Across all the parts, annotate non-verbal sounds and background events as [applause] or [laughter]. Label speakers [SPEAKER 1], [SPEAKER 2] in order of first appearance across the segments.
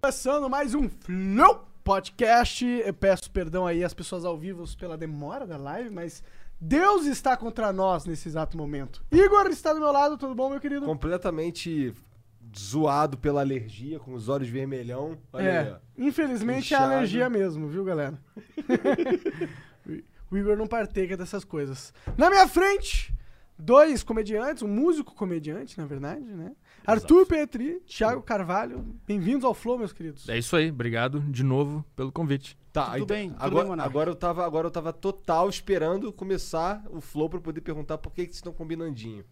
[SPEAKER 1] começando mais um Flow Podcast. Eu peço perdão aí às pessoas ao vivo pela demora da live, mas Deus está contra nós nesse exato momento. Igor está do meu lado, tudo bom, meu querido?
[SPEAKER 2] Completamente zoado pela alergia, com os olhos vermelhão. Olha aí,
[SPEAKER 1] é,
[SPEAKER 2] ó.
[SPEAKER 1] infelizmente é
[SPEAKER 2] Inchado.
[SPEAKER 1] alergia mesmo, viu, galera? [laughs] o Igor não parteca dessas coisas. Na minha frente, dois comediantes, um músico comediante, na verdade, né? Arthur Petri, Thiago Carvalho, bem-vindos ao Flow, meus queridos.
[SPEAKER 3] É isso aí, obrigado de novo pelo convite.
[SPEAKER 2] Tá,
[SPEAKER 4] Tudo
[SPEAKER 2] então,
[SPEAKER 4] bem, tudo
[SPEAKER 2] agora,
[SPEAKER 4] bem, Monark?
[SPEAKER 2] agora eu tava, agora eu tava total esperando começar o flow pra eu poder perguntar por que, que vocês estão combinandinho.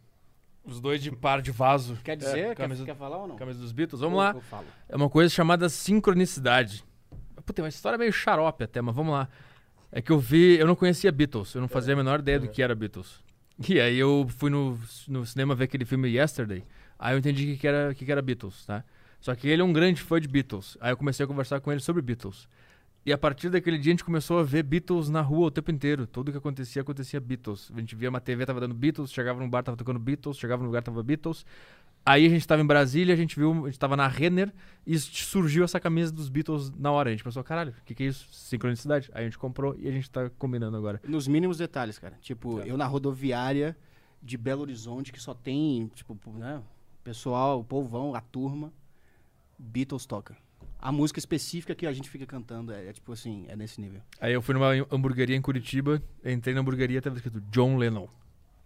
[SPEAKER 3] Os dois de par de vaso.
[SPEAKER 4] Quer dizer?
[SPEAKER 3] É, camisa-
[SPEAKER 4] quer, quer falar ou não?
[SPEAKER 3] Camisa dos Beatles, vamos
[SPEAKER 4] Eu-
[SPEAKER 3] lá.
[SPEAKER 4] eu falo.
[SPEAKER 3] É uma coisa chamada sincronicidade. Puta, tem uma história meio xarope até, mas vamos lá. É que eu vi, eu não conhecia Beatles, eu não fazia
[SPEAKER 4] É.
[SPEAKER 3] a menor ideia do que era Beatles. E aí eu fui no, no cinema ver aquele filme Yesterday, aí eu entendi que que era, que que era Beatles, tá? Só que ele é um grande fã de Beatles, aí eu comecei a conversar com ele sobre Beatles. E a partir daquele dia a gente começou a ver Beatles na rua o tempo inteiro. Tudo que acontecia, acontecia Beatles. A gente via uma TV, tava dando Beatles, chegava num bar, tava tocando Beatles, chegava num lugar, tava Beatles. Aí a gente tava em Brasília, a gente viu, a gente tava na Renner e s- surgiu essa camisa dos Beatles na hora. A gente pensou, caralho, o que, que é isso? Sincronicidade. Aí a gente comprou e a gente tá combinando agora.
[SPEAKER 4] Nos mínimos detalhes, cara. Tipo, eu na rodoviária de Belo Horizonte, que só tem, tipo, né? Pessoal, o povão, a turma, Beatles toca. A música específica que a gente fica cantando é, é tipo assim, é nesse nível.
[SPEAKER 3] Aí eu fui numa hamburgueria em Curitiba, entrei na hamburgueria e tava escrito John Lennon.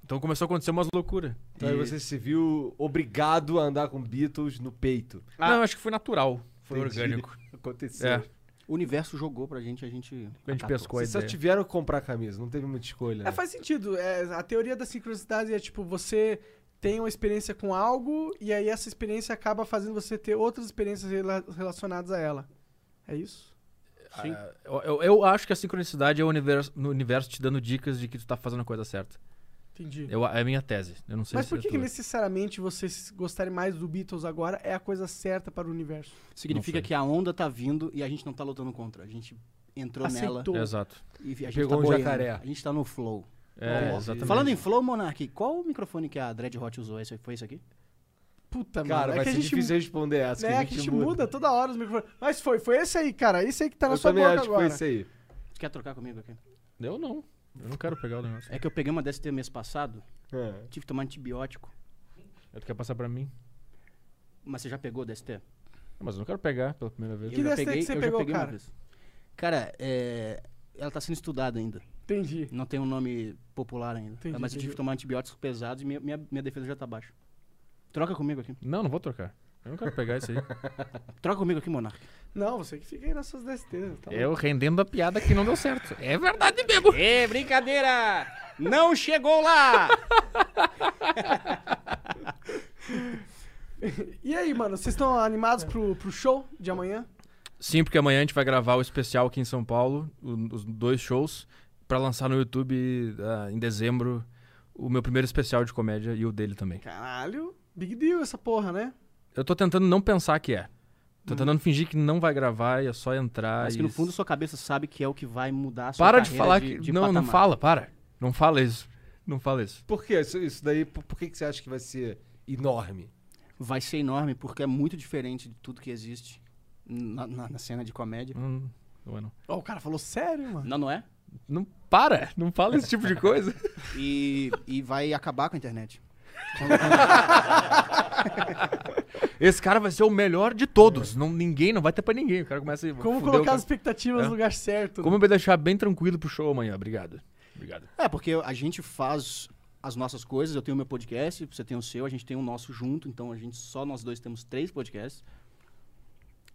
[SPEAKER 3] Então começou a acontecer umas loucuras.
[SPEAKER 2] Então aí
[SPEAKER 3] E-
[SPEAKER 2] você se viu obrigado a andar com Beatles no peito.
[SPEAKER 3] Não, eu acho que foi natural. Foi
[SPEAKER 2] Ah. Entendi.
[SPEAKER 3] orgânico.
[SPEAKER 2] [laughs] Aconteceu.
[SPEAKER 3] É.
[SPEAKER 4] O universo jogou pra gente, a gente.
[SPEAKER 3] A gente
[SPEAKER 2] Ah,
[SPEAKER 4] acatou.
[SPEAKER 3] pescou a
[SPEAKER 2] tá, Vocês só
[SPEAKER 3] ideia.
[SPEAKER 2] tiveram que comprar a camisa, não teve muita escolha.
[SPEAKER 1] É,
[SPEAKER 2] né?
[SPEAKER 1] faz sentido. É, a teoria da sincronicidade é tipo, você tem uma experiência com algo e aí essa experiência acaba fazendo você ter outras experiências rela- relacionadas a ela. É isso?
[SPEAKER 4] Sim.
[SPEAKER 3] Eu, eu- eu acho que a sincronicidade é o universo, no universo te dando dicas de que tu tá fazendo a coisa certa.
[SPEAKER 1] Entendi.
[SPEAKER 3] Eu- é a minha tese. Eu não sei
[SPEAKER 1] Mas
[SPEAKER 3] se
[SPEAKER 1] por
[SPEAKER 3] é
[SPEAKER 1] que, que
[SPEAKER 3] tua.
[SPEAKER 1] necessariamente vocês gostarem mais do Beatles agora é a coisa certa para o universo?
[SPEAKER 4] Significa
[SPEAKER 3] Não sei.
[SPEAKER 4] que a onda tá vindo e a gente não tá lutando contra. A gente entrou nela
[SPEAKER 1] Aceitou.
[SPEAKER 3] Exato.
[SPEAKER 4] e a gente
[SPEAKER 2] Pegou
[SPEAKER 4] tá
[SPEAKER 2] um
[SPEAKER 4] boiando.
[SPEAKER 2] jacaré.
[SPEAKER 4] A gente tá no flow.
[SPEAKER 3] É,
[SPEAKER 2] Ó,
[SPEAKER 3] exatamente.
[SPEAKER 4] Falando em flow, Monark, qual o microfone que a Dread Hot usou? Esse- Foi isso aqui?
[SPEAKER 1] Puta,
[SPEAKER 2] Cara,
[SPEAKER 1] mano.
[SPEAKER 2] vai
[SPEAKER 1] é que
[SPEAKER 2] ser
[SPEAKER 1] a gente,
[SPEAKER 2] difícil responder essa.
[SPEAKER 1] né,
[SPEAKER 2] que
[SPEAKER 1] é que a gente muda. toda hora os microfones. Mas foi, foi esse aí, cara. Esse aí que tá na
[SPEAKER 2] Eu
[SPEAKER 1] sua
[SPEAKER 2] também
[SPEAKER 1] boca
[SPEAKER 2] acho que foi
[SPEAKER 1] agora.
[SPEAKER 2] isso aí.
[SPEAKER 4] Quer trocar comigo aqui?
[SPEAKER 3] Eu não. Eu não quero pegar o negócio.
[SPEAKER 4] É que eu peguei uma DST mês passado,
[SPEAKER 2] É.
[SPEAKER 4] tive que tomar antibiótico.
[SPEAKER 3] Tu quer passar pra mim?
[SPEAKER 4] Mas você já pegou DST?
[SPEAKER 3] Mas eu não quero pegar pela primeira vez.
[SPEAKER 1] Que
[SPEAKER 4] já
[SPEAKER 1] DST que você
[SPEAKER 4] já
[SPEAKER 1] pegou,
[SPEAKER 4] uma
[SPEAKER 1] cara?
[SPEAKER 4] vez. Cara, é, ela tá sendo estudada ainda.
[SPEAKER 1] Entendi.
[SPEAKER 4] Não tem um nome popular ainda.
[SPEAKER 1] Entendi,
[SPEAKER 4] mas eu
[SPEAKER 1] entendi.
[SPEAKER 4] tive que tomar antibióticos pesados e minha, minha, minha defesa já tá baixa. Troca comigo aqui.
[SPEAKER 3] Não, não vou trocar. Eu não quero pegar isso aí.
[SPEAKER 4] Troca comigo aqui, Monark.
[SPEAKER 1] Não, você que fica aí nas suas besteiras. Tá
[SPEAKER 3] eu rendendo a piada que não deu certo. É verdade mesmo.
[SPEAKER 4] Ê, brincadeira! Não chegou lá!
[SPEAKER 1] E aí, mano, vocês estão
[SPEAKER 2] É.
[SPEAKER 1] animados pro, pro show de amanhã?
[SPEAKER 3] Sim, porque amanhã a gente vai gravar o especial aqui em São Paulo, o- os dois shows, pra lançar no YouTube ah, em dezembro o meu primeiro especial de comédia e o dele também.
[SPEAKER 1] Caralho, big deal essa porra, né?
[SPEAKER 3] Eu tô tentando não pensar que é. Tô tentando fingir que não vai gravar e é só entrar.
[SPEAKER 4] Mas
[SPEAKER 3] e...
[SPEAKER 4] que no fundo sua cabeça sabe que é o que vai mudar a sua
[SPEAKER 3] Para é de
[SPEAKER 4] carreira
[SPEAKER 3] falar
[SPEAKER 4] de,
[SPEAKER 3] que.
[SPEAKER 4] de
[SPEAKER 3] não, não
[SPEAKER 4] patamar.
[SPEAKER 3] fala, para. Não fala isso. Não fala isso.
[SPEAKER 2] Por quê? Isso, isso daí, por, por que, que você acha que vai ser enorme?
[SPEAKER 4] Vai ser enorme porque é muito diferente de tudo que existe na- na- na cena de comédia.
[SPEAKER 3] Hum, Não, é não.
[SPEAKER 1] Ó, o cara falou sério, mano.
[SPEAKER 4] Não, não é?
[SPEAKER 3] Não para! Não fala esse tipo de coisa.
[SPEAKER 4] E, e vai acabar com a [laughs] internet.
[SPEAKER 3] [laughs] Esse cara vai ser o melhor de todos. Não, ninguém, não vai ter pra ninguém. O cara começa a
[SPEAKER 1] Como
[SPEAKER 3] fuder o
[SPEAKER 1] colocar
[SPEAKER 3] cara.
[SPEAKER 1] as expectativas
[SPEAKER 3] É.
[SPEAKER 1] no lugar certo.
[SPEAKER 3] Como
[SPEAKER 1] né?
[SPEAKER 3] eu vou deixar bem tranquilo pro show amanhã. Obrigado. Obrigado.
[SPEAKER 4] É, porque a gente faz as nossas coisas, eu tenho meu podcast, você tem o seu, a gente tem o nosso junto, então a gente só nós dois temos três podcasts.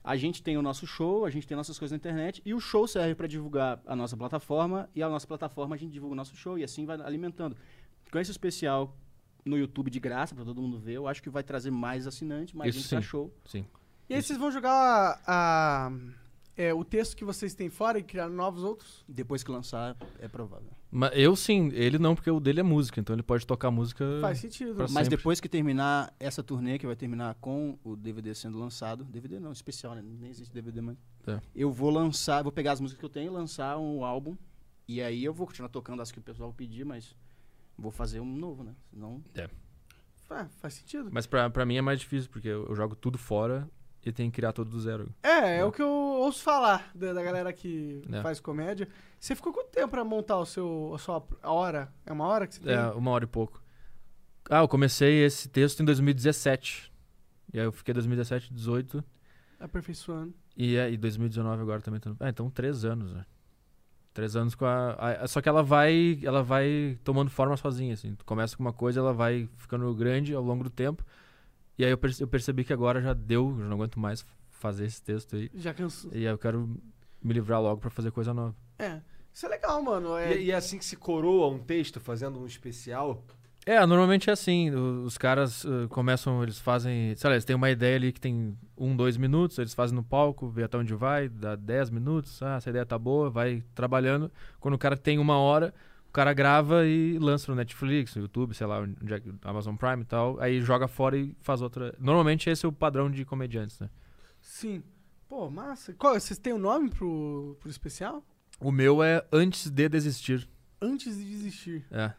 [SPEAKER 4] A gente tem o nosso show, a gente tem nossas coisas na internet, e o show serve pra divulgar a nossa plataforma, e a nossa plataforma a gente divulga o nosso show, e assim vai alimentando. Com esse especial no YouTube de graça, pra todo mundo ver, eu acho que vai trazer mais assinante, mais
[SPEAKER 3] Isso
[SPEAKER 4] gente pra
[SPEAKER 3] sim.
[SPEAKER 4] show.
[SPEAKER 3] Sim.
[SPEAKER 1] E aí vocês vão jogar a- a- é, o texto que vocês têm fora e criar novos outros?
[SPEAKER 4] Depois que lançar, é provável.
[SPEAKER 3] Mas eu sim, ele não, porque o dele é música, então ele pode tocar música.
[SPEAKER 1] Faz sentido.
[SPEAKER 3] pra
[SPEAKER 1] Mas-
[SPEAKER 4] Mas
[SPEAKER 3] sempre.
[SPEAKER 4] depois que terminar essa turnê, que vai terminar com o DVD sendo lançado, DVD não, especial, né? Nem existe DVD mais.
[SPEAKER 3] Tá.
[SPEAKER 4] Eu vou lançar, vou pegar as músicas que eu tenho e lançar um álbum. E aí eu vou continuar tocando as que o pessoal pedir, mas vou fazer um novo, né? Senão,
[SPEAKER 1] Ah, faz sentido.
[SPEAKER 3] Mas pra, pra mim é mais difícil, porque eu, eu jogo tudo fora e tem que criar todo do zero.
[SPEAKER 1] É, é o que eu ouço falar da, da galera que
[SPEAKER 3] É.
[SPEAKER 1] faz comédia. Você ficou quanto tempo pra montar o seu, a sua hora? É uma hora que você tem?
[SPEAKER 3] É, uma hora e pouco. Ah, eu comecei esse texto em 2017. E aí eu fiquei 2017, 18
[SPEAKER 1] Aperfeiçoando.
[SPEAKER 3] e, é, e 2019 agora também. tô no- Ah, então três anos, né? Três anos com a, a- Só que ela vai. Ela vai tomando forma sozinha, assim. Tu começa com uma coisa, ela vai ficando grande ao longo do tempo. E aí eu, perce- eu percebi que agora já deu, já não aguento mais fazer esse texto aí.
[SPEAKER 1] Já cansou.
[SPEAKER 3] E aí eu quero me livrar logo pra fazer coisa nova.
[SPEAKER 1] É. Isso é legal, mano. É,
[SPEAKER 2] E, e é assim que se coroa um texto fazendo um especial.
[SPEAKER 3] É, normalmente é assim. o- Os caras eh, começam, eles fazem. Sei lá, eles têm uma ideia ali que tem um, dois minutos, eles fazem no palco, vê até onde vai, dá dez minutos, ah, essa ideia tá boa, vai trabalhando. Quando o cara tem uma hora, o cara grava e lança no Netflix, no YouTube, sei lá, onde é que- Amazon Prime e tal. Aí joga fora e faz outra. Normalmente esse é o padrão de comediantes, né?
[SPEAKER 1] Sim. Pô, massa. Qual, vocês têm o um nome pro, pro especial?
[SPEAKER 3] O meu é antes de desistir.
[SPEAKER 1] Antes de desistir.
[SPEAKER 3] É.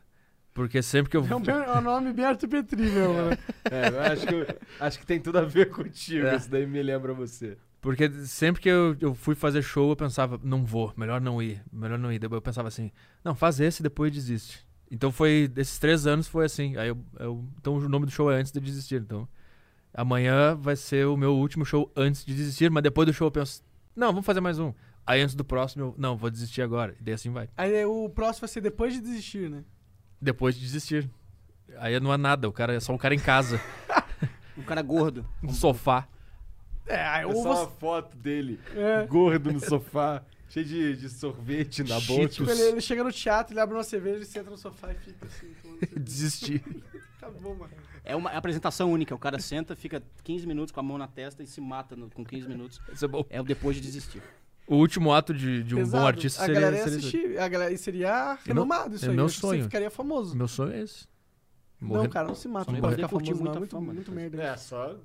[SPEAKER 3] Porque sempre que eu.
[SPEAKER 1] É
[SPEAKER 3] [laughs]
[SPEAKER 1] um, bem- é um nome bem Arthur Petri, [laughs] meu, mano.
[SPEAKER 2] É, eu acho que, eu-
[SPEAKER 1] [laughs]
[SPEAKER 2] acho que tem tudo a ver contigo.
[SPEAKER 3] É.
[SPEAKER 2] Isso daí me lembra você.
[SPEAKER 3] Porque sempre que eu, eu fui fazer show, eu pensava, não vou, melhor não ir, melhor não ir. Depois eu pensava assim, não, faz esse e depois desiste. Então foi, esses três anos foi assim. Aí eu, eu- então o nome do show é Antes de Desistir. Então amanhã vai ser o meu último show antes de desistir, mas depois do show eu penso, não, vamos fazer mais um. Aí antes do próximo eu, não, vou desistir agora. E daí assim vai.
[SPEAKER 1] Aí é, o próximo vai ser depois de desistir, né?
[SPEAKER 3] Depois de desistir. Aí não há nada, o cara é só um cara
[SPEAKER 1] [laughs]
[SPEAKER 3] em casa,
[SPEAKER 4] Um cara gordo.
[SPEAKER 3] [laughs] um sofá.
[SPEAKER 1] É, aí
[SPEAKER 2] É
[SPEAKER 1] ou
[SPEAKER 2] só uma
[SPEAKER 1] você.
[SPEAKER 2] foto dele,
[SPEAKER 1] É.
[SPEAKER 2] gordo no sofá, [laughs] cheio de, de sorvete na boca.
[SPEAKER 1] Tipo, ele, ele chega no teatro, ele abre uma cerveja, ele senta no sofá e fica assim. tomando cerveja.
[SPEAKER 3] Desistir.
[SPEAKER 1] Acabou, mano.
[SPEAKER 4] É uma é apresentação única. O cara senta, fica 15 minutos com a mão na testa e se mata no- com 15 minutos.
[SPEAKER 3] Isso é bom.
[SPEAKER 4] É o depois de desistir.
[SPEAKER 3] O último ato de, de um bom
[SPEAKER 1] Pesado.
[SPEAKER 3] artista
[SPEAKER 1] a
[SPEAKER 3] seria.
[SPEAKER 1] galera ia
[SPEAKER 3] seria isso aí.
[SPEAKER 1] assistir, a galera e seria
[SPEAKER 3] meu-
[SPEAKER 1] renomado isso
[SPEAKER 3] é
[SPEAKER 1] aí.
[SPEAKER 3] meu
[SPEAKER 1] eu acho que
[SPEAKER 3] sonho.
[SPEAKER 1] Você ficaria famoso.
[SPEAKER 3] Meu sonho é esse.
[SPEAKER 1] Não, cara, não se mata.
[SPEAKER 4] Só
[SPEAKER 1] Não
[SPEAKER 4] não
[SPEAKER 1] pode
[SPEAKER 4] poder
[SPEAKER 1] ficar
[SPEAKER 4] curtir
[SPEAKER 1] famoso, não.
[SPEAKER 4] muita
[SPEAKER 1] Muito,
[SPEAKER 4] fama,
[SPEAKER 1] muito
[SPEAKER 4] né?
[SPEAKER 1] merda.
[SPEAKER 2] É, só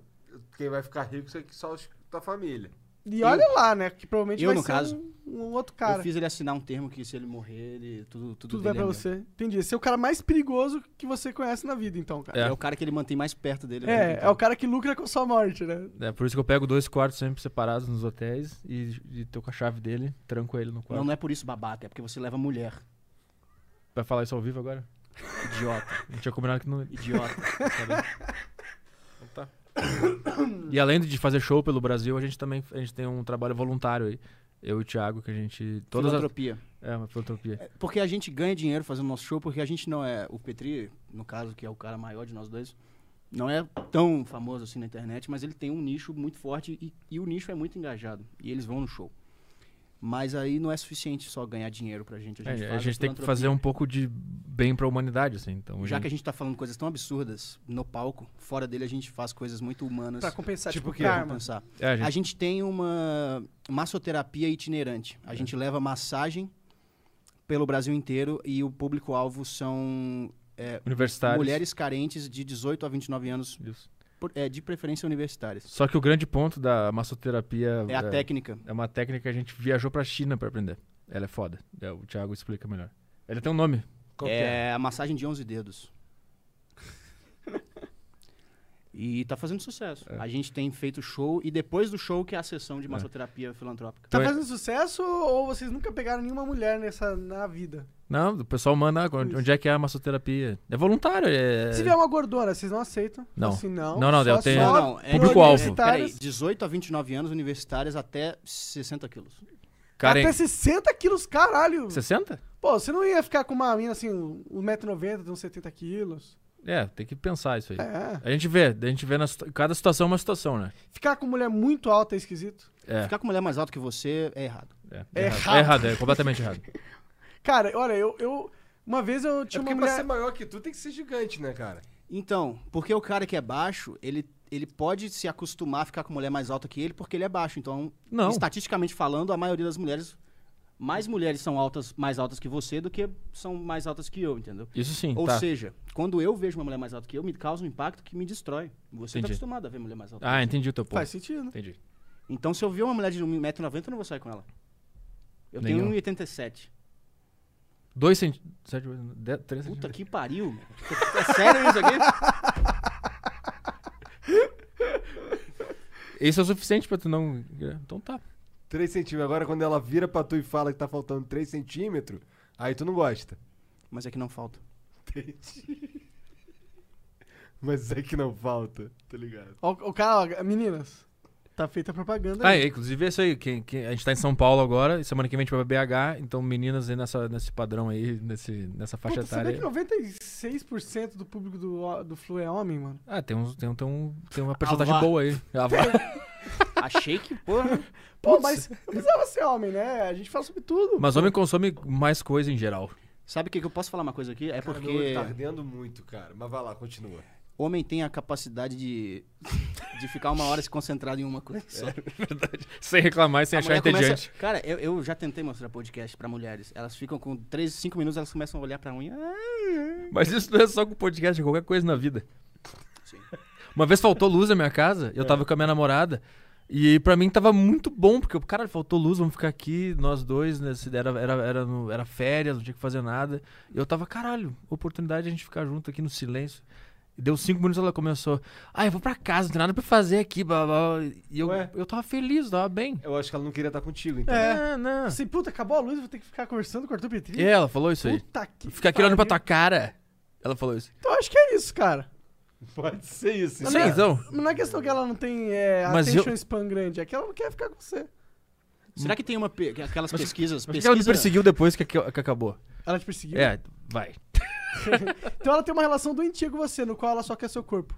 [SPEAKER 2] quem vai ficar rico é que só os da família.
[SPEAKER 1] E olha lá, né? Que provavelmente
[SPEAKER 4] Eu,
[SPEAKER 1] vai
[SPEAKER 4] no
[SPEAKER 1] ser
[SPEAKER 4] caso.
[SPEAKER 1] um, um outro
[SPEAKER 4] Eu
[SPEAKER 1] cara.
[SPEAKER 4] fiz ele assinar um termo que se ele morrer, ele, tudo, tudo,
[SPEAKER 1] Tudo vai
[SPEAKER 4] dele
[SPEAKER 1] pra
[SPEAKER 4] é meu.
[SPEAKER 1] você. Entendi. Esse é o cara mais perigoso que você conhece na vida, então,
[SPEAKER 4] É.
[SPEAKER 1] cara.
[SPEAKER 4] o cara que ele mantém mais perto dele. né?
[SPEAKER 1] É, é o cara que lucra com a sua morte, né?
[SPEAKER 3] É por isso que eu pego dois quartos sempre separados nos hotéis e, e tô com a chave dele, tranco ele no quarto.
[SPEAKER 4] Não, não é por isso babaca, é porque você leva mulher.
[SPEAKER 3] Vai falar isso ao vivo agora?
[SPEAKER 4] Idiota,
[SPEAKER 3] A gente tinha combinado que não.
[SPEAKER 4] idiota.
[SPEAKER 3] E além de fazer show pelo Brasil, a gente também a gente tem um trabalho voluntário aí. Eu e o Thiago, que a gente. Todas as...
[SPEAKER 4] Filantropia.
[SPEAKER 3] É, uma filantropia.
[SPEAKER 4] Porque a gente ganha dinheiro fazendo nosso show, porque a gente não é. O Petri, no caso, que é o cara maior de nós dois, não é tão famoso assim na internet, mas ele tem um nicho muito forte e, e o nicho é muito engajado. E eles vão no show. Mas aí não é suficiente só ganhar dinheiro pra gente. A gente,
[SPEAKER 3] É,
[SPEAKER 4] faz
[SPEAKER 3] a
[SPEAKER 4] a
[SPEAKER 3] gente tem que
[SPEAKER 4] filantropia.
[SPEAKER 3] fazer um pouco de bem pra humanidade, assim. Então,
[SPEAKER 4] Já que a gente tá falando coisas tão absurdas no palco, fora dele a gente faz coisas muito humanas.
[SPEAKER 1] Pra compensar,
[SPEAKER 2] Tipo
[SPEAKER 1] tipo,
[SPEAKER 2] o quê?
[SPEAKER 1] karma.
[SPEAKER 4] compensar.
[SPEAKER 3] É, a gente-
[SPEAKER 4] A gente tem uma massoterapia itinerante. A gente leva massagem pelo Brasil inteiro e o público-alvo são
[SPEAKER 3] universitários.
[SPEAKER 4] mulheres carentes de 18 a 29 anos,
[SPEAKER 3] Isso.
[SPEAKER 4] por- é, de preferência universitárias.
[SPEAKER 3] Só que o grande ponto da massoterapia.
[SPEAKER 4] É a técnica.
[SPEAKER 3] É uma técnica que a gente viajou pra China pra aprender. Ela é foda. É, o Thiago explica melhor. Ela tem um nome.
[SPEAKER 2] Qual que é?
[SPEAKER 4] É a massagem de 11 dedos. E tá fazendo sucesso. A gente tem feito show e depois do show que é a sessão de massoterapia filantrópica.
[SPEAKER 1] Tá
[SPEAKER 3] Então é-
[SPEAKER 1] fazendo sucesso ou vocês nunca pegaram nenhuma mulher nessa, na vida?
[SPEAKER 3] Não, o pessoal manda ah, onde, onde é que é a massoterapia. É voluntário, é.
[SPEAKER 1] Se vier uma gordona, vocês não aceitam?
[SPEAKER 3] Não.
[SPEAKER 1] Assim, não,
[SPEAKER 3] Não, não,
[SPEAKER 1] só
[SPEAKER 3] eu tenho-
[SPEAKER 1] só
[SPEAKER 3] Não,
[SPEAKER 4] é-
[SPEAKER 3] Público-alvo.
[SPEAKER 4] é,
[SPEAKER 1] universitárias.
[SPEAKER 4] peraí, 18 a 29 anos, universitárias até 60 quilos.
[SPEAKER 3] Karen.
[SPEAKER 1] Tá Até 60 quilos, caralho.
[SPEAKER 3] 60?
[SPEAKER 1] Pô, você não ia ficar com uma mina assim, 1,90m, de uns 70 quilos.
[SPEAKER 3] É, tem que pensar isso aí.
[SPEAKER 1] É.
[SPEAKER 3] A gente vê, a gente vê na situ- cada situação é uma situação, né?
[SPEAKER 1] Ficar com mulher muito alta é esquisito.
[SPEAKER 3] É.
[SPEAKER 4] Ficar com mulher mais alta que você é errado.
[SPEAKER 3] É,
[SPEAKER 1] É
[SPEAKER 3] errado. É errado, é completamente errado.
[SPEAKER 1] Cara, olha, eu. eu uma vez eu
[SPEAKER 2] É
[SPEAKER 1] tinha
[SPEAKER 2] porque
[SPEAKER 1] uma
[SPEAKER 2] pra ser
[SPEAKER 1] mulher.
[SPEAKER 2] maior que tu tem que ser gigante, né, cara?
[SPEAKER 4] Então, porque o cara que é baixo, ele, ele pode se acostumar a ficar com mulher mais alta que ele porque ele é baixo. Então,
[SPEAKER 3] Não.
[SPEAKER 4] estatisticamente falando, a maioria das mulheres. Mais mulheres são altas, mais altas que você do que são mais altas que eu, entendeu?
[SPEAKER 3] Isso sim,
[SPEAKER 4] Ou
[SPEAKER 3] tá.
[SPEAKER 4] seja, quando eu vejo uma mulher mais alta que eu, me causa um impacto que me destrói. Você
[SPEAKER 3] Entendi.
[SPEAKER 4] tá acostumado a ver mulher mais alta.
[SPEAKER 3] Ah, entendi o teu ponto.
[SPEAKER 1] Faz sentido. né?
[SPEAKER 3] Entendi.
[SPEAKER 4] Então, se eu ver uma mulher de 1,90m, eu não vou sair com ela. Eu
[SPEAKER 3] Nem eu.
[SPEAKER 4] tenho 1,87m.
[SPEAKER 3] 2 centímetros. 3
[SPEAKER 4] Puta
[SPEAKER 3] centímetros.
[SPEAKER 4] que pariu, meu. [laughs]
[SPEAKER 3] [laughs]
[SPEAKER 4] É sério isso aqui?
[SPEAKER 3] Isso é o suficiente pra tu não. Então tá.
[SPEAKER 2] 3 centímetros. Agora, quando ela vira pra tu e fala que tá faltando 3 centímetros, aí tu não gosta. [laughs]
[SPEAKER 4] Mas é que não falta.
[SPEAKER 2] Mas é que não falta, tá ligado?
[SPEAKER 1] Ó, o cara, ó, meninas, tá feita a propaganda.
[SPEAKER 3] Ah,
[SPEAKER 1] aí.
[SPEAKER 3] é, inclusive é isso aí. Quem, quem- a gente tá em São Paulo agora, e semana que vem a gente vai pra BH, então meninas aí nessa, nesse padrão aí, nesse, nessa faixa
[SPEAKER 1] Puta, sabia
[SPEAKER 3] etária.
[SPEAKER 1] que 96% do público do, do Flu é homem, mano?
[SPEAKER 3] Ah, tem, uns, tem, um- tem, um, tem uma porcentagem
[SPEAKER 4] vá.
[SPEAKER 3] boa aí. [laughs] Ah, vá.
[SPEAKER 4] Achei que, porra.
[SPEAKER 1] Pô, mas [laughs] eu precisava ser homem, né? A gente fala sobre tudo.
[SPEAKER 3] Mas homem consome mais coisa em geral.
[SPEAKER 4] Sabe o que, que eu posso falar uma coisa aqui? É
[SPEAKER 2] Cara, meu
[SPEAKER 4] porque
[SPEAKER 2] olho tá ardendo muito, cara. Mas vai lá, continua.
[SPEAKER 4] homem tem a capacidade de, de ficar uma hora se concentrado em uma coisa só.
[SPEAKER 3] Sem reclamar e sem
[SPEAKER 4] A
[SPEAKER 3] achar
[SPEAKER 4] mulher começa-
[SPEAKER 3] entediante.
[SPEAKER 4] Cara, eu, eu já tentei mostrar podcast pra mulheres. Elas ficam com 3, 5 minutos, elas começam a olhar pra unha.
[SPEAKER 3] Mas isso não é só com podcast, é qualquer coisa na vida.
[SPEAKER 4] Sim.
[SPEAKER 3] Uma vez faltou luz na minha casa, eu tava com a minha namorada. E pra mim tava muito bom, porque, cara, faltou luz, vamos ficar aqui, nós dois, né? se- Era, era, era, no- era férias, não tinha que fazer nada. E eu tava, caralho, oportunidade de a gente ficar junto aqui no silêncio. E deu cinco minutos, ela começou. Ah, eu vou pra casa, não tem nada pra fazer aqui, blá, blá, blá." E eu,
[SPEAKER 2] Ué?
[SPEAKER 3] eu tava feliz, tava bem.
[SPEAKER 2] Eu acho que ela não queria estar contigo, então.
[SPEAKER 1] É.
[SPEAKER 3] Ah, não.
[SPEAKER 1] Assim, puta, acabou a luz, vou ter que ficar conversando com o Arthur Petri.
[SPEAKER 3] E ela falou É, isso aí.
[SPEAKER 1] Puta que.
[SPEAKER 3] Ficar aqui olhando pra
[SPEAKER 1] pariu.
[SPEAKER 3] tua cara. Ela falou isso.
[SPEAKER 1] Então acho que é isso, cara.
[SPEAKER 2] [laughs] Pode ser isso.
[SPEAKER 3] Sim, então.
[SPEAKER 1] Não é questão que ela não tem é,
[SPEAKER 3] Mas eu-
[SPEAKER 1] attention span grande, é que ela não quer ficar com você.
[SPEAKER 4] Será que tem uma pe- aquelas pesquisas?
[SPEAKER 3] Mas por que ela me
[SPEAKER 4] pesquisa-
[SPEAKER 3] perseguiu depois que, que- que acabou.
[SPEAKER 1] Ela te perseguiu.
[SPEAKER 3] É, vai.
[SPEAKER 1] Então ela tem uma relação doentia com você, no qual ela só quer seu corpo.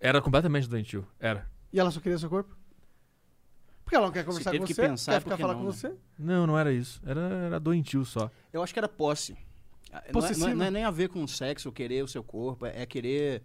[SPEAKER 3] Era completamente doentio. Era.
[SPEAKER 1] E ela só queria seu corpo? Porque ela não quer conversar
[SPEAKER 4] teve
[SPEAKER 1] com
[SPEAKER 4] que
[SPEAKER 1] você,
[SPEAKER 4] pensar, é
[SPEAKER 1] quer ficar
[SPEAKER 4] porque
[SPEAKER 1] falar
[SPEAKER 4] não,
[SPEAKER 1] com
[SPEAKER 4] né?
[SPEAKER 1] você.
[SPEAKER 3] Não, não era isso. Era, era doentio só.
[SPEAKER 4] Eu acho que era posse. Ah, não é- Não
[SPEAKER 1] Possessiva.
[SPEAKER 4] é, não é nem a ver com sexo, querer o seu corpo, é é querer.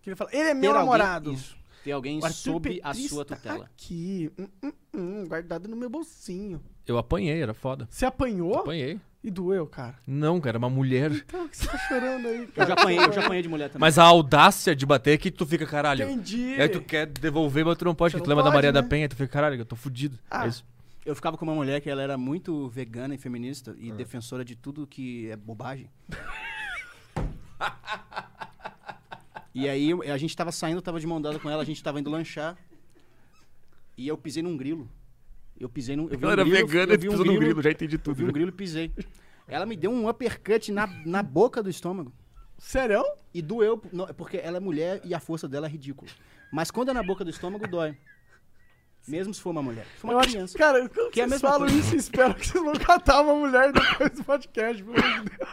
[SPEAKER 1] Que ele fala, ele é
[SPEAKER 4] ter
[SPEAKER 1] meu
[SPEAKER 4] alguém-
[SPEAKER 1] namorado.
[SPEAKER 4] isso, ter alguém
[SPEAKER 1] O Arthur
[SPEAKER 4] sob a
[SPEAKER 1] Petri
[SPEAKER 4] sua
[SPEAKER 1] está [laughs]
[SPEAKER 4] tutela.
[SPEAKER 1] Aqui, hum, hum, hum, guardado no meu bolsinho.
[SPEAKER 3] Eu apanhei, era foda.
[SPEAKER 1] Você apanhou
[SPEAKER 3] Apanhei.
[SPEAKER 1] e doeu, cara.
[SPEAKER 3] Não, cara, era uma mulher.
[SPEAKER 1] Então o que você tá chorando aí,
[SPEAKER 4] Eu
[SPEAKER 1] cara?
[SPEAKER 4] já apanhei, eu já apanhei de mulher também.
[SPEAKER 3] Mas a audácia de bater é que tu fica, caralho.
[SPEAKER 1] Entendi.
[SPEAKER 3] E aí tu quer devolver, mas tu não pode,
[SPEAKER 1] Você
[SPEAKER 3] porque tu
[SPEAKER 1] não
[SPEAKER 3] lembra da
[SPEAKER 1] pode,
[SPEAKER 3] Maria da
[SPEAKER 1] né?
[SPEAKER 3] Penha, tu fica, caralho, eu tô fudido.
[SPEAKER 1] Ah.
[SPEAKER 3] É isso.
[SPEAKER 4] Eu ficava com uma mulher que ela era muito vegana e feminista
[SPEAKER 1] Ah.
[SPEAKER 4] e defensora de tudo que é
[SPEAKER 1] [laughs]
[SPEAKER 4] bobagem. e aí eu- a gente tava saindo, eu tava de mão dada com ela, a gente tava indo lanchar. E eu pisei num grilo. Eu pisei num. Eu vi um grilo, eu vi um grilo,
[SPEAKER 3] já entendi
[SPEAKER 4] Eu vi um grilo e pisei. Ela me deu um uppercut na, na boca do estômago.
[SPEAKER 1] Sério?
[SPEAKER 4] E doeu, não, é porque ela é mulher e a força dela é ridícula. Mas quando é na boca do estômago, dói. Mesmo se for uma mulher. Se for
[SPEAKER 1] Eu
[SPEAKER 4] uma
[SPEAKER 1] acho-
[SPEAKER 4] criança.
[SPEAKER 1] Cara, quando
[SPEAKER 4] Que é a
[SPEAKER 1] vocês
[SPEAKER 4] mesma
[SPEAKER 1] falam
[SPEAKER 4] coisa.
[SPEAKER 1] isso, eu espero que vocês vão catar uma mulher depois do podcast, pelo amor de Deus.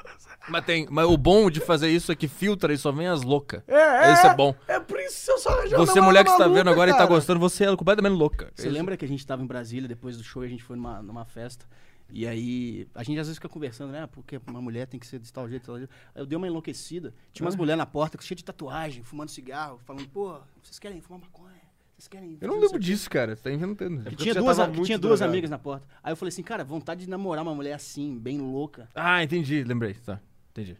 [SPEAKER 3] Mas, tem, mas o bom de fazer isso é que filtra e só vem as loucas.
[SPEAKER 1] É, é.
[SPEAKER 3] Isso é bom.
[SPEAKER 1] É por isso que eu só já
[SPEAKER 3] Você,
[SPEAKER 1] namoro
[SPEAKER 3] mulher que está
[SPEAKER 1] maluca,
[SPEAKER 3] vendo agora e tá
[SPEAKER 1] cara.
[SPEAKER 3] gostando, você é completamente louca.
[SPEAKER 4] Você lembra que a gente tava em Brasília depois do show e a gente foi numa, numa festa? E aí, a gente às vezes fica conversando, né? Ah, Porque uma mulher tem que ser de tal jeito, tal jeito. Aí eu dei uma enlouquecida. Tinha
[SPEAKER 2] Ah.
[SPEAKER 4] umas mulheres na porta cheia de tatuagem, fumando cigarro, falando, pô, vocês querem fumar maconha? Vocês querem.
[SPEAKER 3] Eu não
[SPEAKER 4] fazer
[SPEAKER 3] lembro
[SPEAKER 4] sei o quê?"
[SPEAKER 3] disso, cara. Você tá inventando.
[SPEAKER 4] Que
[SPEAKER 2] é porque
[SPEAKER 4] tinha
[SPEAKER 2] você já
[SPEAKER 4] duas,
[SPEAKER 2] tava
[SPEAKER 4] que
[SPEAKER 2] muito
[SPEAKER 4] tinha duas
[SPEAKER 2] drogado.
[SPEAKER 4] amigas na porta. Aí eu falei assim, cara, vontade de namorar uma mulher assim, bem louca.
[SPEAKER 3] Ah, entendi, lembrei. Tá, entendi.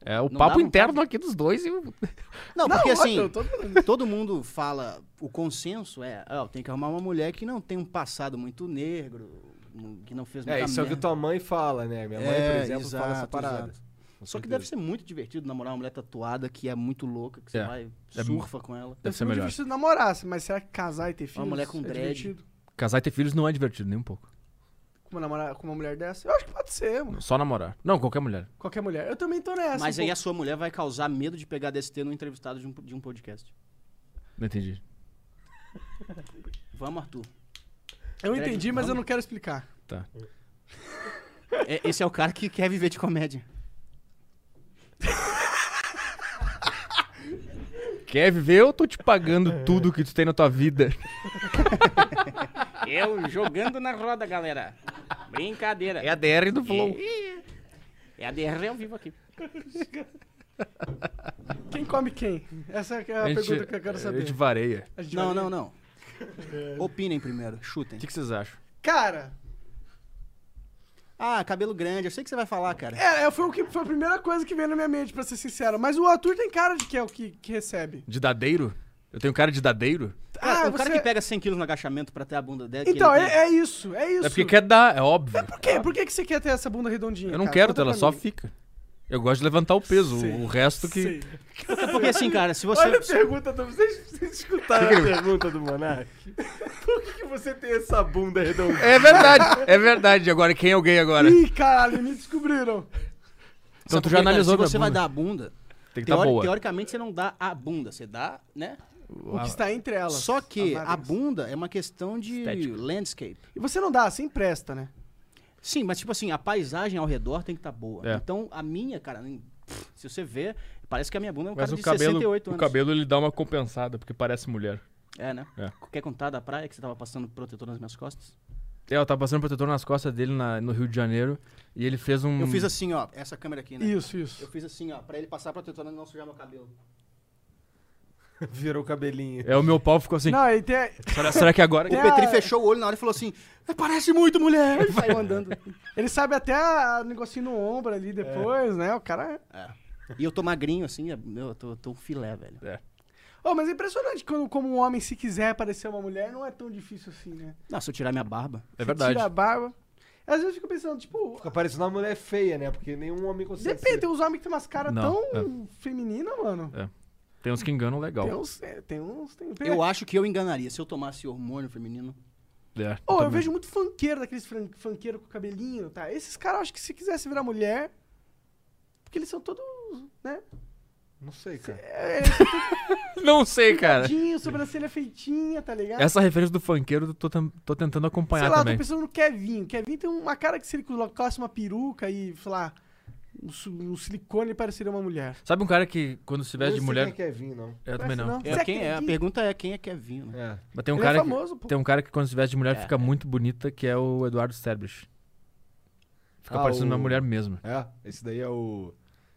[SPEAKER 3] É o
[SPEAKER 4] Não dá
[SPEAKER 3] papo
[SPEAKER 4] vontade.
[SPEAKER 3] interno aqui dos dois e o. [laughs]
[SPEAKER 1] Não,
[SPEAKER 4] Não,
[SPEAKER 2] é
[SPEAKER 4] porque
[SPEAKER 1] ótimo,
[SPEAKER 4] assim,
[SPEAKER 1] eu tô falando.
[SPEAKER 4] todo mundo fala, o consenso é, ó, tem que arrumar uma mulher que não tem um passado muito negro, que não fez muita
[SPEAKER 2] É, isso é o que
[SPEAKER 4] merda.
[SPEAKER 2] tua mãe fala, né? Minha mãe,
[SPEAKER 4] É,
[SPEAKER 2] por exemplo, fala essa
[SPEAKER 4] exato,
[SPEAKER 2] parada.
[SPEAKER 4] exato.
[SPEAKER 2] Com
[SPEAKER 4] Só que
[SPEAKER 2] certeza.
[SPEAKER 4] deve ser muito divertido namorar uma mulher tatuada que é muito louca, que você
[SPEAKER 3] É.
[SPEAKER 4] vai,
[SPEAKER 3] É
[SPEAKER 4] surfa com ela.
[SPEAKER 1] Eu
[SPEAKER 3] Deve ser
[SPEAKER 1] seria
[SPEAKER 3] melhor.
[SPEAKER 1] divertido namorar, assim, mas será que casar e ter filhos?
[SPEAKER 4] mulher com
[SPEAKER 1] é
[SPEAKER 4] dread.
[SPEAKER 1] divertido?
[SPEAKER 3] Casar e ter filhos não é divertido nem um pouco.
[SPEAKER 1] Com uma, namora- com uma mulher dessa? Eu acho que pode ser, mano.
[SPEAKER 3] Só namorar. Não, qualquer mulher.
[SPEAKER 1] Qualquer mulher. Eu também tô nessa.
[SPEAKER 4] Mas
[SPEAKER 1] um
[SPEAKER 4] aí a
[SPEAKER 1] pouco.
[SPEAKER 4] sua mulher vai causar medo de pegar DST no entrevistado de um, de um podcast.
[SPEAKER 3] Não entendi.
[SPEAKER 4] Vamos, Arthur.
[SPEAKER 1] Eu
[SPEAKER 4] dread,
[SPEAKER 1] entendi, mas eu
[SPEAKER 4] vamos.
[SPEAKER 1] não quero explicar.
[SPEAKER 3] Tá.
[SPEAKER 4] É- esse é o cara que quer viver de comédia.
[SPEAKER 3] Quer viver ou tô te
[SPEAKER 1] [laughs] É.
[SPEAKER 3] pagando tudo que tu tem na tua [laughs] vida?
[SPEAKER 5] Eu jogando na roda, galera. Brincadeira.
[SPEAKER 3] É a DR do Flow.
[SPEAKER 5] É a DR ao vivo aqui.
[SPEAKER 1] Quem come quem? Essa é a,
[SPEAKER 3] A gente-
[SPEAKER 1] pergunta que eu quero
[SPEAKER 3] A
[SPEAKER 1] saber.
[SPEAKER 3] gente vareia.
[SPEAKER 1] A gente
[SPEAKER 4] Não,
[SPEAKER 1] vai-
[SPEAKER 4] não, não. Opinem primeiro, chutem.
[SPEAKER 3] O que, que vocês acham?
[SPEAKER 1] Cara,
[SPEAKER 4] Ah, cabelo grande, eu sei que você vai falar, cara.
[SPEAKER 1] é, é, foi, o que, foi a primeira coisa que veio na minha mente, pra ser sincero. Mas o Arthur tem cara de que é o que, que recebe.
[SPEAKER 3] De dadeiro? Eu tenho cara de dadeiro?
[SPEAKER 4] É, um Cara,
[SPEAKER 1] Ah,
[SPEAKER 4] o cara
[SPEAKER 1] você-
[SPEAKER 4] que pega 100 quilos no agachamento pra ter a bunda dela. que
[SPEAKER 1] Então,
[SPEAKER 4] ele
[SPEAKER 1] é,
[SPEAKER 4] tem-
[SPEAKER 1] é isso, é isso.
[SPEAKER 3] É porque quer dar, é óbvio.
[SPEAKER 1] [laughs] Por quê? Por que, que você quer ter essa bunda redondinha?
[SPEAKER 3] Eu não
[SPEAKER 1] cara?
[SPEAKER 3] quero
[SPEAKER 1] Conta
[SPEAKER 3] ter, ela
[SPEAKER 1] pra
[SPEAKER 3] só
[SPEAKER 1] mim.
[SPEAKER 3] fica. Eu gosto de levantar o peso, o-
[SPEAKER 1] Sim.
[SPEAKER 3] o resto
[SPEAKER 1] Sim.
[SPEAKER 3] que.
[SPEAKER 4] É porque assim, cara, se você.
[SPEAKER 2] Olha a pergunta do. Vocês, vocês escutaram [laughs] a pergunta do Monark? [laughs] Por que, que você tem essa bunda redondinha?
[SPEAKER 3] É verdade, é verdade. Agora, quem é o gay agora?
[SPEAKER 1] Ih, caralho, me descobriram.
[SPEAKER 3] Então tu
[SPEAKER 4] Sabe por
[SPEAKER 3] já
[SPEAKER 4] quê, cara?
[SPEAKER 3] analisou
[SPEAKER 4] Se
[SPEAKER 3] minha
[SPEAKER 4] você vai
[SPEAKER 3] bunda.
[SPEAKER 4] dar a bunda,
[SPEAKER 3] Tem que tá
[SPEAKER 4] teori-
[SPEAKER 3] boa.
[SPEAKER 4] teoricamente você não dá a bunda, você dá, né?
[SPEAKER 1] O que está entre elas.
[SPEAKER 4] Só que
[SPEAKER 1] as
[SPEAKER 4] a
[SPEAKER 1] narinas.
[SPEAKER 4] bunda é uma questão de
[SPEAKER 3] Estética.
[SPEAKER 4] landscape.
[SPEAKER 1] E você não dá, assim presta, né?
[SPEAKER 4] Sim, mas tipo assim, a paisagem ao redor tem que estar boa.
[SPEAKER 3] É.
[SPEAKER 4] Então a minha, cara, nem- pff, se você ver, parece que a minha bunda é um
[SPEAKER 3] Mas
[SPEAKER 4] cara
[SPEAKER 3] o
[SPEAKER 4] de
[SPEAKER 3] cabelo,
[SPEAKER 4] 68
[SPEAKER 3] o
[SPEAKER 4] anos.
[SPEAKER 3] cabelo ele dá uma compensada, porque parece mulher.
[SPEAKER 4] É, né?
[SPEAKER 3] É.
[SPEAKER 4] Quer contar da praia que você tava passando protetor nas minhas costas?
[SPEAKER 3] É, eu tava passando protetor nas costas dele na- no Rio de Janeiro e ele fez um.
[SPEAKER 4] Eu fiz assim, ó, essa câmera aqui, né?
[SPEAKER 1] Isso, isso.
[SPEAKER 4] Eu fiz assim, ó, pra ele passar protetor e não sujar meu cabelo.
[SPEAKER 2] Virou o cabelinho.
[SPEAKER 3] É, o meu pau ficou assim.
[SPEAKER 1] Não, aí tem.
[SPEAKER 3] Será, será que agora.
[SPEAKER 4] O
[SPEAKER 1] É.
[SPEAKER 4] Petri fechou o olho na hora e falou assim: parece muito mulher! E saiu andando.
[SPEAKER 1] Ele sabe até o negocinho no ombro ali depois, né? O cara. é-
[SPEAKER 4] e eu tô magrinho, assim, é- meu, eu tô, tô um filé, velho.
[SPEAKER 1] Ô, mas é impressionante quando, como um homem, se quiser parecer uma mulher, não é tão difícil assim, né?
[SPEAKER 4] Não, se eu tirar minha barba.
[SPEAKER 1] Tira
[SPEAKER 3] É
[SPEAKER 1] a
[SPEAKER 3] verdade.
[SPEAKER 1] barba. Às vezes eu fico pensando, tipo.
[SPEAKER 2] Fica parecendo uma mulher feia, né? Porque nenhum homem consegue.
[SPEAKER 1] Depende,
[SPEAKER 2] ser.
[SPEAKER 1] tem uns homens que tem umas caras
[SPEAKER 3] Não, é. Então.
[SPEAKER 1] tão femininas, mano.
[SPEAKER 3] Tem uns que enganam legal.
[SPEAKER 1] Tem uns. é, Tem uns. Tem, tem-
[SPEAKER 4] Eu acho que eu enganaria se eu tomasse hormônio feminino.
[SPEAKER 3] É,
[SPEAKER 1] Ô, eu
[SPEAKER 3] também.
[SPEAKER 1] vejo muito funkeiro, daqueles fran- funkeiro com cabelinho, tá? Esses caras, eu acho que se quisesse virar mulher. Porque eles são todos, né?
[SPEAKER 2] Não sei,
[SPEAKER 4] é
[SPEAKER 2] cara.
[SPEAKER 3] Não sei, cara.
[SPEAKER 1] Tinho,
[SPEAKER 3] [laughs]
[SPEAKER 1] sobrancelha feitinha, tá ligado?
[SPEAKER 3] Essa referência do funkeiro eu tô, tam- tô tentando
[SPEAKER 1] Sei
[SPEAKER 3] acompanhar
[SPEAKER 1] lá, eu
[SPEAKER 3] também.
[SPEAKER 1] tô pensando no Kevin. Kevin tem uma cara que se ele colocasse uma peruca e, sei lá, um, su- um silicone, ele pareceria uma mulher.
[SPEAKER 3] Sabe um cara que quando se veste de
[SPEAKER 2] Não sei
[SPEAKER 3] mulher.
[SPEAKER 2] quem é Kevin, não.
[SPEAKER 3] Eu
[SPEAKER 1] Parece
[SPEAKER 3] também não.
[SPEAKER 1] Você
[SPEAKER 4] É, quem é? A
[SPEAKER 1] acredita?
[SPEAKER 4] pergunta é quem é Kevin, né?
[SPEAKER 2] É.
[SPEAKER 3] Mas tem um
[SPEAKER 1] Ele
[SPEAKER 3] cara
[SPEAKER 1] é
[SPEAKER 3] que-
[SPEAKER 1] famoso, pô.
[SPEAKER 3] Tem um cara que quando se veste de mulher
[SPEAKER 4] É,
[SPEAKER 3] fica muito bonita, que é o Eduardo Sterblich. Fica
[SPEAKER 2] Ah,
[SPEAKER 3] parecendo
[SPEAKER 2] o-
[SPEAKER 3] uma mulher mesmo.
[SPEAKER 2] É, esse daí é o.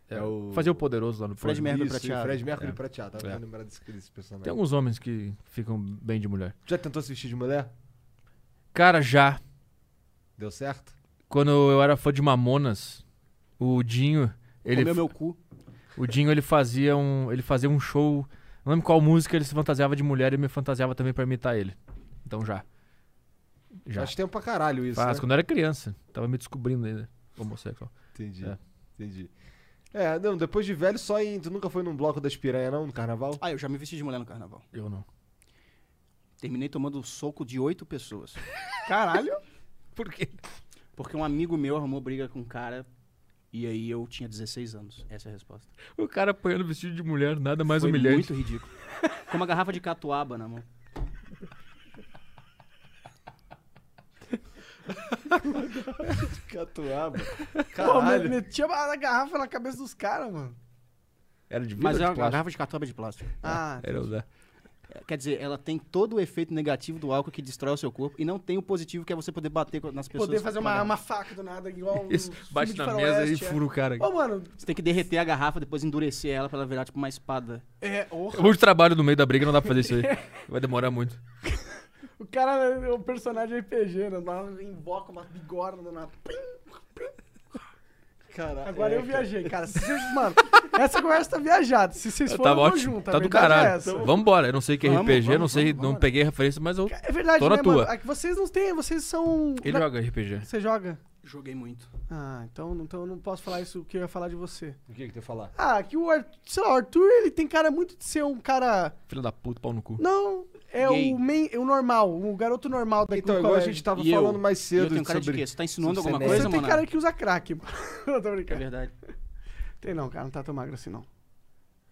[SPEAKER 2] É, o.
[SPEAKER 3] Fazia o poderoso lá no
[SPEAKER 4] Fred
[SPEAKER 3] programa.
[SPEAKER 4] Mercury
[SPEAKER 2] Isso,
[SPEAKER 4] prateado.
[SPEAKER 2] Fred Mercury
[SPEAKER 3] É.
[SPEAKER 2] prateado. Tava
[SPEAKER 3] É.
[SPEAKER 2] tentando lembrar desse, desse personagem.
[SPEAKER 3] Tem um alguns homens que ficam bem de mulher.
[SPEAKER 2] Já tentou se vestir de mulher?
[SPEAKER 3] Cara, já.
[SPEAKER 2] Deu certo?
[SPEAKER 3] Quando eu era fã de Mamonas, o Dinho, ele,
[SPEAKER 4] Comeu meu cu.
[SPEAKER 3] o Dinho ele fazia um, ele fazia um show. Não lembro qual música ele se fantasiava de mulher e eu me fantasiava também pra imitar ele. Então já. Já.
[SPEAKER 2] Faz tempo pra caralho isso.
[SPEAKER 3] Faz,
[SPEAKER 4] é
[SPEAKER 2] né?
[SPEAKER 3] quando eu era criança, tava me descobrindo ainda. Homossexual.
[SPEAKER 2] Entendi.
[SPEAKER 3] É.
[SPEAKER 2] Entendi. É, não, depois de velho, só em. Tu nunca foi num bloco das piranha, não, no carnaval?
[SPEAKER 4] Ah, eu já me vesti de mulher no carnaval.
[SPEAKER 3] Eu não.
[SPEAKER 4] Terminei tomando soco de oito pessoas.
[SPEAKER 1] Caralho.
[SPEAKER 3] Por quê?
[SPEAKER 4] Porque um amigo meu arrumou briga com um cara e aí eu tinha 16 anos. Essa é a resposta.
[SPEAKER 3] O cara apanhando vestido de mulher, nada mais
[SPEAKER 4] Foi
[SPEAKER 3] humilhante.
[SPEAKER 4] muito ridículo. Com uma garrafa de catuaba na mão.
[SPEAKER 2] Catuaba.
[SPEAKER 1] Pô, me-
[SPEAKER 2] Caralho.
[SPEAKER 1] metia a garrafa na cabeça dos caras, mano.
[SPEAKER 3] Era de
[SPEAKER 4] Mas é
[SPEAKER 3] vidro
[SPEAKER 4] uma
[SPEAKER 3] ou de plástico?
[SPEAKER 4] garrafa de catuaba de plástico.
[SPEAKER 3] É.
[SPEAKER 1] Ah,
[SPEAKER 3] Era o da-
[SPEAKER 4] É, Quer dizer, ela tem todo o efeito negativo do álcool que destrói o seu corpo e não tem o positivo que é você poder bater co- nas pessoas.
[SPEAKER 1] poder fazer uma,
[SPEAKER 4] arma.
[SPEAKER 1] uma faca do nada,
[SPEAKER 3] [laughs]
[SPEAKER 1] igual um
[SPEAKER 3] Isso,
[SPEAKER 1] filme
[SPEAKER 3] bate
[SPEAKER 1] de
[SPEAKER 3] na mesa
[SPEAKER 1] faroeste,
[SPEAKER 3] e fura o cara.
[SPEAKER 1] É. Ô, mano,
[SPEAKER 4] Você tem que derreter a garrafa, depois endurecer ela pra ela virar tipo uma espada.
[SPEAKER 1] é, orra.
[SPEAKER 3] Muito trabalho no meio da briga, não dá pra fazer isso aí. Vai demorar muito.
[SPEAKER 1] o cara é um personagem RPG, né? Lá Invoca uma bigorna do nada. Plim!
[SPEAKER 2] Caralho.
[SPEAKER 1] Agora
[SPEAKER 2] é,
[SPEAKER 1] eu viajei, cara. Se vocês- mano, essa conversa tá viajada. Se vocês forem,
[SPEAKER 3] Tá
[SPEAKER 1] eu vou
[SPEAKER 3] ótimo,
[SPEAKER 1] junto. a
[SPEAKER 3] tá do
[SPEAKER 1] verdade é
[SPEAKER 3] caralho.
[SPEAKER 1] essa.
[SPEAKER 3] Vambora, eu não sei o que é
[SPEAKER 4] Vamos,
[SPEAKER 3] RPG, não
[SPEAKER 4] vamos,
[SPEAKER 3] sei,
[SPEAKER 4] vamos,
[SPEAKER 3] não
[SPEAKER 4] vamos.
[SPEAKER 3] peguei a referência, mas eu...
[SPEAKER 1] É verdade,
[SPEAKER 3] Tô na
[SPEAKER 1] né,
[SPEAKER 3] tua.
[SPEAKER 1] mano? É que Vocês não têm, vocês são...
[SPEAKER 3] ele
[SPEAKER 1] na-
[SPEAKER 3] joga RPG.
[SPEAKER 1] Você joga?
[SPEAKER 4] Joguei muito.
[SPEAKER 1] Ah, então, então eu não posso falar isso que eu ia falar de você.
[SPEAKER 2] O que que tu ia falar?
[SPEAKER 1] Ah, que o Arthur, sei lá, o Arthur, ele tem cara muito de ser um cara...
[SPEAKER 3] Filho da puta, pau no cu.
[SPEAKER 1] Não, é
[SPEAKER 4] Gay.
[SPEAKER 1] o, main, é o normal, o garoto normal daqui
[SPEAKER 2] Então,
[SPEAKER 1] do
[SPEAKER 2] igual a
[SPEAKER 1] colégio.
[SPEAKER 2] gente tava
[SPEAKER 4] E eu?
[SPEAKER 2] falando mais
[SPEAKER 4] E eu
[SPEAKER 2] cedo
[SPEAKER 4] tenho cara de
[SPEAKER 2] sobre.
[SPEAKER 4] quê? Você tá insinuando
[SPEAKER 2] sobre
[SPEAKER 4] alguma
[SPEAKER 2] ser
[SPEAKER 4] coisa,
[SPEAKER 1] Você tem
[SPEAKER 4] mano?
[SPEAKER 1] cara que usa crack, mano. [laughs] Eu tô
[SPEAKER 4] É
[SPEAKER 1] brincando.
[SPEAKER 4] verdade.
[SPEAKER 1] Tem não, cara, não tá tão magro assim, não.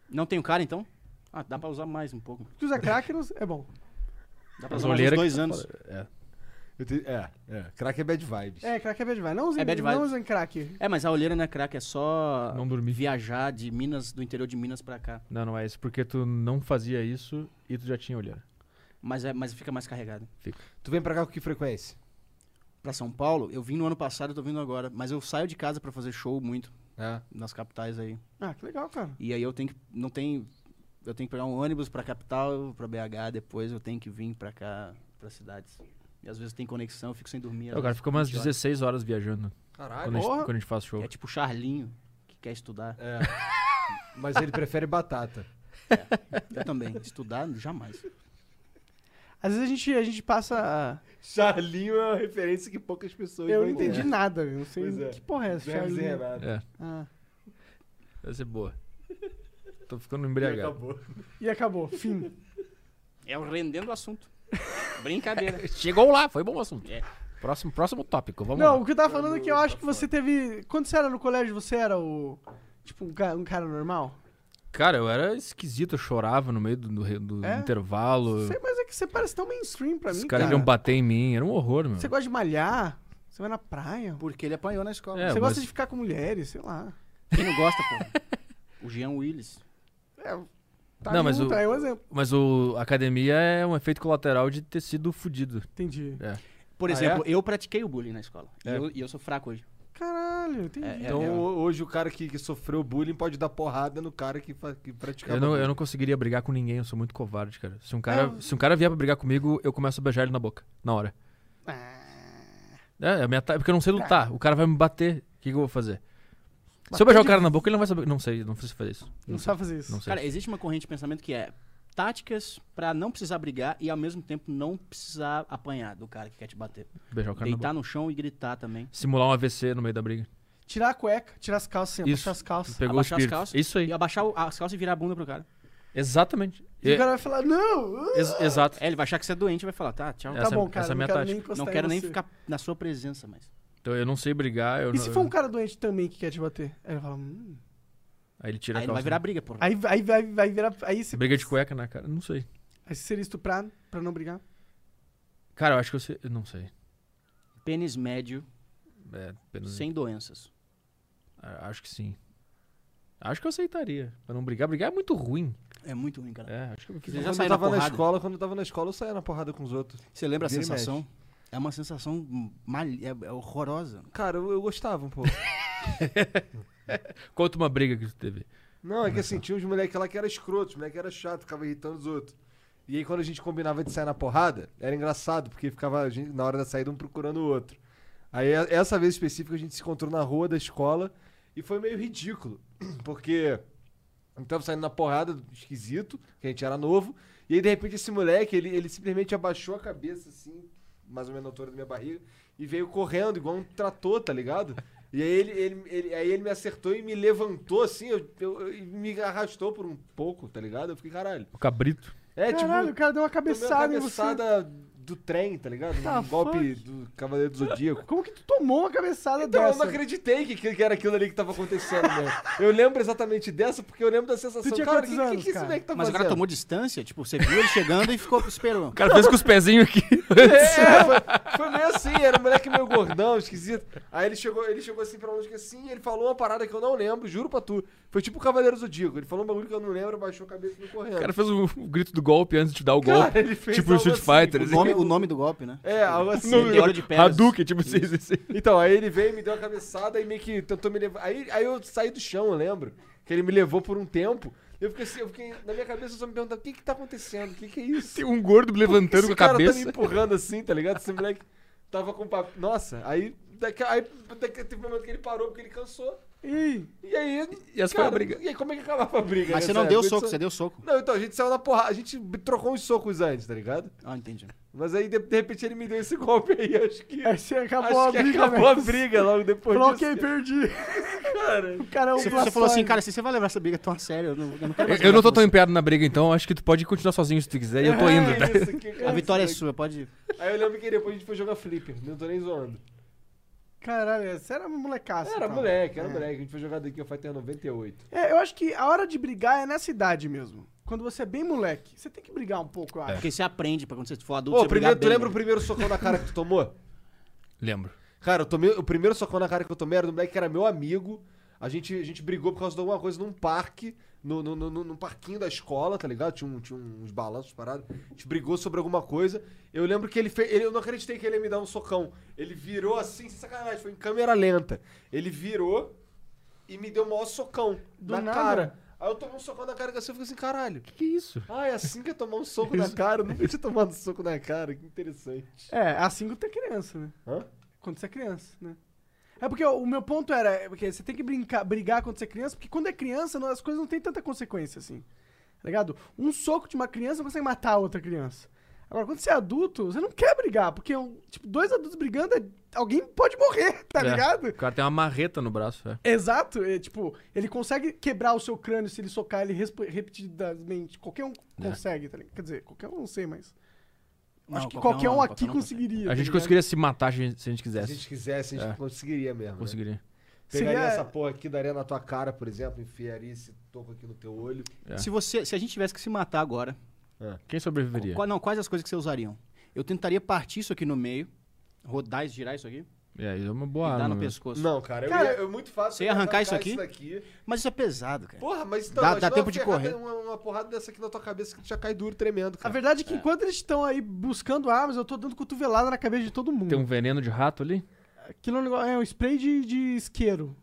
[SPEAKER 4] Não tenho cara, então? Ah, dá pra usar mais um pouco.
[SPEAKER 1] Que usa crack não- é bom.
[SPEAKER 4] Dá pra
[SPEAKER 3] As
[SPEAKER 4] usar mais uns
[SPEAKER 3] olheiras
[SPEAKER 4] dois
[SPEAKER 3] que-
[SPEAKER 4] anos.
[SPEAKER 2] Eu te- É, é. Crack é bad vibes.
[SPEAKER 1] É, crack é bad vibe. Não usem,
[SPEAKER 4] É bad
[SPEAKER 1] não
[SPEAKER 4] vibe.
[SPEAKER 1] usem crack.
[SPEAKER 4] É, mas a olheira não é crack, é só
[SPEAKER 3] Não dormir.
[SPEAKER 4] viajar de Minas, do interior de Minas pra cá.
[SPEAKER 3] Não, não é isso, porque tu não fazia isso e tu já tinha olhar.
[SPEAKER 4] Mas, é, mas fica mais carregado.
[SPEAKER 2] Tu vem pra cá com que frequência?
[SPEAKER 4] Pra São Paulo, eu vim no ano passado, eu tô vindo agora. Mas eu saio de casa pra fazer show muito
[SPEAKER 2] É.
[SPEAKER 4] nas capitais aí.
[SPEAKER 1] Ah, que legal, cara.
[SPEAKER 4] E aí eu tenho que. Não tem. Eu tenho que pegar um ônibus pra capital, pra BH, depois eu tenho que vir pra cá, pras cidades. E às vezes tem conexão, eu fico sem dormir. às
[SPEAKER 3] É, O cara
[SPEAKER 4] vezes
[SPEAKER 3] fica umas
[SPEAKER 4] 20 horas.
[SPEAKER 3] 16 horas viajando
[SPEAKER 2] Caralho.
[SPEAKER 3] quando a, gente,
[SPEAKER 1] Ah, porra.
[SPEAKER 3] quando a gente faz show.
[SPEAKER 4] É tipo o Charlinho, que quer estudar.
[SPEAKER 2] É. Mas ele prefere batata.
[SPEAKER 4] Eu também. [laughs] Estudar, jamais.
[SPEAKER 1] Às vezes a gente, a gente passa.
[SPEAKER 2] Charlinho é uma referência que poucas pessoas
[SPEAKER 1] Eu
[SPEAKER 2] vão
[SPEAKER 1] não entendi
[SPEAKER 2] entender.
[SPEAKER 1] nada, eu não sei.
[SPEAKER 2] Pois é.
[SPEAKER 1] Que porra é essa,
[SPEAKER 2] Não é
[SPEAKER 1] Charlie?
[SPEAKER 2] nada.
[SPEAKER 3] É.
[SPEAKER 1] Ah.
[SPEAKER 3] Vai ser [laughs] boa. Tô ficando
[SPEAKER 2] E
[SPEAKER 3] embriagado.
[SPEAKER 2] acabou.
[SPEAKER 1] E acabou,
[SPEAKER 4] [laughs]
[SPEAKER 1] fim.
[SPEAKER 5] É o rendendo o assunto. Brincadeira.
[SPEAKER 3] Chegou lá, foi bom o assunto.
[SPEAKER 5] É.
[SPEAKER 3] Próximo, próximo tópico, vamos
[SPEAKER 1] Não,
[SPEAKER 3] lá.
[SPEAKER 1] o que eu tava falando é que
[SPEAKER 4] Tá
[SPEAKER 1] eu acho que você teve. Quando você era no colégio, você era o. Tipo, um cara, um cara normal?
[SPEAKER 3] Cara, eu era esquisito, eu chorava no meio do, do- do
[SPEAKER 1] É?
[SPEAKER 3] intervalo.
[SPEAKER 1] Sei, mas é que você parece tão mainstream pra
[SPEAKER 3] Os
[SPEAKER 1] mim,
[SPEAKER 3] caras
[SPEAKER 1] cara.
[SPEAKER 3] iriam bater em mim, era um horror, meu.
[SPEAKER 1] Você gosta de malhar? Você vai na praia?
[SPEAKER 4] Porque ele apanhou na escola.
[SPEAKER 3] É,
[SPEAKER 1] você
[SPEAKER 3] mas-
[SPEAKER 1] gosta de ficar com mulheres, sei lá.
[SPEAKER 4] Quem não gosta, pô?
[SPEAKER 3] [laughs]
[SPEAKER 4] O Jean Willis.
[SPEAKER 3] Ah,
[SPEAKER 1] Tá
[SPEAKER 3] Não, mas
[SPEAKER 1] junto,
[SPEAKER 3] o-
[SPEAKER 1] aí é um exemplo.
[SPEAKER 3] Mas o a academia é um efeito colateral de ter sido fudido.
[SPEAKER 1] Entendi.
[SPEAKER 3] É.
[SPEAKER 4] Por
[SPEAKER 2] Ah,
[SPEAKER 4] exemplo, eu pratiquei o bullying na escola.
[SPEAKER 2] É.
[SPEAKER 4] E, eu, e eu sou fraco hoje.
[SPEAKER 1] Caralho, entendi.
[SPEAKER 4] É, é,
[SPEAKER 2] Então
[SPEAKER 4] é.
[SPEAKER 2] ho- hoje o cara que, que sofreu bullying pode dar porrada no cara que, fa- que praticava
[SPEAKER 3] Eu não, eu
[SPEAKER 2] bullying.
[SPEAKER 3] não conseguiria brigar com ninguém, eu sou muito covarde, cara. Se um cara,
[SPEAKER 1] É.
[SPEAKER 3] se um cara vier pra brigar comigo, eu começo a beijar ele na boca, na hora.
[SPEAKER 4] Ah.
[SPEAKER 3] É, eu me ata- porque eu
[SPEAKER 4] Tá.
[SPEAKER 3] não sei lutar. O cara vai me bater, o que, que eu vou fazer? Se eu beijar o cara na boca, ele não vai saber. Não sei, não preciso fazer isso.
[SPEAKER 1] Não sabe fazer isso.
[SPEAKER 3] Não sei.
[SPEAKER 4] Cara, existe uma corrente de pensamento que é táticas pra não precisar brigar e ao mesmo tempo não precisar apanhar do cara que quer te bater.
[SPEAKER 3] beijar o cara na boca.
[SPEAKER 4] Deitar no chão e gritar também.
[SPEAKER 3] Simular um AVC no meio da briga.
[SPEAKER 1] Tirar a cueca, tirar as calças, assim,
[SPEAKER 3] Isso.
[SPEAKER 1] abaixar as calças.
[SPEAKER 3] Pegou
[SPEAKER 4] abaixar
[SPEAKER 3] o
[SPEAKER 4] as
[SPEAKER 3] espírito.
[SPEAKER 4] calças
[SPEAKER 3] Isso aí.
[SPEAKER 4] E abaixar o- as calças e virar a bunda pro cara.
[SPEAKER 3] Exatamente.
[SPEAKER 1] E
[SPEAKER 3] É,
[SPEAKER 1] o cara vai falar, não! uh,
[SPEAKER 3] ex- exato.
[SPEAKER 4] É, ele vai achar que você é doente e vai falar, tá, tchau.
[SPEAKER 3] É, essa-
[SPEAKER 1] tá bom, cara,
[SPEAKER 3] essa é a
[SPEAKER 1] não
[SPEAKER 3] minha
[SPEAKER 1] quero
[SPEAKER 3] tática.
[SPEAKER 1] nem encostar
[SPEAKER 4] não
[SPEAKER 1] em
[SPEAKER 4] quero nem
[SPEAKER 1] você.
[SPEAKER 4] ficar na sua presença mais.
[SPEAKER 3] Então eu não sei brigar. Eu
[SPEAKER 1] E
[SPEAKER 3] não-
[SPEAKER 1] se for um cara doente também que quer te bater? Aí ele fala, hum.
[SPEAKER 3] Aí ele tira a
[SPEAKER 4] Aí ele vai
[SPEAKER 3] calça. né?
[SPEAKER 4] virar briga, porra.
[SPEAKER 1] Aí, aí, vai- vai virar. Aí você.
[SPEAKER 3] Briga de cueca na cara. Não sei.
[SPEAKER 1] Aí você seria estuprado pra não brigar?
[SPEAKER 3] Cara, eu acho que eu sei. eu Não sei.
[SPEAKER 4] Pênis médio,
[SPEAKER 3] É, apenas-
[SPEAKER 4] sem doenças.
[SPEAKER 3] a- Acho que sim. Acho que eu aceitaria. Pra não brigar. Brigar é muito ruim.
[SPEAKER 4] É muito ruim, cara.
[SPEAKER 3] É, acho que eu
[SPEAKER 4] Você
[SPEAKER 3] prefiro-
[SPEAKER 4] já
[SPEAKER 2] quando eu
[SPEAKER 4] saiu na
[SPEAKER 2] tava na,
[SPEAKER 4] porrada?
[SPEAKER 2] escola, quando eu tava na escola, eu saía na porrada com os outros.
[SPEAKER 4] É. Você lembra a
[SPEAKER 2] Vira e
[SPEAKER 4] sensação? É uma sensação mal... é, é horrorosa.
[SPEAKER 2] Cara, eu, eu gostava um pouco.
[SPEAKER 3] Conta uma briga que tu teve.
[SPEAKER 2] Não, é que assim, tinha uns moleques lá que eram escrotos, moleque era chato, ficava irritando os outros. E aí quando a gente combinava de sair na porrada, era engraçado, porque ficava a gente, na hora da saída um procurando o outro. Aí a- essa vez específica a gente se encontrou na rua da escola e foi meio ridículo, [clears throat] porque eu tava saindo na porrada, esquisito, que a gente era novo, e aí de repente esse moleque, ele, ele simplesmente abaixou a cabeça assim, mais ou menos na altura da minha barriga, e veio correndo, igual um trator, tá ligado? E aí ele, ele, ele- aí ele me acertou e me levantou assim, eu, eu- eu- e me arrastou por um pouco, tá ligado? Eu fiquei, caralho.
[SPEAKER 3] O cabrito.
[SPEAKER 2] É,
[SPEAKER 1] Caralho, o
[SPEAKER 2] tipo,
[SPEAKER 1] cara deu uma
[SPEAKER 2] tomei uma
[SPEAKER 1] cabeçada em você.
[SPEAKER 2] cabeçada do trem, tá ligado? Um
[SPEAKER 1] Tá,
[SPEAKER 2] golpe do Cavaleiro do Zodíaco.
[SPEAKER 1] Como que tu tomou uma cabeçada
[SPEAKER 2] Então, eu
[SPEAKER 1] dessa?
[SPEAKER 2] não acreditei que, que era aquilo ali que tava acontecendo, né? Eu lembro exatamente dessa, porque eu lembro da sensação.
[SPEAKER 1] Tu tinha
[SPEAKER 2] Cara, o
[SPEAKER 1] quantos
[SPEAKER 2] que, que,
[SPEAKER 1] anos,
[SPEAKER 2] que esse
[SPEAKER 1] cara?
[SPEAKER 2] moleque tá
[SPEAKER 4] Mas o
[SPEAKER 2] fazendo?
[SPEAKER 4] cara tomou distância, tipo, você viu ele chegando e ficou [laughs] esperando.
[SPEAKER 3] O cara fez com os pezinhos aqui.
[SPEAKER 2] É, foi, foi meio assim, era um moleque meio gordão, esquisito. Aí ele chegou, ele chegou assim pra longe que assim, ele falou uma parada que eu não lembro, juro pra tu. Foi tipo o Cavaleiro Zodíaco. Ele falou um bagulho que eu não lembro, baixou a cabeça e foi correndo.
[SPEAKER 3] O cara fez o, o grito do golpe antes de dar o
[SPEAKER 2] Cara,
[SPEAKER 3] golpe.
[SPEAKER 2] ele fez
[SPEAKER 3] tipo o
[SPEAKER 2] algo
[SPEAKER 3] Street
[SPEAKER 2] assim,
[SPEAKER 3] Fighter.
[SPEAKER 4] O
[SPEAKER 3] assim.
[SPEAKER 4] nome, o nome do golpe, né?
[SPEAKER 2] É, algo assim.
[SPEAKER 4] Não, Meteoro de pedras.
[SPEAKER 3] Hadouken, tipo assim, assim.
[SPEAKER 2] Então, aí ele veio, me deu uma cabeçada e meio que tentou me levar. Aí, aí eu saí do chão, eu lembro. Que ele me levou por um tempo. Eu fiquei assim, eu fiquei. Na minha cabeça eu só me perguntava: o que que tá acontecendo? O que que é isso?
[SPEAKER 3] Tem um gordo levantando com
[SPEAKER 2] Esse
[SPEAKER 3] a
[SPEAKER 2] cara
[SPEAKER 3] cabeça.
[SPEAKER 2] tá me empurrando assim, tá ligado? Esse moleque tava com papo. Nossa, aí, daqui, aí daqui, teve um momento que ele parou porque ele cansou.
[SPEAKER 1] Ih,
[SPEAKER 2] E aí.
[SPEAKER 3] E essa foi a briga.
[SPEAKER 2] E aí, como é que acabava a briga?
[SPEAKER 4] Mas você
[SPEAKER 2] nessa
[SPEAKER 4] não deu
[SPEAKER 2] época?
[SPEAKER 4] soco,
[SPEAKER 2] Isso-
[SPEAKER 4] você deu soco.
[SPEAKER 2] Não, então a gente saiu na porrada. A gente trocou uns socos antes, tá ligado?
[SPEAKER 4] Ah, entendi.
[SPEAKER 2] Mas aí, de, de repente, ele me deu esse golpe aí. Acho que.
[SPEAKER 1] aí você
[SPEAKER 4] é
[SPEAKER 1] acabou
[SPEAKER 2] acho
[SPEAKER 1] a
[SPEAKER 2] que
[SPEAKER 1] briga.
[SPEAKER 2] acabou a
[SPEAKER 1] velho.
[SPEAKER 2] briga logo depois
[SPEAKER 1] Falou,
[SPEAKER 2] disso.
[SPEAKER 1] ok, perdi.
[SPEAKER 2] Cara.
[SPEAKER 1] O cara é um
[SPEAKER 4] Você, você
[SPEAKER 1] blastoide.
[SPEAKER 4] falou assim, cara, se você vai levar essa briga tão a sério, eu não, eu não quero
[SPEAKER 3] Eu,
[SPEAKER 4] mais
[SPEAKER 3] eu não tô
[SPEAKER 4] brigar
[SPEAKER 3] tão empenhado na briga, então acho que tu pode continuar sozinho se tu quiser. E eu tô
[SPEAKER 2] É,
[SPEAKER 3] indo, tá?
[SPEAKER 2] isso, que-
[SPEAKER 4] com você. A vitória é sua, pode ir.
[SPEAKER 2] Aí eu lembro que depois a gente foi jogar flipper, não tô nem zoando.
[SPEAKER 1] Caralho, você era molecaço.
[SPEAKER 2] Era
[SPEAKER 4] tá
[SPEAKER 1] então.
[SPEAKER 2] moleque,
[SPEAKER 4] É.
[SPEAKER 2] era moleque. A gente foi jogar daqui ao Fighter 98.
[SPEAKER 1] É, eu acho que a hora de brigar é nessa idade mesmo. Quando você é bem moleque. Você tem que brigar um pouco, eu acho.
[SPEAKER 4] Porque você aprende pra quando você for adulto,
[SPEAKER 2] Ô,
[SPEAKER 4] você brigar
[SPEAKER 2] primeiro, tu
[SPEAKER 4] bem,
[SPEAKER 2] lembra o
[SPEAKER 4] né?
[SPEAKER 2] primeiro socão na cara que tu tomou?
[SPEAKER 3] Lembro.
[SPEAKER 2] Cara, eu tomei, o primeiro socão na cara que eu tomei era do moleque que era meu amigo. A gente, a gente brigou por causa de alguma coisa num parque, no, no, no, no- num parquinho da escola, tá ligado? Tinha, um- tinha uns balanços parados. A gente brigou sobre alguma coisa. Eu lembro que ele fez. ele- eu não acreditei que ele ia me dar um socão. Ele virou assim, sem sacanagem, foi em câmera lenta. Ele virou e me deu o maior socão
[SPEAKER 1] Do
[SPEAKER 2] na
[SPEAKER 1] nada?
[SPEAKER 2] cara. Aí eu tomei um socão na cara que assim, eu fiquei assim, caralho.
[SPEAKER 3] Que isso?
[SPEAKER 2] Ah, é assim que é tomar um soco
[SPEAKER 1] [laughs]
[SPEAKER 2] na cara? Eu nunca tinha tomado soco na cara, que interessante.
[SPEAKER 1] É, assim quando tu é criança, né?
[SPEAKER 2] Hã?
[SPEAKER 1] Quando você é criança, né? É porque o meu ponto era, é porque você tem que brincar, brigar quando você é criança, porque quando é criança não- as coisas não têm tanta consequência assim. Tá ligado? Um soco de uma criança não consegue matar a outra criança. Agora, quando você é adulto, você não quer brigar, porque um- tipo, dois adultos brigando, é- alguém pode morrer, [laughs] tá
[SPEAKER 3] É.
[SPEAKER 1] ligado?
[SPEAKER 3] O cara tem uma marreta no braço, é.
[SPEAKER 1] Exato, é, tipo, ele consegue quebrar o seu crânio se ele socar ele resp- repetidamente. Qualquer um consegue, tá ligado? Quer dizer, qualquer um não sei, mas.
[SPEAKER 4] Não,
[SPEAKER 1] acho que qualquer, um, aqui
[SPEAKER 4] qualquer um consegue.
[SPEAKER 1] conseguiria.
[SPEAKER 3] A
[SPEAKER 1] tá
[SPEAKER 3] gente
[SPEAKER 1] ligado?
[SPEAKER 3] conseguiria se matar se a gente- se a gente
[SPEAKER 2] Se a
[SPEAKER 3] quisesse.
[SPEAKER 2] gente quisesse, a gente
[SPEAKER 3] É.
[SPEAKER 2] conseguiria mesmo. né?
[SPEAKER 3] Conseguiria.
[SPEAKER 2] Pegaria
[SPEAKER 1] Seria- é
[SPEAKER 2] essa porra aqui, daria na tua cara, por exemplo, enfiaria esse toco aqui no teu olho.
[SPEAKER 3] É.
[SPEAKER 4] Se, você, se a gente tivesse que se matar agora,
[SPEAKER 3] Quem sobreviveria?
[SPEAKER 4] qual- não, quais as coisas que você usariam? Eu tentaria partir isso aqui no meio, rodar, isso, girar isso aqui
[SPEAKER 3] É, isso é uma boa
[SPEAKER 4] e dar
[SPEAKER 3] arma.
[SPEAKER 4] no
[SPEAKER 3] mesmo.
[SPEAKER 4] pescoço.
[SPEAKER 2] Não, cara, eu
[SPEAKER 1] Cara,
[SPEAKER 2] ia- é muito fácil.
[SPEAKER 4] você
[SPEAKER 2] eu
[SPEAKER 4] ia arrancar isso
[SPEAKER 2] daqui.
[SPEAKER 4] Mas isso é pesado,
[SPEAKER 3] Tá.
[SPEAKER 4] cara.
[SPEAKER 2] Porra, mas então,
[SPEAKER 4] Dá-
[SPEAKER 2] imagina
[SPEAKER 4] dá tempo
[SPEAKER 2] uma
[SPEAKER 4] de
[SPEAKER 2] ferrada-
[SPEAKER 4] correr.
[SPEAKER 2] Uma, uma porrada dessa aqui na tua cabeça que tu já cai duro, tremendo,
[SPEAKER 1] A
[SPEAKER 2] cara.
[SPEAKER 1] verdade é que enquanto eles estão aí buscando armas, eu tô dando cotovelada na cabeça de todo mundo.
[SPEAKER 3] Tem um veneno de rato ali?
[SPEAKER 1] Aquilo é um negócio- é um spray de, de isqueiro.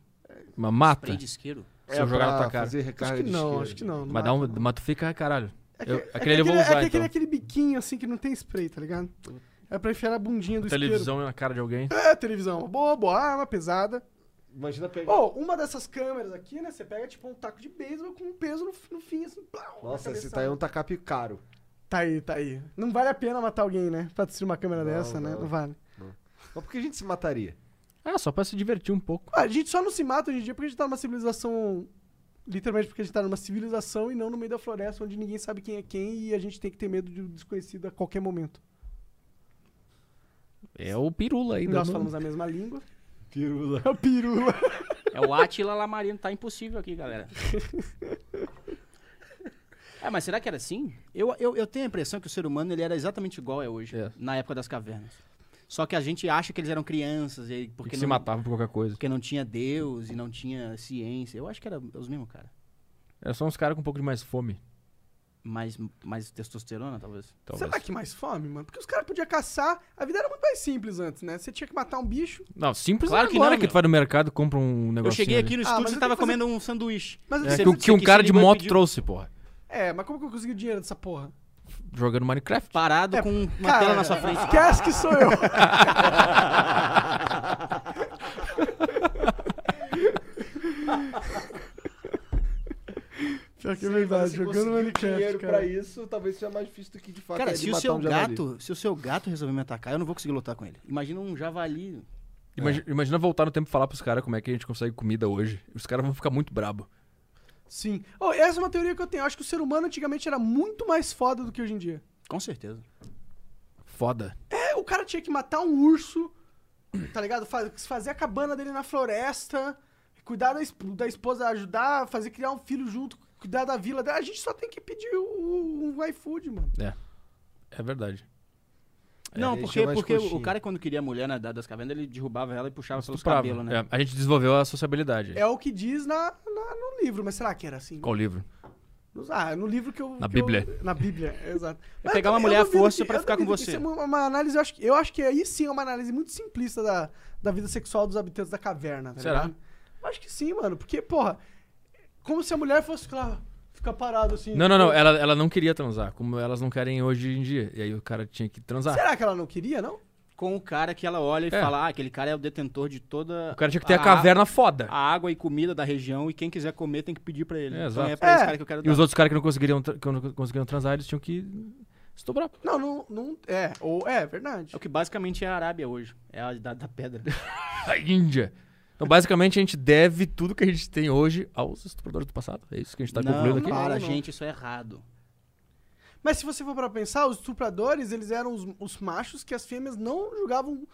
[SPEAKER 3] Uma mata?
[SPEAKER 4] Spray de isqueiro.
[SPEAKER 3] Se eu jogar na
[SPEAKER 2] pra
[SPEAKER 3] tua cara.
[SPEAKER 2] fazer
[SPEAKER 1] Acho
[SPEAKER 2] recarga
[SPEAKER 1] que
[SPEAKER 2] de
[SPEAKER 1] não,
[SPEAKER 2] isqueiro.
[SPEAKER 1] acho que não. não
[SPEAKER 3] Mas, dá um,
[SPEAKER 1] mata, não.
[SPEAKER 3] mas tu fica, caralho.
[SPEAKER 1] É que-
[SPEAKER 3] Eu-
[SPEAKER 1] é que
[SPEAKER 3] aquele ali eu vou usar,
[SPEAKER 1] É que aquele,
[SPEAKER 3] então. Uhum.
[SPEAKER 1] aquele biquinho assim que não tem spray, tá ligado? É pra enfiar a bundinha do
[SPEAKER 3] Televisão na cara de alguém.
[SPEAKER 1] isqueiro. É, televisão. Boa, boa arma, pesada.
[SPEAKER 2] Imagina pegar.
[SPEAKER 1] Ou uma dessas câmeras aqui, né? Você pega tipo um taco de beisebol com um peso no, no fim, assim. Plau,
[SPEAKER 2] Nossa,
[SPEAKER 1] na
[SPEAKER 2] esse
[SPEAKER 1] cabeça.
[SPEAKER 2] tá aí é um tacape caro.
[SPEAKER 1] Tá aí, tá aí. Não vale a pena matar alguém, né? Pra destruir uma câmera
[SPEAKER 2] Não,
[SPEAKER 1] dessa, né?
[SPEAKER 2] não.
[SPEAKER 1] Não vale.
[SPEAKER 2] Mas por que a gente se mataria?
[SPEAKER 3] Ah, só pra se divertir um pouco.
[SPEAKER 1] Ah, a gente só não se mata hoje em dia porque a gente tá numa civilização. Literalmente porque a gente tá numa civilização e não no meio da floresta onde ninguém sabe quem é quem e a gente tem que ter medo de um desconhecido a qualquer momento.
[SPEAKER 3] É o pirula aí.
[SPEAKER 1] Nós
[SPEAKER 3] dando-
[SPEAKER 1] falamos a mesma língua.
[SPEAKER 2] Pirula.
[SPEAKER 1] É o pirula.
[SPEAKER 5] É o Atila Lamarino, tá impossível aqui, galera. É, mas será que era assim?
[SPEAKER 4] Eu, eu, eu tenho a impressão que o ser humano ele era exatamente igual é hoje,
[SPEAKER 3] É.
[SPEAKER 4] na época das cavernas. Só que a gente acha que eles eram crianças, e aí-
[SPEAKER 3] E
[SPEAKER 4] porque,
[SPEAKER 3] que se
[SPEAKER 4] não,
[SPEAKER 3] matava por qualquer coisa.
[SPEAKER 4] porque não tinha Deus e não tinha ciência. Eu acho que era os mesmos, cara.
[SPEAKER 3] É só uns caras com um pouco de mais fome,
[SPEAKER 4] Mais, mais testosterona, talvez.
[SPEAKER 3] talvez.
[SPEAKER 1] Será que tá mais fome, mano? Porque os caras podiam caçar. A vida era muito mais simples antes, né? Você tinha que matar um bicho.
[SPEAKER 3] Não, simples
[SPEAKER 4] Claro
[SPEAKER 3] é
[SPEAKER 4] que
[SPEAKER 3] agora
[SPEAKER 4] não,
[SPEAKER 3] que tu
[SPEAKER 4] meu.
[SPEAKER 3] vai no mercado e compra um
[SPEAKER 4] Eu
[SPEAKER 3] negocinho
[SPEAKER 4] cheguei
[SPEAKER 3] ali.
[SPEAKER 4] aqui no
[SPEAKER 1] Ah,
[SPEAKER 4] estúdio
[SPEAKER 1] mas
[SPEAKER 4] e
[SPEAKER 1] eu
[SPEAKER 4] tava
[SPEAKER 1] tenho que fazer-
[SPEAKER 4] comendo um sanduíche.
[SPEAKER 1] Mas
[SPEAKER 3] É
[SPEAKER 4] Você-
[SPEAKER 3] que, o- que um
[SPEAKER 4] que
[SPEAKER 3] cara
[SPEAKER 4] esse
[SPEAKER 3] de
[SPEAKER 4] boi
[SPEAKER 3] moto
[SPEAKER 4] pediu-
[SPEAKER 3] trouxe, porra.
[SPEAKER 1] É, mas como que eu consegui o dinheiro dessa porra?
[SPEAKER 3] Jogando Minecraft.
[SPEAKER 4] Parado
[SPEAKER 1] É,
[SPEAKER 4] com uma
[SPEAKER 1] Cara,
[SPEAKER 4] tela na sua frente.
[SPEAKER 1] Esquece que sou eu. [laughs] Pior que é verdade, jogando Minecraft,
[SPEAKER 2] dinheiro
[SPEAKER 1] cara.
[SPEAKER 2] pra isso, talvez seja mais difícil do que de fato
[SPEAKER 4] Cara,
[SPEAKER 2] é de
[SPEAKER 4] se o
[SPEAKER 2] matar
[SPEAKER 4] seu
[SPEAKER 2] um javali.
[SPEAKER 4] gato, se o seu gato resolver me atacar, eu não vou conseguir lutar com ele. Imagina um javali.
[SPEAKER 3] Imagina, imagina voltar no tempo e falar pros caras como é que a gente consegue comida hoje. Os caras vão ficar muito brabo.
[SPEAKER 1] Sim. Oh, essa é uma teoria que eu tenho. Eu acho que o ser humano antigamente era muito mais foda do que hoje em dia.
[SPEAKER 4] Com certeza.
[SPEAKER 3] Foda.
[SPEAKER 1] É, o cara tinha que matar um urso, tá ligado? Faz- Fazer a cabana dele na floresta, cuidar da, esp- da esposa, ajudar, fazer criar um filho junto, cuidar da vila. dela. A gente só tem que pedir o, o iFood, mano.
[SPEAKER 3] É verdade. É,
[SPEAKER 4] não,
[SPEAKER 2] ele
[SPEAKER 4] porque,
[SPEAKER 2] chama de
[SPEAKER 4] porque o- o
[SPEAKER 2] coxinha.
[SPEAKER 4] cara, quando queria a mulher na Idade das Cavernas, ele derrubava ela e puxava pelos
[SPEAKER 3] Bravo.
[SPEAKER 4] cabelos, né?
[SPEAKER 3] É, a gente desenvolveu a sociabilidade.
[SPEAKER 1] É o que diz na, na- no livro, mas será que era assim?
[SPEAKER 3] Qual livro?
[SPEAKER 1] Nos- Ah, no livro que eu.
[SPEAKER 3] Na
[SPEAKER 1] que eu-
[SPEAKER 3] Bíblia.
[SPEAKER 1] na Bíblia, [laughs] exato. Mas
[SPEAKER 4] É pegar uma
[SPEAKER 1] eu
[SPEAKER 4] mulher à
[SPEAKER 1] duvido
[SPEAKER 4] força pra
[SPEAKER 1] eu
[SPEAKER 4] ficar com
[SPEAKER 1] duvido que
[SPEAKER 4] você.
[SPEAKER 1] isso é uma, uma análise, eu acho, que- eu acho que aí sim é uma análise muito simplista da, da vida sexual dos habitantes da caverna. tá
[SPEAKER 3] Será?
[SPEAKER 1] ligado? Eu Acho que sim, mano. Porque, porra, como se a mulher fosse ficar, ficar parada assim.
[SPEAKER 3] Não, não, não.
[SPEAKER 1] tipo,
[SPEAKER 3] Ela, ela não queria transar, como elas não querem hoje em dia. E aí o cara tinha que
[SPEAKER 4] tá-
[SPEAKER 3] transar.
[SPEAKER 1] Será que ela não queria, não?
[SPEAKER 4] Com o cara que ela olha e
[SPEAKER 3] É.
[SPEAKER 4] fala: ah, aquele cara é o detentor de toda.
[SPEAKER 3] O cara tinha que ter a caverna foda.
[SPEAKER 4] A água e comida da região, e quem quiser comer tem que pedir pra ele.
[SPEAKER 3] É,
[SPEAKER 4] então
[SPEAKER 3] exato.
[SPEAKER 4] é pra esse
[SPEAKER 1] É.
[SPEAKER 4] cara que eu quero
[SPEAKER 3] E
[SPEAKER 4] dar.
[SPEAKER 3] os outros caras que não conseguiriam, tra- que não conseguiriam transar, eles tinham que estobrar.
[SPEAKER 1] Não, não. não é, ou é, verdade.
[SPEAKER 4] É o que basicamente é a Arábia hoje. É a idade
[SPEAKER 3] [laughs]
[SPEAKER 4] da pedra.
[SPEAKER 3] Tá A Índia. Então, basicamente, a gente deve tudo que a gente tem hoje aos estupradores do passado. É isso que a gente tá concluindo
[SPEAKER 4] não,
[SPEAKER 3] aqui.
[SPEAKER 4] para,
[SPEAKER 1] Não, não.
[SPEAKER 4] gente, isso é errado.
[SPEAKER 1] Mas se você for pra pensar, os estupradores, eles eram os, os machos que as fêmeas não julgavam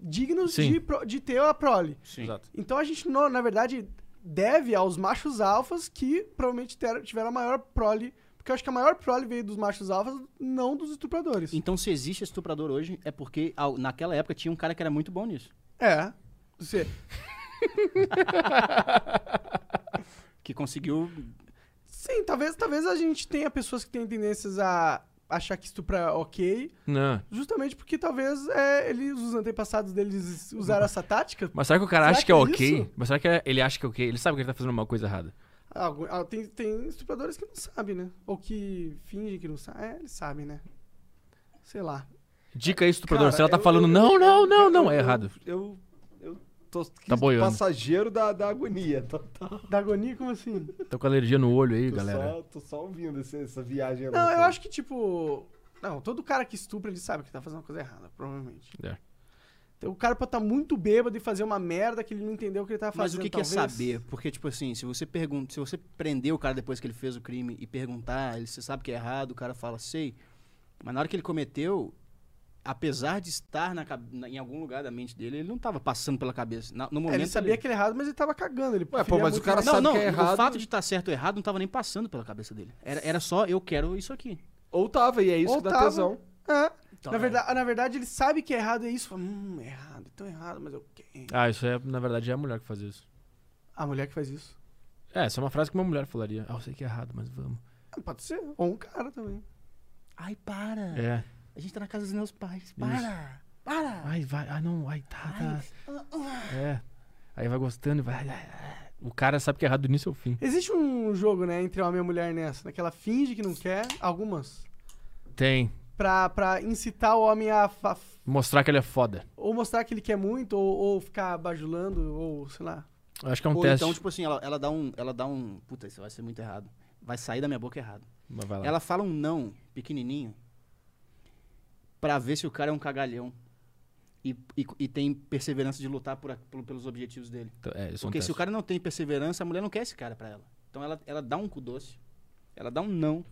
[SPEAKER 1] dignos
[SPEAKER 3] Sim.
[SPEAKER 1] de, pro- de ter a prole.
[SPEAKER 4] Sim.
[SPEAKER 3] Exato.
[SPEAKER 1] Então a gente, no- na verdade, deve aos machos alfas que provavelmente ter- tiveram a maior prole. Porque eu acho que a maior prole veio dos machos alfas, não dos estupradores.
[SPEAKER 4] Então, se existe estuprador hoje, é porque ao- naquela época tinha um cara que era muito bom nisso.
[SPEAKER 1] É. Você-
[SPEAKER 4] Que conseguiu.
[SPEAKER 1] Sim, talvez, talvez a gente tenha pessoas que têm tendências a achar que estuprar é ok,
[SPEAKER 3] Não.
[SPEAKER 1] justamente porque talvez é, eles, os antepassados deles usaram essa tática.
[SPEAKER 3] Mas será que o cara
[SPEAKER 1] Será
[SPEAKER 3] acha que
[SPEAKER 1] que
[SPEAKER 3] é
[SPEAKER 1] é
[SPEAKER 3] ok?
[SPEAKER 1] isso?
[SPEAKER 3] Mas será que é- ele acha que é ok? Ele sabe que ele tá fazendo uma coisa errada.
[SPEAKER 1] Algu- ah, Tem, tem estupradores que não sabem, né? Ou que fingem que não sabem. É, eles sabem, né? Sei lá.
[SPEAKER 3] Dica aí, estuprador.
[SPEAKER 2] Cara,
[SPEAKER 3] Se ela tá
[SPEAKER 2] eu-
[SPEAKER 3] falando,
[SPEAKER 2] eu-
[SPEAKER 3] não,
[SPEAKER 2] eu-
[SPEAKER 3] não, não,
[SPEAKER 2] eu-
[SPEAKER 3] não, é
[SPEAKER 2] eu-
[SPEAKER 3] errado.
[SPEAKER 2] Eu, eu tô
[SPEAKER 3] Tá boiando.
[SPEAKER 2] passageiro da, da agonia. Tô, tô,
[SPEAKER 1] Da agonia, como assim?
[SPEAKER 3] Tô com alergia no olho aí,
[SPEAKER 2] tô
[SPEAKER 3] galera.
[SPEAKER 4] Tá
[SPEAKER 2] só, tô só ouvindo esse- essa viagem.
[SPEAKER 1] Não, eu acho que, tipo, Não, todo cara que estupra, ele sabe que tá fazendo uma coisa errada, provavelmente.
[SPEAKER 3] É.
[SPEAKER 1] Então, o cara pode estar muito bêbado e fazer uma merda que ele não entendeu o que ele tava
[SPEAKER 4] Mas
[SPEAKER 1] fazendo,
[SPEAKER 4] o que, que é
[SPEAKER 1] talvez.
[SPEAKER 4] saber? Porque, tipo assim, se você pergunta, se você prender o cara depois que ele fez o crime e perguntar, ele, você sabe que é errado, o cara fala, sei. Mas na hora que ele cometeu, apesar de estar na, cabe- na- em algum lugar da mente dele, ele não estava passando pela cabeça. Na- no
[SPEAKER 1] É,
[SPEAKER 4] momento
[SPEAKER 1] ele sabia
[SPEAKER 4] ele-
[SPEAKER 1] que era errado, mas ele tava cagando. Ele
[SPEAKER 2] Ué, pô,
[SPEAKER 1] preferia
[SPEAKER 2] mas
[SPEAKER 1] muito
[SPEAKER 2] o cara
[SPEAKER 1] mais-
[SPEAKER 2] sabe
[SPEAKER 4] Não, não,
[SPEAKER 2] que é errado.
[SPEAKER 4] o fato de estar certo ou errado não estava nem passando pela cabeça dele. Era, era só, eu quero isso aqui.
[SPEAKER 2] Ou tava, e é isso
[SPEAKER 1] Ou
[SPEAKER 2] que dá
[SPEAKER 1] tava.
[SPEAKER 2] tesão.
[SPEAKER 1] É.
[SPEAKER 4] Então,
[SPEAKER 1] na,
[SPEAKER 4] é.
[SPEAKER 1] verdade, na verdade, ele sabe que é errado, é isso. Fala, hum, é errado, então é errado, mas eu quero.
[SPEAKER 3] Ah, isso é, na verdade, é a mulher que faz isso.
[SPEAKER 1] A mulher que faz isso.
[SPEAKER 3] É, essa é uma frase que uma mulher falaria. Ah, eu sei que é errado, mas vamos.
[SPEAKER 1] Ah, Pode ser. Ou um cara também.
[SPEAKER 4] Ai, para.
[SPEAKER 3] É.
[SPEAKER 4] A gente tá na casa dos meus pais. Para. Para.
[SPEAKER 3] Ai, vai, ai não, ai, tá, tá. É. Aí vai gostando e vai. ai, ai. O cara sabe que é errado do início ao fim.
[SPEAKER 1] Existe um jogo, né, entre homem e mulher nessa, né? Que ela finge que não quer, algumas.
[SPEAKER 3] Tem.
[SPEAKER 1] Pra, pra incitar o homem a. fa-
[SPEAKER 3] Mostrar que ele é foda.
[SPEAKER 1] Ou mostrar que ele quer muito, ou, ou ficar bajulando, ou sei lá.
[SPEAKER 3] Eu Acho que é um
[SPEAKER 4] Ou
[SPEAKER 3] teste.
[SPEAKER 4] então, tipo assim, ela, ela dá um. Ela dá um. Puta, isso vai ser muito errado. Vai sair da minha boca errado.
[SPEAKER 3] Mas vai lá.
[SPEAKER 4] Ela fala um não pequenininho pra ver se o cara é um cagalhão e, e, e tem perseverança de lutar por, a- pelo- pelos objetivos dele.
[SPEAKER 3] Então, É, isso é um
[SPEAKER 4] Porque se
[SPEAKER 3] teste.
[SPEAKER 4] o cara não tem perseverança, a mulher não quer esse cara pra ela. Então ela, ela dá um cu doce, ela dá um não.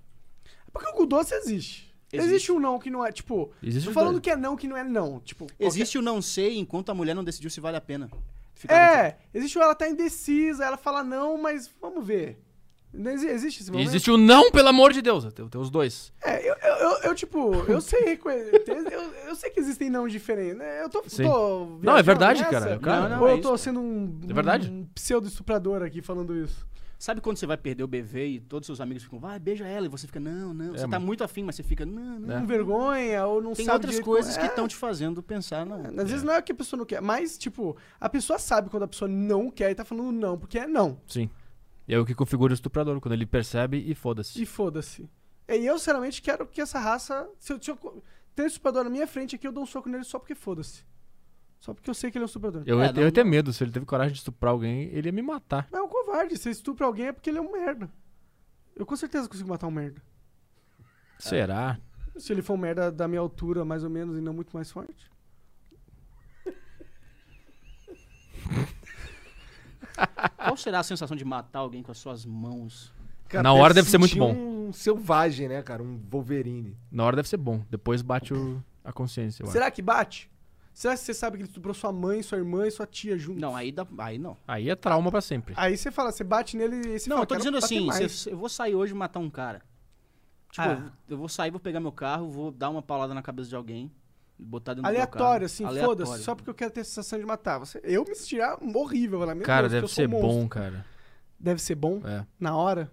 [SPEAKER 1] É Porque o cu doce existe. existe.
[SPEAKER 4] Existe.
[SPEAKER 1] um não que não é, tipo.
[SPEAKER 3] Existe
[SPEAKER 1] tô
[SPEAKER 3] os
[SPEAKER 1] falando
[SPEAKER 3] dois.
[SPEAKER 1] que é não que não é não. Tipo, qualquer-
[SPEAKER 4] Existe o não sei enquanto a mulher não decidiu se vale a pena. ficar
[SPEAKER 1] É, existe o ela tá indecisa, ela fala não, mas vamos ver. Não exi- Existe esse
[SPEAKER 3] E
[SPEAKER 4] é.
[SPEAKER 1] momento?
[SPEAKER 3] Existe o não, pelo amor de Deus. Tem, tem os dois.
[SPEAKER 1] É, eu, eu, eu- eu, tipo,
[SPEAKER 3] [laughs]
[SPEAKER 1] eu sei reconhecer. Eu, eu sei que existem não diferentes, né? Eu tô.
[SPEAKER 3] Sim.
[SPEAKER 1] tô
[SPEAKER 3] Não, é
[SPEAKER 1] viajando
[SPEAKER 3] verdade,
[SPEAKER 1] nessa?
[SPEAKER 3] cara. Claro.
[SPEAKER 4] Não, não,
[SPEAKER 1] Ou
[SPEAKER 4] é
[SPEAKER 1] eu tô
[SPEAKER 4] isso,
[SPEAKER 1] sendo um,
[SPEAKER 3] É verdade.
[SPEAKER 1] um pseudo-estuprador aqui falando isso.
[SPEAKER 4] contigo. Sabe quando você vai perder o bebê e todos seus amigos ficam, vai, beija ela, e você fica, não, não.
[SPEAKER 3] É,
[SPEAKER 4] você tá
[SPEAKER 3] mano.
[SPEAKER 4] muito afim, mas você fica, não, não.
[SPEAKER 3] É.
[SPEAKER 1] Com vergonha, ou não
[SPEAKER 4] Tem
[SPEAKER 1] sabe.
[SPEAKER 4] outras
[SPEAKER 1] direito
[SPEAKER 4] coisas
[SPEAKER 1] como-
[SPEAKER 4] que estão te fazendo pensar, não.
[SPEAKER 1] É, Às vezes não é que a pessoa não quer, mas, tipo, a pessoa sabe quando a pessoa não quer e tá falando não, porque é não.
[SPEAKER 3] Sim. E é o que configura o estuprador, quando ele percebe e foda-se.
[SPEAKER 1] E foda-se. E eu, sinceramente, quero que essa raça. Se eu, se eu co- tem um estuprador na minha frente aqui, eu dou um soco nele só porque foda-se. Só porque eu sei que ele é um estuprador.
[SPEAKER 3] Eu,
[SPEAKER 4] É,
[SPEAKER 3] ia,
[SPEAKER 4] não-
[SPEAKER 3] eu ia ter medo. Se ele teve coragem de estuprar alguém, ele ia me matar.
[SPEAKER 1] Mas é um covarde. Se estupra alguém é porque ele é um merda. Eu com certeza consigo matar um merda.
[SPEAKER 4] É.
[SPEAKER 3] Será?
[SPEAKER 1] Se ele for um merda da minha altura, mais ou menos, e não muito mais forte.
[SPEAKER 4] Qual será a sensação de matar alguém com as suas mãos?
[SPEAKER 3] Na hora deve ser muito
[SPEAKER 2] sentir
[SPEAKER 3] bom.
[SPEAKER 2] um selvagem, né, cara? Um Wolverine.
[SPEAKER 3] Na hora deve ser bom. Depois bate o- a consciência. eu acho.
[SPEAKER 1] Será que bate? Será que você sabe que ele estuprou sua mãe, sua irmã e sua tia juntos?
[SPEAKER 4] Não, aí, dá, aí não.
[SPEAKER 3] Aí é trauma pra sempre.
[SPEAKER 4] Ah,
[SPEAKER 1] Aí você fala, você bate nele e você
[SPEAKER 4] não,
[SPEAKER 1] fala,
[SPEAKER 4] eu tô
[SPEAKER 1] "Quero
[SPEAKER 4] dizendo
[SPEAKER 1] bater
[SPEAKER 4] assim,
[SPEAKER 1] mais."
[SPEAKER 4] se eu, eu vou sair hoje e matar um cara. Tipo,
[SPEAKER 1] Ah.
[SPEAKER 4] eu vou- eu vou sair, vou pegar meu carro, vou dar uma paulada na cabeça de alguém, botar dentro
[SPEAKER 1] Aleatório,
[SPEAKER 4] do
[SPEAKER 1] assim,
[SPEAKER 4] meu carro.
[SPEAKER 1] foda-se, só porque eu quero ter a sensação de matar. Você, eu me sentia horrível lá mesmo.
[SPEAKER 3] Cara, deve ser bom, cara.
[SPEAKER 1] Deve ser bom?
[SPEAKER 3] É.
[SPEAKER 1] Na hora?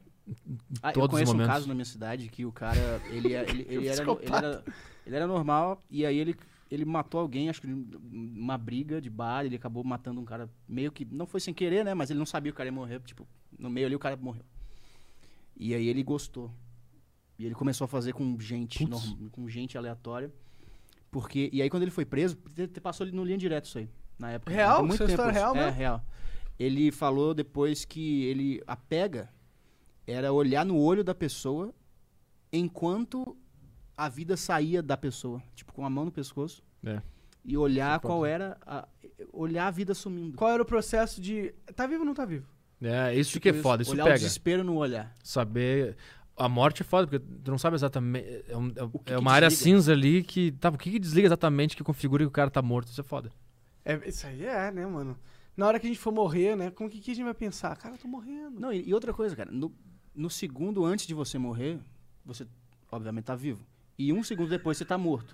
[SPEAKER 4] Ah,
[SPEAKER 3] todos
[SPEAKER 4] eu
[SPEAKER 3] os
[SPEAKER 4] conheço um
[SPEAKER 3] momentos.
[SPEAKER 4] caso na minha cidade que o cara, ele, é-
[SPEAKER 3] [laughs]
[SPEAKER 4] ele, ele era, ele, era, ele era normal e aí ele, ele matou alguém, acho que numa briga de bar, ele acabou matando um cara meio que, não foi sem querer, né, mas ele não sabia que o cara ia morrer, tipo, no meio ali o cara morreu. E aí ele gostou. E ele começou a fazer com gente,
[SPEAKER 3] Putz.
[SPEAKER 4] norm- com gente aleatória. Porque, e aí quando ele foi preso, te- te- passou no linha direto isso aí, na época.
[SPEAKER 1] Real?
[SPEAKER 4] Tem Muito
[SPEAKER 1] Isso é
[SPEAKER 4] tempo
[SPEAKER 1] história
[SPEAKER 4] isso.
[SPEAKER 1] real
[SPEAKER 4] É,
[SPEAKER 1] mesmo?
[SPEAKER 4] real. Ele falou depois que ele, a pega era olhar no olho da pessoa enquanto a vida saía da pessoa, tipo com a mão no pescoço.
[SPEAKER 3] É.
[SPEAKER 4] E olhar qual era a, olhar a vida sumindo.
[SPEAKER 1] Qual era o processo de. Tá vivo ou não tá vivo?
[SPEAKER 3] É, isso que é foda, isso
[SPEAKER 4] olhar o
[SPEAKER 3] pega.
[SPEAKER 4] desespero no olhar.
[SPEAKER 3] Saber. A morte é foda, porque tu não sabe exatamente. É, um- é-
[SPEAKER 4] O que
[SPEAKER 3] é
[SPEAKER 4] que
[SPEAKER 3] uma área
[SPEAKER 4] desliga?
[SPEAKER 3] cinza ali que. Tá, o que, que desliga exatamente que configura que o cara tá morto? Isso é foda.
[SPEAKER 1] É, isso aí é, né, mano? Na hora que a gente for morrer, né? Como que, que a gente vai pensar? Cara, eu tô morrendo.
[SPEAKER 4] Não, e, e outra coisa, cara, no, no segundo antes de você morrer, você obviamente tá vivo. E um segundo depois você tá morto.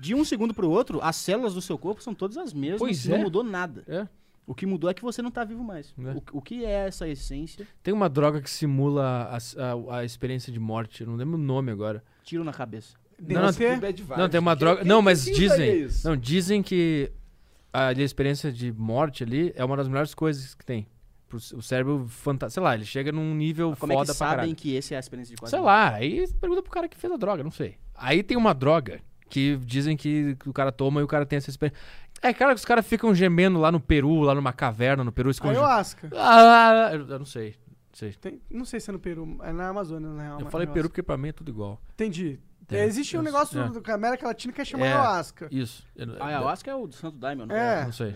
[SPEAKER 4] De um segundo pro outro, as células do seu corpo são todas as mesmas,
[SPEAKER 3] Pois
[SPEAKER 4] não
[SPEAKER 3] é.
[SPEAKER 4] mudou nada.
[SPEAKER 3] É.
[SPEAKER 4] O que mudou é que você não tá vivo mais.
[SPEAKER 3] É.
[SPEAKER 4] O, o que é essa essência?
[SPEAKER 3] Tem uma droga que simula a, a- a experiência de morte. Eu não lembro o nome agora.
[SPEAKER 4] Tiro na cabeça.
[SPEAKER 1] De
[SPEAKER 3] Não, não,
[SPEAKER 1] você?
[SPEAKER 2] Que bad vibes.
[SPEAKER 3] Não, tem uma
[SPEAKER 2] Que-
[SPEAKER 3] droga.
[SPEAKER 2] que-
[SPEAKER 3] não,
[SPEAKER 2] que
[SPEAKER 3] mas
[SPEAKER 2] que
[SPEAKER 3] dizem.
[SPEAKER 2] é isso?
[SPEAKER 3] Não, dizem que a, ali a experiência de morte ali é uma das melhores coisas que tem. Pro, c- o cérebro fantasma. Sei lá, ele chega num nível
[SPEAKER 4] Como
[SPEAKER 3] foda
[SPEAKER 4] é que
[SPEAKER 3] pra caralho.
[SPEAKER 4] sabem que esse é a experiência de quase
[SPEAKER 3] Sei
[SPEAKER 4] morte?
[SPEAKER 3] lá, aí pergunta pro cara que fez a droga, não sei. Aí tem uma droga que dizem que o cara toma e o cara tem essa experiência. É, cara, que os caras ficam gemendo lá no Peru, lá numa caverna, no Peru escondido.
[SPEAKER 1] Ayahuasca.
[SPEAKER 3] Ah, eu eu não sei. não sei.
[SPEAKER 1] Tem, não sei se é no Peru, é na Amazônia, na real.
[SPEAKER 3] Eu
[SPEAKER 1] mas
[SPEAKER 3] falei
[SPEAKER 1] ayahuasca.
[SPEAKER 3] Peru porque pra mim é tudo igual.
[SPEAKER 1] Entendi. É, existe um
[SPEAKER 3] isso,
[SPEAKER 1] negócio
[SPEAKER 3] é.
[SPEAKER 1] do da América Latina que é chamado
[SPEAKER 3] É.
[SPEAKER 1] ayahuasca.
[SPEAKER 3] Isso. Eu-
[SPEAKER 4] Ah, eu acho que é o do Santo Daimon, não
[SPEAKER 1] É.
[SPEAKER 3] Não sei.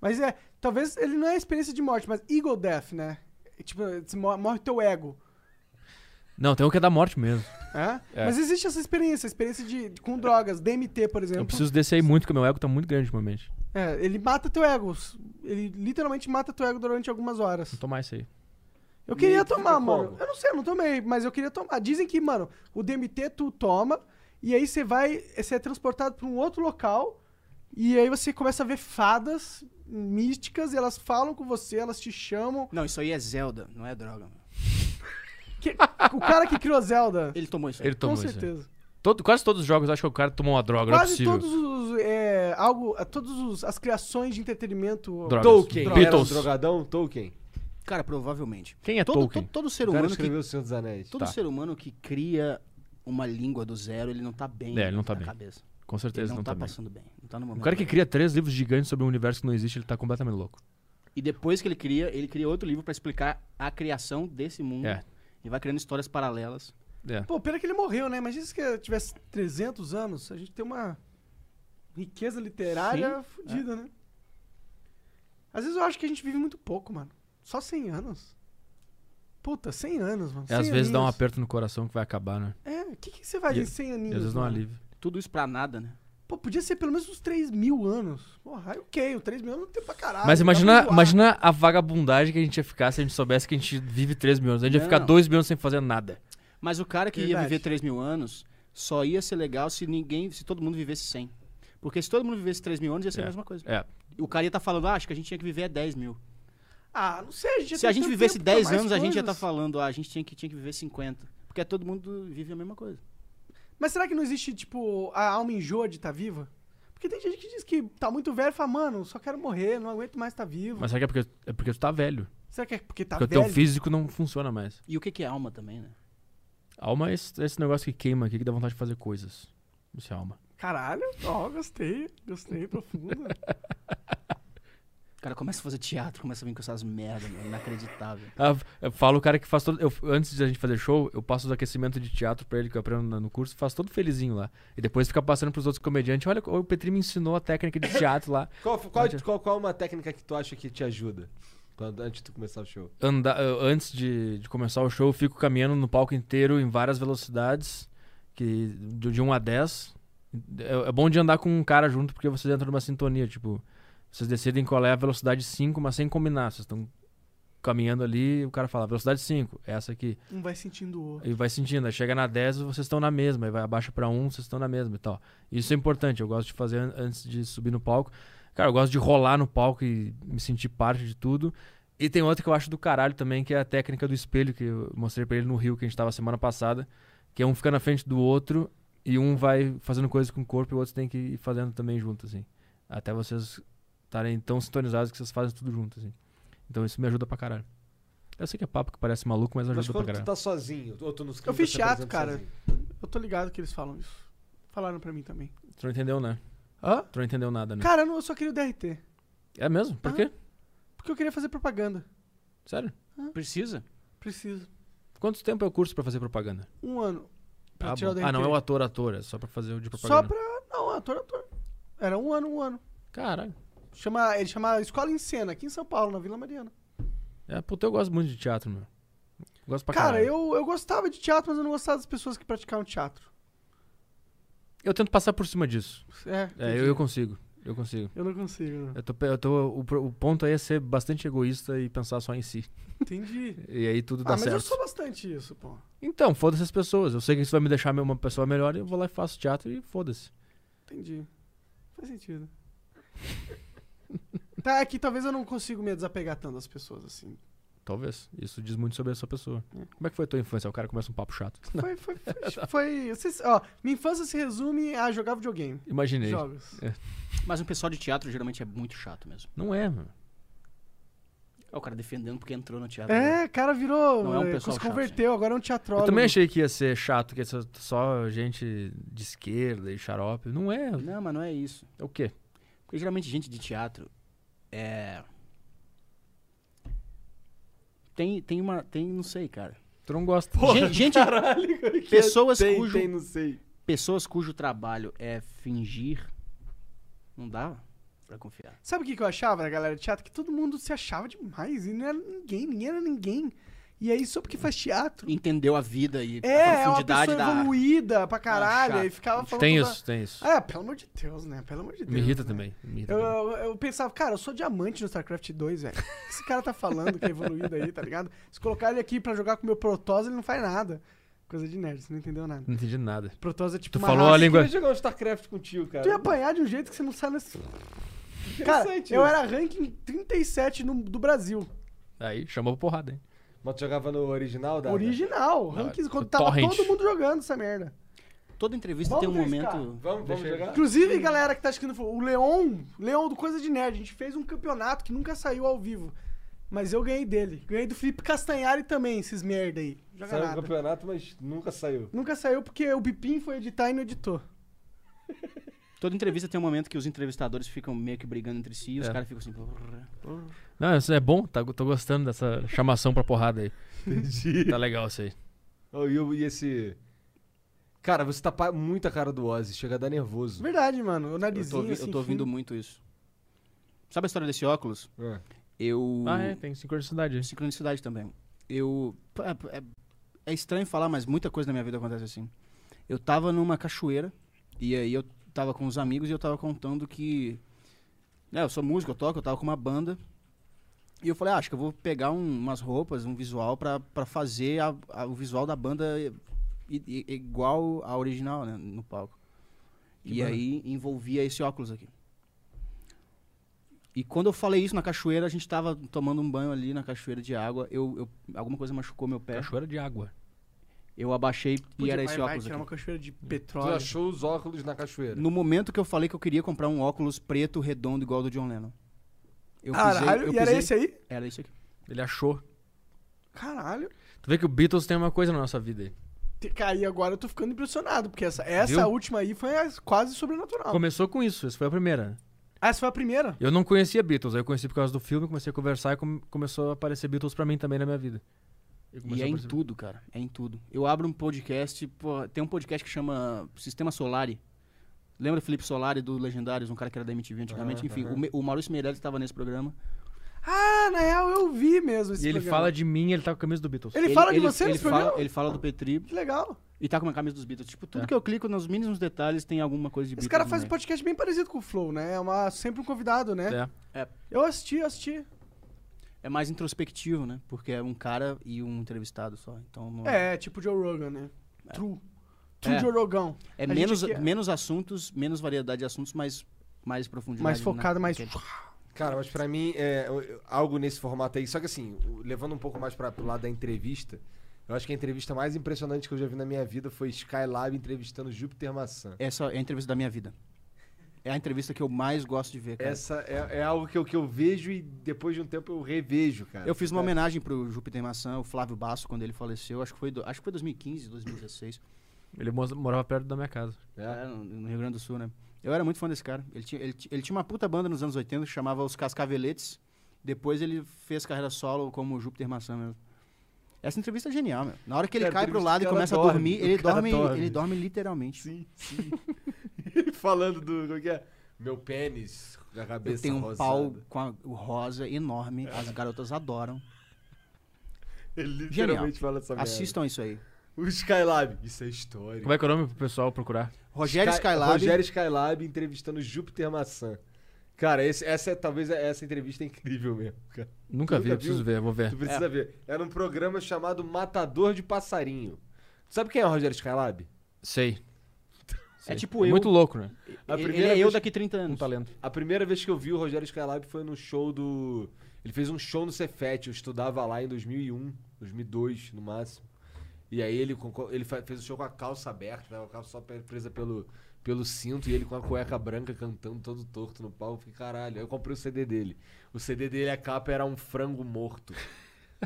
[SPEAKER 1] Mas é, talvez ele não é experiência de morte, mas ego death, né? É Tipo, se mo- morre teu ego.
[SPEAKER 3] Não, tem um que é da morte mesmo.
[SPEAKER 1] né?
[SPEAKER 3] É.
[SPEAKER 1] Mas existe essa experiência, a experiência de, de- com drogas, DMT, por exemplo.
[SPEAKER 4] um
[SPEAKER 3] Eu preciso descer aí muito, porque meu ego tá muito grande ultimamente.
[SPEAKER 1] É, ele mata teu ego. Ele literalmente mata teu ego durante algumas horas.
[SPEAKER 3] Vou tomar isso aí.
[SPEAKER 1] Eu queria
[SPEAKER 2] E tu
[SPEAKER 1] tomar,
[SPEAKER 2] fica
[SPEAKER 1] mano.
[SPEAKER 2] como?
[SPEAKER 1] Eu não sei, eu não tomei, mas eu queria tomar. Dizem que, mano, o DMT tu toma e aí você vai, você é transportado pra um outro local e aí você começa a ver fadas místicas e elas falam com você, elas te chamam.
[SPEAKER 4] Não, isso aí é Zelda, não é droga. mano.
[SPEAKER 1] Que- o cara que criou
[SPEAKER 3] [laughs]
[SPEAKER 1] Zelda,
[SPEAKER 4] Ele tomou isso aí.
[SPEAKER 3] Ele tomou
[SPEAKER 1] com
[SPEAKER 3] isso aí.
[SPEAKER 1] certeza.
[SPEAKER 3] Todo- quase todos os jogos eu acho que o cara tomou uma droga, não é
[SPEAKER 1] Quase
[SPEAKER 3] possível.
[SPEAKER 1] todos os é, algo, todos os- as criações de entretenimento.
[SPEAKER 3] Drogas.
[SPEAKER 2] Tolkien. Era um
[SPEAKER 3] Beatles.
[SPEAKER 2] drogadão, Tolkien.
[SPEAKER 4] Cara, provavelmente.
[SPEAKER 3] Quem é
[SPEAKER 4] todo,
[SPEAKER 3] Tolkien?
[SPEAKER 4] todo- todo ser
[SPEAKER 2] O cara
[SPEAKER 4] humano que
[SPEAKER 2] escreveu O Senhor dos Anéis.
[SPEAKER 4] todo
[SPEAKER 3] Tá.
[SPEAKER 4] ser humano que cria uma língua do zero, ele não tá bem.
[SPEAKER 3] É, ele não tá
[SPEAKER 4] na
[SPEAKER 3] bem.
[SPEAKER 4] Cabeça.
[SPEAKER 3] Com
[SPEAKER 4] Ele
[SPEAKER 3] certeza
[SPEAKER 4] não,
[SPEAKER 3] não,
[SPEAKER 4] tá
[SPEAKER 3] também.
[SPEAKER 4] passando bem. Não tá no momento.
[SPEAKER 3] O cara que
[SPEAKER 4] bem.
[SPEAKER 3] cria três livros gigantes sobre um universo que não existe, ele tá completamente louco.
[SPEAKER 4] E depois que ele cria, ele cria outro livro pra explicar a criação desse mundo.
[SPEAKER 3] É.
[SPEAKER 4] E vai criando histórias paralelas.
[SPEAKER 3] É.
[SPEAKER 1] Pô, pena que ele morreu, né? Imagina se que tivesse 300 anos, a gente tem uma riqueza
[SPEAKER 3] é.
[SPEAKER 1] literária fodida, né? Às vezes eu acho que a gente vive muito pouco, mano. Só 100 anos. Puta, 100 anos, mano.
[SPEAKER 3] É, às
[SPEAKER 1] 100
[SPEAKER 3] vezes dá um
[SPEAKER 1] aninhos.
[SPEAKER 3] aperto no coração que vai acabar, né?
[SPEAKER 1] É, o que, que você vai
[SPEAKER 3] E-
[SPEAKER 1] em 100
[SPEAKER 3] E
[SPEAKER 1] aninhos?
[SPEAKER 3] às vezes dá um
[SPEAKER 1] mano?
[SPEAKER 3] alívio.
[SPEAKER 4] Tudo isso pra nada, né?
[SPEAKER 1] Pô, podia ser pelo menos uns 3 mil anos. Porra, aí ok, o 3 mil anos não tem pra caralho.
[SPEAKER 3] Mas
[SPEAKER 1] dá Ah,
[SPEAKER 3] imagina,
[SPEAKER 1] pra voar.
[SPEAKER 3] imagina a vagabundagem que a gente ia ficar se a gente soubesse que a gente vive 3 mil anos. A gente ia
[SPEAKER 4] Não.
[SPEAKER 3] ficar 2 mil anos sem fazer nada.
[SPEAKER 4] Mas o cara que
[SPEAKER 1] Verdade.
[SPEAKER 4] ia viver 3 mil anos só ia ser legal se ninguém, se todo mundo vivesse 100. Porque se todo mundo vivesse 3 mil anos, ia ser
[SPEAKER 3] É.
[SPEAKER 4] a mesma coisa.
[SPEAKER 3] É.
[SPEAKER 4] O cara ia estar falando, ah, acho que a gente tinha que viver é 10 mil.
[SPEAKER 1] Ah, não sei, a gente ia
[SPEAKER 4] Se
[SPEAKER 1] ter
[SPEAKER 4] a gente
[SPEAKER 1] tanto
[SPEAKER 4] vivesse
[SPEAKER 1] tempo pra
[SPEAKER 4] 10
[SPEAKER 1] mais
[SPEAKER 4] anos, a
[SPEAKER 3] tá
[SPEAKER 4] gente ia estar
[SPEAKER 1] coisas.
[SPEAKER 4] falando, ah, a gente tinha que, tinha que viver 50. Porque todo mundo vive a mesma coisa.
[SPEAKER 1] Mas será que não existe, tipo, a alma enjoa de estar viva? Porque tem gente que diz que tá muito velho e fala, mano, só quero morrer, não aguento mais estar vivo.
[SPEAKER 3] Mas será que é porque, é porque tu tá velho?
[SPEAKER 1] Será que é porque tá
[SPEAKER 3] porque um o teu
[SPEAKER 1] velho?
[SPEAKER 3] físico não funciona mais.
[SPEAKER 4] E o que, que é alma também, né?
[SPEAKER 3] Alma é esse, esse negócio que queima aqui, que dá vontade de fazer coisas. Isso é alma.
[SPEAKER 1] Caralho, ó, gostei, gostei, profundo.
[SPEAKER 4] O cara começa a fazer teatro, começa a vir com essas merdas, mano, inacreditável.
[SPEAKER 3] Ah, eu falo o cara que faz todo. Eu, antes da gente fazer show, eu passo os aquecimentos de teatro pra ele que eu aprendo na- no curso, faz todo felizinho lá. E depois fica passando pros outros comediantes. Olha, o Petri me ensinou a técnica de teatro lá.
[SPEAKER 2] Qual, qual, qual, qual é uma técnica que tu acha que te ajuda? Quando, antes de tu começar o show.
[SPEAKER 3] Andar, eh, antes de, de começar o show, eu fico caminhando no palco inteiro em várias velocidades, que de, de 1 a 10. É, é bom de andar com um cara junto, porque vocês entram numa sintonia, tipo, vocês decidem qual é a velocidade 5, mas sem combinar. Vocês estão caminhando ali, o cara fala, velocidade 5, é essa aqui.
[SPEAKER 1] [laughs] Um vai sentindo o outro.
[SPEAKER 3] E vai sentindo, aí chega na 10, vocês estão na mesma, aí vai abaixa pra 1, vocês estão na mesma e tal. Isso é importante, eu gosto de fazer an- antes de subir no palco. Cara, eu gosto de rolar no palco e me sentir parte de tudo. E tem outra que eu acho do caralho também, que é a técnica do espelho, que eu mostrei pra ele no Rio, que a gente tava semana passada, que é um fica na frente do outro e um vai fazendo coisas com o corpo e o outro tem que ir fazendo também junto, assim. Até vocês estarem tão sintonizados que vocês fazem tudo junto, assim. Então isso me ajuda pra caralho. Eu sei que é papo que parece maluco, mas ajuda
[SPEAKER 2] Mas
[SPEAKER 3] pra
[SPEAKER 2] quando
[SPEAKER 3] caralho.
[SPEAKER 2] tu tá sozinho, ou tu nos
[SPEAKER 1] Eu fiz teatro, cara. Eu tô ligado que eles falam isso. Falaram pra mim também.
[SPEAKER 3] Tu não entendeu, né?
[SPEAKER 1] Hã?
[SPEAKER 3] Tu não entendeu nada, né?
[SPEAKER 1] Cara, eu não- eu só queria o DRT.
[SPEAKER 3] É mesmo? Por
[SPEAKER 1] Ah.
[SPEAKER 3] quê?
[SPEAKER 1] Porque eu queria fazer propaganda.
[SPEAKER 3] Sério?
[SPEAKER 1] Ah.
[SPEAKER 4] Precisa?
[SPEAKER 1] Preciso.
[SPEAKER 3] Quanto tempo é o curso pra fazer propaganda?
[SPEAKER 1] Um ano. Pra
[SPEAKER 3] ah,
[SPEAKER 1] tirar
[SPEAKER 3] bom.
[SPEAKER 1] o DRT.
[SPEAKER 3] Ah, não é o ator, ator. É só pra fazer o de
[SPEAKER 1] Só
[SPEAKER 3] propaganda.
[SPEAKER 1] pra. Não, ator, ator. Era um ano, um ano.
[SPEAKER 3] Caralho.
[SPEAKER 1] Chama, ele chama Escola em Cena, aqui em São Paulo, na Vila Mariana.
[SPEAKER 3] É, puta, eu gosto muito de teatro, meu. Gosto pra
[SPEAKER 1] Cara,
[SPEAKER 3] caralho.
[SPEAKER 1] eu, eu gostava de teatro, mas eu não gostava das pessoas que praticavam teatro.
[SPEAKER 3] Eu tento passar por cima disso.
[SPEAKER 1] É,
[SPEAKER 3] É,
[SPEAKER 1] entendi.
[SPEAKER 3] eu, eu consigo. Eu consigo.
[SPEAKER 1] Eu não consigo. né?
[SPEAKER 3] Eu tô, pe- eu tô, o, pro- o ponto aí é ser bastante egoísta e pensar só em si.
[SPEAKER 1] [laughs] Entendi.
[SPEAKER 3] E aí tudo
[SPEAKER 1] ah,
[SPEAKER 3] dá
[SPEAKER 1] mas
[SPEAKER 3] certo.
[SPEAKER 1] eu sou bastante isso, pô.
[SPEAKER 3] Então, foda-se as pessoas. Eu sei que isso vai me deixar uma pessoa melhor e eu vou lá e faço teatro e foda-se.
[SPEAKER 1] Entendi. Faz
[SPEAKER 3] [laughs]
[SPEAKER 1] sentido. tá, é que talvez eu não consigo me desapegar tanto das pessoas assim.
[SPEAKER 3] Talvez. Isso diz muito sobre essa pessoa.
[SPEAKER 1] Hum.
[SPEAKER 3] Como é que foi a tua infância? O cara começa um papo chato.
[SPEAKER 1] Foi, foi,
[SPEAKER 3] [laughs]
[SPEAKER 1] foi. foi- vocês- ó, minha infância se resume a jogar videogame.
[SPEAKER 3] Imaginei.
[SPEAKER 1] Jogos.
[SPEAKER 4] Mas um pessoal de teatro geralmente é muito chato mesmo.
[SPEAKER 3] Não é, mano.
[SPEAKER 4] É o cara defendendo porque entrou no
[SPEAKER 3] Tá
[SPEAKER 4] teatro. né?
[SPEAKER 1] É, cara virou.
[SPEAKER 4] Não é um
[SPEAKER 1] eh,
[SPEAKER 4] pessoal
[SPEAKER 1] se
[SPEAKER 4] chato,
[SPEAKER 1] converteu, agora é um teatrólogo.
[SPEAKER 3] Eu também achei que ia ser chato, que ia ser só gente de esquerda e xarope. Não é.
[SPEAKER 4] Não, mas não é isso.
[SPEAKER 3] É o quê?
[SPEAKER 4] Porque geralmente gente de teatro é. Tem, tem uma. Tem, não sei, cara.
[SPEAKER 3] Tu não gosta.
[SPEAKER 1] [laughs]
[SPEAKER 4] Gente, gente-
[SPEAKER 1] é
[SPEAKER 4] pessoas cujo
[SPEAKER 6] não sei.
[SPEAKER 4] pessoas cujo trabalho é fingir não dá pra confiar.
[SPEAKER 1] Sabe o que, que eu achava da galera de teatro? Que todo mundo se achava demais e não era ninguém, ninguém era ninguém. E aí, só porque faz teatro.
[SPEAKER 4] Entendeu a vida e
[SPEAKER 1] Então É,
[SPEAKER 4] a
[SPEAKER 1] é uma
[SPEAKER 4] profundidade
[SPEAKER 1] pessoa
[SPEAKER 4] da arte.
[SPEAKER 1] evoluída pra caralho.
[SPEAKER 4] chato.
[SPEAKER 1] e ficava falando.
[SPEAKER 3] Tem
[SPEAKER 1] toda-
[SPEAKER 3] isso, tem isso.
[SPEAKER 1] Ah, pelo amor de Deus, né? Pelo amor de Deus.
[SPEAKER 3] Me irrita
[SPEAKER 1] né?
[SPEAKER 3] também. me irrita
[SPEAKER 1] Eu,
[SPEAKER 3] também.
[SPEAKER 1] eu, eu pensava, cara, eu sou diamante no StarCraft 2, velho. O que esse cara tá falando que é evoluído aí, tá ligado? Se colocar ele aqui pra jogar com o meu Protoss, ele não faz nada. Coisa de nerd, você não entendeu nada.
[SPEAKER 3] Não entendi nada.
[SPEAKER 1] Protoss é tipo
[SPEAKER 3] Tu
[SPEAKER 1] uma
[SPEAKER 3] falou a
[SPEAKER 1] raça.
[SPEAKER 3] língua.
[SPEAKER 6] Eu queria jogar um StarCraft contigo, cara.
[SPEAKER 1] Tu ia apanhar de um jeito que você não sabe né? nesse... Cara,
[SPEAKER 6] Interessante
[SPEAKER 1] eu
[SPEAKER 6] isso.
[SPEAKER 1] era ranking 37 no- do Brasil.
[SPEAKER 3] Aí chamou pra porrada, hein?
[SPEAKER 2] Mas tu jogava no original da.
[SPEAKER 1] Original. Ranking quando tava
[SPEAKER 3] torrent.
[SPEAKER 1] todo mundo jogando essa merda.
[SPEAKER 4] Toda entrevista
[SPEAKER 1] Vamos
[SPEAKER 4] tem um
[SPEAKER 1] ver esse
[SPEAKER 4] momento
[SPEAKER 2] Vamos, vamos jogar?
[SPEAKER 1] Inclusive, galera que tá escrevendo, o Leon, Leon do Coisa de Nerd, a gente fez um campeonato que nunca saiu ao vivo. Mas eu ganhei dele. Ganhei do Felipe Castanhari também, esses merda aí. Joga
[SPEAKER 2] Saiu no
[SPEAKER 1] nada.
[SPEAKER 2] campeonato, mas nunca saiu.
[SPEAKER 1] Nunca saiu porque o Bipim foi editar e não editou.
[SPEAKER 4] toda entrevista tem um momento que os entrevistadores ficam meio que brigando entre si e os
[SPEAKER 3] É.
[SPEAKER 4] caras ficam assim "Brrr".
[SPEAKER 3] Não, isso é bom. Tá, tô gostando dessa chamação pra porrada aí.
[SPEAKER 2] Entendi.
[SPEAKER 3] Tá legal isso aí.
[SPEAKER 2] Oh, e, o- e esse. Cara, você tá pa- muito a cara do Ozzy, chega a dar nervoso.
[SPEAKER 1] Verdade, mano. O
[SPEAKER 4] eu tô,
[SPEAKER 1] narizinho,
[SPEAKER 4] ouvi-
[SPEAKER 1] assim,
[SPEAKER 4] eu tô ouvindo
[SPEAKER 1] fino.
[SPEAKER 4] muito isso. Sabe a história desse óculos?
[SPEAKER 2] É.
[SPEAKER 4] Eu
[SPEAKER 3] Ah, é, tem sincronicidade. aí.
[SPEAKER 4] Sincronicidade também. Eu. pô, é- É, é estranho falar, mas muita coisa na minha vida acontece assim. Eu tava numa cachoeira, e aí eu tava com os amigos e eu tava contando que. né, eu sou músico, eu toco, eu tava com uma banda. E eu falei, ah, acho que eu vou pegar um- umas roupas, um visual pra, pra fazer a- a- o visual da banda i- i- igual a original, né, no palco. e aí envolvia esse óculos aqui. E quando eu falei isso na cachoeira, a gente tava tomando um banho ali na cachoeira de água. Eu, eu- alguma coisa machucou meu
[SPEAKER 1] É.
[SPEAKER 4] pé.
[SPEAKER 3] Cachoeira de água.
[SPEAKER 4] Eu abaixei e
[SPEAKER 1] Podia-
[SPEAKER 4] era
[SPEAKER 1] vai-
[SPEAKER 4] esse
[SPEAKER 1] vai
[SPEAKER 4] óculos
[SPEAKER 1] tirar
[SPEAKER 4] aqui.
[SPEAKER 1] uma cachoeira de
[SPEAKER 2] Tu
[SPEAKER 1] petróleo.
[SPEAKER 2] achou os óculos na cachoeira.
[SPEAKER 4] No momento que eu falei que eu queria comprar um óculos preto redondo igual ao do John Lennon. Eu
[SPEAKER 1] Caralho,
[SPEAKER 4] eu
[SPEAKER 1] e era esse aí?
[SPEAKER 4] Era esse aqui.
[SPEAKER 3] Ele achou.
[SPEAKER 1] Caralho.
[SPEAKER 3] Tu vê que o Beatles tem uma coisa na nossa vida aí.
[SPEAKER 1] Te- Cara, e agora eu tô ficando impressionado, porque essa, essa
[SPEAKER 3] Viu?
[SPEAKER 1] última aí foi as- quase sobrenatural.
[SPEAKER 3] Começou com isso, essa foi a primeira.
[SPEAKER 1] Ah, essa foi a primeira?
[SPEAKER 3] Eu não conhecia Beatles, aí eu conheci por causa do filme, comecei a conversar e come- começou a aparecer Beatles pra mim também na minha vida.
[SPEAKER 4] E
[SPEAKER 3] começou
[SPEAKER 4] é
[SPEAKER 3] a
[SPEAKER 4] em
[SPEAKER 3] aparecer-
[SPEAKER 4] tudo, cara. É em tudo. Eu abro um podcast, pô, tem um podcast que chama Sistema Solari. Lembra do Felipe Solari do Legendários, um cara que era da MTV antigamente? Enfim, o, Me- o Maurício Meirelles estava nesse programa.
[SPEAKER 1] Ah, na real eu vi mesmo esse
[SPEAKER 3] E ele
[SPEAKER 1] programa.
[SPEAKER 3] fala de mim, ele tá com a camisa do Beatles.
[SPEAKER 1] Ele, fala de você
[SPEAKER 4] ele
[SPEAKER 1] nesse
[SPEAKER 4] fala,
[SPEAKER 1] programa?
[SPEAKER 4] ele fala do Petri
[SPEAKER 1] Que legal.
[SPEAKER 4] e tá com uma camisa dos Beatles. Tipo,
[SPEAKER 1] É.
[SPEAKER 4] tudo que eu clico nos mínimos detalhes tem alguma coisa de
[SPEAKER 1] Esse
[SPEAKER 4] Beatles.
[SPEAKER 1] cara
[SPEAKER 4] no
[SPEAKER 1] faz um
[SPEAKER 4] meio.
[SPEAKER 1] podcast bem parecido com o Flow, né? É uma, sempre um convidado, né?
[SPEAKER 3] É.
[SPEAKER 1] Eu assisti, eu assisti.
[SPEAKER 4] É mais introspectivo, né? Porque é um cara e um entrevistado só. Então não-
[SPEAKER 1] É, tipo Joe Rogan, né? True. True
[SPEAKER 4] É.
[SPEAKER 1] Joe Rogan.
[SPEAKER 4] É
[SPEAKER 1] A gente
[SPEAKER 4] menos,
[SPEAKER 1] aqui é-
[SPEAKER 4] menos assuntos, menos variedade de assuntos, mas mais profundidade. né?
[SPEAKER 1] Mais
[SPEAKER 4] na-
[SPEAKER 1] focado, mais...
[SPEAKER 4] naquele.
[SPEAKER 2] Cara, mas pra mim é eu- eu- algo nesse formato aí. Só que assim, o- levando um pouco mais pra, pro lado da entrevista, eu acho que a entrevista mais impressionante que eu já vi na minha vida foi Skylab entrevistando Júpiter Maçã.
[SPEAKER 4] Essa é a entrevista da minha vida. É a entrevista que eu mais gosto de ver, cara.
[SPEAKER 2] Essa é, é algo que eu, que eu vejo e depois de um tempo eu revejo,
[SPEAKER 1] é
[SPEAKER 2] cara.
[SPEAKER 4] Eu fiz uma
[SPEAKER 2] [laughs] Cara,
[SPEAKER 4] homenagem pro Júpiter Maçã, o Flávio Basso, quando ele faleceu. Acho que foi, do- acho que foi 2015, 2016.
[SPEAKER 3] Ele mo- morava perto da minha casa.
[SPEAKER 2] É.
[SPEAKER 4] É, no- no Rio Grande do Sul, né? Eu era muito fã desse cara. Ele tinha, ele, ti- ele tinha uma puta banda nos anos 80 que chamava Os Cascaveletes. Depois ele fez carreira solo como Júpiter Maçã mesmo. Essa entrevista é genial, meu. Na hora que ele
[SPEAKER 2] Cara,
[SPEAKER 4] cai pro
[SPEAKER 2] entrevista
[SPEAKER 4] lado
[SPEAKER 2] que
[SPEAKER 4] e
[SPEAKER 2] o
[SPEAKER 4] começa
[SPEAKER 2] cara
[SPEAKER 4] a dormir,
[SPEAKER 2] dorme,
[SPEAKER 4] ele
[SPEAKER 2] o cara
[SPEAKER 4] dorme,
[SPEAKER 2] dorme.
[SPEAKER 4] ele dorme literalmente.
[SPEAKER 2] Sim, sim. Ele Falando do. Como é que é? Meu pênis, da
[SPEAKER 4] Eu
[SPEAKER 2] cabeça
[SPEAKER 4] tenho um
[SPEAKER 2] rosada. É.
[SPEAKER 4] pau com a- o rosa enorme, as garotas adoram.
[SPEAKER 2] [laughs] Ele literalmente
[SPEAKER 4] Genial.
[SPEAKER 2] fala essa merda.
[SPEAKER 4] Assistam isso aí.
[SPEAKER 2] O Skylab. Isso é história.
[SPEAKER 3] Como é que é o nome pro pessoal procurar?
[SPEAKER 4] Rogério
[SPEAKER 2] Sky-
[SPEAKER 4] Skylab.
[SPEAKER 2] Rogério Skylab entrevistando Júpiter Maçã. Cara, esse- essa é, talvez essa entrevista é incrível mesmo, cara. Nunca
[SPEAKER 3] Nunca vi,
[SPEAKER 2] viu?
[SPEAKER 3] eu preciso ver,
[SPEAKER 4] É.
[SPEAKER 3] vou ver.
[SPEAKER 2] Tu precisa ver. Era um programa chamado Matador de Passarinho. Tu sabe quem é o Rogério Skylab?
[SPEAKER 3] Sei.
[SPEAKER 4] É
[SPEAKER 3] Sei.
[SPEAKER 4] tipo eu.
[SPEAKER 3] Muito louco, né?
[SPEAKER 2] A
[SPEAKER 4] Ele-
[SPEAKER 2] primeira
[SPEAKER 4] ele é eu
[SPEAKER 2] vez-
[SPEAKER 4] daqui 30
[SPEAKER 3] Um
[SPEAKER 4] anos.
[SPEAKER 3] talento.
[SPEAKER 2] A primeira vez que eu vi o Rogério Skylab foi no show do. Ele fez um show no Cefet, eu estudava lá em 2001, 2002 no máximo. E aí ele, com- ele fa- fez o show com a calça aberta, né? a calça só pe- presa pelo, pelo cinto e ele com a cueca branca cantando todo torto no palco. Eu Fiquei, caralho. Aí eu comprei o CD dele. O CD dele, a capa era um frango morto.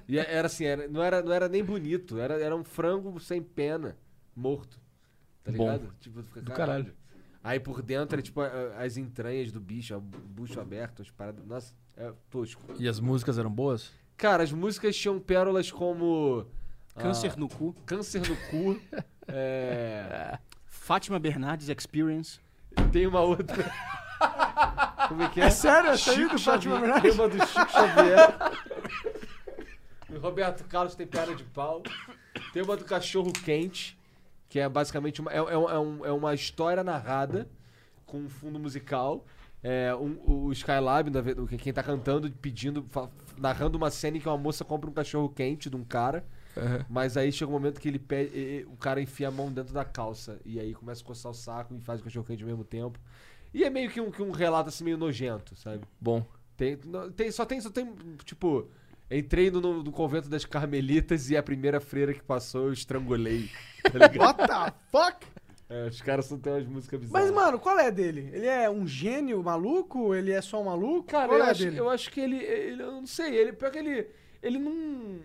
[SPEAKER 2] E é- era assim, era- não, era, não era nem bonito, era, era um frango sem pena, morto. Tá
[SPEAKER 3] Bom.
[SPEAKER 2] ligado? Tipo, tu fica,
[SPEAKER 3] Do
[SPEAKER 2] caralho.
[SPEAKER 3] caralho.
[SPEAKER 2] Aí por dentro é tipo a- a- as entranhas do bicho, é o bucho aberto, as paradas. Nossa, é tosco.
[SPEAKER 3] E as músicas eram boas?
[SPEAKER 2] Cara, as músicas tinham pérolas como ah,
[SPEAKER 4] Câncer no cu.
[SPEAKER 2] Câncer no
[SPEAKER 4] [laughs]
[SPEAKER 2] cu. é,
[SPEAKER 4] Fátima Bernardes Experience.
[SPEAKER 2] Tem uma
[SPEAKER 4] [laughs]
[SPEAKER 2] outra. Como é que é?
[SPEAKER 1] [laughs] É sério essa aí
[SPEAKER 2] Chico
[SPEAKER 1] do Fátima
[SPEAKER 2] Xavier.
[SPEAKER 1] Bernardes?
[SPEAKER 2] Tema do Chico Xavier. O Roberto Carlos tem perna de pau. Tem uma do cachorro quente, que é basicamente uma, é, é um- é um- é uma história narrada com um fundo musical. É, um- o Skylab, na ve- quem tá cantando, pedindo, fa- narrando uma cena em que uma moça compra um cachorro quente de um cara. Mas aí chega um momento que ele pede, e- e- o cara enfia a mão dentro da calça. E aí começa a coçar o saco e faz o cachorro quente ao mesmo tempo. E é meio que um, que um relato assim meio nojento, sabe?
[SPEAKER 3] Bom.
[SPEAKER 2] Tem, não, tem- só tem, só tem, tipo, entrei no, no convento das Carmelitas e a primeira freira que passou eu estrangulei. Tá
[SPEAKER 1] What
[SPEAKER 2] ligado?
[SPEAKER 1] the fuck?
[SPEAKER 2] É, os caras só têm umas músicas bizarras.
[SPEAKER 1] Mas, mano, qual é dele? Ele é um gênio maluco? Ele é só um maluco?
[SPEAKER 2] cara,
[SPEAKER 1] qual
[SPEAKER 2] eu,
[SPEAKER 1] é
[SPEAKER 2] acho,
[SPEAKER 1] dele?
[SPEAKER 2] eu acho que ele, ele- eu não sei, ele, pior que ele, ele não,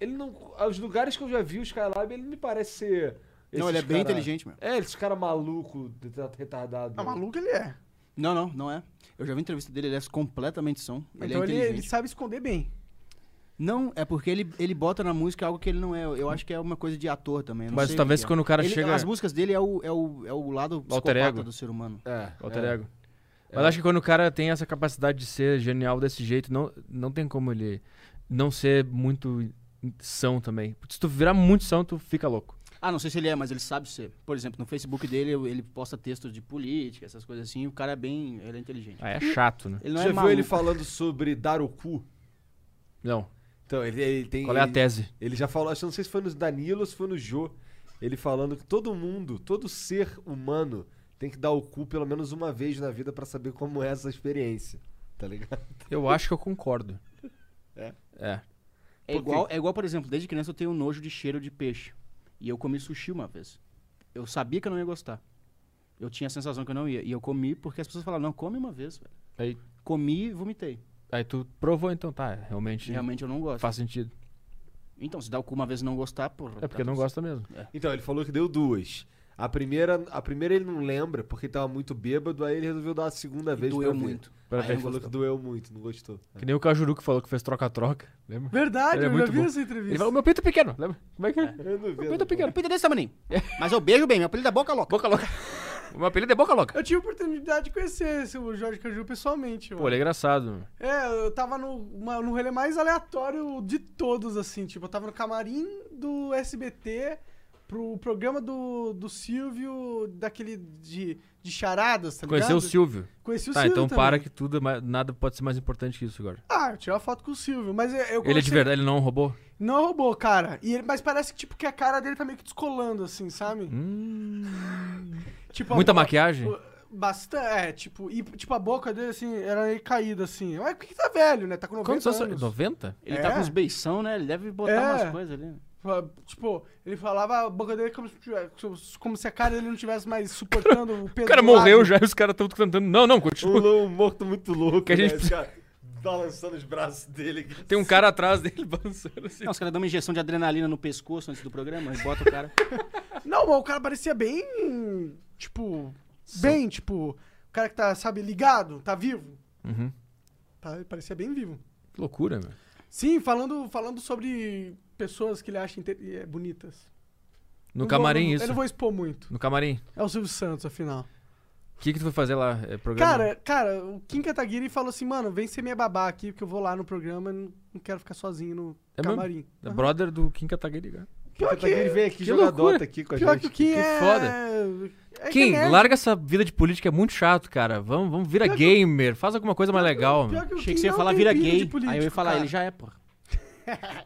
[SPEAKER 2] ele não, os lugares que eu já vi o Skylab, ele não me parece ser...
[SPEAKER 4] não, ele é
[SPEAKER 2] esses
[SPEAKER 4] bem
[SPEAKER 2] cara-
[SPEAKER 4] inteligente mesmo.
[SPEAKER 2] É, esse cara maluco, deta- retardado.
[SPEAKER 1] Ah, maluco ele é.
[SPEAKER 4] Não, não, não é. Eu já vi entrevista dele, ele é completamente são. Ele
[SPEAKER 1] então
[SPEAKER 4] é
[SPEAKER 1] ele,
[SPEAKER 4] inteligente.
[SPEAKER 1] ele sabe esconder bem.
[SPEAKER 4] Não, é porque ele, ele bota na música algo que ele não é. Eu acho que é uma coisa de ator também. eu não
[SPEAKER 3] Mas
[SPEAKER 4] sei o
[SPEAKER 3] talvez
[SPEAKER 4] que é.
[SPEAKER 3] quando o cara
[SPEAKER 4] Ele-
[SPEAKER 3] chega-
[SPEAKER 4] As músicas dele é o, é o, é o lado
[SPEAKER 3] Alter
[SPEAKER 4] psicopata
[SPEAKER 3] ego.
[SPEAKER 4] do ser humano.
[SPEAKER 2] É,
[SPEAKER 3] Alter
[SPEAKER 2] é.
[SPEAKER 3] ego. Mas acho que quando o cara tem essa capacidade de ser genial desse jeito, não, não tem como ele não ser muito são também. Se tu virar muito são, tu fica louco.
[SPEAKER 4] Ah, não sei se ele é, mas ele sabe ser. Por exemplo, no Facebook dele, eu- ele posta textos de política, essas coisas assim, e o cara é bem. Ele é inteligente.
[SPEAKER 3] Ah, é chato, né?
[SPEAKER 4] Ele não
[SPEAKER 2] Já
[SPEAKER 4] é
[SPEAKER 2] viu
[SPEAKER 4] maluco.
[SPEAKER 2] ele falando sobre dar o cu?
[SPEAKER 3] Não.
[SPEAKER 2] Então, ele, ele tem...
[SPEAKER 3] Qual é a
[SPEAKER 2] ele-
[SPEAKER 3] tese?
[SPEAKER 2] Ele já falou, acho que não sei se foi no Danilo ou se foi no Jô, ele falando que todo mundo, todo ser humano tem que dar o cu pelo menos uma vez na vida pra saber como é essa experiência, tá ligado?
[SPEAKER 3] Eu acho que eu concordo. É.
[SPEAKER 4] É igual, é igual, por exemplo, desde criança eu tenho nojo de cheiro de peixe. E eu comi sushi uma vez. Eu sabia que eu não ia gostar. Eu tinha a sensação que eu não ia. E eu comi porque as pessoas falavam, não, come uma vez, velho.
[SPEAKER 3] Aí,
[SPEAKER 4] Comi e vomitei.
[SPEAKER 3] aí tu provou, então tá. Realmente,
[SPEAKER 4] Realmente eu não gosto.
[SPEAKER 3] faz sentido.
[SPEAKER 4] Então, se dá o cu uma vez e não gostar, porra. tá.
[SPEAKER 3] É porque não
[SPEAKER 4] gosto.
[SPEAKER 3] gosta mesmo.
[SPEAKER 2] Então, ele falou que deu duas. A primeira, a primeira ele não lembra porque ele tava muito bêbado, aí ele resolveu dar a segunda vez
[SPEAKER 4] Doeu
[SPEAKER 2] pra ver.
[SPEAKER 4] muito.
[SPEAKER 3] Pra
[SPEAKER 2] Aí
[SPEAKER 3] ver.
[SPEAKER 2] ele falou que doeu muito, não gostou.
[SPEAKER 3] Que nem o Cajuru que falou que fez troca-troca. Lembra?
[SPEAKER 1] Verdade,
[SPEAKER 3] Ele é
[SPEAKER 1] eu já
[SPEAKER 3] muito
[SPEAKER 1] vi
[SPEAKER 3] bom.
[SPEAKER 1] essa
[SPEAKER 3] Ele
[SPEAKER 1] entrevista.
[SPEAKER 3] falou, meu peito é pequeno. Lembra? Como é que é?
[SPEAKER 2] Eu não vi.
[SPEAKER 3] Meu peito é
[SPEAKER 4] Meu
[SPEAKER 3] pequeno.
[SPEAKER 4] apelido é desse tamanho. Mas eu beijo bem, meu apelido é boca louca.
[SPEAKER 3] Boca louca. O meu apelido é boca louca.
[SPEAKER 1] Eu tive a oportunidade de conhecer esse- o Jorge Caju pessoalmente, mano.
[SPEAKER 3] Pô, ele é engraçado.
[SPEAKER 1] É, eu tava no, uma, no rolê mais aleatório de todos, assim. Tipo, eu tava no camarim do SBT pro programa do, do Silvio, daquele de, de charadas, tá
[SPEAKER 3] Conheceu o
[SPEAKER 1] ligado?
[SPEAKER 3] Silvio.
[SPEAKER 1] Conheci o
[SPEAKER 3] Tá,
[SPEAKER 1] Silvio
[SPEAKER 3] então
[SPEAKER 1] também.
[SPEAKER 3] para que tudo, é mais- nada pode ser mais importante que isso agora.
[SPEAKER 1] Ah, eu tirei uma foto com o Silvio, mas eu, eu
[SPEAKER 3] Ele é de
[SPEAKER 1] conversei-
[SPEAKER 3] verdade, ele não roubou?
[SPEAKER 1] Não roubou, cara. E ele, mas parece que, tipo, que a cara dele tá meio que descolando, assim, sabe?
[SPEAKER 3] Hum.
[SPEAKER 1] Tipo,
[SPEAKER 3] Muita
[SPEAKER 1] a-
[SPEAKER 3] maquiagem?
[SPEAKER 1] Bastante, é, tipo, e tipo, a boca dele, assim, era meio caída, assim. Mas por que tá velho, né? Tá com 90
[SPEAKER 3] Quantos anos?
[SPEAKER 1] anos.
[SPEAKER 3] 90?
[SPEAKER 4] Ele
[SPEAKER 1] É.
[SPEAKER 4] tá com uns beição, né? Ele deve botar
[SPEAKER 1] É.
[SPEAKER 4] umas coisas ali.
[SPEAKER 1] Tipo, ele falava a boca dele como se, tivesse- como se a cara dele não tivesse mais suportando o peso.
[SPEAKER 3] O cara
[SPEAKER 1] do lado.
[SPEAKER 3] morreu já e os caras estão cantando. Não, não,
[SPEAKER 2] Um,
[SPEAKER 3] continua.
[SPEAKER 2] lou- um morto muito louco,
[SPEAKER 3] Que a
[SPEAKER 2] né?
[SPEAKER 3] gente-
[SPEAKER 2] Esse cara balançando os braços dele. aqui.
[SPEAKER 3] Tem um cara atrás dele [laughs] balançando assim.
[SPEAKER 4] Não, os caras dão uma injeção de adrenalina no pescoço antes do programa e bota o cara.
[SPEAKER 1] Não, mas o cara parecia bem. Tipo. Bem, tipo. O cara que tá, sabe, ligado, tá vivo.
[SPEAKER 3] Uhum.
[SPEAKER 1] Tá, ele parecia bem vivo.
[SPEAKER 3] Que loucura, meu.
[SPEAKER 1] Sim, falando, falando sobre pessoas que ele acha inte- eh, bonitas.
[SPEAKER 3] No
[SPEAKER 1] Não vou-
[SPEAKER 3] camarim,
[SPEAKER 1] não- Eu
[SPEAKER 3] isso.
[SPEAKER 1] não vou expor muito.
[SPEAKER 3] No camarim.
[SPEAKER 1] É o Silvio Santos, afinal.
[SPEAKER 3] O que, que tu foi fazer lá? É, programa?
[SPEAKER 1] Cara, cara, o Kim Kataguiri falou assim, mano, vem ser minha babá aqui, porque eu vou lá no programa, não não quero ficar sozinho no
[SPEAKER 3] É mesmo?
[SPEAKER 1] camarim.
[SPEAKER 3] É brother do Kim Kataguiri. cara.
[SPEAKER 1] Pior
[SPEAKER 2] Até que ele
[SPEAKER 1] que,
[SPEAKER 2] tá vem aqui
[SPEAKER 3] que
[SPEAKER 2] jogar
[SPEAKER 3] loucura.
[SPEAKER 2] Dota aqui com a
[SPEAKER 1] pior que
[SPEAKER 2] gente.
[SPEAKER 1] o Kim
[SPEAKER 3] Que
[SPEAKER 1] é...
[SPEAKER 3] foda.
[SPEAKER 1] é
[SPEAKER 3] Kim,
[SPEAKER 1] que é nerd.
[SPEAKER 3] larga essa vida de política, é muito chato, cara. Vamos, vamos vira
[SPEAKER 1] Pior que eu-
[SPEAKER 3] gamer, faz alguma coisa mais legal. meu.
[SPEAKER 1] Pior que o
[SPEAKER 4] Achei
[SPEAKER 1] Kim
[SPEAKER 4] que você ia
[SPEAKER 1] não
[SPEAKER 4] falar
[SPEAKER 1] tem
[SPEAKER 4] vira
[SPEAKER 1] pinta
[SPEAKER 4] gay.
[SPEAKER 1] de político,
[SPEAKER 4] aí eu ia falar,
[SPEAKER 1] cara.
[SPEAKER 4] ele já é, porra.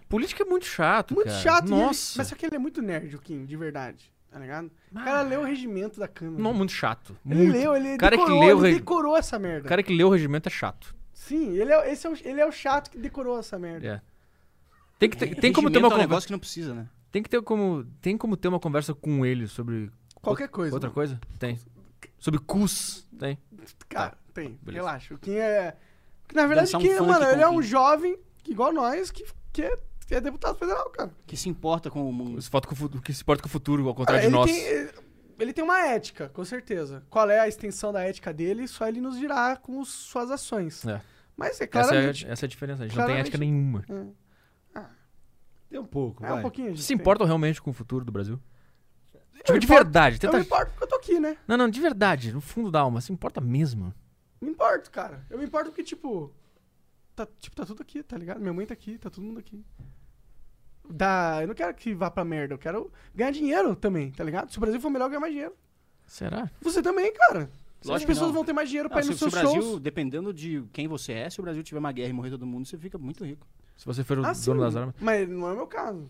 [SPEAKER 3] Política é muito chato,
[SPEAKER 1] Muito
[SPEAKER 3] cara.
[SPEAKER 1] chato. e ele-
[SPEAKER 3] Nossa.
[SPEAKER 1] mas só que ele é muito nerd, o Kim, de verdade. Tá ligado? O cara leu o regimento da câmera.
[SPEAKER 3] Não, muito chato.
[SPEAKER 1] Ele
[SPEAKER 3] muito.
[SPEAKER 1] leu, ele
[SPEAKER 3] Cara que
[SPEAKER 1] decorou,
[SPEAKER 3] leu o
[SPEAKER 1] ele
[SPEAKER 3] regi-
[SPEAKER 1] decorou essa merda.
[SPEAKER 3] O cara que lê o regimento é chato.
[SPEAKER 1] Sim, ele é, esse é o, ele é o chato que decorou essa merda.
[SPEAKER 3] É. [laughs] Tem que ter, tem como ter uma
[SPEAKER 4] Regimento é um
[SPEAKER 3] conversa.
[SPEAKER 4] negócio que não precisa, né?
[SPEAKER 3] Tem que ter como tem como ter uma conversa com ele sobre
[SPEAKER 1] Qualquer coisa.
[SPEAKER 3] outra coisa? Tem. Sobre cus, tem.
[SPEAKER 1] Cara, tem.
[SPEAKER 3] tá, beleza.
[SPEAKER 1] Relaxa. O Kim é. Na verdade,
[SPEAKER 4] Dançar um
[SPEAKER 1] Kim,
[SPEAKER 4] funk
[SPEAKER 1] mano,
[SPEAKER 4] com
[SPEAKER 1] ele é um
[SPEAKER 4] Kim.
[SPEAKER 1] jovem, igual nós, que, que, é, que é deputado federal, cara.
[SPEAKER 4] Que se importa com o mundo.
[SPEAKER 3] Se foto com o futuro, que se importa com o futuro, ao contrário de
[SPEAKER 1] Ah, ele,
[SPEAKER 3] nós.
[SPEAKER 1] tem, ele- ele tem uma ética, com certeza. Qual é a extensão da ética dele, só ele nos dirá com os- suas ações.
[SPEAKER 3] É.
[SPEAKER 1] Mas é
[SPEAKER 3] Essa é,
[SPEAKER 1] claramente.
[SPEAKER 3] essa é a diferença. A gente não tem
[SPEAKER 1] claramente-
[SPEAKER 3] ética nenhuma.
[SPEAKER 2] Tem um pouco,
[SPEAKER 1] É
[SPEAKER 2] vai.
[SPEAKER 1] um pouquinho. a gente
[SPEAKER 3] Vocês se
[SPEAKER 1] tem.
[SPEAKER 3] importam realmente com o futuro do Brasil?
[SPEAKER 1] Eu
[SPEAKER 3] Tipo,
[SPEAKER 1] me
[SPEAKER 3] de
[SPEAKER 1] importo-
[SPEAKER 3] verdade.
[SPEAKER 1] Eu
[SPEAKER 3] Tenta...
[SPEAKER 1] me importo porque eu tô aqui, né?
[SPEAKER 3] Não, não, de verdade. No fundo da alma. Se importa mesmo.
[SPEAKER 1] Me importo, cara. Eu me importo porque, tipo. Tá, tipo, tá tudo aqui, tá ligado? Minha mãe tá aqui, tá todo mundo aqui. Dá, eu não quero que vá pra merda, eu quero ganhar dinheiro também, tá ligado? Se o Brasil for melhor, eu ganho mais dinheiro.
[SPEAKER 3] Será?
[SPEAKER 1] Você também, cara. As
[SPEAKER 4] Lógico que
[SPEAKER 1] pessoas
[SPEAKER 4] não.
[SPEAKER 1] vão ter mais
[SPEAKER 3] Ah,
[SPEAKER 1] dinheiro pra
[SPEAKER 4] Não,
[SPEAKER 1] ir
[SPEAKER 4] Ah, se,
[SPEAKER 1] nos
[SPEAKER 4] se o
[SPEAKER 1] seus
[SPEAKER 4] Brasil,
[SPEAKER 1] shows.
[SPEAKER 4] dependendo de quem você é, se o Brasil tiver uma guerra e morrer todo mundo, você fica muito rico.
[SPEAKER 3] Se você for o
[SPEAKER 1] Ah, sim,
[SPEAKER 3] dono das armas.
[SPEAKER 1] Mas não é o meu caso.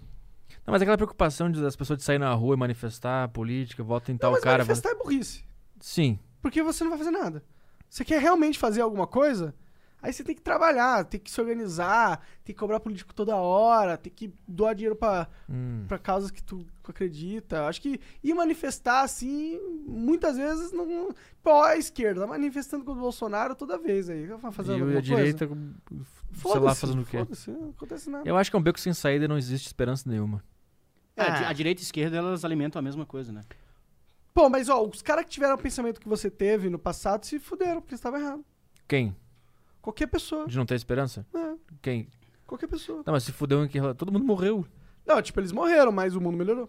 [SPEAKER 3] Não, mas é aquela preocupação de, das pessoas de sair na rua e manifestar política, votem em
[SPEAKER 1] Não,
[SPEAKER 3] tal
[SPEAKER 1] mas
[SPEAKER 3] Então, cara.
[SPEAKER 1] manifestar é burrice.
[SPEAKER 3] vota- Sim.
[SPEAKER 1] Porque você não vai fazer nada. Você quer realmente fazer alguma coisa? Aí você tem que trabalhar, tem que se organizar, tem que cobrar político toda hora, tem que doar dinheiro pra,
[SPEAKER 3] Hum.
[SPEAKER 1] pra causas que tu acredita. Acho que ir manifestar assim, muitas vezes não. Pô, a esquerda tá manifestando contra o Bolsonaro toda vez aí. tá Fazendo
[SPEAKER 3] e
[SPEAKER 1] alguma
[SPEAKER 3] a direita,
[SPEAKER 1] coisa.
[SPEAKER 3] sei lá,
[SPEAKER 1] Foda-se,
[SPEAKER 3] fazendo o quê?
[SPEAKER 1] Foda-se, né? não acontece nada.
[SPEAKER 3] Eu acho que é um beco sem saída e não existe esperança nenhuma.
[SPEAKER 4] É,
[SPEAKER 1] Ah.
[SPEAKER 4] di- a direita e a esquerda, elas alimentam a mesma coisa, né?
[SPEAKER 1] Pô, mas ó, os caras que tiveram o pensamento que você teve no passado se fuderam, porque estavam errado.
[SPEAKER 3] Quem?
[SPEAKER 1] Qualquer pessoa.
[SPEAKER 3] De não ter esperança?
[SPEAKER 1] né?
[SPEAKER 3] Quem?
[SPEAKER 1] Qualquer pessoa.
[SPEAKER 3] Não, mas se fudeu em que rela- Todo mundo morreu.
[SPEAKER 1] Não, tipo, eles morreram, mas o mundo melhorou.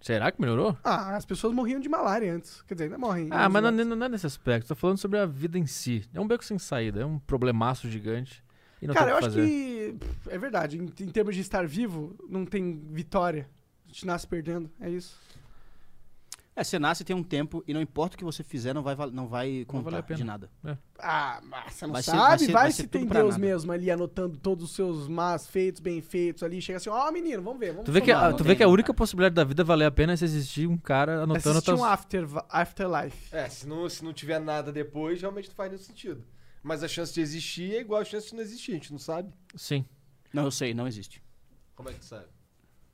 [SPEAKER 3] Será que melhorou?
[SPEAKER 1] Ah, as pessoas morriam de malária antes. Quer dizer, ainda morrem.
[SPEAKER 3] Ah,
[SPEAKER 1] Eles
[SPEAKER 3] mas não,
[SPEAKER 1] morrem.
[SPEAKER 3] não é nesse aspecto. Tô falando sobre a vida em si. É um beco sem saída, é um problemaço gigante. E não
[SPEAKER 1] Cara,
[SPEAKER 3] tem
[SPEAKER 1] eu
[SPEAKER 3] o que
[SPEAKER 1] acho
[SPEAKER 3] fazer.
[SPEAKER 1] que. pff, É verdade. Em, em termos de estar vivo, não tem vitória. A gente nasce perdendo. É isso.
[SPEAKER 4] É, você nasce tem um tempo e não importa o que você fizer, não vai, val- não vai contar
[SPEAKER 3] valer a pena.
[SPEAKER 4] de nada.
[SPEAKER 1] Ah, mas você não
[SPEAKER 4] Vai ser-
[SPEAKER 1] sabe.
[SPEAKER 4] vai
[SPEAKER 1] vai
[SPEAKER 4] ser-
[SPEAKER 1] se,
[SPEAKER 4] vai ser
[SPEAKER 1] tem
[SPEAKER 4] tudo pra
[SPEAKER 1] Deus
[SPEAKER 4] nada.
[SPEAKER 1] mesmo ali anotando todos os seus más feitos, bem feitos ali. Chega assim, ó, menino, vamos ver. Vamos
[SPEAKER 3] Tu vê que,
[SPEAKER 1] somar,
[SPEAKER 3] a,
[SPEAKER 4] não
[SPEAKER 3] tu
[SPEAKER 4] tem,
[SPEAKER 3] vê que a
[SPEAKER 4] não,
[SPEAKER 3] única
[SPEAKER 4] cara.
[SPEAKER 3] possibilidade da vida valer a pena é se existir um cara
[SPEAKER 1] vamos
[SPEAKER 3] anotando
[SPEAKER 1] Assistir
[SPEAKER 3] tuas...
[SPEAKER 1] um after, Afterlife.
[SPEAKER 2] É, se não, se não tiver nada depois, realmente não faz nenhum sentido. Mas a chance de existir é igual a chance de não existir, a gente não sabe.
[SPEAKER 3] Sim.
[SPEAKER 4] Não, eu sei, não existe.
[SPEAKER 2] Como é
[SPEAKER 1] [laughs]
[SPEAKER 2] que sabe?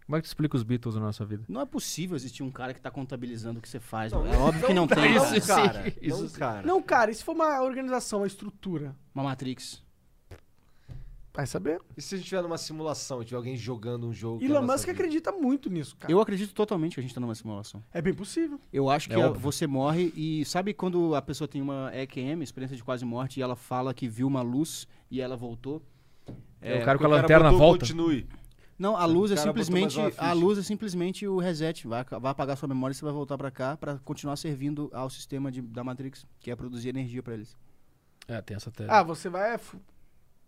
[SPEAKER 3] Como é que tu explica os Beatles na nossa vida?
[SPEAKER 4] Não é possível existir um cara que tá contabilizando o que você faz.
[SPEAKER 2] Não,
[SPEAKER 4] mano. É óbvio que não tem.
[SPEAKER 3] isso sim.
[SPEAKER 4] cara.
[SPEAKER 2] cara.
[SPEAKER 3] Isso
[SPEAKER 2] não,
[SPEAKER 3] sim.
[SPEAKER 2] cara.
[SPEAKER 1] Não, cara, isso foi uma organização, uma estrutura.
[SPEAKER 4] Uma Matrix.
[SPEAKER 1] Vai saber.
[SPEAKER 2] E se a gente tiver numa simulação, tiver alguém jogando um jogo? que é a
[SPEAKER 1] Elon
[SPEAKER 2] nossa
[SPEAKER 1] Musk
[SPEAKER 2] vida?
[SPEAKER 1] acredita muito nisso, cara.
[SPEAKER 4] Eu acredito totalmente que a gente tá numa simulação.
[SPEAKER 1] É bem possível.
[SPEAKER 4] Eu acho
[SPEAKER 3] É
[SPEAKER 4] que a-
[SPEAKER 3] óbvio.
[SPEAKER 4] você morre e sabe quando a pessoa tem uma EQM, experiência de quase morte, e ela fala que viu uma luz e ela voltou?
[SPEAKER 3] É, o
[SPEAKER 4] É,
[SPEAKER 3] cara
[SPEAKER 2] O
[SPEAKER 3] com a
[SPEAKER 2] cara
[SPEAKER 3] lanterna
[SPEAKER 2] botou
[SPEAKER 3] volta.
[SPEAKER 2] Continue.
[SPEAKER 4] Não, a luz é
[SPEAKER 2] cara botou mais
[SPEAKER 4] simplesmente
[SPEAKER 2] uma
[SPEAKER 4] a
[SPEAKER 2] ficha.
[SPEAKER 4] luz é simplesmente o reset, vai, ac- vai apagar sua memória e você vai voltar pra cá pra continuar servindo ao sistema de- da Matrix, que é produzir energia pra eles.
[SPEAKER 3] É, tem essa tela.
[SPEAKER 1] Ah, você vai é fu-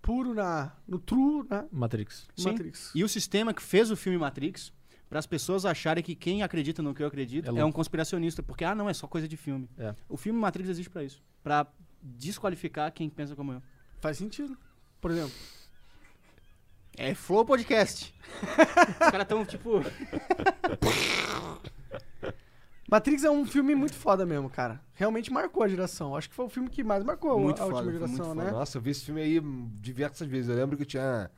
[SPEAKER 1] puro na, no true, né?
[SPEAKER 3] Matrix.
[SPEAKER 4] Sim.
[SPEAKER 1] Matrix.
[SPEAKER 4] E o sistema que fez o filme Matrix para as pessoas acharem que quem acredita no que eu acredito
[SPEAKER 3] É
[SPEAKER 4] é,
[SPEAKER 3] louco.
[SPEAKER 4] um conspiracionista, porque ah, não é só coisa de filme.
[SPEAKER 3] É.
[SPEAKER 4] O filme Matrix existe pra isso, Pra desqualificar quem pensa como eu.
[SPEAKER 1] Faz sentido. Por exemplo.
[SPEAKER 4] É Flow Podcast. Os caras tão tipo,
[SPEAKER 1] Matrix é um filme muito foda mesmo, cara. Realmente marcou a geração. Acho que foi o filme que mais marcou a-
[SPEAKER 4] Muito
[SPEAKER 1] a
[SPEAKER 4] foda,
[SPEAKER 1] última
[SPEAKER 4] foi muito
[SPEAKER 1] geração,
[SPEAKER 4] foda.
[SPEAKER 1] né?
[SPEAKER 2] Nossa, eu vi esse filme aí hum, diversas vezes. Eu lembro que eu tinha.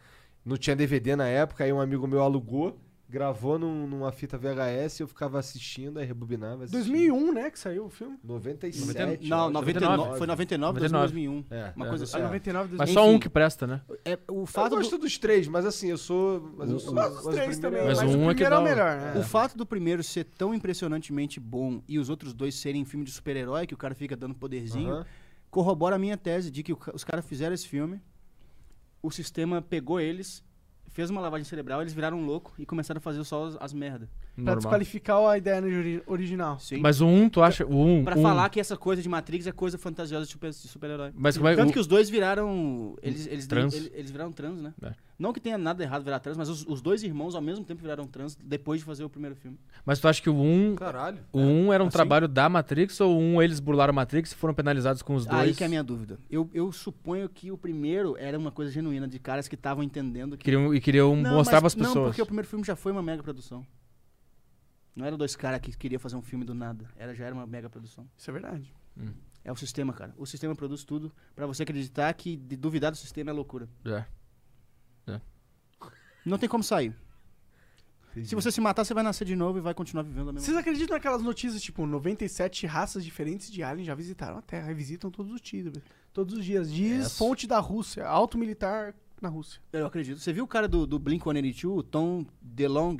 [SPEAKER 2] Não tinha DVD na época, aí um amigo meu alugou, gravou num- numa fita VHS, eu ficava assistindo, aí rebobinava. assistia.
[SPEAKER 1] 2001, né, que saiu o filme.
[SPEAKER 2] 97.
[SPEAKER 4] não, 99,
[SPEAKER 3] 99.
[SPEAKER 4] foi 99,
[SPEAKER 3] 99.
[SPEAKER 4] 2001.
[SPEAKER 2] É,
[SPEAKER 4] uma
[SPEAKER 2] é,
[SPEAKER 4] coisa
[SPEAKER 2] eu
[SPEAKER 4] assim.
[SPEAKER 2] sei.
[SPEAKER 1] Ah, 99, 2000.
[SPEAKER 3] Mas só um
[SPEAKER 4] Enfim.
[SPEAKER 3] que presta, né?
[SPEAKER 4] É, o
[SPEAKER 2] Eu
[SPEAKER 4] fato do-
[SPEAKER 2] gosto dos três, mas assim, eu sou. Mas eu sou.
[SPEAKER 1] Eu gosto dos
[SPEAKER 2] mas o
[SPEAKER 1] três
[SPEAKER 2] primeiro
[SPEAKER 1] também,
[SPEAKER 3] Mas
[SPEAKER 1] mas,
[SPEAKER 2] é-
[SPEAKER 3] um
[SPEAKER 1] o
[SPEAKER 3] é que
[SPEAKER 1] primeiro é,
[SPEAKER 3] dá
[SPEAKER 1] o
[SPEAKER 3] um-
[SPEAKER 1] melhor,
[SPEAKER 4] O
[SPEAKER 1] né?
[SPEAKER 4] fato do primeiro ser tão impressionantemente bom e os outros dois serem filme de super-herói, que o cara fica dando poderzinho,
[SPEAKER 2] Aham.
[SPEAKER 4] corrobora a minha tese de que o ca- os caras fizeram esse filme, o sistema pegou eles, fez uma lavagem cerebral, eles viraram louco e começaram a fazer só as, as merda.
[SPEAKER 1] Pra
[SPEAKER 3] Normal.
[SPEAKER 1] desqualificar a ideia ori- original.
[SPEAKER 4] Sim.
[SPEAKER 3] Mas o 1, um, tu acha... O 1, um,
[SPEAKER 4] Pra
[SPEAKER 3] um.
[SPEAKER 4] falar que essa coisa de Matrix é coisa fantasiosa de super- de super-herói.
[SPEAKER 3] Mas como é
[SPEAKER 4] Tanto
[SPEAKER 3] o-
[SPEAKER 4] que os dois viraram. Eles, eles,
[SPEAKER 3] Trans.
[SPEAKER 4] Eles, eles viraram trans, né?
[SPEAKER 3] É.
[SPEAKER 4] Não que tenha nada errado virar trans, mas os, os dois irmãos ao mesmo tempo viraram trans depois de fazer o primeiro filme.
[SPEAKER 3] Mas tu acha que o 1 um
[SPEAKER 2] Caralho.
[SPEAKER 3] O 1 um era um
[SPEAKER 4] Assim?
[SPEAKER 3] trabalho da Matrix ou um eles burlaram a Matrix e foram penalizados com os dois?
[SPEAKER 4] Aí que é a minha dúvida. Eu, eu suponho que o primeiro era uma coisa genuína de caras que estavam entendendo que.
[SPEAKER 3] Queriam, e queriam
[SPEAKER 4] Não,
[SPEAKER 3] mostrar pras
[SPEAKER 4] mas-
[SPEAKER 3] pessoas.
[SPEAKER 4] Não, porque o primeiro filme já foi uma mega produção. Não era dois caras que queriam fazer um filme do nada. Era, já era uma mega produção.
[SPEAKER 1] Isso é verdade.
[SPEAKER 4] É o sistema, cara. O sistema produz tudo pra você acreditar que de- duvidar do sistema é loucura.
[SPEAKER 3] É.
[SPEAKER 4] Não tem como sair. Se você se matar, você vai nascer de novo e vai continuar vivendo a mesma
[SPEAKER 1] Vocês acreditam naquelas notícias, tipo, 97 raças diferentes de aliens já visitaram a Terra e visitam todos os títulos. Todos os dias. Diz
[SPEAKER 3] Essa.
[SPEAKER 1] fonte da Rússia, alto militar na Rússia.
[SPEAKER 4] Eu acredito. Você viu o cara do, do Blink-182, o Tom DeLong?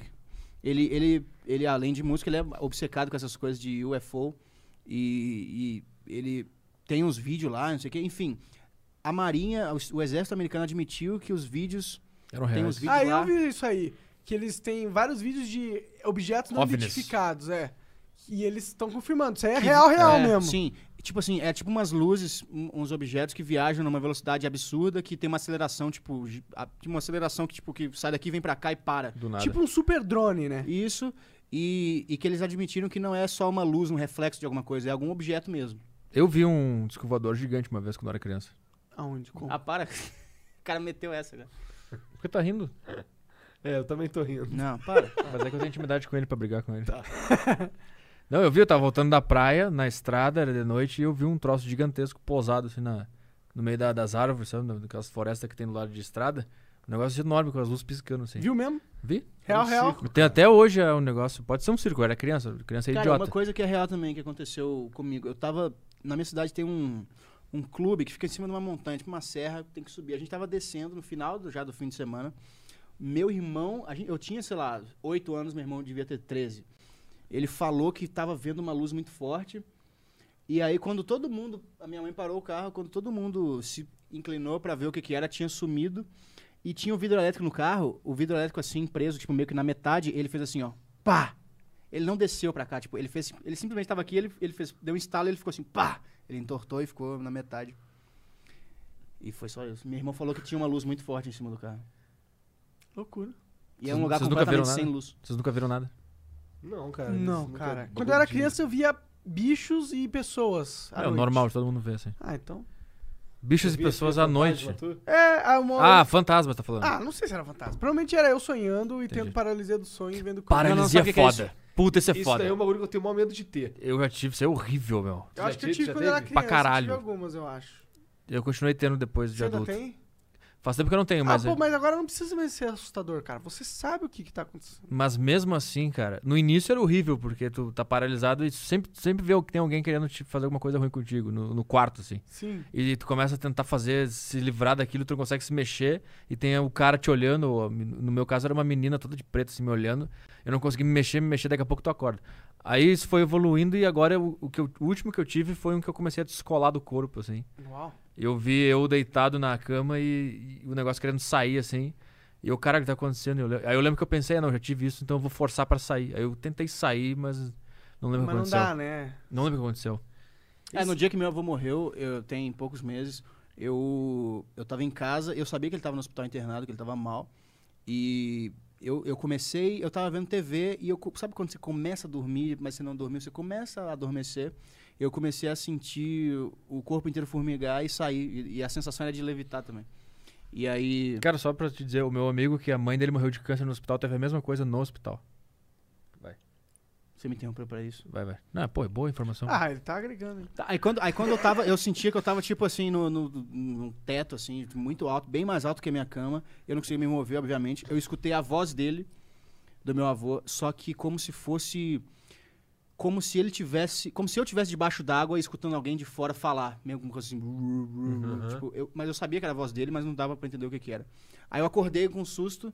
[SPEAKER 4] Ele, ele, ele, além de música, ele é obcecado com essas coisas de UFO. E, e ele tem uns vídeos lá, não sei o quê. Enfim, a Marinha, o, o Exército Americano admitiu que os vídeos
[SPEAKER 3] Eram
[SPEAKER 4] Tem
[SPEAKER 3] reais.
[SPEAKER 4] uns vídeos
[SPEAKER 1] Ah,
[SPEAKER 4] lá.
[SPEAKER 1] eu vi isso aí. Que eles têm vários vídeos de objetos não
[SPEAKER 3] OVNIs.
[SPEAKER 1] identificados, é. E eles estão confirmando. Isso aí é real, real
[SPEAKER 4] É,
[SPEAKER 1] mesmo.
[SPEAKER 4] Sim. Tipo assim, é tipo umas luzes, um- uns objetos que viajam numa velocidade absurda, que tem uma aceleração, tipo, gi- a- tipo, uma aceleração que, tipo, que sai daqui, vem pra cá e para.
[SPEAKER 3] Do nada.
[SPEAKER 1] Tipo um super drone, né?
[SPEAKER 4] Isso. E, e que eles admitiram que não é só uma luz, um reflexo de alguma coisa, é algum objeto mesmo.
[SPEAKER 3] Eu vi um disco voador gigante uma vez quando eu era criança.
[SPEAKER 1] Aonde? Como?
[SPEAKER 5] Ah, para. O cara meteu essa
[SPEAKER 4] né?
[SPEAKER 5] já.
[SPEAKER 3] Por que tá rindo?
[SPEAKER 2] É, eu também tô rindo.
[SPEAKER 4] Não, para.
[SPEAKER 3] Mas é que eu tenho intimidade com ele pra brigar com ele. [laughs] Não, eu vi, eu tava voltando da praia, na estrada, era de noite, e eu vi um troço gigantesco pousado assim na, no meio da- das árvores, sabe? Na- Daquelas florestas que tem do lado de estrada. Um negócio enorme com as luzes piscando assim.
[SPEAKER 1] Viu mesmo?
[SPEAKER 3] Vi?
[SPEAKER 1] Real,
[SPEAKER 2] Um
[SPEAKER 1] real.
[SPEAKER 2] circo.
[SPEAKER 3] Tem até hoje é um negócio. Pode ser um circo, eu era criança, criança é
[SPEAKER 4] Cara,
[SPEAKER 3] idiota.
[SPEAKER 4] uma coisa que é real também que aconteceu comigo. Eu tava. Na minha cidade tem um, um clube que fica em cima de uma montanha, tipo uma serra, tem que subir. A gente tava descendo no final do, já do fim de semana. Meu irmão, a gente- eu tinha, sei lá, 8 anos, meu irmão devia ter 13. Ele falou que tava vendo uma luz muito forte. E aí, quando todo mundo. A minha mãe parou o carro, quando todo mundo se inclinou pra ver o que, que era, tinha sumido. E tinha um vidro elétrico no carro, o vidro elétrico assim, preso, tipo, meio que na metade, ele fez assim, ó. Pá! Ele não desceu pra cá, tipo, ele fez. Ele simplesmente tava aqui, ele, ele fez, deu um estalo e ele ficou assim, pá! Ele entortou e ficou na metade. E foi só isso. Meu irmão falou que tinha uma luz muito forte em cima do carro.
[SPEAKER 1] Loucura.
[SPEAKER 4] E é
[SPEAKER 3] Vocês-
[SPEAKER 4] um lugar
[SPEAKER 3] vocês nunca viram
[SPEAKER 4] completamente sem
[SPEAKER 3] nada?
[SPEAKER 4] luz.
[SPEAKER 3] Vocês nunca viram nada.
[SPEAKER 2] Não, cara.
[SPEAKER 1] não,
[SPEAKER 2] isso é nunca-
[SPEAKER 1] cara. Quando eu era criança, eu via bichos e pessoas. à
[SPEAKER 3] É o
[SPEAKER 1] noite.
[SPEAKER 3] normal, todo mundo vê assim.
[SPEAKER 1] Ah, então.
[SPEAKER 3] Bichos
[SPEAKER 2] Tu
[SPEAKER 3] e
[SPEAKER 2] via
[SPEAKER 3] pessoas à
[SPEAKER 2] aquele
[SPEAKER 3] noite.
[SPEAKER 2] fantasma, tu?
[SPEAKER 1] É, a uma...
[SPEAKER 3] Ah, fantasma, tá falando.
[SPEAKER 1] Ah, não sei se era fantasma. Provavelmente era eu sonhando e
[SPEAKER 3] Entendi.
[SPEAKER 1] tendo paralisia do sonho e vendo coisas.
[SPEAKER 4] Para-
[SPEAKER 3] Paralisia
[SPEAKER 4] Não, não, sabe o que que é
[SPEAKER 3] foda. Puta, isso é
[SPEAKER 2] Isso
[SPEAKER 3] foda.
[SPEAKER 2] daí é um bagulho que eu tenho o maior medo de ter.
[SPEAKER 3] Eu já tive, isso é horrível, meu.
[SPEAKER 1] Eu acho
[SPEAKER 2] Já
[SPEAKER 1] que eu
[SPEAKER 2] tive-
[SPEAKER 1] tive
[SPEAKER 2] já
[SPEAKER 1] quando eu era
[SPEAKER 2] teve?
[SPEAKER 1] criança.
[SPEAKER 3] Pra caralho.
[SPEAKER 1] Eu tive algumas, eu acho.
[SPEAKER 3] Eu continuei tendo depois de
[SPEAKER 1] Você ainda
[SPEAKER 3] adulto. é.
[SPEAKER 1] tem?
[SPEAKER 3] Faz tempo que eu não tenho,
[SPEAKER 1] Ah,
[SPEAKER 3] mais.
[SPEAKER 1] pô, mas agora não precisa mais ser assustador, cara. Você sabe o que, que tá acontecendo.
[SPEAKER 3] Mas mesmo assim, cara, no início era horrível, porque tu tá paralisado e sempre, sempre vê que tem alguém querendo te fazer alguma coisa ruim contigo, no, no quarto, assim.
[SPEAKER 1] Sim.
[SPEAKER 3] E tu começa a tentar fazer, se livrar daquilo, tu não consegue se mexer, e tem o cara te olhando, ou a men- no meu caso era uma menina toda de preto, assim, me olhando. Eu não consegui me mexer, me mexer, daqui a pouco tu acorda. Aí isso foi evoluindo e agora o, o que eu- o último que eu tive foi um que eu comecei a descolar do corpo, assim.
[SPEAKER 1] Uau.
[SPEAKER 3] Eu vi eu deitado na cama e, e o negócio querendo sair, assim. E eu, cara, o que tá acontecendo? Eu le- aí eu lembro que eu pensei, ah, não, já tive isso, então eu vou forçar pra sair. Aí eu tentei sair, mas não lembro o que
[SPEAKER 1] Mas não
[SPEAKER 3] aconteceu.
[SPEAKER 1] dá, né?
[SPEAKER 3] Não lembro o que aconteceu.
[SPEAKER 4] É, no dia que meu avô morreu, eu tenho poucos meses, eu, eu tava em casa, eu sabia que ele tava no hospital internado, que ele tava mal. E eu, eu comecei, eu tava vendo TV e eu co- sabe quando você começa a dormir, mas você não dormiu, você começa a adormecer. Eu comecei a sentir o corpo inteiro formigar e sair e, e a sensação era de levitar também. E aí
[SPEAKER 3] Cara, só pra te dizer, o meu amigo, que a mãe dele morreu de câncer no hospital, teve a mesma coisa no hospital.
[SPEAKER 4] você me interrompeu pra isso.
[SPEAKER 3] Vai, vai. Não, pô, é boa informação.
[SPEAKER 1] Ah, ele tá agregando. hein?
[SPEAKER 4] Tá, aí, quando, aí quando eu tava, eu sentia que eu tava tipo assim, no, no, num teto, assim, muito alto, bem mais alto que a minha cama. Eu não conseguia me mover, obviamente. Eu escutei a voz dele, do meu avô, só que como se fosse. Como se ele tivesse. Como se eu tivesse debaixo d'água e escutando alguém de fora falar. Meio alguma coisa assim. blu, blu, blu,
[SPEAKER 1] Uhum.
[SPEAKER 4] tipo, eu- mas eu sabia que era a voz dele, mas não dava pra entender o que, que era. Aí eu acordei com um susto,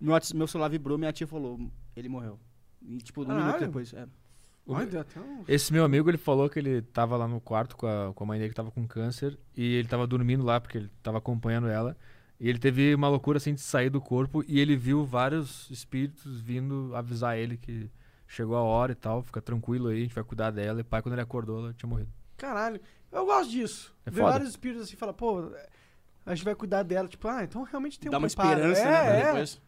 [SPEAKER 4] meu, whats- meu celular vibrou, minha tia falou, ele morreu. E, tipo, um minuto
[SPEAKER 1] Caralho.
[SPEAKER 4] depois. é.
[SPEAKER 3] O-
[SPEAKER 1] Ai, deu até um...
[SPEAKER 3] Esse meu amigo, ele falou que ele tava lá no quarto com a, com a mãe dele que tava com câncer e ele tava dormindo lá porque ele tava acompanhando ela. E ele teve uma loucura assim de sair do corpo e ele viu vários espíritos vindo avisar ele que chegou a hora e tal, fica tranquilo aí, a gente vai cuidar dela. E pai, quando ele acordou, ela tinha morrido.
[SPEAKER 1] Caralho. Eu gosto disso.
[SPEAKER 3] É
[SPEAKER 1] Ver
[SPEAKER 3] foda.
[SPEAKER 1] vários espíritos assim e falar, pô, a gente vai cuidar dela. Tipo, ah, então realmente tem
[SPEAKER 4] Dá
[SPEAKER 1] um
[SPEAKER 4] uma
[SPEAKER 1] preparo.
[SPEAKER 4] esperança,
[SPEAKER 1] é,
[SPEAKER 4] né?
[SPEAKER 1] É.
[SPEAKER 4] pra Depois.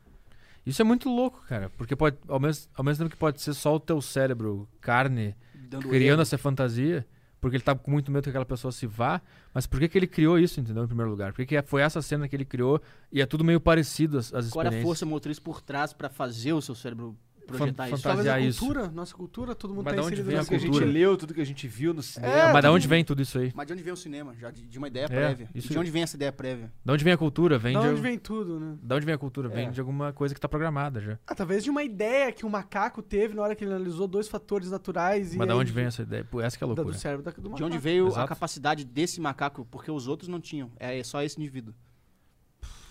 [SPEAKER 3] Isso é muito louco, cara, porque pode, ao, mesmo, ao mesmo tempo que pode ser só o teu cérebro, carne,
[SPEAKER 4] Dando
[SPEAKER 3] criando
[SPEAKER 4] erro.
[SPEAKER 3] essa fantasia, porque ele tá com muito medo que aquela pessoa se vá, mas por que, que ele criou isso, entendeu? Em primeiro lugar, por que, que foi essa cena que ele criou e é tudo meio parecido as, as
[SPEAKER 4] Qual era a
[SPEAKER 3] experiências.
[SPEAKER 4] força motriz por trás pra fazer o seu cérebro projetar isso?
[SPEAKER 3] fantasia.
[SPEAKER 1] Talvez a
[SPEAKER 3] Fantasiar isso.
[SPEAKER 1] cultura, nossa cultura, todo mundo
[SPEAKER 3] Mas
[SPEAKER 1] tá
[SPEAKER 3] da onde
[SPEAKER 1] inserido
[SPEAKER 3] vem a
[SPEAKER 1] nessa
[SPEAKER 2] Tudo que a gente
[SPEAKER 3] cultura.
[SPEAKER 2] leu, tudo que a gente viu no
[SPEAKER 3] Ah,
[SPEAKER 2] cinema.
[SPEAKER 3] mas de onde
[SPEAKER 1] né?
[SPEAKER 3] vem tudo isso aí?
[SPEAKER 4] Mas de onde vem o cinema? Já de, de uma ideia
[SPEAKER 3] É,
[SPEAKER 4] prévia.
[SPEAKER 3] isso
[SPEAKER 4] De
[SPEAKER 3] aí.
[SPEAKER 4] onde vem essa ideia prévia?
[SPEAKER 3] Da onde vem a cultura? Vem
[SPEAKER 1] Da
[SPEAKER 3] de... um-
[SPEAKER 1] onde vem tudo, né?
[SPEAKER 3] Da onde vem a cultura? Vem
[SPEAKER 2] É.
[SPEAKER 3] de alguma coisa que tá programada já.
[SPEAKER 1] Ah, talvez de uma ideia que o macaco teve na hora que ele analisou dois fatores naturais e.
[SPEAKER 3] Mas da
[SPEAKER 1] aí- Tá
[SPEAKER 3] onde vem essa ideia? Pô, essa que é a
[SPEAKER 1] Da,
[SPEAKER 3] loucura.
[SPEAKER 1] do cérebro da, do macaco.
[SPEAKER 4] De onde veio a
[SPEAKER 3] Exato.
[SPEAKER 4] capacidade desse macaco? Porque os outros não tinham. É só esse indivíduo.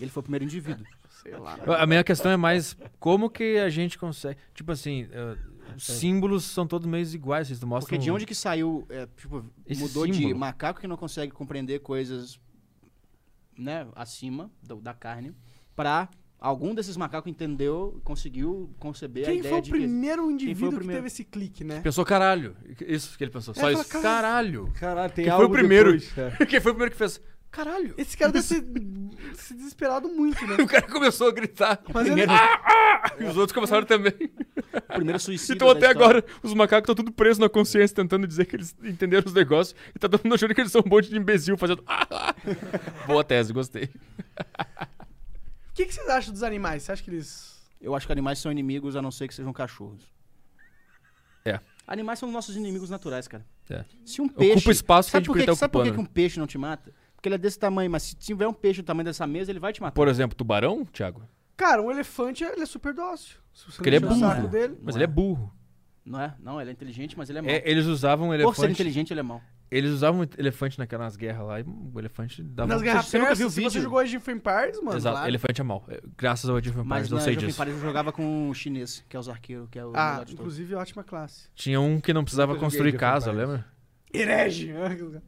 [SPEAKER 4] Ele foi o primeiro
[SPEAKER 3] É,
[SPEAKER 4] indivíduo.
[SPEAKER 1] Sei lá.
[SPEAKER 3] Eu- A minha questão é mais como que a gente consegue... Tipo assim, eh,
[SPEAKER 1] É.
[SPEAKER 3] os símbolos são todos meio iguais. Vocês mostram...
[SPEAKER 4] Porque de onde que saiu? é, tipo,
[SPEAKER 3] um- Esse
[SPEAKER 4] mudou de
[SPEAKER 3] símbolo.
[SPEAKER 4] macaco que não consegue compreender coisas né, acima do- da carne pra algum desses macacos entendeu, conseguiu conceber a
[SPEAKER 1] Quem
[SPEAKER 4] ideia
[SPEAKER 1] foi o
[SPEAKER 4] de
[SPEAKER 1] primeiro indivíduo
[SPEAKER 4] primeiro?
[SPEAKER 1] que teve esse clique, né?
[SPEAKER 3] Pensou caralho. Isso que ele pensou.
[SPEAKER 1] É,
[SPEAKER 3] Só
[SPEAKER 1] fala,
[SPEAKER 3] isso. Caralho. [laughs]
[SPEAKER 2] Caralho, tem
[SPEAKER 3] Quem foi
[SPEAKER 2] algo
[SPEAKER 3] o primeiro?
[SPEAKER 2] depois, é.
[SPEAKER 3] Quem foi o primeiro que fez? Caralho.
[SPEAKER 1] Esse cara deve ter [laughs] se desesperado muito,
[SPEAKER 4] [laughs]
[SPEAKER 1] né?
[SPEAKER 3] [laughs] O cara começou a gritar.
[SPEAKER 1] Mas ele-
[SPEAKER 4] É primeiro-
[SPEAKER 3] E os outros começaram também.
[SPEAKER 4] que, o
[SPEAKER 3] [laughs]
[SPEAKER 4] primeiro suicídio.
[SPEAKER 3] Então até agora, os macacos estão tudo presos na consciência, tentando dizer que eles entenderam os negócios. E tá todo mundo achando que eles são um monte de imbecil fazendo. "Ah, [laughs] Boa tese, gostei.
[SPEAKER 1] O que, que vocês acham dos animais? Você acha que eles.
[SPEAKER 4] Eu acho que animais são inimigos, a não ser que sejam cachorros.
[SPEAKER 3] É.
[SPEAKER 4] Animais são nossos inimigos naturais, cara.
[SPEAKER 3] É.
[SPEAKER 4] Se um
[SPEAKER 3] Ocupa
[SPEAKER 4] peixe.
[SPEAKER 3] espaço que a
[SPEAKER 4] sabe
[SPEAKER 3] gente
[SPEAKER 4] por
[SPEAKER 3] podia
[SPEAKER 4] que,
[SPEAKER 3] estar
[SPEAKER 4] sabe por que que
[SPEAKER 3] ocupando,
[SPEAKER 4] um peixe não te mata? Porque ele é desse tamanho, mas se tiver um peixe do tamanho dessa mesa, ele vai te matar.
[SPEAKER 3] um- Por exemplo, tubarão, Thiago?
[SPEAKER 1] Cara, um elefante ele é super dócil. Se você
[SPEAKER 3] Porque ele é
[SPEAKER 1] não encher o
[SPEAKER 4] burro.
[SPEAKER 1] saco dele.
[SPEAKER 3] Mas
[SPEAKER 4] Não
[SPEAKER 3] ele é
[SPEAKER 4] é.
[SPEAKER 3] burro.
[SPEAKER 4] Não é? Não, ele é inteligente, mas ele é mau.
[SPEAKER 3] É, eles usavam
[SPEAKER 4] Por ser
[SPEAKER 3] elefante.
[SPEAKER 4] inteligente, ele é mau.
[SPEAKER 3] Eles usavam elefante naquelas guerras lá e o elefante dava. um-
[SPEAKER 1] Nas guerras
[SPEAKER 4] Ah, você nunca
[SPEAKER 1] persas,
[SPEAKER 4] viu o
[SPEAKER 1] se você
[SPEAKER 4] vídeo?
[SPEAKER 1] jogou Age of Empires, mano.
[SPEAKER 3] Exato,
[SPEAKER 1] claro.
[SPEAKER 3] elefante é mal. É, Graças ao Age of Empires,
[SPEAKER 4] Mas
[SPEAKER 3] eu
[SPEAKER 4] não
[SPEAKER 3] sei
[SPEAKER 4] sei
[SPEAKER 3] disso.
[SPEAKER 4] eu jogava com o chinês, que é os arqueiros, que é o
[SPEAKER 1] Ah,
[SPEAKER 4] melhor de todos.
[SPEAKER 1] inclusive ótima classe.
[SPEAKER 3] Tinha um que não precisava
[SPEAKER 2] Nunca joguei
[SPEAKER 3] construir
[SPEAKER 2] Age of
[SPEAKER 3] casa,
[SPEAKER 2] Empires.
[SPEAKER 3] lembra?
[SPEAKER 1] Herege!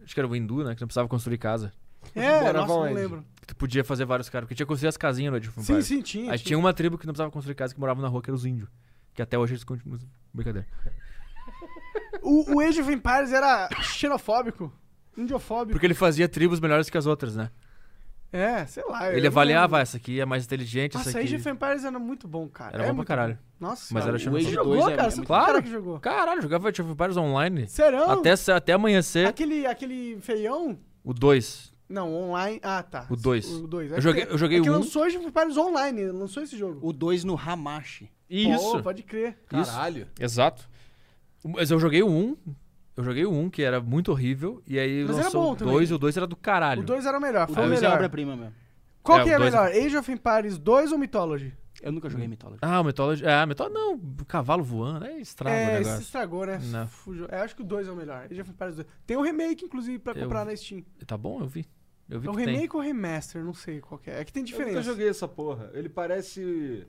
[SPEAKER 3] Acho que era o hindu, né? Que não precisava construir casa.
[SPEAKER 1] É,
[SPEAKER 2] Bora,
[SPEAKER 1] nossa, não
[SPEAKER 2] aonde?
[SPEAKER 1] lembro.
[SPEAKER 3] Que tu podia fazer vários caras. Porque tinha que construir as casinhas no Age of
[SPEAKER 1] Sim,
[SPEAKER 3] Empires.
[SPEAKER 1] sim, tinha.
[SPEAKER 3] Aí tinha uma tribo que não precisava construir casa, que morava na rua, que era os índios. Que até hoje eles continuam... Brincadeira. um-
[SPEAKER 1] O, o Age of Empires era xenofóbico, indiofóbico.
[SPEAKER 3] Porque ele fazia tribos melhores que as outras, né?
[SPEAKER 1] É, sei lá. eu
[SPEAKER 3] Ele
[SPEAKER 1] não-
[SPEAKER 3] avaliava, "Ah, essa aqui é mais inteligente,
[SPEAKER 1] Nossa,
[SPEAKER 3] essa
[SPEAKER 1] Age of
[SPEAKER 3] aqui...
[SPEAKER 1] Empires era muito bom, cara.
[SPEAKER 3] Era
[SPEAKER 1] É
[SPEAKER 3] bom pra
[SPEAKER 1] muito
[SPEAKER 3] caralho.
[SPEAKER 1] Nossa,
[SPEAKER 3] Mas
[SPEAKER 1] cara,
[SPEAKER 3] era
[SPEAKER 1] o
[SPEAKER 3] xenofóbico.
[SPEAKER 1] Age
[SPEAKER 4] O Age
[SPEAKER 1] jogou,
[SPEAKER 4] 2 é-
[SPEAKER 1] cara.
[SPEAKER 4] é
[SPEAKER 1] Você
[SPEAKER 4] muito-
[SPEAKER 1] foi o cara
[SPEAKER 3] Claro.
[SPEAKER 1] que jogou.
[SPEAKER 3] Caralho, jogava Age of Empires online.
[SPEAKER 1] Serão?
[SPEAKER 3] Até, até amanhecer,
[SPEAKER 1] Aquele, aquele feião?
[SPEAKER 3] o 2.
[SPEAKER 1] Não, online. Ah, tá.
[SPEAKER 3] O dois.
[SPEAKER 1] O 2.
[SPEAKER 3] Eu joguei- eu joguei
[SPEAKER 1] é que
[SPEAKER 3] o um.
[SPEAKER 1] lançou Age of Empires online, lançou esse jogo.
[SPEAKER 4] O 2 no Hamashi.
[SPEAKER 1] Pô,
[SPEAKER 3] Isso.
[SPEAKER 1] pode crer.
[SPEAKER 2] Caralho.
[SPEAKER 3] Exato. Mas eu joguei o 1. Eu joguei o 1, que era muito horrível. E aí
[SPEAKER 1] Mas era
[SPEAKER 3] lançou
[SPEAKER 1] bom
[SPEAKER 3] o
[SPEAKER 1] também.
[SPEAKER 3] 2 e o 2 era do caralho.
[SPEAKER 1] O 2 era o melhor,
[SPEAKER 4] O
[SPEAKER 1] Ah, foi o
[SPEAKER 4] 2 é
[SPEAKER 1] melhor.
[SPEAKER 4] obra-prima mesmo.
[SPEAKER 1] Qual
[SPEAKER 3] É,
[SPEAKER 1] que
[SPEAKER 3] o
[SPEAKER 1] é
[SPEAKER 3] dois é-
[SPEAKER 1] melhor? Age of Empires 2 ou Mythology?
[SPEAKER 4] Eu nunca joguei Mythology.
[SPEAKER 3] Ah, o Mythology. Ah, Mythology não. O cavalo voando. É estrago o
[SPEAKER 1] é, esse
[SPEAKER 3] negócio.
[SPEAKER 1] estragou, né?
[SPEAKER 3] Não.
[SPEAKER 1] Fugiu. É, acho que o 2 é o melhor. Age of Empires 2. Tem um remake, inclusive, pra
[SPEAKER 3] Eu-
[SPEAKER 1] comprar na Steam.
[SPEAKER 3] Tá bom? Eu vi. Eu vi
[SPEAKER 1] É um
[SPEAKER 3] que tem.
[SPEAKER 1] remake ou remaster, não sei qual que é. É que tem
[SPEAKER 2] Eu nunca
[SPEAKER 1] diferença.
[SPEAKER 2] joguei essa porra. Ele parece.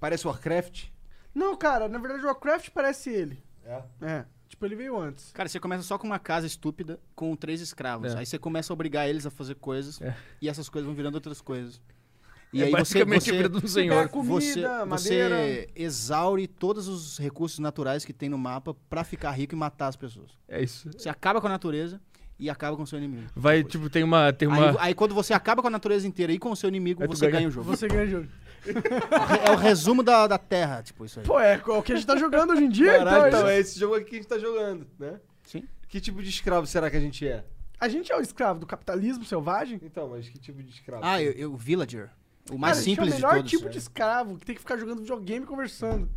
[SPEAKER 2] Parece Warcraft.
[SPEAKER 1] Não, cara, na verdade o Warcraft parece ele.
[SPEAKER 2] É.
[SPEAKER 1] É. Tipo, ele veio antes.
[SPEAKER 4] Cara, você começa só com uma casa estúpida, com três escravos.
[SPEAKER 3] É.
[SPEAKER 4] Aí você começa a obrigar eles a fazer coisas,
[SPEAKER 3] É.
[SPEAKER 4] e essas coisas vão virando outras coisas. E
[SPEAKER 3] E é
[SPEAKER 4] aí você,
[SPEAKER 3] basicamente
[SPEAKER 4] você, É,
[SPEAKER 3] a vida do
[SPEAKER 1] Pega
[SPEAKER 3] senhor.
[SPEAKER 1] comida,
[SPEAKER 4] você,
[SPEAKER 1] madeira.
[SPEAKER 4] você exaure todos os recursos naturais que tem no mapa pra ficar rico e matar as pessoas.
[SPEAKER 3] [laughs] É isso.
[SPEAKER 4] Você acaba com a natureza e acaba com o seu inimigo.
[SPEAKER 3] Vai, tipo, tem uma... Tem uma...
[SPEAKER 4] Aí, aí quando você acaba com a natureza inteira e com o seu inimigo,
[SPEAKER 3] Aí tu
[SPEAKER 4] você ganha.
[SPEAKER 3] ganha.
[SPEAKER 4] o jogo.
[SPEAKER 1] Você ganha o jogo.
[SPEAKER 4] É o resumo da, da Terra, tipo isso aí.
[SPEAKER 1] Pô, é o que a gente tá jogando hoje em dia,
[SPEAKER 2] Caralho,
[SPEAKER 1] então.
[SPEAKER 2] então
[SPEAKER 1] é
[SPEAKER 2] é
[SPEAKER 1] isso.
[SPEAKER 2] esse jogo aqui que a gente tá jogando, né?
[SPEAKER 4] Sim.
[SPEAKER 2] Que tipo de escravo será que a gente é?
[SPEAKER 1] A gente é o escravo do capitalismo selvagem?
[SPEAKER 2] Então, mas que tipo de escravo?
[SPEAKER 4] Ah, eu, eu- Villager. O
[SPEAKER 1] Cara,
[SPEAKER 4] mais
[SPEAKER 1] a gente
[SPEAKER 4] simples
[SPEAKER 1] é o
[SPEAKER 4] de
[SPEAKER 1] melhor
[SPEAKER 4] todos. né?
[SPEAKER 1] tipo de escravo que tem que ficar jogando videogame e conversando.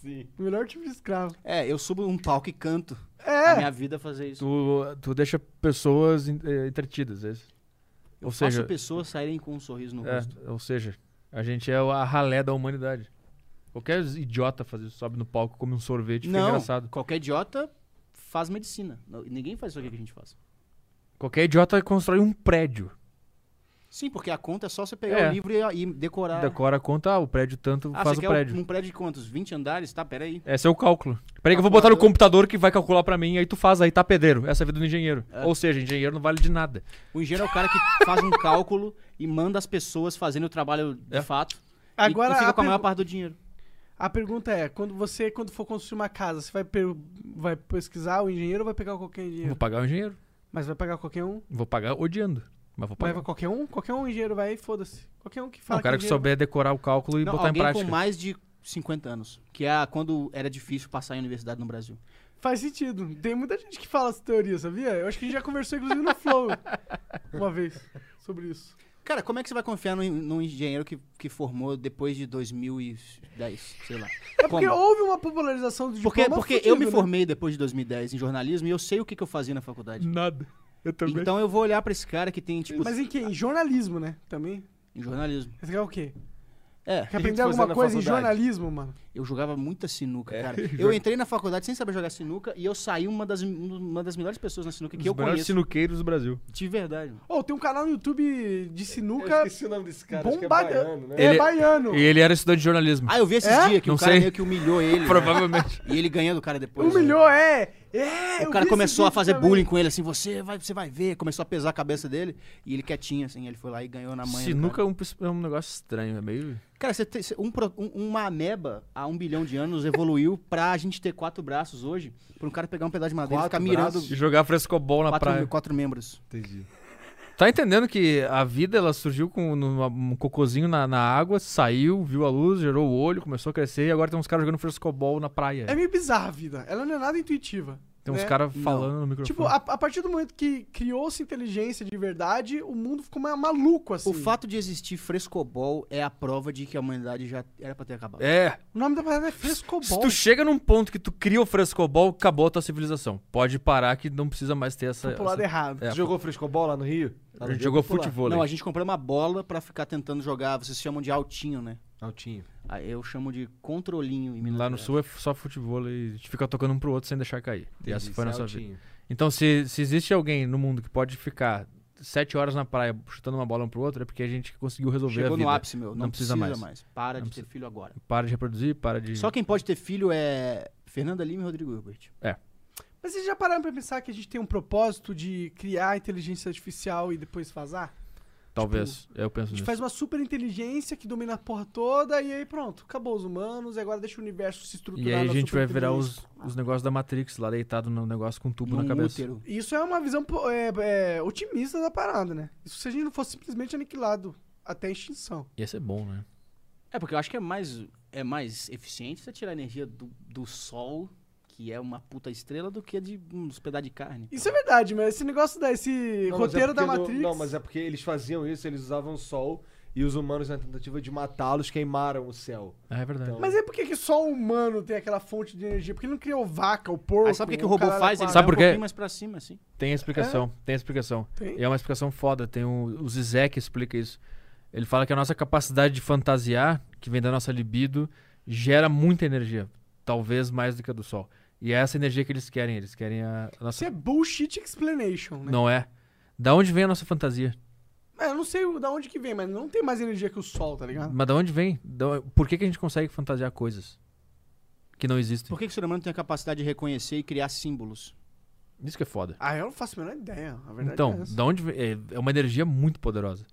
[SPEAKER 2] Sim.
[SPEAKER 1] O melhor tipo de escravo.
[SPEAKER 4] É, eu subo um palco e canto. A
[SPEAKER 1] É.
[SPEAKER 4] minha vida é fazer isso.
[SPEAKER 3] Tu, tu deixa pessoas en- eh, entretidas. é isso.
[SPEAKER 4] Eu
[SPEAKER 3] ou
[SPEAKER 4] faço
[SPEAKER 3] seja-
[SPEAKER 4] pessoas saírem com um sorriso no rosto.
[SPEAKER 3] É, ou seja, a gente é a ralé da humanidade. Qualquer idiota faz isso, sobe no palco, come um sorvete, fica
[SPEAKER 4] Não,
[SPEAKER 3] engraçado.
[SPEAKER 4] qualquer idiota faz medicina. Não, Ninguém faz isso aqui que a gente faz.
[SPEAKER 3] Qualquer idiota constrói um prédio.
[SPEAKER 4] Sim, porque a conta é só você pegar
[SPEAKER 3] É.
[SPEAKER 4] o livro e, e decorar.
[SPEAKER 3] Decora a conta, ah, o prédio tanto
[SPEAKER 4] Tá. Ah,
[SPEAKER 3] faz
[SPEAKER 4] você
[SPEAKER 3] o
[SPEAKER 4] quer
[SPEAKER 3] prédio.
[SPEAKER 4] um prédio de quantos? 20 andares? Tá, peraí.
[SPEAKER 3] Esse é o cálculo. Peraí que eu vou botar no computador que vai calcular pra mim, aí tu faz, aí tá pedreiro. Essa é a vida do engenheiro. Ou seja, engenheiro não vale de nada.
[SPEAKER 4] O engenheiro é o
[SPEAKER 3] [laughs]
[SPEAKER 4] cara que faz um cálculo e manda as pessoas fazerem o trabalho de
[SPEAKER 3] É.
[SPEAKER 4] fato. e-
[SPEAKER 1] Agora
[SPEAKER 4] e,
[SPEAKER 1] a,
[SPEAKER 4] fica com a maior
[SPEAKER 1] pergu-
[SPEAKER 4] parte do dinheiro.
[SPEAKER 1] a pergunta é, quando você, quando for construir uma casa, você vai, per- vai pesquisar o engenheiro ou vai pegar qualquer engenheiro?
[SPEAKER 3] Vou pagar o engenheiro.
[SPEAKER 1] Mas vai pegar qualquer um?
[SPEAKER 3] Vou pagar odiando. Mas vou
[SPEAKER 1] Mas
[SPEAKER 3] pagar.
[SPEAKER 1] vai qualquer um? Qualquer um engenheiro vai e foda-se. Qualquer um que
[SPEAKER 3] Não,
[SPEAKER 1] fala
[SPEAKER 3] o cara que
[SPEAKER 1] engenheiro-
[SPEAKER 3] souber decorar o cálculo e
[SPEAKER 4] Não,
[SPEAKER 3] botar em
[SPEAKER 4] alguém
[SPEAKER 3] prática.
[SPEAKER 4] com mais de 50 anos, que é quando era difícil passar em universidade no Brasil.
[SPEAKER 1] Faz sentido. Tem muita gente que fala essa teoria, sabia? Eu acho que a gente já conversou, inclusive, no [laughs] Flow uma vez sobre isso.
[SPEAKER 4] Cara, como é que você vai confiar num, num engenheiro que, que formou depois de 2010, sei lá?
[SPEAKER 1] É porque
[SPEAKER 4] Como?
[SPEAKER 1] houve uma popularização do
[SPEAKER 4] Porque,
[SPEAKER 1] diploma
[SPEAKER 4] porque
[SPEAKER 1] fudido,
[SPEAKER 4] eu me
[SPEAKER 1] né?
[SPEAKER 4] formei depois de 2010 em jornalismo e eu sei o que, que eu fazia na faculdade.
[SPEAKER 3] Nada. Eu também.
[SPEAKER 4] Então eu vou olhar pra esse cara que tem, tipo,
[SPEAKER 1] Mas em quem? Em jornalismo, né? Também.
[SPEAKER 4] em jornalismo.
[SPEAKER 1] Esse cara é o quê?
[SPEAKER 4] É,
[SPEAKER 1] Quer
[SPEAKER 2] que
[SPEAKER 1] aprender
[SPEAKER 2] tu fazia
[SPEAKER 1] alguma
[SPEAKER 2] na
[SPEAKER 1] coisa em
[SPEAKER 2] faculdade?
[SPEAKER 1] jornalismo, mano?
[SPEAKER 4] eu jogava muita sinuca,
[SPEAKER 3] É.
[SPEAKER 1] [laughs]
[SPEAKER 4] cara. Eu entrei na faculdade sem saber jogar sinuca e eu saí uma das, uma das melhores pessoas na sinuca
[SPEAKER 3] Os
[SPEAKER 4] que eu
[SPEAKER 3] melhores
[SPEAKER 4] conheço.
[SPEAKER 3] sinuqueiros do Brasil.
[SPEAKER 4] De verdade. mano.
[SPEAKER 1] Ô, tem um canal no YouTube de
[SPEAKER 2] Eu
[SPEAKER 1] sinuca
[SPEAKER 2] esqueci o nome desse cara, acho que é
[SPEAKER 1] bombada.
[SPEAKER 2] baiano, né?
[SPEAKER 1] É
[SPEAKER 3] Ele-
[SPEAKER 1] baiano.
[SPEAKER 3] E ele era estudante de jornalismo.
[SPEAKER 4] Ah, eu vi esses
[SPEAKER 1] É?
[SPEAKER 4] dias que
[SPEAKER 3] Não
[SPEAKER 4] o cara
[SPEAKER 3] sei.
[SPEAKER 4] meio que humilhou ele. né?
[SPEAKER 3] [laughs] Provavelmente.
[SPEAKER 4] E ele ganhando o cara depois. né?
[SPEAKER 1] Humilhou, Um é. É, eu
[SPEAKER 4] o cara
[SPEAKER 1] vi esse
[SPEAKER 4] começou a
[SPEAKER 1] vídeo
[SPEAKER 4] fazer
[SPEAKER 1] também.
[SPEAKER 4] bullying com ele, assim, você vai, você vai ver. Começou a pesar a cabeça dele e ele quietinho, assim. Ele foi lá e ganhou na né, manhã. do
[SPEAKER 3] Sinuca é um, é um negócio estranho, é meio.
[SPEAKER 4] Cara, cara você tem- você- um pro- um- uma ameba há um bilhão de anos evoluiu pra gente ter quatro braços hoje. Pra um cara pegar um pedaço de madeira e
[SPEAKER 2] Quatro
[SPEAKER 4] ficar mirando
[SPEAKER 2] braços?
[SPEAKER 3] E jogar frescobol na
[SPEAKER 4] quatro,
[SPEAKER 3] praia.
[SPEAKER 4] quatro membros.
[SPEAKER 2] Entendi.
[SPEAKER 3] Tá entendendo que a vida ela surgiu com numa- um cocôzinho na, na água, saiu, viu a luz, gerou o olho, começou a crescer e agora tem uns caras jogando frescobol na praia.
[SPEAKER 1] É meio bizarra a vida. Ela não é nada intuitiva.
[SPEAKER 3] tem uns
[SPEAKER 1] né?
[SPEAKER 3] caras
[SPEAKER 4] é. Não.
[SPEAKER 3] falando no microfone.
[SPEAKER 1] Tipo, a, a partir do momento que criou-se inteligência de verdade, o mundo ficou ma- maluco, assim.
[SPEAKER 4] O fato de existir frescobol é a prova de que a humanidade já era pra ter acabado.
[SPEAKER 3] É.
[SPEAKER 1] O nome da parada é
[SPEAKER 3] Se
[SPEAKER 1] frescobol.
[SPEAKER 3] tu chega num ponto que tu cria o frescobol, acabou a tua civilização. Pode parar que não precisa mais ter essa.
[SPEAKER 1] Pro lado
[SPEAKER 3] essa...
[SPEAKER 1] errado.
[SPEAKER 3] É,
[SPEAKER 2] Você jogou frescobol lá no Rio? Lá no
[SPEAKER 3] A gente
[SPEAKER 2] Rio
[SPEAKER 3] jogou
[SPEAKER 2] é popular.
[SPEAKER 3] futebol.
[SPEAKER 4] Não,
[SPEAKER 3] hein?
[SPEAKER 4] a gente comprou uma bola pra ficar tentando jogar. Vocês chamam de altinho, né?
[SPEAKER 2] Altinho.
[SPEAKER 4] Ah, Eu chamo de controlinho em Minas
[SPEAKER 3] Lá no
[SPEAKER 4] Gerais.
[SPEAKER 3] sul é só futebol e a gente fica tocando um pro outro sem deixar cair. E essa
[SPEAKER 2] Entendi,
[SPEAKER 3] foi a
[SPEAKER 2] isso é
[SPEAKER 3] nossa vida.
[SPEAKER 2] altinho.
[SPEAKER 3] Então, se, se existe alguém no mundo que pode ficar sete horas na praia chutando uma bola um pro outro, é porque a gente conseguiu resolver a
[SPEAKER 4] Chegou
[SPEAKER 3] vida.
[SPEAKER 4] no ápice, meu. Não,
[SPEAKER 3] Não precisa
[SPEAKER 4] precisa,
[SPEAKER 3] mais.
[SPEAKER 4] mais. Para
[SPEAKER 3] Não
[SPEAKER 4] de
[SPEAKER 3] precisa.
[SPEAKER 4] ter filho agora.
[SPEAKER 3] Para de reproduzir, para de.
[SPEAKER 4] Só quem pode ter filho é Fernanda Lima e Rodrigo Hilbert.
[SPEAKER 1] Mas vocês já pararam pra pensar que a gente tem um propósito de criar inteligência artificial e depois vazar?
[SPEAKER 3] Talvez. é, eu penso
[SPEAKER 1] A gente
[SPEAKER 3] nisso.
[SPEAKER 1] faz uma super inteligência que domina a porra toda e aí pronto, acabou os humanos e agora deixa o universo se estruturar.
[SPEAKER 3] E aí a
[SPEAKER 1] na
[SPEAKER 3] gente vai virar
[SPEAKER 1] superinteligência.
[SPEAKER 3] os, os negócios da Matrix lá deitado no negócio com um tubo
[SPEAKER 4] Num
[SPEAKER 3] na cabeça.
[SPEAKER 4] útero.
[SPEAKER 1] Isso é uma visão pô, é, é, otimista da parada, né? Isso se a gente não fosse simplesmente aniquilado até a extinção.
[SPEAKER 3] Ia ser bom, né?
[SPEAKER 4] É, porque eu acho que é mais, é mais eficiente você tirar energia do, do sol, que é uma puta estrela, do que de uns pedaços de carne.
[SPEAKER 1] Isso é verdade, mas esse negócio da, esse
[SPEAKER 2] Não, mas é
[SPEAKER 1] roteiro da
[SPEAKER 2] porque no-
[SPEAKER 1] Matrix.
[SPEAKER 2] não, mas é porque eles faziam isso, eles usavam o sol e os humanos, na tentativa de matá-los, queimaram o céu.
[SPEAKER 3] É verdade.
[SPEAKER 2] Então-
[SPEAKER 1] Mas é por que que só o humano tem aquela fonte de energia? Porque ele não criou vaca, o porco.
[SPEAKER 4] Aí sabe o que, que o robô
[SPEAKER 1] caralho,
[SPEAKER 4] faz?
[SPEAKER 1] a
[SPEAKER 4] Ele
[SPEAKER 1] quatro.
[SPEAKER 3] Sabe
[SPEAKER 4] vai
[SPEAKER 3] por quê?
[SPEAKER 4] um pouquinho mais pra cima, assim.
[SPEAKER 3] Tem a explicação, tem a explicação.
[SPEAKER 1] Tem?
[SPEAKER 3] E é uma explicação foda. Tem o, o Zizek explica isso. Ele fala que a nossa capacidade de fantasiar, que vem da nossa libido, gera muita energia. Talvez mais do que a do sol. E é essa energia que eles querem. Eles querem a, a
[SPEAKER 1] Isso
[SPEAKER 3] nossa.
[SPEAKER 1] é bullshit explanation, né?
[SPEAKER 3] Não é? Da onde vem a nossa fantasia?
[SPEAKER 1] É, eu não sei o- da onde que vem, mas não tem mais energia que o sol, tá ligado?
[SPEAKER 3] Mas da onde vem? Da- Por que, que a gente consegue fantasiar coisas que não existem?
[SPEAKER 4] Por que, que o ser humano tem a capacidade de reconhecer e criar símbolos?
[SPEAKER 3] Isso que é foda.
[SPEAKER 1] Ah, eu não faço a menor ideia, a verdade é
[SPEAKER 3] Então,
[SPEAKER 1] essa.
[SPEAKER 3] da onde vem? É, é uma energia muito poderosa.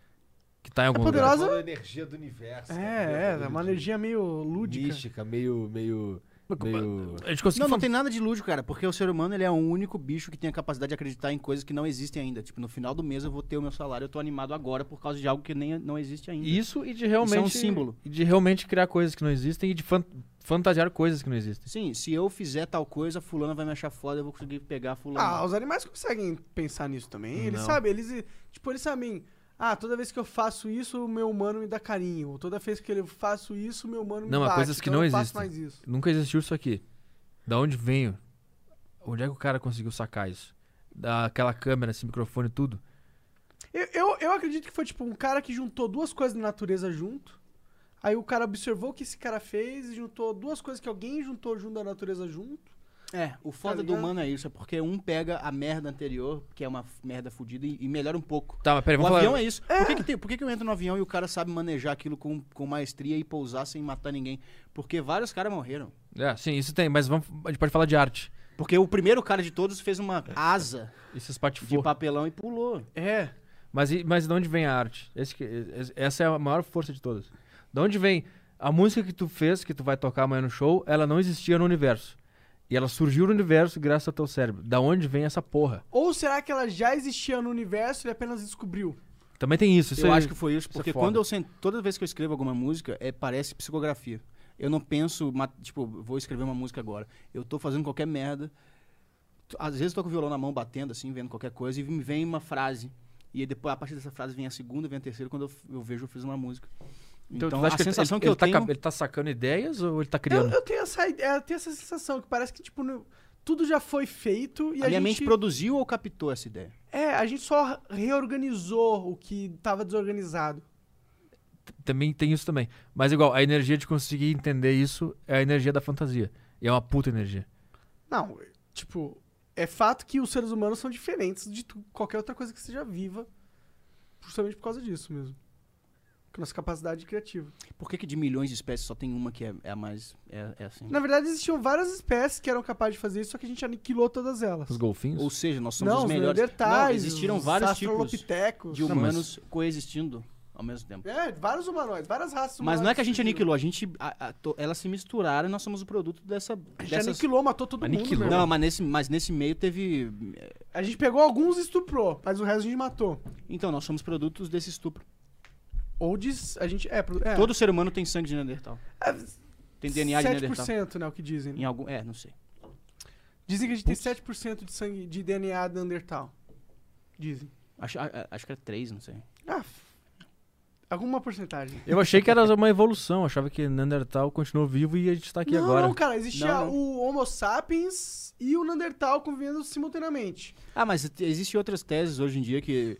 [SPEAKER 3] Que
[SPEAKER 1] É
[SPEAKER 3] tá em algum lugar.
[SPEAKER 1] poderosa?
[SPEAKER 2] Falando da É energia do universo. cara,
[SPEAKER 1] É, é,
[SPEAKER 2] meio
[SPEAKER 1] é uma
[SPEAKER 2] de-
[SPEAKER 1] energia meio lúdica.
[SPEAKER 2] mística, meio, meio, meio...
[SPEAKER 3] A gente conseguiu
[SPEAKER 4] Não, não
[SPEAKER 3] fan-
[SPEAKER 4] tem nada de lúdico, cara, porque o ser humano ele é o único bicho que tem a capacidade de acreditar em coisas que não existem ainda. Tipo, no final do mês eu vou ter o meu salário, eu tô animado agora por causa de algo que nem não existe ainda.
[SPEAKER 3] Isso e de realmente.
[SPEAKER 4] Isso é um símbolo.
[SPEAKER 3] E de realmente criar coisas que não existem e de fan- fantasiar coisas que não existem.
[SPEAKER 4] Sim, se eu fizer tal coisa, fulano vai me achar foda, eu vou conseguir pegar fulano.
[SPEAKER 1] Ah, os animais conseguem pensar nisso também. Eles
[SPEAKER 3] Não.
[SPEAKER 1] sabem, eles. Tipo, eles sabem. Ah, toda vez que eu faço isso, o meu humano me dá carinho. Ou toda vez que eu faço isso, o meu humano me
[SPEAKER 3] Não, mas
[SPEAKER 1] bate.
[SPEAKER 3] coisas que
[SPEAKER 1] então
[SPEAKER 3] não
[SPEAKER 1] eu
[SPEAKER 3] existem.
[SPEAKER 1] faço mais isso.
[SPEAKER 3] Nunca existiu isso aqui. Da onde venho? Onde é que o cara conseguiu sacar isso? Daquela câmera, esse microfone, tudo.
[SPEAKER 1] Eu, eu, eu acredito que foi, tipo, um cara que juntou duas coisas da natureza junto. Aí o cara observou o que esse cara fez e juntou duas coisas que alguém juntou junto da natureza junto.
[SPEAKER 4] É, o foda do
[SPEAKER 1] ligado?
[SPEAKER 4] humano é isso, é porque um pega a merda anterior, que é uma f- merda fodida, e, e melhora um pouco.
[SPEAKER 3] Tá, mas peraí,
[SPEAKER 4] O
[SPEAKER 3] vamos
[SPEAKER 4] avião
[SPEAKER 3] falar.
[SPEAKER 4] é isso. Por, que, que tem- por que, que eu entro no avião e o cara sabe manejar aquilo com, com maestria e pousar sem matar ninguém? Porque vários caras morreram.
[SPEAKER 3] É, sim, isso tem, mas vamos, a gente pode falar de arte.
[SPEAKER 4] Porque o primeiro cara de todos fez uma asa
[SPEAKER 3] Isso
[SPEAKER 4] de
[SPEAKER 3] espatifou.
[SPEAKER 4] papelão e pulou.
[SPEAKER 1] É.
[SPEAKER 3] Mas, e- mas de onde vem a arte? Esse que- es- essa é a maior força de todas. De onde vem a música que tu fez, que tu vai tocar amanhã no show, ela não existia no universo. E ela surgiu no universo graças ao teu cérebro. Da onde vem essa porra?
[SPEAKER 1] Ou será que ela já existia no universo e ele apenas descobriu?
[SPEAKER 3] Também tem isso. isso
[SPEAKER 4] eu
[SPEAKER 3] é-
[SPEAKER 4] acho que foi isso,
[SPEAKER 3] é
[SPEAKER 4] porque
[SPEAKER 3] foda.
[SPEAKER 4] quando eu sento, toda vez que eu escrevo alguma música, é, parece psicografia. Eu não penso, ma- tipo, vou escrever uma música agora. Eu tô fazendo qualquer merda. T- Às vezes eu tô com o violão na mão, batendo, assim, vendo qualquer coisa, e me vem uma frase. E aí depois, a partir dessa frase, vem a segunda, vem a terceira, quando eu, f- eu vejo, eu fiz uma música. Então,
[SPEAKER 3] tu
[SPEAKER 4] a
[SPEAKER 3] acha ele-
[SPEAKER 4] sensação
[SPEAKER 3] ele-
[SPEAKER 4] que eu
[SPEAKER 3] ele tá,
[SPEAKER 4] tenho...
[SPEAKER 3] ca- Ele tá sacando ideias ou ele tá
[SPEAKER 1] Eu,
[SPEAKER 3] criando?
[SPEAKER 1] eu tenho essa ideia, eu tenho essa sensação que parece que, tipo, no- tudo já foi feito e
[SPEAKER 4] a
[SPEAKER 1] a,
[SPEAKER 4] minha
[SPEAKER 1] gente.
[SPEAKER 4] mente produziu ou captou essa ideia?
[SPEAKER 1] É, a gente só reorganizou o que tava desorganizado.
[SPEAKER 3] Também tem isso também. Mas igual, a energia de conseguir entender isso é a energia da fantasia. E é uma puta energia.
[SPEAKER 1] Não, tipo, é fato que os seres humanos são diferentes de tu- qualquer outra coisa que seja viva, justamente por causa disso mesmo. Com a nossa capacidade criativa.
[SPEAKER 4] Por que, que de milhões de espécies só tem uma que é, é a mais. É, é assim?
[SPEAKER 1] Na verdade, existiam várias espécies que eram capazes de fazer isso, só que a gente aniquilou todas elas.
[SPEAKER 3] Os golfinhos?
[SPEAKER 4] Ou seja, nós somos
[SPEAKER 1] não,
[SPEAKER 4] os melhores.
[SPEAKER 1] neandertais,
[SPEAKER 4] Não, existiram vários tipos
[SPEAKER 1] astrolopitecos.
[SPEAKER 4] de um
[SPEAKER 3] Não, mas-
[SPEAKER 4] humanos coexistindo ao mesmo tempo.
[SPEAKER 1] É, vários humanoides, várias raças humanoides.
[SPEAKER 4] Mas não é que a gente
[SPEAKER 1] surgiram.
[SPEAKER 4] aniquilou, a gente. a- a- to- elas se misturaram e nós somos o produto dessa.
[SPEAKER 1] A gente
[SPEAKER 4] dessas...
[SPEAKER 1] aniquilou, matou todo
[SPEAKER 3] Aniquilou.
[SPEAKER 1] mundo. meu
[SPEAKER 4] Não,
[SPEAKER 1] irmão.
[SPEAKER 4] mas nesse, mas nesse meio teve.
[SPEAKER 1] A gente pegou alguns e estuprou, mas o resto a gente matou.
[SPEAKER 4] Então, nós somos produtos desse estupro.
[SPEAKER 1] Ou diz, a gente... É, pro- é
[SPEAKER 4] Todo ser humano tem sangue de Neandertal. Tem DNA de Neandertal.
[SPEAKER 1] 7%, né, o que dizem. né?
[SPEAKER 4] Em algum... É, não sei.
[SPEAKER 1] Dizem que a gente tem 7% de sangue de DNA de Neandertal. Dizem.
[SPEAKER 4] Acho, a- a- acho que era três, não sei.
[SPEAKER 1] Ah, f- alguma porcentagem.
[SPEAKER 3] Eu achei que era uma evolução, achava que Neandertal continuou vivo e a gente tá aqui
[SPEAKER 1] não,
[SPEAKER 3] agora.
[SPEAKER 1] não, cara, existia
[SPEAKER 4] Não, não.
[SPEAKER 1] o Homo sapiens e o Neandertal convivendo simultaneamente.
[SPEAKER 4] Ah, mas te- existem outras teses hoje em dia que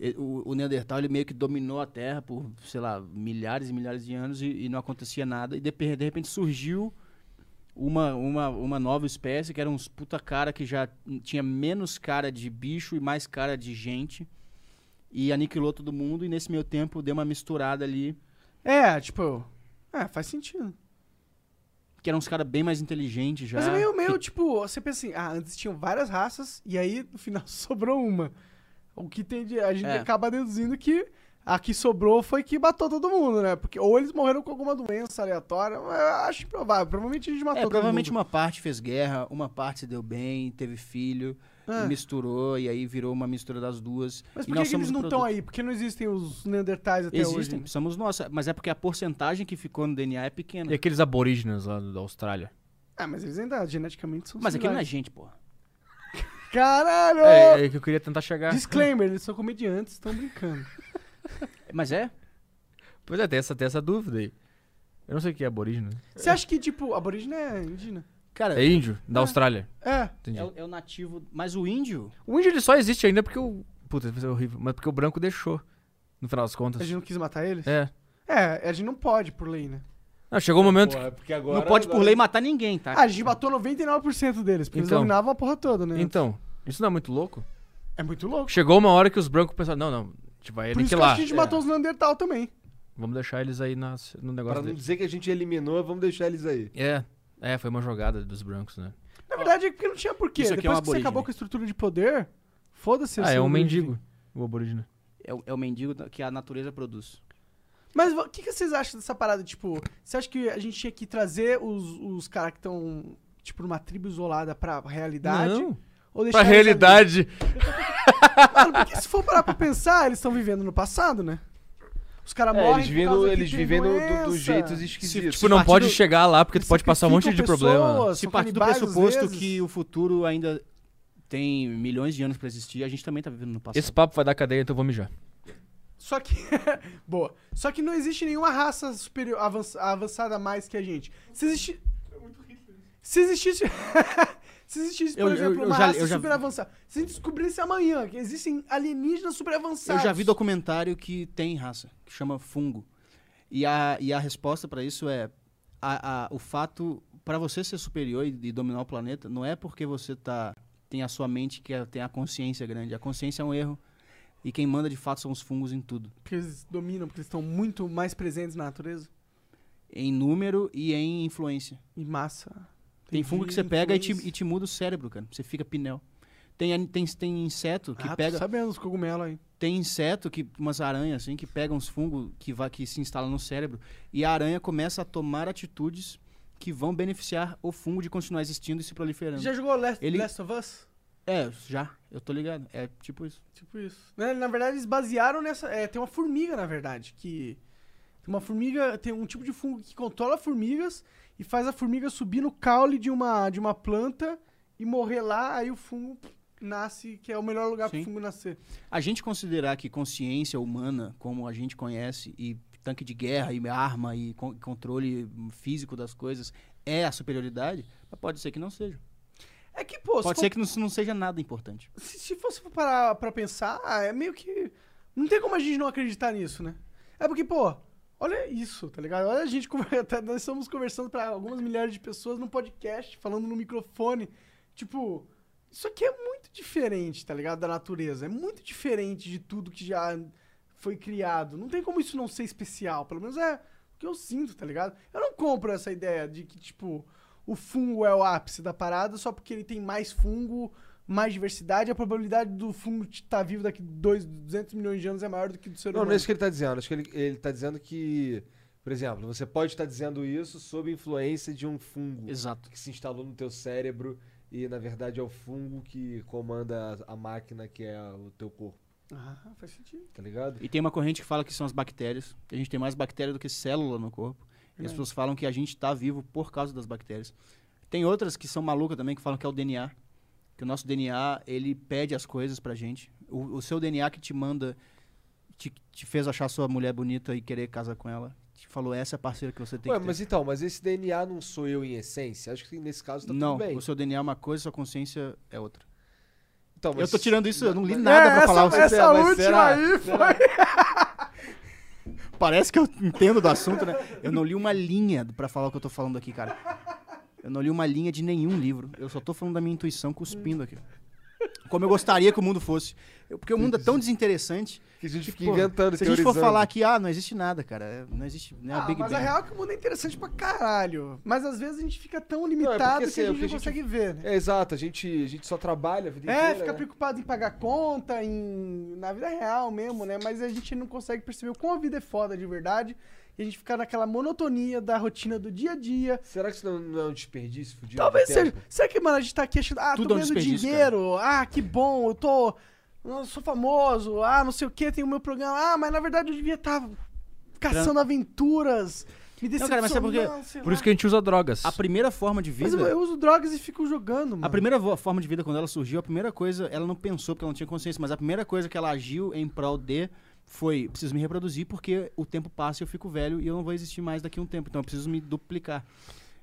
[SPEAKER 4] eh, o, o Neandertal ele meio que dominou a Terra por, sei lá, milhares e milhares de anos e, e não acontecia nada. E de, pe- de repente surgiu uma, uma, uma nova espécie que era um uns puta cara que já n- tinha menos cara de bicho e mais cara de gente. E aniquilou todo mundo e nesse meio tempo deu uma misturada ali,
[SPEAKER 1] É, tipo. É, faz sentido.
[SPEAKER 4] que eram uns caras bem mais inteligentes já.
[SPEAKER 1] Mas é meio, meio
[SPEAKER 4] que-
[SPEAKER 1] tipo, você pensa assim, ah, antes tinham várias raças e aí no final [laughs] sobrou uma. O que tem de. A gente
[SPEAKER 4] É.
[SPEAKER 1] acaba deduzindo que a que sobrou foi que matou todo mundo, né? Porque ou eles morreram com alguma doença aleatória, mas eu acho improvável. Provavelmente a gente matou
[SPEAKER 4] É,
[SPEAKER 1] todo
[SPEAKER 4] provavelmente
[SPEAKER 1] mundo.
[SPEAKER 4] uma parte fez guerra, uma parte se deu bem, teve filho,
[SPEAKER 1] É.
[SPEAKER 4] e misturou e aí virou uma mistura das duas.
[SPEAKER 1] Mas
[SPEAKER 4] E
[SPEAKER 1] por que,
[SPEAKER 4] nós
[SPEAKER 1] que eles
[SPEAKER 4] somos
[SPEAKER 1] não
[SPEAKER 4] o
[SPEAKER 1] estão
[SPEAKER 4] produto.
[SPEAKER 1] aí? Por que não existem os Neandertais até
[SPEAKER 4] Existem,
[SPEAKER 1] hoje?
[SPEAKER 4] somos nós, mas é porque a porcentagem que ficou no DNA é pequena.
[SPEAKER 3] E aqueles aborígenes lá da Austrália.
[SPEAKER 1] Ah, mas eles ainda geneticamente são
[SPEAKER 4] Mas aquilo não é
[SPEAKER 1] similares.
[SPEAKER 4] gente, porra.
[SPEAKER 1] Caralho!
[SPEAKER 3] É, é que eu queria tentar chegar.
[SPEAKER 1] Disclaimer, eles são comediantes, estão brincando.
[SPEAKER 4] Mas é?
[SPEAKER 3] Pois é, tem essa, tem essa dúvida aí. Eu não sei o que é aborígene.
[SPEAKER 1] Você acha que, tipo, aborígene é indígena?
[SPEAKER 4] Cara,
[SPEAKER 3] É
[SPEAKER 4] é,
[SPEAKER 3] índio, da Austrália.
[SPEAKER 1] É.
[SPEAKER 3] Entendi.
[SPEAKER 4] o, é o nativo. Mas o índio?
[SPEAKER 3] O índio ele só existe ainda porque o. Puta, isso é horrível. Mas porque o branco deixou. No final das
[SPEAKER 1] A
[SPEAKER 3] contas.
[SPEAKER 1] gente não quis matar eles?
[SPEAKER 3] É.
[SPEAKER 1] É, a gente não pode, por lei, né?
[SPEAKER 3] Não, chegou o momento.
[SPEAKER 2] Porra, é porque agora,
[SPEAKER 4] não pode, por
[SPEAKER 2] agora-
[SPEAKER 4] lei, matar ninguém, tá?
[SPEAKER 1] Ah, a gente matou 99% deles, porque eles
[SPEAKER 3] Então.
[SPEAKER 1] dominavam a porra toda, né?
[SPEAKER 3] Então, isso não é muito louco?
[SPEAKER 1] É muito louco.
[SPEAKER 3] Chegou uma hora que os brancos pensaram: não, não, a gente vai
[SPEAKER 1] Por isso que eu acho
[SPEAKER 3] aniquilar.
[SPEAKER 1] que
[SPEAKER 2] É.
[SPEAKER 1] a gente matou os Neandertal também.
[SPEAKER 3] Vamos deixar eles aí nas-
[SPEAKER 2] Pra
[SPEAKER 3] no negócio
[SPEAKER 2] não
[SPEAKER 3] deles.
[SPEAKER 2] dizer que a gente eliminou, vamos deixar eles aí.
[SPEAKER 3] É, é, foi uma jogada dos brancos, né?
[SPEAKER 1] Na verdade, é porque não tinha porquê.
[SPEAKER 4] Isso
[SPEAKER 1] Depois
[SPEAKER 4] aqui
[SPEAKER 1] que
[SPEAKER 4] é um
[SPEAKER 1] você
[SPEAKER 4] aborígene.
[SPEAKER 1] acabou com a estrutura de poder, foda-se. assim, né?
[SPEAKER 3] Ah,
[SPEAKER 1] você
[SPEAKER 3] é um
[SPEAKER 1] não-
[SPEAKER 3] mendigo, o aborígene.
[SPEAKER 4] É, o- é o mendigo da- que a natureza produz.
[SPEAKER 1] Mas o que, que vocês acham dessa parada? Tipo, você acha que a gente tinha que trazer os, os caras que estão, tipo, numa tribo isolada pra realidade?
[SPEAKER 3] Não,
[SPEAKER 1] Ou deixar eles
[SPEAKER 3] pra
[SPEAKER 1] ali?
[SPEAKER 3] realidade. tipo,
[SPEAKER 1] Mano, porque se for parar pra pensar, eles estão vivendo no passado, né? Os caras
[SPEAKER 2] É,
[SPEAKER 1] morrem.
[SPEAKER 2] eles
[SPEAKER 1] por
[SPEAKER 2] vivendo,
[SPEAKER 1] causa que
[SPEAKER 2] eles
[SPEAKER 1] tem
[SPEAKER 2] vivendo do-
[SPEAKER 1] doença.
[SPEAKER 2] dos jeitos esquisitos.
[SPEAKER 3] Tipo, não
[SPEAKER 4] partido-
[SPEAKER 3] pode chegar lá porque tu pode passar um monte de
[SPEAKER 1] Sacrificam
[SPEAKER 3] problema.
[SPEAKER 1] pessoas,
[SPEAKER 4] Se
[SPEAKER 1] são
[SPEAKER 4] partir do
[SPEAKER 1] canibais, às
[SPEAKER 4] pressuposto
[SPEAKER 1] vezes.
[SPEAKER 4] que o futuro ainda tem milhões de anos pra existir, a gente também tá vivendo no passado.
[SPEAKER 3] Esse papo vai dar cadeia, então eu vou mijar.
[SPEAKER 1] Só que. [laughs] Boa. Só que não existe nenhuma raça superior, avanç- avançada mais que a gente. Se existe. Se existisse. [laughs] Se existisse, por
[SPEAKER 4] Eu- eu-
[SPEAKER 1] exemplo,
[SPEAKER 4] eu
[SPEAKER 1] uma
[SPEAKER 4] já-
[SPEAKER 1] raça
[SPEAKER 4] eu já-
[SPEAKER 1] super avançada. Se a gente descobrisse amanhã que existem alienígenas super
[SPEAKER 4] Eu
[SPEAKER 1] avançados.
[SPEAKER 4] já vi documentário que tem raça, que chama fungo. E a, e a resposta pra isso é: a, a- o fato, pra você ser superior e, e dominar o planeta, não é porque você tá, tem a sua mente que é- tem a consciência grande. A consciência é um erro. E quem manda de fato são os fungos em tudo.
[SPEAKER 1] Porque eles dominam, porque eles estão muito mais presentes na natureza.
[SPEAKER 4] Em número e em influência.
[SPEAKER 1] Em massa.
[SPEAKER 4] Tem
[SPEAKER 1] Entendi,
[SPEAKER 4] fungo que você pega e te,
[SPEAKER 1] influência.
[SPEAKER 4] e te muda o cérebro, cara. Você fica pinel. Tem, an- tem, tem inseto que
[SPEAKER 1] Ah, tô
[SPEAKER 4] pega.
[SPEAKER 1] sabendo os cogumelos aí.
[SPEAKER 4] tem inseto que umas aranhas assim que pegam uns fungos que vai que se instalam no cérebro e a aranha começa a tomar atitudes que vão beneficiar o fungo de continuar existindo e se proliferando.
[SPEAKER 1] Já jogou Last,
[SPEAKER 4] Ele-
[SPEAKER 1] Last of Us?
[SPEAKER 4] É, já, eu tô ligado. É tipo isso.
[SPEAKER 1] Tipo isso. Né, Na verdade, eles basearam nessa. é, tem uma formiga, na verdade, que. Tem uma formiga. Tem um tipo de fungo que controla formigas e faz a formiga subir no caule de uma, de uma planta e morrer lá, aí o fungo nasce, que é o melhor lugar pro
[SPEAKER 4] Sim.
[SPEAKER 1] fungo nascer.
[SPEAKER 4] A gente considerar que consciência humana, como a gente conhece, e tanque de guerra, e arma, e con- controle físico das coisas, é a superioridade, mas pode ser que não seja.
[SPEAKER 1] É que, pô,
[SPEAKER 4] Pode
[SPEAKER 1] se,
[SPEAKER 4] ser
[SPEAKER 1] for,
[SPEAKER 4] que não, não seja nada importante.
[SPEAKER 1] se, se fosse parar pra pensar, ah, é meio que. Não tem como a gente não acreditar nisso, né? É porque, pô, olha isso, tá ligado? Olha a gente [laughs] conver- tá- Nós estamos conversando pra algumas milhares de pessoas num podcast, falando no microfone. Tipo, isso aqui é muito diferente, tá ligado? Da natureza. É muito diferente de tudo que já foi criado. Não tem como isso não ser especial. Pelo menos é o que eu sinto, tá ligado? Eu não compro essa ideia de que, tipo, o fungo é o ápice da parada só porque ele tem mais fungo, mais diversidade. A probabilidade do fungo estar vivo daqui dois, 200 milhões de anos é maior do que do ser
[SPEAKER 2] Não,
[SPEAKER 1] humano.
[SPEAKER 2] não é isso que ele tá dizendo. Acho que ele, ele tá dizendo que, por exemplo, você pode estar dizendo isso sob influência de um fungo
[SPEAKER 4] Exato.
[SPEAKER 2] que se instalou no teu cérebro e, na verdade, é o fungo que comanda a, a máquina que é o teu corpo,
[SPEAKER 1] Ah, faz sentido.
[SPEAKER 2] tá ligado?
[SPEAKER 4] E tem uma corrente que fala que são as bactérias. que A gente tem mais bactéria do que célula no corpo. E as pessoas falam que a gente está vivo por causa das bactérias. Tem outras que são malucas também, que falam que é o DNA. Que o nosso DNA, ele pede as coisas pra gente. O, o seu DNA que te manda, te, te fez achar sua mulher bonita e querer casar com ela. Te falou, essa é a parceira que você tem
[SPEAKER 2] Ué,
[SPEAKER 4] que ter.
[SPEAKER 2] mas então, mas esse DNA não sou eu em essência? Acho que nesse caso tá
[SPEAKER 4] não,
[SPEAKER 2] tudo bem.
[SPEAKER 4] o seu DNA é uma coisa, sua consciência é outra.
[SPEAKER 2] Então,
[SPEAKER 4] eu
[SPEAKER 2] mas-
[SPEAKER 4] tô tirando isso, eu não li
[SPEAKER 2] mas-
[SPEAKER 4] nada
[SPEAKER 1] é,
[SPEAKER 4] pra falar.
[SPEAKER 1] essa,
[SPEAKER 4] eu-
[SPEAKER 1] essa
[SPEAKER 2] Marcelo, mas
[SPEAKER 1] última
[SPEAKER 2] será?
[SPEAKER 1] aí
[SPEAKER 2] Será?
[SPEAKER 1] foi.
[SPEAKER 4] Parece que eu entendo do assunto, né? Eu não li uma linha pra falar o que eu tô falando aqui, cara. Eu não li uma linha de nenhum livro. Eu só tô falando da minha intuição cuspindo aqui. Como eu gostaria que o mundo fosse. Eu- porque o mundo é tão desinteressante.
[SPEAKER 2] Que a gente
[SPEAKER 4] que,
[SPEAKER 2] fica
[SPEAKER 4] pô,
[SPEAKER 2] inventando,
[SPEAKER 4] Se a gente for
[SPEAKER 2] teorizando.
[SPEAKER 4] falar aqui, ah, não existe nada, cara. é- Não existe. Não é a
[SPEAKER 1] Ah,
[SPEAKER 4] Big
[SPEAKER 1] mas
[SPEAKER 4] Bang.
[SPEAKER 1] a real é que o mundo é interessante pra caralho. Mas às vezes a gente fica tão
[SPEAKER 2] porque,
[SPEAKER 1] limitado
[SPEAKER 2] assim,
[SPEAKER 1] que a
[SPEAKER 2] é
[SPEAKER 1] gente
[SPEAKER 2] o que a
[SPEAKER 1] não
[SPEAKER 2] gente-
[SPEAKER 1] consegue ver, né?
[SPEAKER 2] É, exato, a gente, a gente só trabalha a vida
[SPEAKER 1] É,
[SPEAKER 2] inteira,
[SPEAKER 1] fica
[SPEAKER 2] né?
[SPEAKER 1] preocupado em pagar conta, em... na vida real mesmo, né? Mas a gente não consegue perceber o quão a vida é foda de verdade. E a gente fica naquela monotonia da rotina do dia a dia.
[SPEAKER 2] Será que isso não, não é um desperdício fudido?
[SPEAKER 1] Talvez
[SPEAKER 2] de
[SPEAKER 1] seja.
[SPEAKER 2] tempo?
[SPEAKER 1] Será que, mano, a gente tá aqui achando. Ah,
[SPEAKER 4] Tudo
[SPEAKER 1] tô
[SPEAKER 4] é um
[SPEAKER 1] ganhando
[SPEAKER 4] desperdício,
[SPEAKER 1] dinheiro. Ah, que bom, eu tô. Eu sou famoso. Ah, não sei o que, tenho o meu programa. Ah, mas na verdade eu devia estar caçando aventuras. Me
[SPEAKER 4] Não, cara, mas sabe por quê?
[SPEAKER 1] decepcionando. sei
[SPEAKER 3] Por
[SPEAKER 1] lá.
[SPEAKER 3] isso que a gente usa drogas.
[SPEAKER 4] A primeira forma de
[SPEAKER 1] Mas eu,
[SPEAKER 4] vida.
[SPEAKER 1] eu uso drogas e fico jogando,
[SPEAKER 3] Uhum.
[SPEAKER 1] mano.
[SPEAKER 4] A primeira vo- forma de vida, quando ela surgiu, a primeira coisa, ela não pensou porque ela não tinha consciência, mas a primeira coisa que ela agiu em prol de foi: preciso me reproduzir porque o tempo passa e eu fico velho e eu não vou existir mais daqui a um tempo, então eu preciso me duplicar.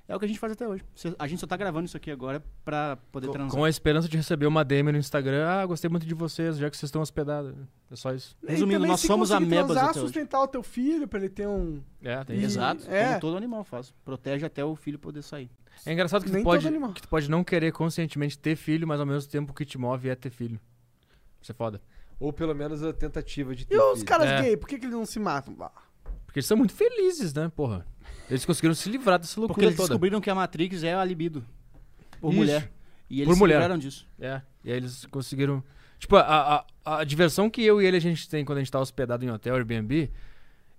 [SPEAKER 4] É o que a gente faz até hoje. Cê- A gente só tá gravando isso aqui agora pra poder transar.
[SPEAKER 3] Com a esperança de receber uma DM no Instagram. Ah, gostei muito de vocês, já que vocês estão hospedados. É só isso.
[SPEAKER 1] E
[SPEAKER 4] Resumindo,
[SPEAKER 1] também,
[SPEAKER 4] nós
[SPEAKER 1] se
[SPEAKER 4] somos
[SPEAKER 1] conseguir
[SPEAKER 4] amebas
[SPEAKER 1] transar,
[SPEAKER 4] até hoje.
[SPEAKER 1] sustentar o teu filho pra ele ter um.
[SPEAKER 3] É, tem
[SPEAKER 1] E-
[SPEAKER 3] isso.
[SPEAKER 4] Exato,
[SPEAKER 1] É.
[SPEAKER 4] como todo animal faz. Protege até o filho poder sair.
[SPEAKER 3] É engraçado que tu,
[SPEAKER 1] Nem
[SPEAKER 3] pode,
[SPEAKER 1] todo animal.
[SPEAKER 3] que tu pode não querer conscientemente ter filho, mas ao mesmo tempo o que te move é ter filho. Isso é foda.
[SPEAKER 2] Ou pelo menos a tentativa de ter
[SPEAKER 1] E os
[SPEAKER 2] filho.
[SPEAKER 1] caras
[SPEAKER 3] É.
[SPEAKER 1] gay, por que, que eles não se matam? Bah.
[SPEAKER 3] Porque eles são muito felizes, né, porra? Eles conseguiram se livrar dessa loucura
[SPEAKER 4] Porque eles
[SPEAKER 3] toda.
[SPEAKER 4] descobriram que a Matrix é a libido por
[SPEAKER 3] Isso.
[SPEAKER 4] mulher. E eles
[SPEAKER 3] Por
[SPEAKER 4] se
[SPEAKER 3] mulher.
[SPEAKER 4] livraram disso.
[SPEAKER 3] É, e aí eles conseguiram. Tipo, a, a, a diversão que eu e ele a gente tem quando a gente tá hospedado em hotel, Airbnb,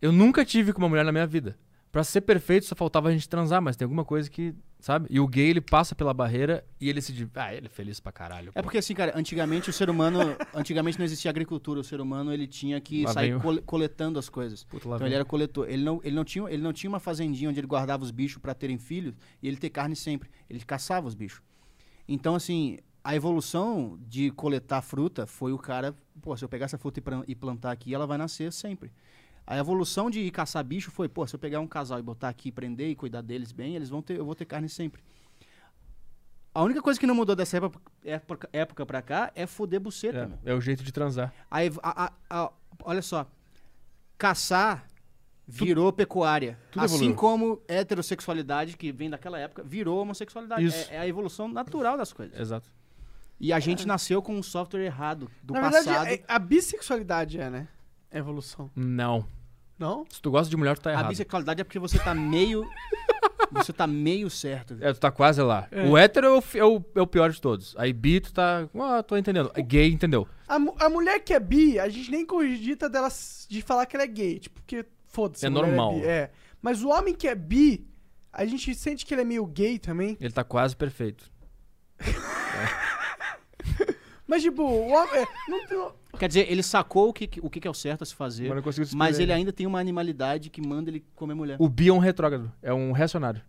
[SPEAKER 3] eu nunca tive com uma mulher na minha vida. Pra ser perfeito, só faltava a gente transar, mas tem alguma coisa que, sabe? E o gay, ele passa pela barreira e ele se. div- Ah, ele é feliz pra caralho.
[SPEAKER 4] É
[SPEAKER 3] pô.
[SPEAKER 4] porque assim, cara, antigamente o ser
[SPEAKER 1] [laughs]
[SPEAKER 4] humano, antigamente não existia agricultura, o ser humano ele tinha que
[SPEAKER 3] Lá vem
[SPEAKER 4] sair
[SPEAKER 3] o-
[SPEAKER 4] cole- coletando as coisas.
[SPEAKER 3] Puta, lá
[SPEAKER 4] então
[SPEAKER 3] vem.
[SPEAKER 4] ele era coletor. Ele não, ele, não tinha, ele não tinha uma fazendinha onde ele guardava os bichos pra terem filhos e ele ter carne sempre. Ele caçava os bichos. Então, assim, a evolução de coletar fruta foi o cara, pô, se eu pegar essa fruta e pran- e plantar aqui, ela vai nascer sempre. A evolução de ir caçar bicho foi, pô, se eu pegar um casal e botar aqui, prender e cuidar deles bem, eles vão ter, eu vou ter carne sempre. A única coisa que não mudou dessa época, época, época pra cá é foder buceta, meu.
[SPEAKER 3] É, é o jeito de transar.
[SPEAKER 4] A ev- a- a- a- olha só. Caçar virou pecuária.
[SPEAKER 3] tudo
[SPEAKER 4] assim
[SPEAKER 3] evoluiu.
[SPEAKER 4] como heterossexualidade, que vem daquela época, virou homossexualidade.
[SPEAKER 3] Isso.
[SPEAKER 4] É, é a evolução natural das coisas.
[SPEAKER 3] Exato.
[SPEAKER 4] E a gente nasceu com um software errado do
[SPEAKER 1] É. na
[SPEAKER 4] passado.
[SPEAKER 1] verdade, é- a bissexualidade é, né? É evolução.
[SPEAKER 3] Não.
[SPEAKER 1] Não?
[SPEAKER 3] Se tu gosta de mulher, tu tá
[SPEAKER 4] a
[SPEAKER 3] errado.
[SPEAKER 4] bissexualidade é porque você tá meio. você tá meio certo.
[SPEAKER 3] É, tu tá quase lá. O hétero é o, fi- é o- é o pior de todos. Aí bi, tu tá. Ah, tô entendendo. Gay, entendeu?
[SPEAKER 1] A, mu- a mulher que é bi, a gente nem cogita dela s- de falar que ela é gay, tipo, porque foda-se.
[SPEAKER 3] É
[SPEAKER 1] a mulher
[SPEAKER 3] normal.
[SPEAKER 1] É, bi, é. Mas o homem que é bi, a gente sente que ele é meio gay também.
[SPEAKER 3] Ele tá quase perfeito.
[SPEAKER 1] Mas, tipo, o homem. é, não tem-
[SPEAKER 4] Quer dizer, ele sacou o que, que- o que que é o certo a se fazer,
[SPEAKER 2] Mas não
[SPEAKER 4] mas,
[SPEAKER 2] consigo te
[SPEAKER 3] é.
[SPEAKER 2] explicar.
[SPEAKER 4] ele ainda tem uma animalidade que manda ele comer mulher.
[SPEAKER 3] O bi é um retrógrado. É um reacionário.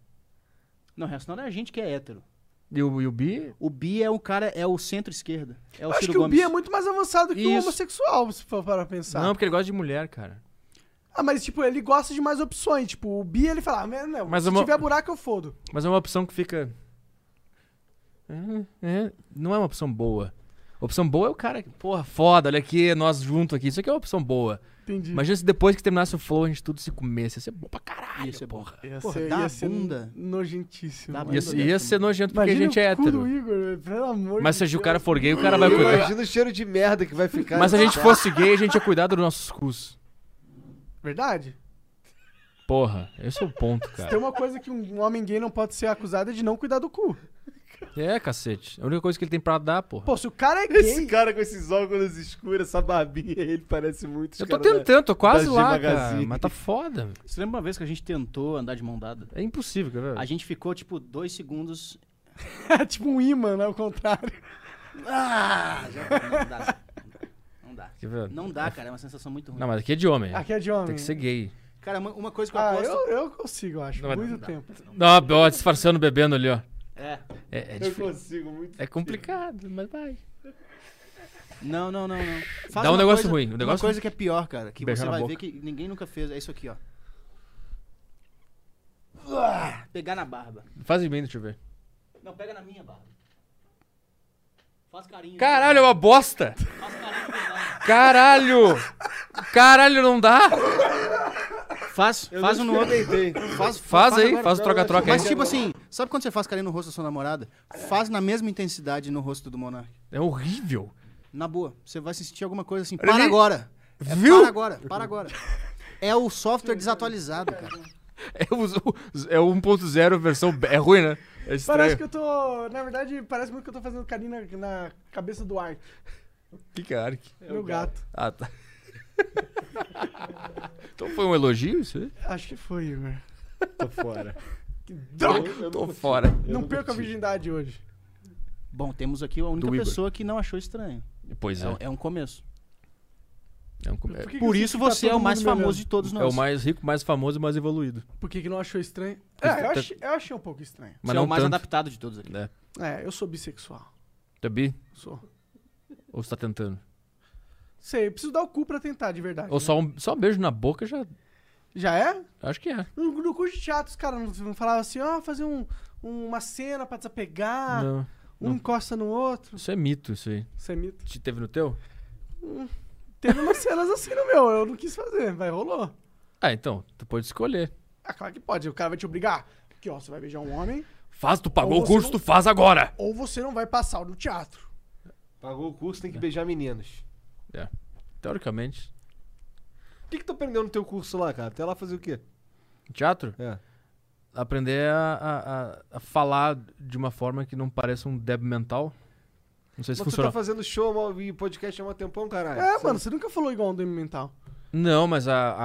[SPEAKER 4] Não, o resto não é a gente que é hétero.
[SPEAKER 3] E o, e o bi
[SPEAKER 4] O bi é o cara, é o centro-esquerda. É
[SPEAKER 1] eu
[SPEAKER 4] o
[SPEAKER 1] acho
[SPEAKER 4] Ciro
[SPEAKER 1] que o
[SPEAKER 4] Gomes.
[SPEAKER 1] bi é muito mais avançado que o
[SPEAKER 3] Isso.
[SPEAKER 1] homossexual, se for para pensar.
[SPEAKER 3] Não, porque ele gosta de mulher, cara.
[SPEAKER 1] Ah, mas, tipo, ele gosta de mais opções. Tipo, o bi, ele fala, ah, não,
[SPEAKER 3] Mas
[SPEAKER 1] se
[SPEAKER 3] uma-
[SPEAKER 1] tiver buraco, eu fodo.
[SPEAKER 3] Mas é uma opção que fica. É, é, Não é uma opção boa. A opção boa é o cara que, porra, foda, olha aqui, nós juntos aqui. Isso aqui é uma opção boa.
[SPEAKER 1] Entendi.
[SPEAKER 3] Imagina se depois que terminasse o flow, a gente tudo se comesse. Ia ser bom pra caralho.
[SPEAKER 4] Ia ser bom.
[SPEAKER 3] porra.
[SPEAKER 1] Ia
[SPEAKER 4] Porra,
[SPEAKER 1] ser,
[SPEAKER 4] dá
[SPEAKER 1] ia
[SPEAKER 4] a
[SPEAKER 1] ser um
[SPEAKER 4] bunda.
[SPEAKER 1] nojentíssimo.
[SPEAKER 4] Dá a
[SPEAKER 1] mano.
[SPEAKER 3] Ia,
[SPEAKER 4] bunda.
[SPEAKER 3] ia ser nojento porque
[SPEAKER 1] Imagina
[SPEAKER 3] a gente é
[SPEAKER 1] o cu
[SPEAKER 3] hétero.
[SPEAKER 1] do Igor, pelo amor
[SPEAKER 3] Mas
[SPEAKER 1] de
[SPEAKER 3] se o
[SPEAKER 1] Deus.
[SPEAKER 3] cara for gay, o cara vai cuidar.
[SPEAKER 2] Imagina o cheiro de merda que vai ficar.
[SPEAKER 3] Mas se a
[SPEAKER 2] nessa
[SPEAKER 3] gente fosse gay, a gente ia cuidar dos nossos cus.
[SPEAKER 1] Verdade?
[SPEAKER 3] Porra, esse é o ponto,
[SPEAKER 1] Tem
[SPEAKER 3] cara.
[SPEAKER 1] uma coisa que um homem gay não pode ser acusado é de não cuidar do cu.
[SPEAKER 3] É, cacete. A única coisa que ele tem pra dar, porra.
[SPEAKER 1] Pô, se o cara é
[SPEAKER 2] Esse
[SPEAKER 1] gay.
[SPEAKER 2] cara com esses óculos escuros,
[SPEAKER 1] [laughs]
[SPEAKER 2] essa barbinha, ele parece muito. os
[SPEAKER 3] eu tô
[SPEAKER 2] caras da-
[SPEAKER 3] tentando, tô quase
[SPEAKER 2] da G
[SPEAKER 3] lá, cara.
[SPEAKER 2] Magazine.
[SPEAKER 3] Mas tá foda. meu.
[SPEAKER 4] Você lembra uma vez que a gente tentou andar de mão dada?
[SPEAKER 3] É impossível, quer ver?
[SPEAKER 4] A gente ficou, tipo, dois segundos.
[SPEAKER 1] [laughs] É tipo um imã, né? Ao contrário.
[SPEAKER 4] Ah, já não dá. Não dá.
[SPEAKER 3] Quer ver?
[SPEAKER 4] Não dá, cara. É uma sensação muito ruim.
[SPEAKER 3] Não, mas aqui é de homem.
[SPEAKER 1] Aqui é de homem.
[SPEAKER 3] Tem que ser gay.
[SPEAKER 4] Cara, uma- uma coisa que eu
[SPEAKER 1] Ah,
[SPEAKER 4] aposto.
[SPEAKER 1] eu, eu consigo, eu acho.
[SPEAKER 3] Não, mas
[SPEAKER 1] muito
[SPEAKER 3] não dá.
[SPEAKER 1] tempo.
[SPEAKER 3] Ó, ó, disfarçando, bebendo ali, ó.
[SPEAKER 4] É.
[SPEAKER 3] É, é
[SPEAKER 2] Eu
[SPEAKER 3] difícil.
[SPEAKER 2] consigo muito.
[SPEAKER 3] É complicado, mas vai.
[SPEAKER 4] Não, não, não, não. Faz
[SPEAKER 3] Dá um
[SPEAKER 4] uma
[SPEAKER 3] negócio
[SPEAKER 4] coisa-
[SPEAKER 3] ruim, um
[SPEAKER 4] Uma
[SPEAKER 3] negócio
[SPEAKER 4] coisa que é pior, cara, que
[SPEAKER 3] Beijar
[SPEAKER 4] você
[SPEAKER 3] na
[SPEAKER 4] vai
[SPEAKER 3] boca.
[SPEAKER 4] ver que ninguém nunca fez. É isso aqui, ó.
[SPEAKER 5] Pegar na barba.
[SPEAKER 3] Faz em mim, deixa eu ver.
[SPEAKER 4] Não, pega na minha barba.
[SPEAKER 5] Faz carinho.
[SPEAKER 3] Caralho, é uma bosta! Caralho! Caralho, não dá!
[SPEAKER 4] Faz, faz um no outro. Faz,
[SPEAKER 3] Faz aí,
[SPEAKER 4] agora.
[SPEAKER 3] faz o troca-troca aí.
[SPEAKER 4] Mas tipo assim, sabe quando você faz carinho no rosto da sua namorada? Faz na mesma intensidade no rosto do monarca.
[SPEAKER 3] É horrível.
[SPEAKER 4] Na boa, você vai sentir alguma coisa assim.
[SPEAKER 3] Olha
[SPEAKER 4] Para
[SPEAKER 3] ali.
[SPEAKER 4] agora. É,
[SPEAKER 3] Viu?
[SPEAKER 4] Para agora, para agora. É o software desatualizado, cara.
[SPEAKER 3] [laughs] É, o, é o 1.0 versão. b- É ruim, né? É
[SPEAKER 1] Parece
[SPEAKER 3] estranho.
[SPEAKER 1] que eu tô. Na verdade, parece muito que eu tô fazendo carinho na, na cabeça do Ark,
[SPEAKER 3] Que cara. que-
[SPEAKER 1] meu É gato.
[SPEAKER 3] Ah, tá. [laughs] então foi um elogio isso aí?
[SPEAKER 1] Acho que foi, né? Igor.
[SPEAKER 2] Tô fora. Eu- eu
[SPEAKER 3] Tô
[SPEAKER 2] não-
[SPEAKER 3] fora.
[SPEAKER 2] eu
[SPEAKER 1] Não perca a
[SPEAKER 2] consigo.
[SPEAKER 1] virgindade hoje.
[SPEAKER 4] Bom, temos aqui a única
[SPEAKER 3] Do Igor.
[SPEAKER 4] pessoa que não achou estranho.
[SPEAKER 3] Pois
[SPEAKER 4] É,
[SPEAKER 3] é.
[SPEAKER 4] um- é um começo.
[SPEAKER 3] É, um com-
[SPEAKER 1] Por,
[SPEAKER 3] é-
[SPEAKER 1] que que
[SPEAKER 4] Por
[SPEAKER 1] eu
[SPEAKER 4] isso
[SPEAKER 1] sinto que tá
[SPEAKER 4] você é
[SPEAKER 1] todo
[SPEAKER 4] o mais
[SPEAKER 1] mundo me olhando?
[SPEAKER 4] famoso de todos
[SPEAKER 3] é o
[SPEAKER 4] nós.
[SPEAKER 3] mais rico, mais famoso e mais evoluído.
[SPEAKER 1] Por que, que não achou estranho?
[SPEAKER 3] Porque
[SPEAKER 1] É, eu
[SPEAKER 3] tá-
[SPEAKER 1] achei, eu achei um pouco estranho.
[SPEAKER 3] Mas
[SPEAKER 4] você é
[SPEAKER 3] não
[SPEAKER 4] o mais
[SPEAKER 3] tanto.
[SPEAKER 4] adaptado de todos aqui.
[SPEAKER 3] É.
[SPEAKER 1] É, eu sou bissexual.
[SPEAKER 3] Tu é bi?
[SPEAKER 1] Sou.
[SPEAKER 3] Ou você tá tentando?
[SPEAKER 1] Sei, eu preciso dar o cu pra tentar, de verdade.
[SPEAKER 3] Ou
[SPEAKER 1] né?
[SPEAKER 3] só um, só um beijo na boca já.
[SPEAKER 1] Já é?
[SPEAKER 3] Acho que é.
[SPEAKER 1] No, no curso de teatro, os caras não, não falavam assim, ó, fazer um- uma cena pra
[SPEAKER 4] Ah.
[SPEAKER 1] desapegar,
[SPEAKER 3] Não.
[SPEAKER 1] um
[SPEAKER 3] não.
[SPEAKER 1] encosta no outro.
[SPEAKER 3] Isso é mito, isso aí.
[SPEAKER 1] Isso é mito.
[SPEAKER 3] Te teve no teu?
[SPEAKER 1] Teve umas cenas assim no meu, eu não quis fazer, mas rolou.
[SPEAKER 3] Ah, então. Tu pode escolher.
[SPEAKER 1] Ah, claro que pode, o cara vai te obrigar. Que ó, você vai beijar um homem,
[SPEAKER 3] Faz, tu pagou
[SPEAKER 1] Ou
[SPEAKER 3] o
[SPEAKER 1] você
[SPEAKER 3] curso,
[SPEAKER 1] não-
[SPEAKER 3] tu faz agora!
[SPEAKER 1] ou você não vai passar o do teatro.
[SPEAKER 2] Pagou o curso, tem que beijar meninos.
[SPEAKER 3] Teoricamente.
[SPEAKER 2] O que, que tu aprendeu no teu curso lá, cara? Até lá fazer o quê?
[SPEAKER 3] Teatro?
[SPEAKER 2] É.
[SPEAKER 3] Aprender a, a- a- a falar de uma forma que não pareça um deb mental. Não sei
[SPEAKER 2] Mas
[SPEAKER 3] se
[SPEAKER 2] tu tá
[SPEAKER 3] funciona.
[SPEAKER 2] fazendo show mó- e podcast há um tempão, caralho.
[SPEAKER 1] É,
[SPEAKER 2] Você-
[SPEAKER 1] mano, você nunca falou igual um DM mental.
[SPEAKER 3] Não, mas a.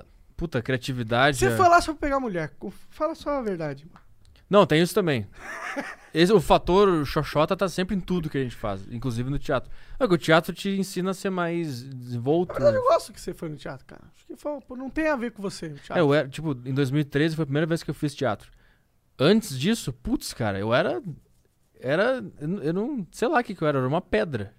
[SPEAKER 3] a- Puta, a criatividade.
[SPEAKER 1] Você
[SPEAKER 3] é-
[SPEAKER 1] foi lá só pra pegar mulher. co- Fala só a verdade. mano.
[SPEAKER 3] Não, tem isso também. [laughs] Esse, o fator xoxota tá sempre em tudo que a gente faz, inclusive no teatro. É que o teatro te ensina a ser mais desenvolto.
[SPEAKER 1] Mas eu gosto que você foi no teatro, cara. Acho que foi- pô, não tem a ver com você, o
[SPEAKER 3] É,
[SPEAKER 1] teatro.
[SPEAKER 3] eu era, tipo, em 2013 foi a primeira vez que eu fiz teatro. Antes disso, putz, cara, eu era. Era. Eu não. Sei lá o que, que eu era, eu era uma pedra.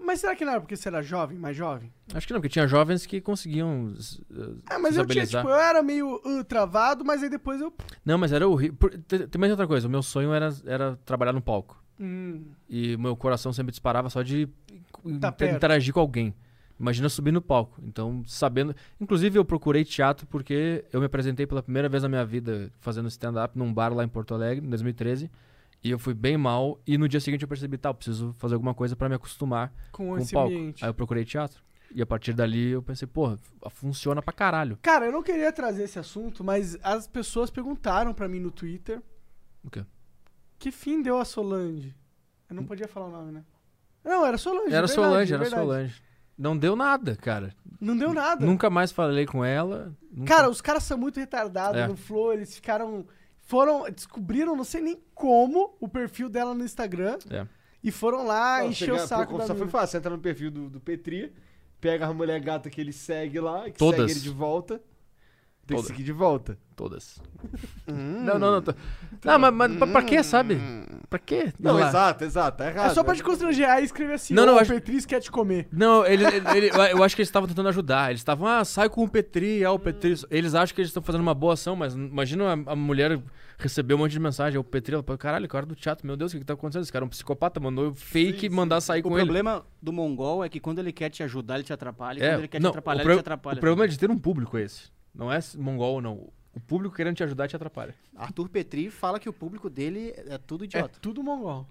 [SPEAKER 1] Mas será que não era porque você era jovem, mais jovem?
[SPEAKER 3] Acho que não, porque tinha jovens que conseguiam. s-
[SPEAKER 1] É, mas eu tinha,
[SPEAKER 3] Desabilizar.
[SPEAKER 1] tipo, eu era meio uh, travado, mas aí depois eu.
[SPEAKER 3] Não, mas era horrível. Por- te- Tem mais outra coisa, o meu sonho era, era trabalhar no palco.
[SPEAKER 1] Hum,
[SPEAKER 3] E meu coração sempre disparava só de in-
[SPEAKER 1] Tá perto.
[SPEAKER 3] interagir com alguém. Imagina subir no palco. Então, sabendo. Inclusive, eu procurei teatro porque eu me apresentei pela primeira vez na minha vida fazendo stand-up num bar lá em Porto Alegre, em 2013. E eu fui bem mal. E no dia seguinte eu percebi, tá, eu preciso fazer alguma coisa pra me acostumar
[SPEAKER 1] com,
[SPEAKER 3] com o
[SPEAKER 1] esse
[SPEAKER 3] palco.
[SPEAKER 1] ambiente.
[SPEAKER 3] Aí eu procurei teatro. E a partir dali eu pensei, porra, funciona pra caralho.
[SPEAKER 1] Cara, eu não queria trazer esse assunto, mas as pessoas perguntaram pra mim no Twitter
[SPEAKER 3] O quê?
[SPEAKER 1] que fim deu a Solange. Eu não podia falar o nome, né? Não, era Solange.
[SPEAKER 3] Hum. Era
[SPEAKER 1] É verdade,
[SPEAKER 3] Solange, era
[SPEAKER 1] verdade.
[SPEAKER 3] Solange. Não deu nada, cara.
[SPEAKER 1] Não deu nada.
[SPEAKER 3] Nunca mais falei com ela. nunca-
[SPEAKER 1] Cara, os caras são muito retardados
[SPEAKER 3] É.
[SPEAKER 1] no Flow, eles ficaram. Foram. Descobriram, não sei nem como, o perfil dela no Instagram.
[SPEAKER 3] É.
[SPEAKER 1] E foram lá,
[SPEAKER 2] Não,
[SPEAKER 1] encher o
[SPEAKER 2] chegar-
[SPEAKER 1] saco
[SPEAKER 2] pô,
[SPEAKER 1] da
[SPEAKER 2] Só foi
[SPEAKER 1] mina.
[SPEAKER 2] fácil, entra no perfil do, do Petri, pega a mulher gata que ele segue lá, que
[SPEAKER 3] Todas.
[SPEAKER 2] segue ele de volta. Tem
[SPEAKER 3] Todas.
[SPEAKER 2] que seguir de volta.
[SPEAKER 3] Todas.
[SPEAKER 4] Hum.
[SPEAKER 3] Não, não, não. tô- Não, mas, mas pra, pra quê, sabe? Pra quê?
[SPEAKER 2] Não,
[SPEAKER 3] Lá.
[SPEAKER 2] exato, exato, tá errado.
[SPEAKER 1] É só
[SPEAKER 4] né?
[SPEAKER 1] pra te constranger. Aí escreve assim, não,
[SPEAKER 3] Não, não,
[SPEAKER 1] não, o
[SPEAKER 3] acho-
[SPEAKER 1] Petriz quer te comer.
[SPEAKER 3] Não, ele, ele- ele- eu acho que eles estavam tentando ajudar. Eles estavam, ah, sai com o Petri, ah, o Petri. Eles acham que eles estão fazendo uma boa ação, mas imagina a, a mulher receber um monte de mensagem. ah, O Petri, ela fala, caralho, cara do teatro, meu Deus, o que, que tá acontecendo? Esse cara é um psicopata, mandou eu fake mandar sair
[SPEAKER 4] O
[SPEAKER 3] com ele.
[SPEAKER 4] problema do mongol é que quando ele quer te ajudar, ele te atrapalha. E quando ele quer
[SPEAKER 3] É, não,
[SPEAKER 4] te atrapalhar,
[SPEAKER 3] o pro-
[SPEAKER 4] ele te atrapalha.
[SPEAKER 3] O problema é de ter um público esse. Não é mongol ou não. O público querendo te ajudar te atrapalha.
[SPEAKER 4] Arthur Petri fala que o público dele é tudo
[SPEAKER 1] É
[SPEAKER 4] idiota.
[SPEAKER 1] tudo mongol.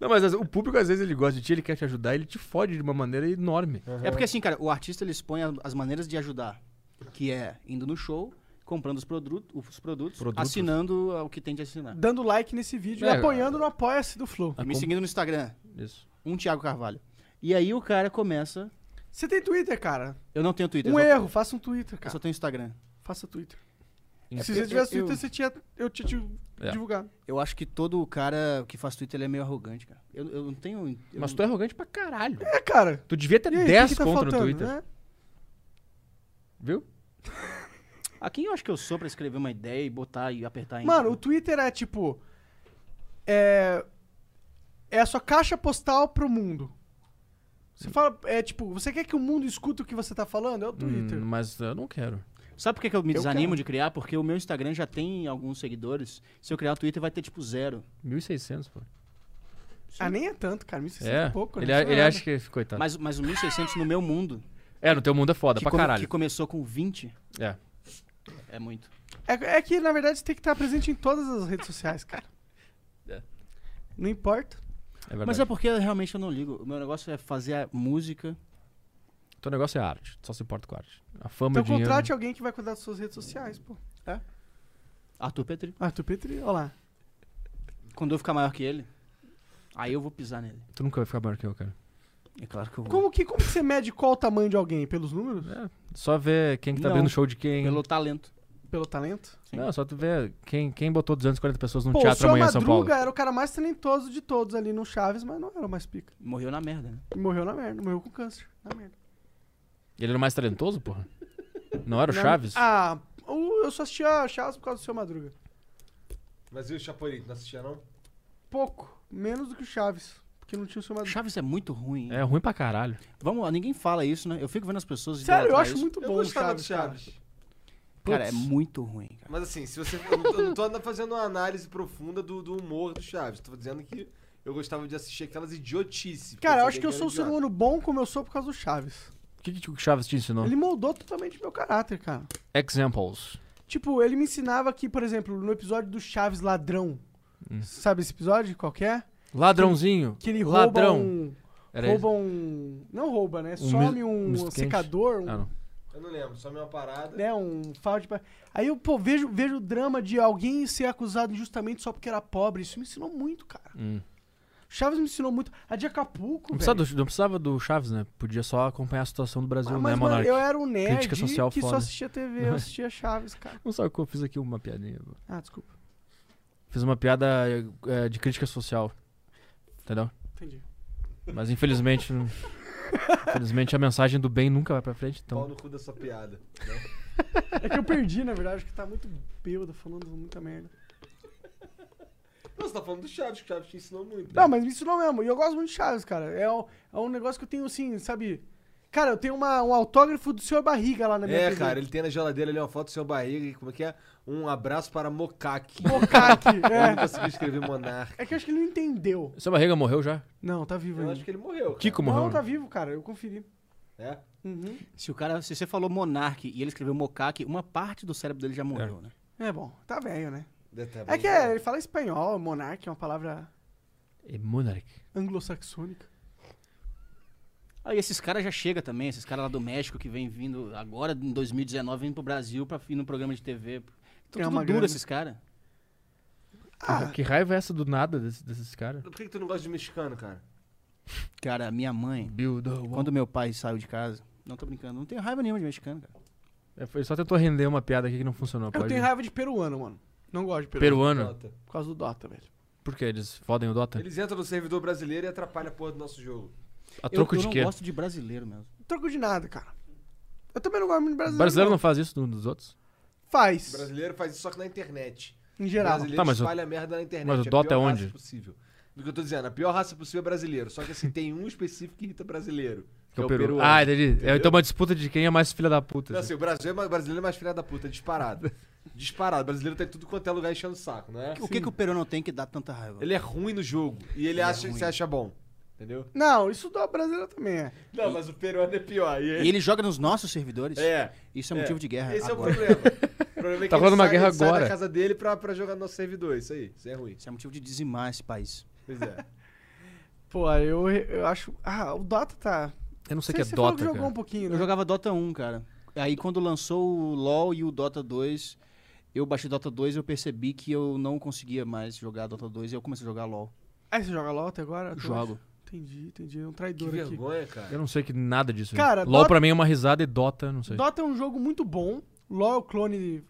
[SPEAKER 3] Não, mas o público às vezes ele gosta de ti, ele quer te ajudar, ele te fode de uma maneira enorme.
[SPEAKER 4] É, porque assim, cara, o artista ele expõe a- as maneiras de ajudar. que é indo no show, comprando os, produto, os produtos,
[SPEAKER 3] Produtos.
[SPEAKER 4] assinando o que tem de assinar.
[SPEAKER 1] Dando like nesse vídeo
[SPEAKER 3] É,
[SPEAKER 1] e apoiando no Apoia-se do Flow.
[SPEAKER 3] Ah,
[SPEAKER 4] E me
[SPEAKER 3] com-
[SPEAKER 4] seguindo no Instagram,
[SPEAKER 3] Isso.
[SPEAKER 4] um Thiago Carvalho. E aí o cara começa.
[SPEAKER 1] Você tem Twitter, cara?
[SPEAKER 4] Eu não tenho Twitter.
[SPEAKER 1] Um
[SPEAKER 4] eu só-
[SPEAKER 1] erro, faça um Twitter,
[SPEAKER 4] Eu
[SPEAKER 1] cara.
[SPEAKER 4] só tenho Instagram.
[SPEAKER 1] Faça Twitter.
[SPEAKER 3] É
[SPEAKER 1] Se
[SPEAKER 4] porque
[SPEAKER 1] você tivesse
[SPEAKER 4] eu-
[SPEAKER 1] Twitter, você tinha, eu tinha te
[SPEAKER 3] É.
[SPEAKER 1] divulgado.
[SPEAKER 4] Eu acho que todo cara que faz Twitter ele é meio arrogante, cara. Eu, eu não tenho. eu
[SPEAKER 3] Mas
[SPEAKER 4] não-
[SPEAKER 3] tu é arrogante pra caralho.
[SPEAKER 1] É, cara.
[SPEAKER 3] Tu devia ter
[SPEAKER 1] E aí, o
[SPEAKER 3] 10
[SPEAKER 1] que que tá
[SPEAKER 3] conto no
[SPEAKER 1] faltando,
[SPEAKER 3] Twitter,
[SPEAKER 1] né?
[SPEAKER 3] viu?
[SPEAKER 4] A quem eu acho que eu sou pra escrever uma ideia e botar e apertar em.
[SPEAKER 1] Mano, o Twitter é tipo. É. É a sua caixa postal pro mundo. Você fala. É tipo, você quer que o mundo escute o que você tá falando? É o Twitter.
[SPEAKER 3] Hum, mas eu não quero.
[SPEAKER 4] Sabe por que, que eu me
[SPEAKER 1] Eu
[SPEAKER 4] desanimo
[SPEAKER 1] quero.
[SPEAKER 4] de criar? Porque o meu Instagram já tem alguns seguidores. Se eu criar o Twitter, vai ter tipo zero.
[SPEAKER 3] 1.600, pô.
[SPEAKER 1] Ah, nem é tanto, cara. Me é,
[SPEAKER 3] É,
[SPEAKER 1] um pouco, né?
[SPEAKER 3] ele,
[SPEAKER 1] Isso não é
[SPEAKER 3] ele
[SPEAKER 1] nada.
[SPEAKER 3] acha que... Coitado.
[SPEAKER 4] Mas, mas o 1.600 no meu mundo,
[SPEAKER 3] É, no teu mundo é foda,
[SPEAKER 4] que,
[SPEAKER 3] pra
[SPEAKER 4] come-
[SPEAKER 3] caralho.
[SPEAKER 4] que começou com 20,
[SPEAKER 3] É.
[SPEAKER 4] é muito.
[SPEAKER 1] É, é que, na verdade, você tem que estar presente em todas as redes sociais, cara.
[SPEAKER 3] É.
[SPEAKER 1] Não importa.
[SPEAKER 3] É verdade.
[SPEAKER 4] Mas é porque realmente eu não ligo. O meu negócio é fazer a música.
[SPEAKER 3] Teu negócio é arte. Tu só se importa com arte. A fama e
[SPEAKER 1] Então
[SPEAKER 3] o dinheiro. né?
[SPEAKER 1] contrate alguém que vai cuidar das suas redes sociais, pô. É.
[SPEAKER 4] Arthur Petri.
[SPEAKER 1] Arthur Petri, olha lá.
[SPEAKER 4] Quando eu ficar maior que ele, aí eu vou pisar nele.
[SPEAKER 1] é-
[SPEAKER 3] Tu nunca vai ficar maior que eu, cara.
[SPEAKER 4] É claro que eu vou.
[SPEAKER 1] Como que, como que você mede qual o tamanho de alguém? Pelos números?
[SPEAKER 3] É, só ver quem que tá
[SPEAKER 4] Não.
[SPEAKER 3] abrindo show de quem.
[SPEAKER 4] Pelo talento.
[SPEAKER 1] Pelo talento?
[SPEAKER 3] Não, só tu ver quem, quem botou 240 pessoas num
[SPEAKER 1] Pô, o
[SPEAKER 3] um teatro
[SPEAKER 1] seu
[SPEAKER 3] amanhã em São Paulo.
[SPEAKER 1] Madruga era o cara mais talentoso de todos ali no Chaves, mas não era o mais pica.
[SPEAKER 4] Morreu na merda, né?
[SPEAKER 1] E morreu na merda, morreu com câncer. Na merda.
[SPEAKER 3] Ele era o mais talentoso, porra? Não era o
[SPEAKER 1] Não-
[SPEAKER 3] Chaves?
[SPEAKER 1] Ah, o- eu só assistia Chaves por causa do seu Madruga.
[SPEAKER 2] Mas e o Chapolin? Não assistia, não?
[SPEAKER 1] Pouco. Menos do que o Chaves. Porque não tinha o seu Madruga.
[SPEAKER 4] Chaves é muito ruim. hein?
[SPEAKER 3] É ruim pra caralho.
[SPEAKER 4] Vamos lá, ninguém fala isso, né? Eu fico vendo as
[SPEAKER 2] é
[SPEAKER 4] pessoas.
[SPEAKER 1] Sério, eu
[SPEAKER 4] idolatrar
[SPEAKER 1] acho
[SPEAKER 4] isso.
[SPEAKER 1] muito
[SPEAKER 2] Eu
[SPEAKER 1] bom o
[SPEAKER 2] gostava
[SPEAKER 1] Chaves.
[SPEAKER 2] do
[SPEAKER 1] cara.
[SPEAKER 2] Chaves.
[SPEAKER 4] Cara, é
[SPEAKER 3] Putz.
[SPEAKER 4] muito ruim, cara.
[SPEAKER 2] Mas assim, se você. Eu não tô- eu não tô fazendo uma análise profunda do, do humor do Chaves. Tô dizendo que eu gostava de assistir aquelas idiotices. porque
[SPEAKER 1] Cara, eu acho
[SPEAKER 2] sabia
[SPEAKER 1] que eu sou um ser
[SPEAKER 2] era
[SPEAKER 1] humano bom como eu sou por causa do Chaves.
[SPEAKER 3] O que, que o Chaves te ensinou?
[SPEAKER 1] Ele moldou totalmente meu caráter, cara.
[SPEAKER 3] Examples.
[SPEAKER 1] Tipo, ele me ensinava que, por exemplo, no episódio do Chaves Ladrão.
[SPEAKER 3] Hum.
[SPEAKER 1] Sabe esse episódio? Qual que é?
[SPEAKER 3] Ladrãozinho.
[SPEAKER 1] Que ele rouba
[SPEAKER 3] Ladrão.
[SPEAKER 1] um...
[SPEAKER 3] Era
[SPEAKER 1] rouba
[SPEAKER 3] isso?
[SPEAKER 1] um... Não rouba, né?
[SPEAKER 3] Um
[SPEAKER 1] Some
[SPEAKER 3] mis-
[SPEAKER 1] um,
[SPEAKER 3] misto quente.
[SPEAKER 1] secador, um,
[SPEAKER 3] Ah, não.
[SPEAKER 2] idiota. Eu não lembro, só minha parada.
[SPEAKER 1] né? Um fardo de... pa- Aí eu, pô, vejo, vejo o drama de alguém ser acusado injustamente só porque era pobre. Isso me ensinou muito, cara.
[SPEAKER 3] Hum.
[SPEAKER 1] Chaves me ensinou muito. A de Acapulco,
[SPEAKER 3] Não,
[SPEAKER 1] velho.
[SPEAKER 3] precisava do, não precisava do Chaves, né? Podia só acompanhar a situação do Brasil,
[SPEAKER 1] Ah,
[SPEAKER 3] né,
[SPEAKER 1] Mas, mano,
[SPEAKER 3] Monark?
[SPEAKER 1] eu era um nerd
[SPEAKER 3] Crítica social
[SPEAKER 1] que só
[SPEAKER 3] foda.
[SPEAKER 1] assistia TV, eu
[SPEAKER 3] [laughs]
[SPEAKER 1] assistia Chaves, cara.
[SPEAKER 3] Não sabe o que eu fiz aqui uma piadinha. pô.
[SPEAKER 1] Ah, desculpa.
[SPEAKER 3] Fiz uma piada eh, de crítica social. Entendeu?
[SPEAKER 1] Entendi.
[SPEAKER 3] Mas infelizmente. não- infelizmente a mensagem do bem nunca vai pra frente,
[SPEAKER 2] Pau
[SPEAKER 3] então.
[SPEAKER 2] no cu da sua piada.
[SPEAKER 1] É que eu perdi, na verdade, que tá muito bêbado, falando muita merda.
[SPEAKER 2] Não, você tá falando do Chaves, que o Chaves te ensinou
[SPEAKER 3] É.
[SPEAKER 2] muito.
[SPEAKER 1] Não, mas me ensinou mesmo. E eu gosto muito de Chaves, cara. É, um- é um negócio que eu tenho, assim, sabe? Cara, eu tenho uma, um autógrafo do Senhor Barriga lá na minha
[SPEAKER 2] É,
[SPEAKER 1] TV.
[SPEAKER 2] cara, ele tem na geladeira ali uma foto do seu barriga e como é que é? Um abraço para Mocaque. [laughs]
[SPEAKER 1] Mocaque,
[SPEAKER 2] Eu não
[SPEAKER 1] é.
[SPEAKER 2] consegui escrever Monarca.
[SPEAKER 1] É que eu acho que ele não entendeu.
[SPEAKER 3] Seu barriga morreu já?
[SPEAKER 1] Não, tá vivo
[SPEAKER 2] Eu
[SPEAKER 1] ainda.
[SPEAKER 2] acho que ele morreu. cara.
[SPEAKER 3] Kiko morreu.
[SPEAKER 1] Não, tá
[SPEAKER 3] né?
[SPEAKER 1] vivo, cara. Eu conferi.
[SPEAKER 2] É?
[SPEAKER 1] Uhum.
[SPEAKER 4] Se o cara, se você falou monarque e ele escreveu mocaque, uma parte do cérebro dele já morreu, né?
[SPEAKER 1] É bom. Tá velho, né?
[SPEAKER 2] Deve tá ter
[SPEAKER 1] É que
[SPEAKER 2] morrido.
[SPEAKER 1] é, ele fala espanhol, monarca é uma palavra
[SPEAKER 3] É Monark.
[SPEAKER 1] anglo-saxônica.
[SPEAKER 4] Aí esses caras já chega também, esses caras lá do México que vem vindo agora em 2019 vindo pro Brasil para ir num programa de TV. Então,
[SPEAKER 1] É
[SPEAKER 4] tudo
[SPEAKER 1] uma
[SPEAKER 4] duro
[SPEAKER 1] grana.
[SPEAKER 4] esses caras.
[SPEAKER 1] Ah,
[SPEAKER 3] Que raiva é essa do nada desse- desses caras?
[SPEAKER 2] Por que, que tu não gosta de mexicano, cara?
[SPEAKER 4] Cara, minha mãe,
[SPEAKER 3] Build a wall.
[SPEAKER 4] quando meu pai saiu de casa, não tô brincando, não tenho raiva nenhuma de mexicano, cara.
[SPEAKER 3] É, foi- só tentou render uma piada aqui que não funcionou.
[SPEAKER 1] eu
[SPEAKER 3] pode-
[SPEAKER 1] tenho raiva de peruano, mano. Não gosto de peruano.
[SPEAKER 3] Peruano?
[SPEAKER 2] Jota.
[SPEAKER 1] Por causa do Dota, velho.
[SPEAKER 3] Por quê? Eles fodem o Dota?
[SPEAKER 2] Eles entram no servidor brasileiro e atrapalham a porra do nosso jogo.
[SPEAKER 3] A troco
[SPEAKER 4] eu, eu
[SPEAKER 3] de
[SPEAKER 4] não
[SPEAKER 3] quê?
[SPEAKER 4] gosto de brasileiro mesmo.
[SPEAKER 1] Não troco de nada, cara. Eu também não gosto muito de brasileiro.
[SPEAKER 3] Brasileiro
[SPEAKER 1] não.
[SPEAKER 3] não faz isso um dos outros?
[SPEAKER 2] O
[SPEAKER 1] Faz,
[SPEAKER 2] brasileiro faz isso só que na internet.
[SPEAKER 1] em
[SPEAKER 2] O
[SPEAKER 1] geral.
[SPEAKER 2] brasileiro
[SPEAKER 3] Tá, mas o-
[SPEAKER 2] espalha merda na internet.
[SPEAKER 3] mas o
[SPEAKER 2] É a
[SPEAKER 3] Dota
[SPEAKER 2] pior
[SPEAKER 3] é
[SPEAKER 2] raça
[SPEAKER 3] onde?
[SPEAKER 2] Possível. Do que eu tô dizendo, a pior raça possível é brasileiro. Só que assim, tem um específico que irrita brasileiro.
[SPEAKER 3] Que é o Peru. Ah, entendi. É, então é uma disputa de quem é mais filha da puta.
[SPEAKER 2] Não,
[SPEAKER 3] assim.
[SPEAKER 2] assim, o Brasil é mais, brasileiro é mais filha da puta, [laughs] disparado. disparado. O brasileiro tá em tudo quanto é lugar enchendo o saco, não é?
[SPEAKER 4] O que que o Peru não tem que dá tanta raiva?
[SPEAKER 2] Ele é ruim no jogo e ele, é acha, se acha bom. Entendeu?
[SPEAKER 1] Não, isso do brasileiro também é.
[SPEAKER 2] Não, mas o peruano é pior. E
[SPEAKER 4] E ele joga nos nossos servidores?
[SPEAKER 2] É.
[SPEAKER 4] Isso é motivo de guerra
[SPEAKER 2] Esse
[SPEAKER 4] agora.
[SPEAKER 2] é o [laughs] problema. O problema é que
[SPEAKER 3] Tá
[SPEAKER 2] ele
[SPEAKER 3] rolando uma
[SPEAKER 2] sai-
[SPEAKER 3] guerra
[SPEAKER 2] ele sai da
[SPEAKER 3] agora.
[SPEAKER 2] casa dele pra, pra jogar no nosso servidor. Isso aí. Isso é ruim.
[SPEAKER 4] Isso é motivo de dizimar esse país.
[SPEAKER 2] Pois é.
[SPEAKER 1] Pô, eu, eu acho. Ah, o Dota tá.
[SPEAKER 3] Eu não
[SPEAKER 1] Você-
[SPEAKER 3] sei o que é
[SPEAKER 1] você falou
[SPEAKER 3] Dota,
[SPEAKER 1] jogou
[SPEAKER 3] cara.
[SPEAKER 1] um pouquinho, né?
[SPEAKER 4] Eu jogava Dota 1, cara. Aí quando lançou o LoL e o Dota 2, eu baixei Dota 2 e eu percebi que eu não conseguia mais jogar Dota 2 e eu comecei a jogar LoL.
[SPEAKER 1] Aí É, você joga LOL até agora? Até
[SPEAKER 4] Jogo.
[SPEAKER 1] hoje? Entendi, entendi. É um
[SPEAKER 2] Que
[SPEAKER 1] traidor aqui.
[SPEAKER 2] vergonha,
[SPEAKER 3] Eu
[SPEAKER 2] cara.
[SPEAKER 3] não sei que nada disso.
[SPEAKER 1] Cara,
[SPEAKER 3] LOL
[SPEAKER 1] Dota-
[SPEAKER 3] pra mim é uma risada e Dota, não sei.
[SPEAKER 1] Dota é um jogo muito bom. LOL é o clone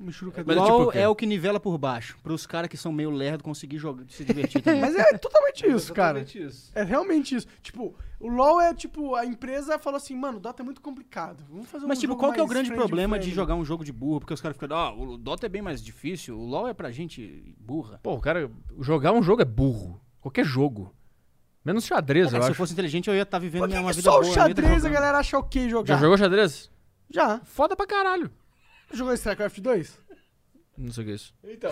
[SPEAKER 1] Michuruca mas,
[SPEAKER 3] Mas é
[SPEAKER 4] LoL
[SPEAKER 3] tipo o quê?
[SPEAKER 4] é o que nivela por baixo, pros caras que são meio lerdo conseguir jogar, se
[SPEAKER 1] [laughs]
[SPEAKER 4] divertir também.
[SPEAKER 1] mas é
[SPEAKER 4] [laughs]
[SPEAKER 1] totalmente isso, cara.
[SPEAKER 2] Exatamente isso.
[SPEAKER 1] É realmente isso. Tipo, o LoL é tipo, a empresa falou assim, mano, o Dota é muito complicado. Vamos fazer um
[SPEAKER 4] Mas, tipo,
[SPEAKER 1] jogo
[SPEAKER 4] qual que é o
[SPEAKER 1] mais
[SPEAKER 4] grande
[SPEAKER 1] friend
[SPEAKER 4] problema de
[SPEAKER 1] friendly."
[SPEAKER 4] jogar um jogo de burro? Porque os caras ficam, ó, o Dota é bem mais difícil, o LoL é pra gente burra.
[SPEAKER 3] Pô, o cara, jogar um jogo é burro. Qualquer jogo. Menos xadrez,
[SPEAKER 4] Cara,
[SPEAKER 3] eu
[SPEAKER 4] se
[SPEAKER 3] acho.
[SPEAKER 4] eu fosse inteligente, eu ia estar vivendo
[SPEAKER 1] Por
[SPEAKER 4] minha
[SPEAKER 1] que,
[SPEAKER 4] uma
[SPEAKER 1] que
[SPEAKER 4] vida
[SPEAKER 1] só
[SPEAKER 4] boa.
[SPEAKER 1] o
[SPEAKER 4] eu não ia tá
[SPEAKER 1] xadrez a
[SPEAKER 4] jogando.
[SPEAKER 1] galera acha ok jogar?
[SPEAKER 3] Já jogou xadrez?
[SPEAKER 1] Já. Então.
[SPEAKER 3] Foda pra caralho.
[SPEAKER 1] Jogou StarCraft 2?
[SPEAKER 3] Não sei o que é isso.
[SPEAKER 2] Então,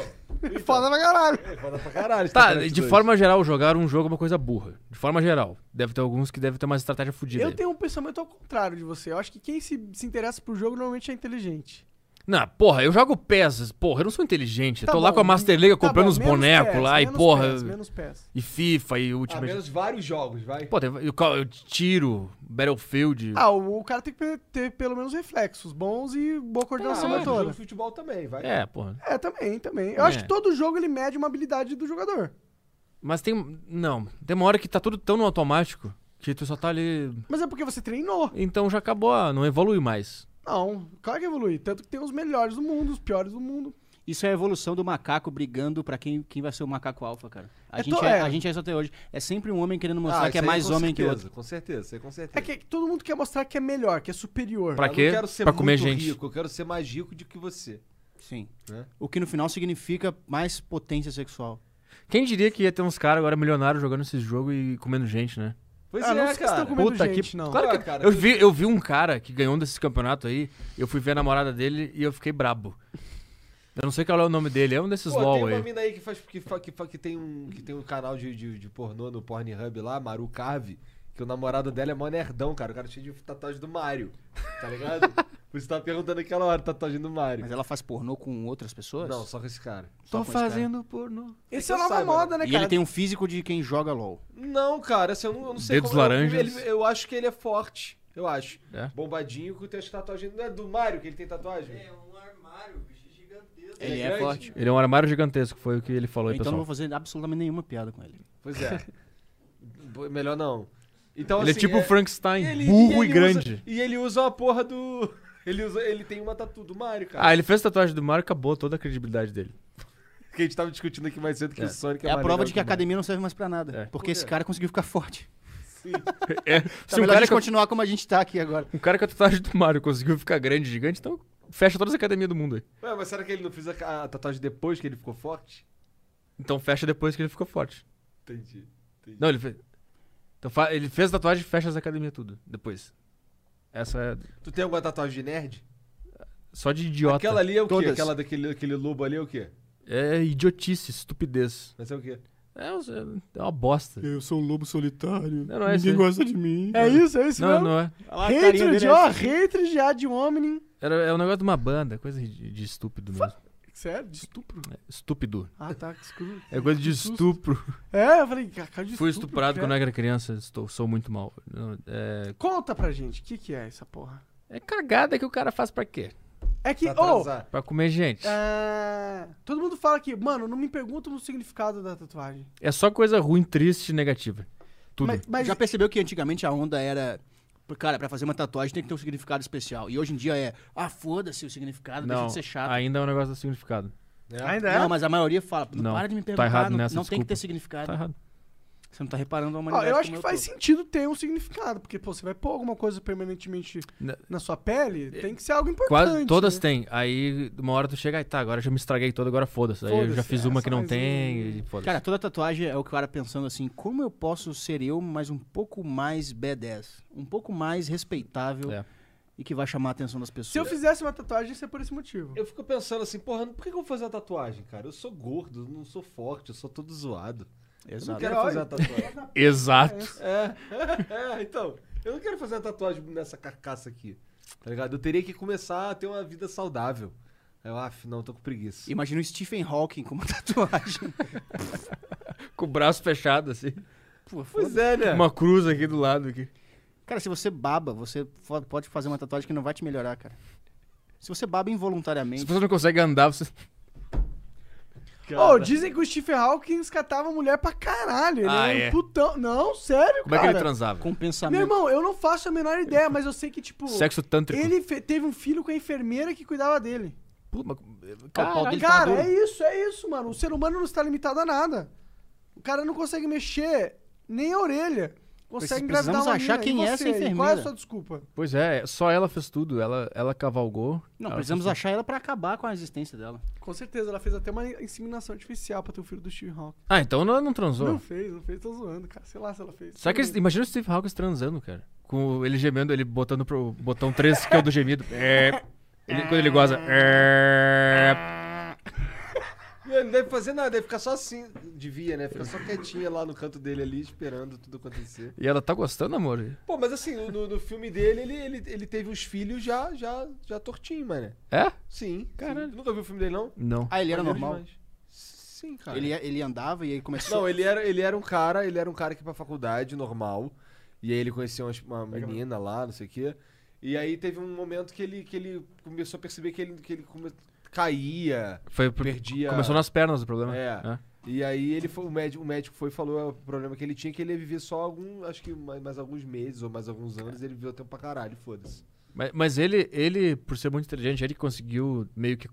[SPEAKER 1] Foda pra caralho.
[SPEAKER 2] é foda pra caralho.
[SPEAKER 3] Tá,
[SPEAKER 2] StarCraft
[SPEAKER 3] de
[SPEAKER 2] dois.
[SPEAKER 3] forma geral, jogar um jogo é uma coisa burra. De forma geral. Deve ter alguns que devem ter uma estratégia fodida.
[SPEAKER 1] Eu
[SPEAKER 3] aí.
[SPEAKER 1] tenho um pensamento ao contrário de você. Eu acho que quem se, se interessa por jogo normalmente é inteligente.
[SPEAKER 3] Não, porra, eu jogo peças. Porra, eu não sou inteligente. Eu
[SPEAKER 1] Tá
[SPEAKER 3] tô lá
[SPEAKER 1] bom,
[SPEAKER 3] com a Master League comprando
[SPEAKER 1] bom,
[SPEAKER 3] os
[SPEAKER 1] menos
[SPEAKER 3] bonecos
[SPEAKER 1] PES,
[SPEAKER 3] lá e
[SPEAKER 1] menos
[SPEAKER 3] porra.
[SPEAKER 1] PES, menos PES.
[SPEAKER 3] e FIFA e
[SPEAKER 2] Ah,
[SPEAKER 3] Ultimate.
[SPEAKER 2] menos vários jogos, vai.
[SPEAKER 3] Pô, tem, eu, eu tiro, Battlefield.
[SPEAKER 1] Ah, o, o cara tem que pe- ter pelo menos reflexos bons e boa coordenação
[SPEAKER 2] Ah, jogo
[SPEAKER 1] motora.
[SPEAKER 2] de futebol também, vai.
[SPEAKER 3] é, porra.
[SPEAKER 1] É, também, também. Eu
[SPEAKER 3] É.
[SPEAKER 1] acho que todo jogo ele mede uma habilidade do jogador.
[SPEAKER 3] Mas tem. Não, tem uma hora que tá tudo tão no automático que tu só tá ali.
[SPEAKER 1] Mas é porque você treinou.
[SPEAKER 3] Então já acabou, ah, não evolui mais.
[SPEAKER 1] Não, claro que evolui. Tanto que tem os melhores do mundo, os piores do mundo.
[SPEAKER 4] Isso é a evolução do macaco brigando pra quem, quem vai ser o macaco alfa, cara. A,
[SPEAKER 1] É
[SPEAKER 4] gente
[SPEAKER 1] to-
[SPEAKER 4] é,
[SPEAKER 1] é.
[SPEAKER 4] a gente é isso até hoje. É sempre um homem querendo mostrar
[SPEAKER 2] Ah,
[SPEAKER 4] que é
[SPEAKER 2] isso aí
[SPEAKER 4] mais
[SPEAKER 2] com
[SPEAKER 4] homem que o
[SPEAKER 2] certeza,
[SPEAKER 4] outro.
[SPEAKER 2] Com certeza, isso aí com certeza.
[SPEAKER 1] É que todo mundo quer mostrar que é melhor, que é superior.
[SPEAKER 3] Pra
[SPEAKER 2] Eu
[SPEAKER 3] quê?
[SPEAKER 2] Não quero ser
[SPEAKER 3] Pra comer
[SPEAKER 2] muito
[SPEAKER 3] gente.
[SPEAKER 2] rico, eu quero ser mais rico do que você.
[SPEAKER 4] Sim.
[SPEAKER 2] Né?
[SPEAKER 4] O que no final significa mais potência sexual.
[SPEAKER 3] Quem diria que ia ter uns caras agora milionários jogando esses jogos e comendo gente, né?
[SPEAKER 2] Pois
[SPEAKER 1] Ah,
[SPEAKER 2] é,
[SPEAKER 1] não sei se
[SPEAKER 2] cara.
[SPEAKER 1] estão comendo
[SPEAKER 3] Puta
[SPEAKER 1] gente,
[SPEAKER 3] que-
[SPEAKER 1] não.
[SPEAKER 3] Claro
[SPEAKER 2] Ah,
[SPEAKER 3] que
[SPEAKER 2] cara,
[SPEAKER 3] eu
[SPEAKER 2] tu-
[SPEAKER 3] vi, eu vi um cara que ganhou um desses campeonatos aí, eu fui ver a namorada dele e eu fiquei brabo. Eu não sei qual é o nome dele, é um desses
[SPEAKER 2] Pô, tem
[SPEAKER 3] LOL
[SPEAKER 2] uma
[SPEAKER 3] aí.
[SPEAKER 2] mina aí que, faz, que, fa- que, fa- que tem um, que tem um canal de, de, de pornô no Pornhub lá, Maru Carve, que o namorado dela é mó nerdão, cara. O cara é cheio de tatuagem do Mario, tá
[SPEAKER 3] [laughs]
[SPEAKER 2] ligado? Você tava perguntando aquela hora, tatuagem do Mario.
[SPEAKER 3] é
[SPEAKER 4] Mas ela faz pornô com outras pessoas?
[SPEAKER 1] Né,
[SPEAKER 2] Não, só com esse cara.
[SPEAKER 3] Tô
[SPEAKER 4] Só com esse cara.
[SPEAKER 3] fazendo pornô.
[SPEAKER 1] Esse é a
[SPEAKER 2] É que eu
[SPEAKER 1] nova
[SPEAKER 2] saiba,
[SPEAKER 1] moda, né,
[SPEAKER 4] E
[SPEAKER 1] cara?
[SPEAKER 4] ele tem um físico de quem joga LOL.
[SPEAKER 2] Não, cara, assim, eu não, eu não sei
[SPEAKER 3] Dedos
[SPEAKER 2] como... eu-
[SPEAKER 3] laranjas.
[SPEAKER 2] ele- eu acho que ele é forte, eu acho.
[SPEAKER 3] É?
[SPEAKER 2] Bombadinho, que tem as tatuagens... Não é do Mario que ele tem tatuagem?
[SPEAKER 4] é Ele
[SPEAKER 2] é
[SPEAKER 4] é
[SPEAKER 2] grande?
[SPEAKER 4] forte.
[SPEAKER 3] Ele é um armário gigantesco, foi o que ele falou aí,
[SPEAKER 4] Então não
[SPEAKER 3] pessoal.
[SPEAKER 4] vou fazer absolutamente nenhuma piada com ele.
[SPEAKER 2] Pois é. Bo- Melhor não. Então,
[SPEAKER 3] ele é
[SPEAKER 2] assim,
[SPEAKER 3] tipo o Frankenstein,
[SPEAKER 2] ele-
[SPEAKER 3] burro e,
[SPEAKER 2] ele usa-
[SPEAKER 3] grande.
[SPEAKER 2] e ele usa a porra do... [laughs] Ele, usa, ele tem uma tatu do Mario, cara.
[SPEAKER 3] Ah, ele fez a tatuagem do Mario e acabou toda a credibilidade
[SPEAKER 4] [laughs]
[SPEAKER 3] dele.
[SPEAKER 2] Que a gente tava discutindo aqui mais cedo que
[SPEAKER 3] É.
[SPEAKER 2] o Sonic é
[SPEAKER 4] É a
[SPEAKER 2] mais
[SPEAKER 4] prova
[SPEAKER 2] legal
[SPEAKER 4] de que a
[SPEAKER 2] o Mario.
[SPEAKER 4] academia não serve mais pra nada.
[SPEAKER 3] É.
[SPEAKER 4] Porque esse cara conseguiu ficar forte. Tá
[SPEAKER 3] Se um
[SPEAKER 4] melhor a
[SPEAKER 3] cara,
[SPEAKER 4] gente
[SPEAKER 3] que,
[SPEAKER 4] continuar como a gente tá aqui agora.
[SPEAKER 3] um cara com a tatuagem do Mario conseguiu ficar grande e gigante, então fecha todas as academias do mundo aí.
[SPEAKER 2] Ué, mas será que ele não fez a, ca- a tatuagem depois que ele ficou forte?
[SPEAKER 3] Então fecha depois que ele ficou forte.
[SPEAKER 2] Entendi. entendi.
[SPEAKER 3] Não, ele fez. Então, fa- ele fez a tatuagem e fecha as academias tudo depois. Essa é
[SPEAKER 2] Tu tem alguma tatuagem de nerd?
[SPEAKER 3] só de idiota.
[SPEAKER 2] Aquela ali é o quê?
[SPEAKER 4] Todas.
[SPEAKER 2] Aquela daquele aquele lobo ali é o quê?
[SPEAKER 3] É idiotice, estupidez.
[SPEAKER 2] Mas é o quê?
[SPEAKER 3] É, um- é uma bosta.
[SPEAKER 4] Eu sou um lobo solitário.
[SPEAKER 3] Não, não é ninguém isso aí.
[SPEAKER 4] gosta de mim.
[SPEAKER 1] É isso, é isso
[SPEAKER 3] Não,
[SPEAKER 1] mesmo?
[SPEAKER 3] não é.
[SPEAKER 5] Olha lá a carinha
[SPEAKER 1] Hatred,
[SPEAKER 5] dele,
[SPEAKER 1] ó,
[SPEAKER 5] assim.
[SPEAKER 1] hatred de um ad hominem.
[SPEAKER 3] Era, é um negócio de uma banda, coisa de, de estúpido mesmo.
[SPEAKER 1] Sério? De estupro?
[SPEAKER 3] É, estúpido.
[SPEAKER 1] Ah, tá, que escuro.
[SPEAKER 3] É coisa de
[SPEAKER 1] Que susto.
[SPEAKER 3] estupro.
[SPEAKER 1] É, eu falei, cara, de estupro,
[SPEAKER 3] Fui estuprado
[SPEAKER 1] credo.
[SPEAKER 3] quando eu era criança, estou, sou muito mal. Não, É,
[SPEAKER 1] Conta pra gente, o que que é essa porra?
[SPEAKER 3] é cagada que o cara faz pra quê?
[SPEAKER 1] É que,
[SPEAKER 2] Pra
[SPEAKER 1] ô,
[SPEAKER 4] Oh,
[SPEAKER 2] transar.
[SPEAKER 3] Pra comer gente.
[SPEAKER 1] é, todo mundo fala que, mano, não me pergunta o significado da tatuagem.
[SPEAKER 3] É só coisa ruim, triste e negativa. Tudo.
[SPEAKER 1] Mas, mas-
[SPEAKER 4] Já percebeu que antigamente a onda era. pô, Cara, pra fazer uma tatuagem tem que ter um significado especial. E hoje em dia é. Ah, foda-se o significado,
[SPEAKER 3] não,
[SPEAKER 4] deixa de ser chato.
[SPEAKER 3] ainda é um negócio do significado.
[SPEAKER 2] É.
[SPEAKER 1] ainda é?
[SPEAKER 4] Não, mas a maioria fala. Não,
[SPEAKER 3] Não,
[SPEAKER 4] para de me
[SPEAKER 3] tá
[SPEAKER 4] perguntar.
[SPEAKER 3] errado
[SPEAKER 4] não
[SPEAKER 3] nessa,
[SPEAKER 4] não tem que
[SPEAKER 3] desculpa.
[SPEAKER 4] ter
[SPEAKER 1] É.
[SPEAKER 4] significado.
[SPEAKER 3] Tá errado.
[SPEAKER 4] Você não tá reparando a
[SPEAKER 1] Ó,
[SPEAKER 4] humanidade.
[SPEAKER 1] eu acho
[SPEAKER 4] como
[SPEAKER 1] que faz
[SPEAKER 4] tô.
[SPEAKER 1] sentido ter um significado, porque, pô, você vai pôr alguma coisa permanentemente
[SPEAKER 3] Na- É
[SPEAKER 1] na sua pele, tem que ser algo importante.
[SPEAKER 3] Quase todas
[SPEAKER 1] né?
[SPEAKER 3] têm. Aí uma hora tu chega e tá, agora eu já me estraguei toda, agora foda-se. Aí eu já
[SPEAKER 1] Foda-se,
[SPEAKER 3] fiz
[SPEAKER 1] é,
[SPEAKER 3] uma
[SPEAKER 1] só
[SPEAKER 3] que não
[SPEAKER 1] mais
[SPEAKER 3] tem
[SPEAKER 1] um.
[SPEAKER 3] e foda-se.
[SPEAKER 4] Cara, toda tatuagem é o cara pensando assim: como eu posso ser eu, mas um pouco mais B10? Um pouco mais respeitável
[SPEAKER 3] É.
[SPEAKER 4] e que vai chamar a atenção das
[SPEAKER 1] Se eu
[SPEAKER 4] pessoas.
[SPEAKER 1] fizesse uma tatuagem, seria por esse motivo.
[SPEAKER 2] Eu fico pensando assim, porra, por que que eu vou fazer uma tatuagem, cara? Eu sou gordo, eu não sou forte, eu sou todo zoado. Eu não
[SPEAKER 4] Exato.
[SPEAKER 2] quero fazer uma tatuagem.
[SPEAKER 3] Exato.
[SPEAKER 2] [laughs] É, é, então. Eu não quero fazer uma tatuagem nessa carcaça aqui. Tá ligado? Eu teria que começar a ter uma vida saudável. Aí Eu, af, não, tô com preguiça.
[SPEAKER 4] Imagina o Stephen Hawking com uma [laughs] tatuagem.
[SPEAKER 1] é.
[SPEAKER 3] Com o braço fechado, assim.
[SPEAKER 4] Pô,
[SPEAKER 2] Pois é, né?
[SPEAKER 3] Uma cruz aqui do lado. Aqui.
[SPEAKER 4] Cara, se você baba, você fo- pode fazer uma tatuagem que não vai te melhorar, cara. Se você baba
[SPEAKER 3] Se
[SPEAKER 4] involuntariamente.
[SPEAKER 3] você não consegue andar, você.
[SPEAKER 1] Oh, dizem que o Stephen Hawking catava mulher pra caralho. Ele
[SPEAKER 3] Ah,
[SPEAKER 1] era um
[SPEAKER 3] é?
[SPEAKER 1] putão. Não, sério,
[SPEAKER 3] Como é
[SPEAKER 1] cara.
[SPEAKER 3] que ele transava?
[SPEAKER 4] Com
[SPEAKER 1] Meu
[SPEAKER 4] pensamento.
[SPEAKER 1] irmão, eu não faço a menor ideia, mas eu sei que, tipo,
[SPEAKER 3] Sexo tântrico.
[SPEAKER 1] ele fe- teve um filho com a enfermeira que cuidava dele.
[SPEAKER 3] Puta, mas-
[SPEAKER 4] Ah, o pau dele
[SPEAKER 1] cara,
[SPEAKER 4] tava duro.
[SPEAKER 1] é isso, é isso, mano. O ser humano não está limitado a nada. O cara não consegue mexer nem a orelha. Consegue engravidar
[SPEAKER 4] precisamos
[SPEAKER 1] uma
[SPEAKER 4] achar
[SPEAKER 1] mina.
[SPEAKER 4] quem
[SPEAKER 1] E
[SPEAKER 4] é
[SPEAKER 1] você?
[SPEAKER 4] essa
[SPEAKER 1] E Qual é a
[SPEAKER 4] enfermeira?
[SPEAKER 1] sua desculpa?
[SPEAKER 3] Pois é, só ela fez tudo. Ela, ela cavalgou.
[SPEAKER 4] Não,
[SPEAKER 3] Ela
[SPEAKER 4] precisamos
[SPEAKER 3] fez
[SPEAKER 4] achar ela pra acabar com a existência dela.
[SPEAKER 1] Com certeza, ela fez até uma inseminação artificial pra ter o filho do Steve Hawking.
[SPEAKER 3] tudo. Ah, então ela não transou.
[SPEAKER 1] Não fez, não fez, tô zoando, cara. Sei lá se ela fez.
[SPEAKER 3] Será que
[SPEAKER 1] Tudo
[SPEAKER 3] eles, imagina o Steve Hawkins transando, cara. Com o- ele gemendo, ele botando pro botão 3, que é o do gemido. [laughs] É. Ele- quando ele goza. É.
[SPEAKER 2] Ele não deve fazer nada, deve ficar só assim, devia, né? Ficar só quietinha lá no canto dele ali, esperando tudo acontecer.
[SPEAKER 3] E ela tá gostando, amor?
[SPEAKER 2] Pô, mas assim, no, no filme dele, ele, ele, ele teve uns filhos já, já, já tortinho, mano.
[SPEAKER 3] É?
[SPEAKER 2] Sim.
[SPEAKER 3] Caralho.
[SPEAKER 2] Sim. Tu nunca viu o filme dele, não?
[SPEAKER 3] Não.
[SPEAKER 4] Ah, ele era
[SPEAKER 2] Maneiro
[SPEAKER 4] normal.
[SPEAKER 2] demais. Sim, cara.
[SPEAKER 4] Ele, ele andava e aí começou.
[SPEAKER 2] Não, ele era, ele era um cara, ele era um cara que ia pra faculdade, normal. E aí ele conheceu umas- uma, menina lá, não sei o quê. E aí teve um momento que ele, que ele começou a perceber que ele, que ele come- caía.
[SPEAKER 3] Foi por-
[SPEAKER 2] Perdi a-
[SPEAKER 3] Começou né? nas pernas o problema.
[SPEAKER 2] É. E aí ele foi, o médico, o médico foi e falou o problema que ele tinha, que ele ia viver só algum, acho que mais, mais alguns meses ou mais alguns anos, ele viveu tempo pra caralho, foda-se.
[SPEAKER 3] Mas, mas ele, ele, por ser muito inteligente, ele conseguiu meio que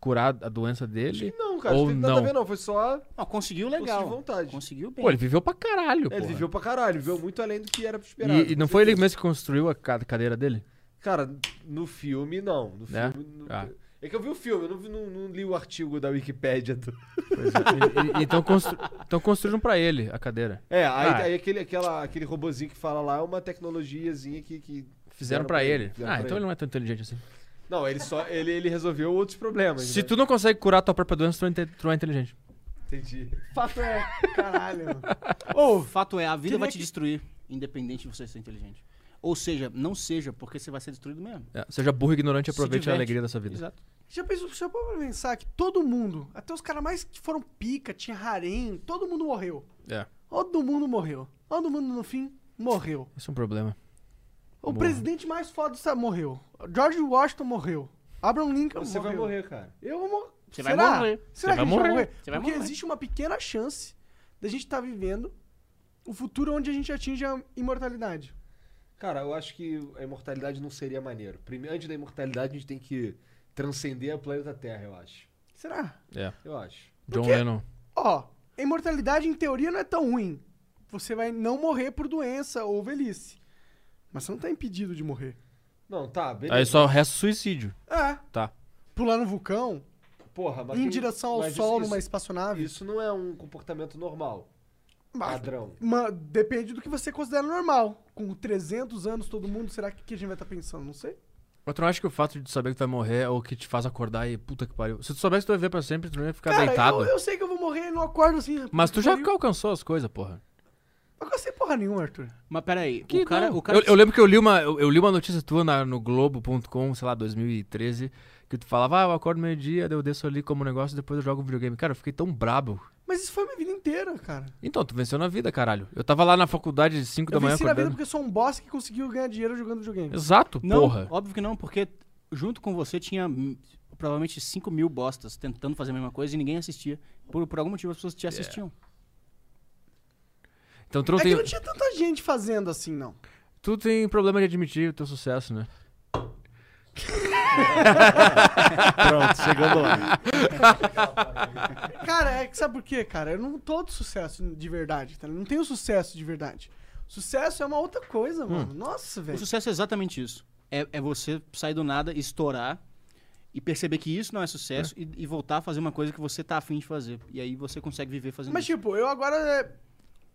[SPEAKER 3] curar a doença
[SPEAKER 2] Acho
[SPEAKER 3] dele.
[SPEAKER 2] que não, cara,
[SPEAKER 3] Ou
[SPEAKER 2] não tem nada
[SPEAKER 3] não.
[SPEAKER 2] a ver não, foi só
[SPEAKER 4] Não, conseguiu
[SPEAKER 2] força de
[SPEAKER 4] legal.
[SPEAKER 2] vontade.
[SPEAKER 4] Conseguiu bem.
[SPEAKER 3] Pô, ele viveu pra caralho,
[SPEAKER 2] É, ele
[SPEAKER 3] porra.
[SPEAKER 2] viveu pra caralho, viveu muito além do que era esperado.
[SPEAKER 3] E, e
[SPEAKER 2] com
[SPEAKER 3] não foi ele
[SPEAKER 2] certeza.
[SPEAKER 3] mesmo que construiu a ca- cadeira dele?
[SPEAKER 2] Cara, no filme, não. No
[SPEAKER 3] Né?
[SPEAKER 2] filme, no-
[SPEAKER 3] Ah.
[SPEAKER 2] É que eu vi o filme, eu não, vi- não- não li o artigo da Wikipédia. do- [laughs]
[SPEAKER 3] Pois é. E- e- então, constru... então construíram pra ele a cadeira.
[SPEAKER 2] É, aí,
[SPEAKER 3] Ah.
[SPEAKER 2] aí aquele, aquela, aquele robozinho que fala lá é uma tecnologiazinha que... que
[SPEAKER 3] Fizeram
[SPEAKER 2] Fizeram
[SPEAKER 3] pra
[SPEAKER 2] pra ele,
[SPEAKER 3] ele.
[SPEAKER 2] fizeram
[SPEAKER 3] Ah,
[SPEAKER 2] pra
[SPEAKER 3] então
[SPEAKER 2] ele.
[SPEAKER 3] ele não é tão inteligente assim.
[SPEAKER 2] Não, ele só... Ele, ele resolveu outros problemas,
[SPEAKER 3] Se
[SPEAKER 2] né?
[SPEAKER 3] tu não consegue curar tua própria doença, tu é inte- tu não é inteligente.
[SPEAKER 2] Entendi. Então,
[SPEAKER 1] Fato é, caralho. mano.
[SPEAKER 4] O fato é, a vida
[SPEAKER 1] Queria
[SPEAKER 4] vai te
[SPEAKER 1] que-
[SPEAKER 4] destruir, independente de você ser inteligente. Ou seja, não seja, porque você vai ser destruído mesmo.
[SPEAKER 3] É, seja burro, ignorante,
[SPEAKER 4] Se
[SPEAKER 3] aproveite a
[SPEAKER 4] diverte.
[SPEAKER 3] alegria dessa vida.
[SPEAKER 4] Exato.
[SPEAKER 1] Já pensou, já parou pra pensar que todo mundo, até os caras mais que foram pica, tinha harém, todo mundo morreu.
[SPEAKER 3] É,
[SPEAKER 1] Todo mundo morreu. Todo mundo, no fim, morreu.
[SPEAKER 3] isso é um problema.
[SPEAKER 1] O
[SPEAKER 3] Morra.
[SPEAKER 1] presidente mais foda do Estado morreu. George Washington morreu. Abraham Lincoln
[SPEAKER 2] Você vai
[SPEAKER 1] morreu.
[SPEAKER 2] morrer, cara.
[SPEAKER 1] Eu vou morrer.
[SPEAKER 5] Você vai morrer.
[SPEAKER 1] Será
[SPEAKER 3] Você
[SPEAKER 1] que a gente
[SPEAKER 3] vai
[SPEAKER 1] vai
[SPEAKER 3] morrer.
[SPEAKER 1] morrer?
[SPEAKER 5] Você vai
[SPEAKER 1] Porque
[SPEAKER 5] morrer.
[SPEAKER 1] existe uma pequena chance da gente estar vivendo o futuro onde a gente atinge a imortalidade.
[SPEAKER 2] Cara, eu acho que a imortalidade não seria maneiro. Primeiro, antes da imortalidade, a gente tem que transcender a planeta Terra, eu acho.
[SPEAKER 1] Será?
[SPEAKER 3] É.
[SPEAKER 2] Eu acho.
[SPEAKER 3] John
[SPEAKER 1] quê?
[SPEAKER 3] Lennon.
[SPEAKER 1] Ó, a imortalidade em teoria não é tão ruim. Você vai não morrer por doença ou velhice. Mas você não tá impedido de morrer.
[SPEAKER 2] Não, tá, beleza.
[SPEAKER 3] Aí só resta o suicídio.
[SPEAKER 1] É.
[SPEAKER 3] Tá.
[SPEAKER 1] Pular no vulcão,
[SPEAKER 2] Porra, mas...
[SPEAKER 1] em
[SPEAKER 2] tem-
[SPEAKER 1] direção ao
[SPEAKER 2] mas isso-
[SPEAKER 1] sol
[SPEAKER 2] isso-
[SPEAKER 1] numa espaçonave.
[SPEAKER 2] Isso não é um comportamento normal,
[SPEAKER 1] Mas-
[SPEAKER 2] padrão.
[SPEAKER 1] ma- depende do que você considera normal. Com 300 anos, todo mundo, será que, que a gente vai estar pensando? Não sei.
[SPEAKER 3] Mas tu não acha que o fato de saber que tu vai morrer é o que te faz acordar e puta que pariu? Se tu soubesse que tu vai viver pra sempre, tu não ia ficar
[SPEAKER 1] Cara,
[SPEAKER 3] deitado.
[SPEAKER 1] Eu, eu sei que eu vou morrer e não acordo assim.
[SPEAKER 3] Mas tu já
[SPEAKER 1] pariu.
[SPEAKER 3] alcançou as coisas, porra.
[SPEAKER 1] Eu gostei porra nenhuma, Arthur.
[SPEAKER 4] Mas peraí,
[SPEAKER 3] Que
[SPEAKER 4] o cara.
[SPEAKER 3] não.
[SPEAKER 4] O cara
[SPEAKER 3] eu, eu lembro que eu li uma, eu, eu li uma notícia tua na- no Globo.com, sei lá, 2013, que tu falava, ah, eu acordo meio-dia, daí eu desço ali como negócio e depois eu jogo um videogame. Cara, eu fiquei tão brabo.
[SPEAKER 1] Mas isso foi minha vida inteira, cara.
[SPEAKER 3] Então, tu venceu na vida, caralho. Eu tava lá na faculdade de 5 da
[SPEAKER 1] Eu
[SPEAKER 3] manhã
[SPEAKER 1] venci na vida
[SPEAKER 3] acordando.
[SPEAKER 1] porque eu sou um boss que conseguiu ganhar dinheiro jogando videogame.
[SPEAKER 3] Exato,
[SPEAKER 4] Não,
[SPEAKER 3] porra.
[SPEAKER 4] óbvio que não, porque junto com você tinha hum, provavelmente 5 mil bostas tentando fazer a mesma coisa e ninguém assistia. Por, por algum motivo as pessoas te
[SPEAKER 3] É. [laughs]
[SPEAKER 4] assistiam.
[SPEAKER 3] Então tu não
[SPEAKER 1] é
[SPEAKER 3] tem.
[SPEAKER 1] que não tinha tanta gente fazendo assim, não.
[SPEAKER 3] Tu tem problema de admitir o teu sucesso, né?
[SPEAKER 2] Pronto, chegando lá.
[SPEAKER 1] Cara, é que sabe por quê, cara? Eu não tô de sucesso de verdade, tá? Eu não tenho sucesso de verdade. Sucesso é uma outra coisa,
[SPEAKER 3] Hum.
[SPEAKER 1] mano. Nossa,
[SPEAKER 4] O
[SPEAKER 1] velho.
[SPEAKER 4] sucesso é exatamente isso. É, é você sair do nada, estourar e perceber que isso não é sucesso E, e voltar a fazer uma coisa que você tá afim de fazer. E aí você consegue viver fazendo
[SPEAKER 1] Mas
[SPEAKER 4] isso.
[SPEAKER 1] tipo, eu agora é,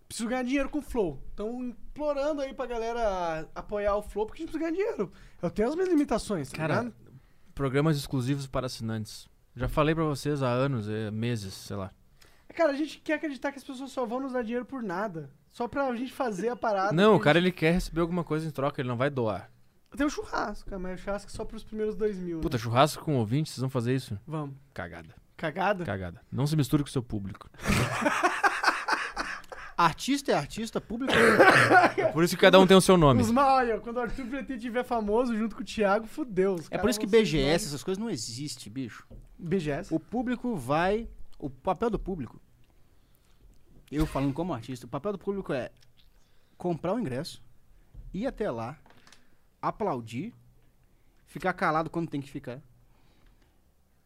[SPEAKER 1] preciso ganhar dinheiro com o Flow. Então, implorando aí pra galera apoiar o Flow, porque a gente precisa ganhar dinheiro. Eu tenho as minhas limitações, tá
[SPEAKER 3] Cara,
[SPEAKER 1] ligado?
[SPEAKER 3] Programas exclusivos para assinantes. Já falei pra vocês há anos, é, meses, sei lá.
[SPEAKER 1] Cara, a gente quer acreditar que as pessoas só vão nos dar dinheiro por nada. Só pra gente fazer a parada.
[SPEAKER 3] não, o
[SPEAKER 1] que a
[SPEAKER 3] cara é ele quer receber alguma coisa em troca, ele não vai doar.
[SPEAKER 1] gente- Tem o churrasco, cara, mas o churrasco é só pros primeiros dois mil. né?
[SPEAKER 3] Puta, churrasco com ouvinte, vocês vão fazer isso?
[SPEAKER 1] Vamos.
[SPEAKER 3] Cagada.
[SPEAKER 1] Cagada?
[SPEAKER 3] Cagada. Não se misture com o seu público.
[SPEAKER 4] Artista é artista, público é
[SPEAKER 3] É por isso que cada um tem o seu nome.
[SPEAKER 1] Os mal, aí, ó, quando o Arthur Pretty estiver famoso junto com o Thiago, fudeu. os
[SPEAKER 4] É por
[SPEAKER 1] caras
[SPEAKER 4] isso que
[SPEAKER 1] vão se-
[SPEAKER 4] BGS, essas coisas não existe, bicho.
[SPEAKER 1] BGS?
[SPEAKER 4] O público vai. O papel do público. Eu falando como artista, o papel do público é comprar o ingresso, ir até lá, aplaudir, ficar calado quando tem que ficar,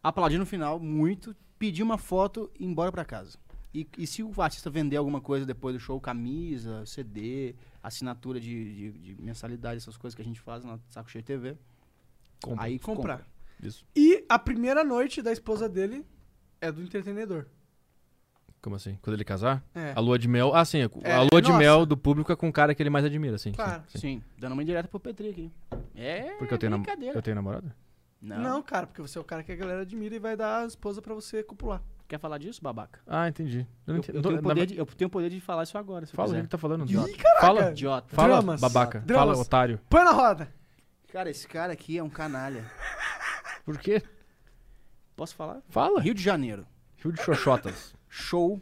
[SPEAKER 4] aplaudir no final muito, pedir uma foto e ir embora pra casa. E, e se o artista vender alguma coisa depois do show, camisa, CD, assinatura de, de- de mensalidade, essas coisas que a gente faz na Saco Cheio TV,
[SPEAKER 3] Compra.
[SPEAKER 4] aí compra.
[SPEAKER 1] Comprar.
[SPEAKER 3] Isso.
[SPEAKER 1] E a primeira noite da esposa dele é do entretenedor.
[SPEAKER 3] Como assim? Quando ele casar?
[SPEAKER 1] É.
[SPEAKER 3] A lua de mel. Ah, sim. A
[SPEAKER 1] É,
[SPEAKER 3] a lua de
[SPEAKER 1] nossa.
[SPEAKER 3] mel do público é com o cara que ele mais admira, sim. sim,
[SPEAKER 1] Claro.
[SPEAKER 3] sim.
[SPEAKER 4] Sim, dando uma indireta pro Petri aqui. É,
[SPEAKER 3] Porque eu tenho, nam-
[SPEAKER 4] brincadeira.
[SPEAKER 3] eu tenho namorada?
[SPEAKER 1] Não. cara, porque você é o cara que a galera admira e vai dar a esposa pra você copular.
[SPEAKER 4] Quer falar disso, babaca?
[SPEAKER 3] Ah, entendi. Eu, não
[SPEAKER 4] Eu,
[SPEAKER 3] entendo.
[SPEAKER 4] eu tenho o
[SPEAKER 3] Na-
[SPEAKER 4] poder de, eu tenho o poder de falar isso agora, se eu
[SPEAKER 3] Fala o que
[SPEAKER 4] quiser.
[SPEAKER 3] ele tá falando.
[SPEAKER 1] Idiota.
[SPEAKER 3] Fala,
[SPEAKER 4] Idiota.
[SPEAKER 3] fala
[SPEAKER 1] Dramas.
[SPEAKER 3] babaca.
[SPEAKER 1] Dramas.
[SPEAKER 3] Fala, otário.
[SPEAKER 1] Põe na roda!
[SPEAKER 4] Cara, esse cara aqui é um canalha.
[SPEAKER 3] Por quê?
[SPEAKER 4] Posso falar?
[SPEAKER 3] Fala.
[SPEAKER 4] Rio de Janeiro.
[SPEAKER 3] Rio de Xoxotas.
[SPEAKER 4] Show.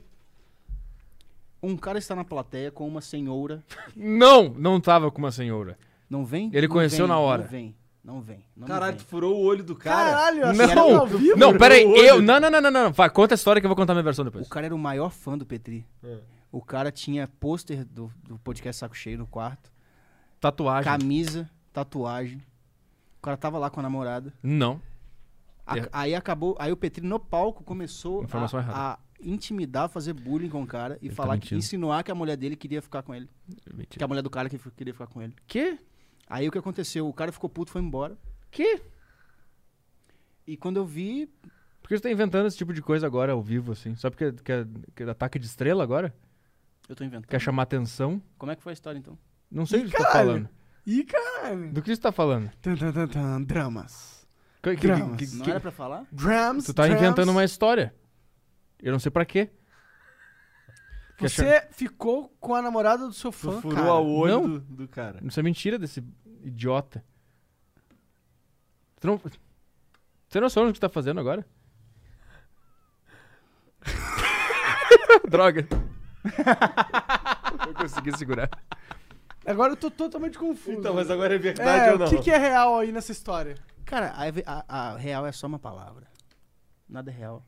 [SPEAKER 4] Um cara está na plateia com uma senhora.
[SPEAKER 3] não, não tava com uma senhora.
[SPEAKER 4] Não vem?
[SPEAKER 3] Ele
[SPEAKER 4] Não
[SPEAKER 3] conheceu
[SPEAKER 4] vem,
[SPEAKER 3] na hora.
[SPEAKER 4] Não vem, não vem. Não
[SPEAKER 2] Caralho, tu
[SPEAKER 4] vem.
[SPEAKER 2] furou o olho do cara.
[SPEAKER 1] Caralho, assim, era ao
[SPEAKER 3] Não,
[SPEAKER 1] vivo?
[SPEAKER 3] não, peraí.
[SPEAKER 2] Olho.
[SPEAKER 3] Eu. Não, não, não, não, não. Vai, conta a história que eu vou contar minha versão depois.
[SPEAKER 4] O cara era o maior fã do Petri.
[SPEAKER 2] É.
[SPEAKER 4] O cara tinha pôster do, do podcast Saco Cheio no quarto,
[SPEAKER 3] Tatuagem.
[SPEAKER 4] camisa, tatuagem. O cara tava lá com a namorada.
[SPEAKER 3] Não.
[SPEAKER 4] A-
[SPEAKER 3] É.
[SPEAKER 4] Aí acabou, aí o Petri no palco começou
[SPEAKER 3] Informação
[SPEAKER 4] a,
[SPEAKER 3] errada.
[SPEAKER 4] a intimidar, fazer bullying com o cara e
[SPEAKER 3] Ele tá
[SPEAKER 4] falar, que,
[SPEAKER 3] mentindo.
[SPEAKER 4] insinuar que a mulher dele queria ficar com ele, que
[SPEAKER 3] Mentira.
[SPEAKER 4] a mulher do cara que f- queria ficar com ele.
[SPEAKER 3] Que?
[SPEAKER 4] Aí o que aconteceu? O cara ficou puto, foi embora.
[SPEAKER 3] Que?
[SPEAKER 4] E quando eu vi,
[SPEAKER 3] Por que você tá inventando esse tipo de coisa agora ao vivo, assim? Só porque que é, que é ataque de estrela agora?
[SPEAKER 4] eu tô inventando.
[SPEAKER 3] Quer chamar atenção?
[SPEAKER 4] Como é que foi a história então?
[SPEAKER 3] Não sei do que você tá
[SPEAKER 1] caralho.
[SPEAKER 3] falando.
[SPEAKER 1] Ih, caralho.
[SPEAKER 3] Do que você tá falando?
[SPEAKER 1] Tan, tan, tan, tan, dramas.
[SPEAKER 3] Que- que-
[SPEAKER 1] Dramas.
[SPEAKER 3] que- que-
[SPEAKER 4] Não era pra falar?
[SPEAKER 1] Drums,
[SPEAKER 3] tu tá
[SPEAKER 1] drums.
[SPEAKER 3] inventando uma história. Eu não sei pra quê. Quer chamar-
[SPEAKER 1] Você ficou com a namorada do seu
[SPEAKER 2] Tu
[SPEAKER 1] fã,
[SPEAKER 2] furou
[SPEAKER 1] cara.
[SPEAKER 2] o olho
[SPEAKER 3] Não.
[SPEAKER 2] do, do cara.
[SPEAKER 3] Isso é mentira desse idiota. Tu não... Você tem noção do que você tá fazendo agora? [laughs] Droga. Eu consegui segurar.
[SPEAKER 1] Agora eu tô totalmente confuso.
[SPEAKER 2] Então, mas agora é verdade
[SPEAKER 1] é,
[SPEAKER 2] ou não?
[SPEAKER 1] o que, que é real aí nessa história?
[SPEAKER 4] Cara, a, a- a real é só uma palavra. Nada é real.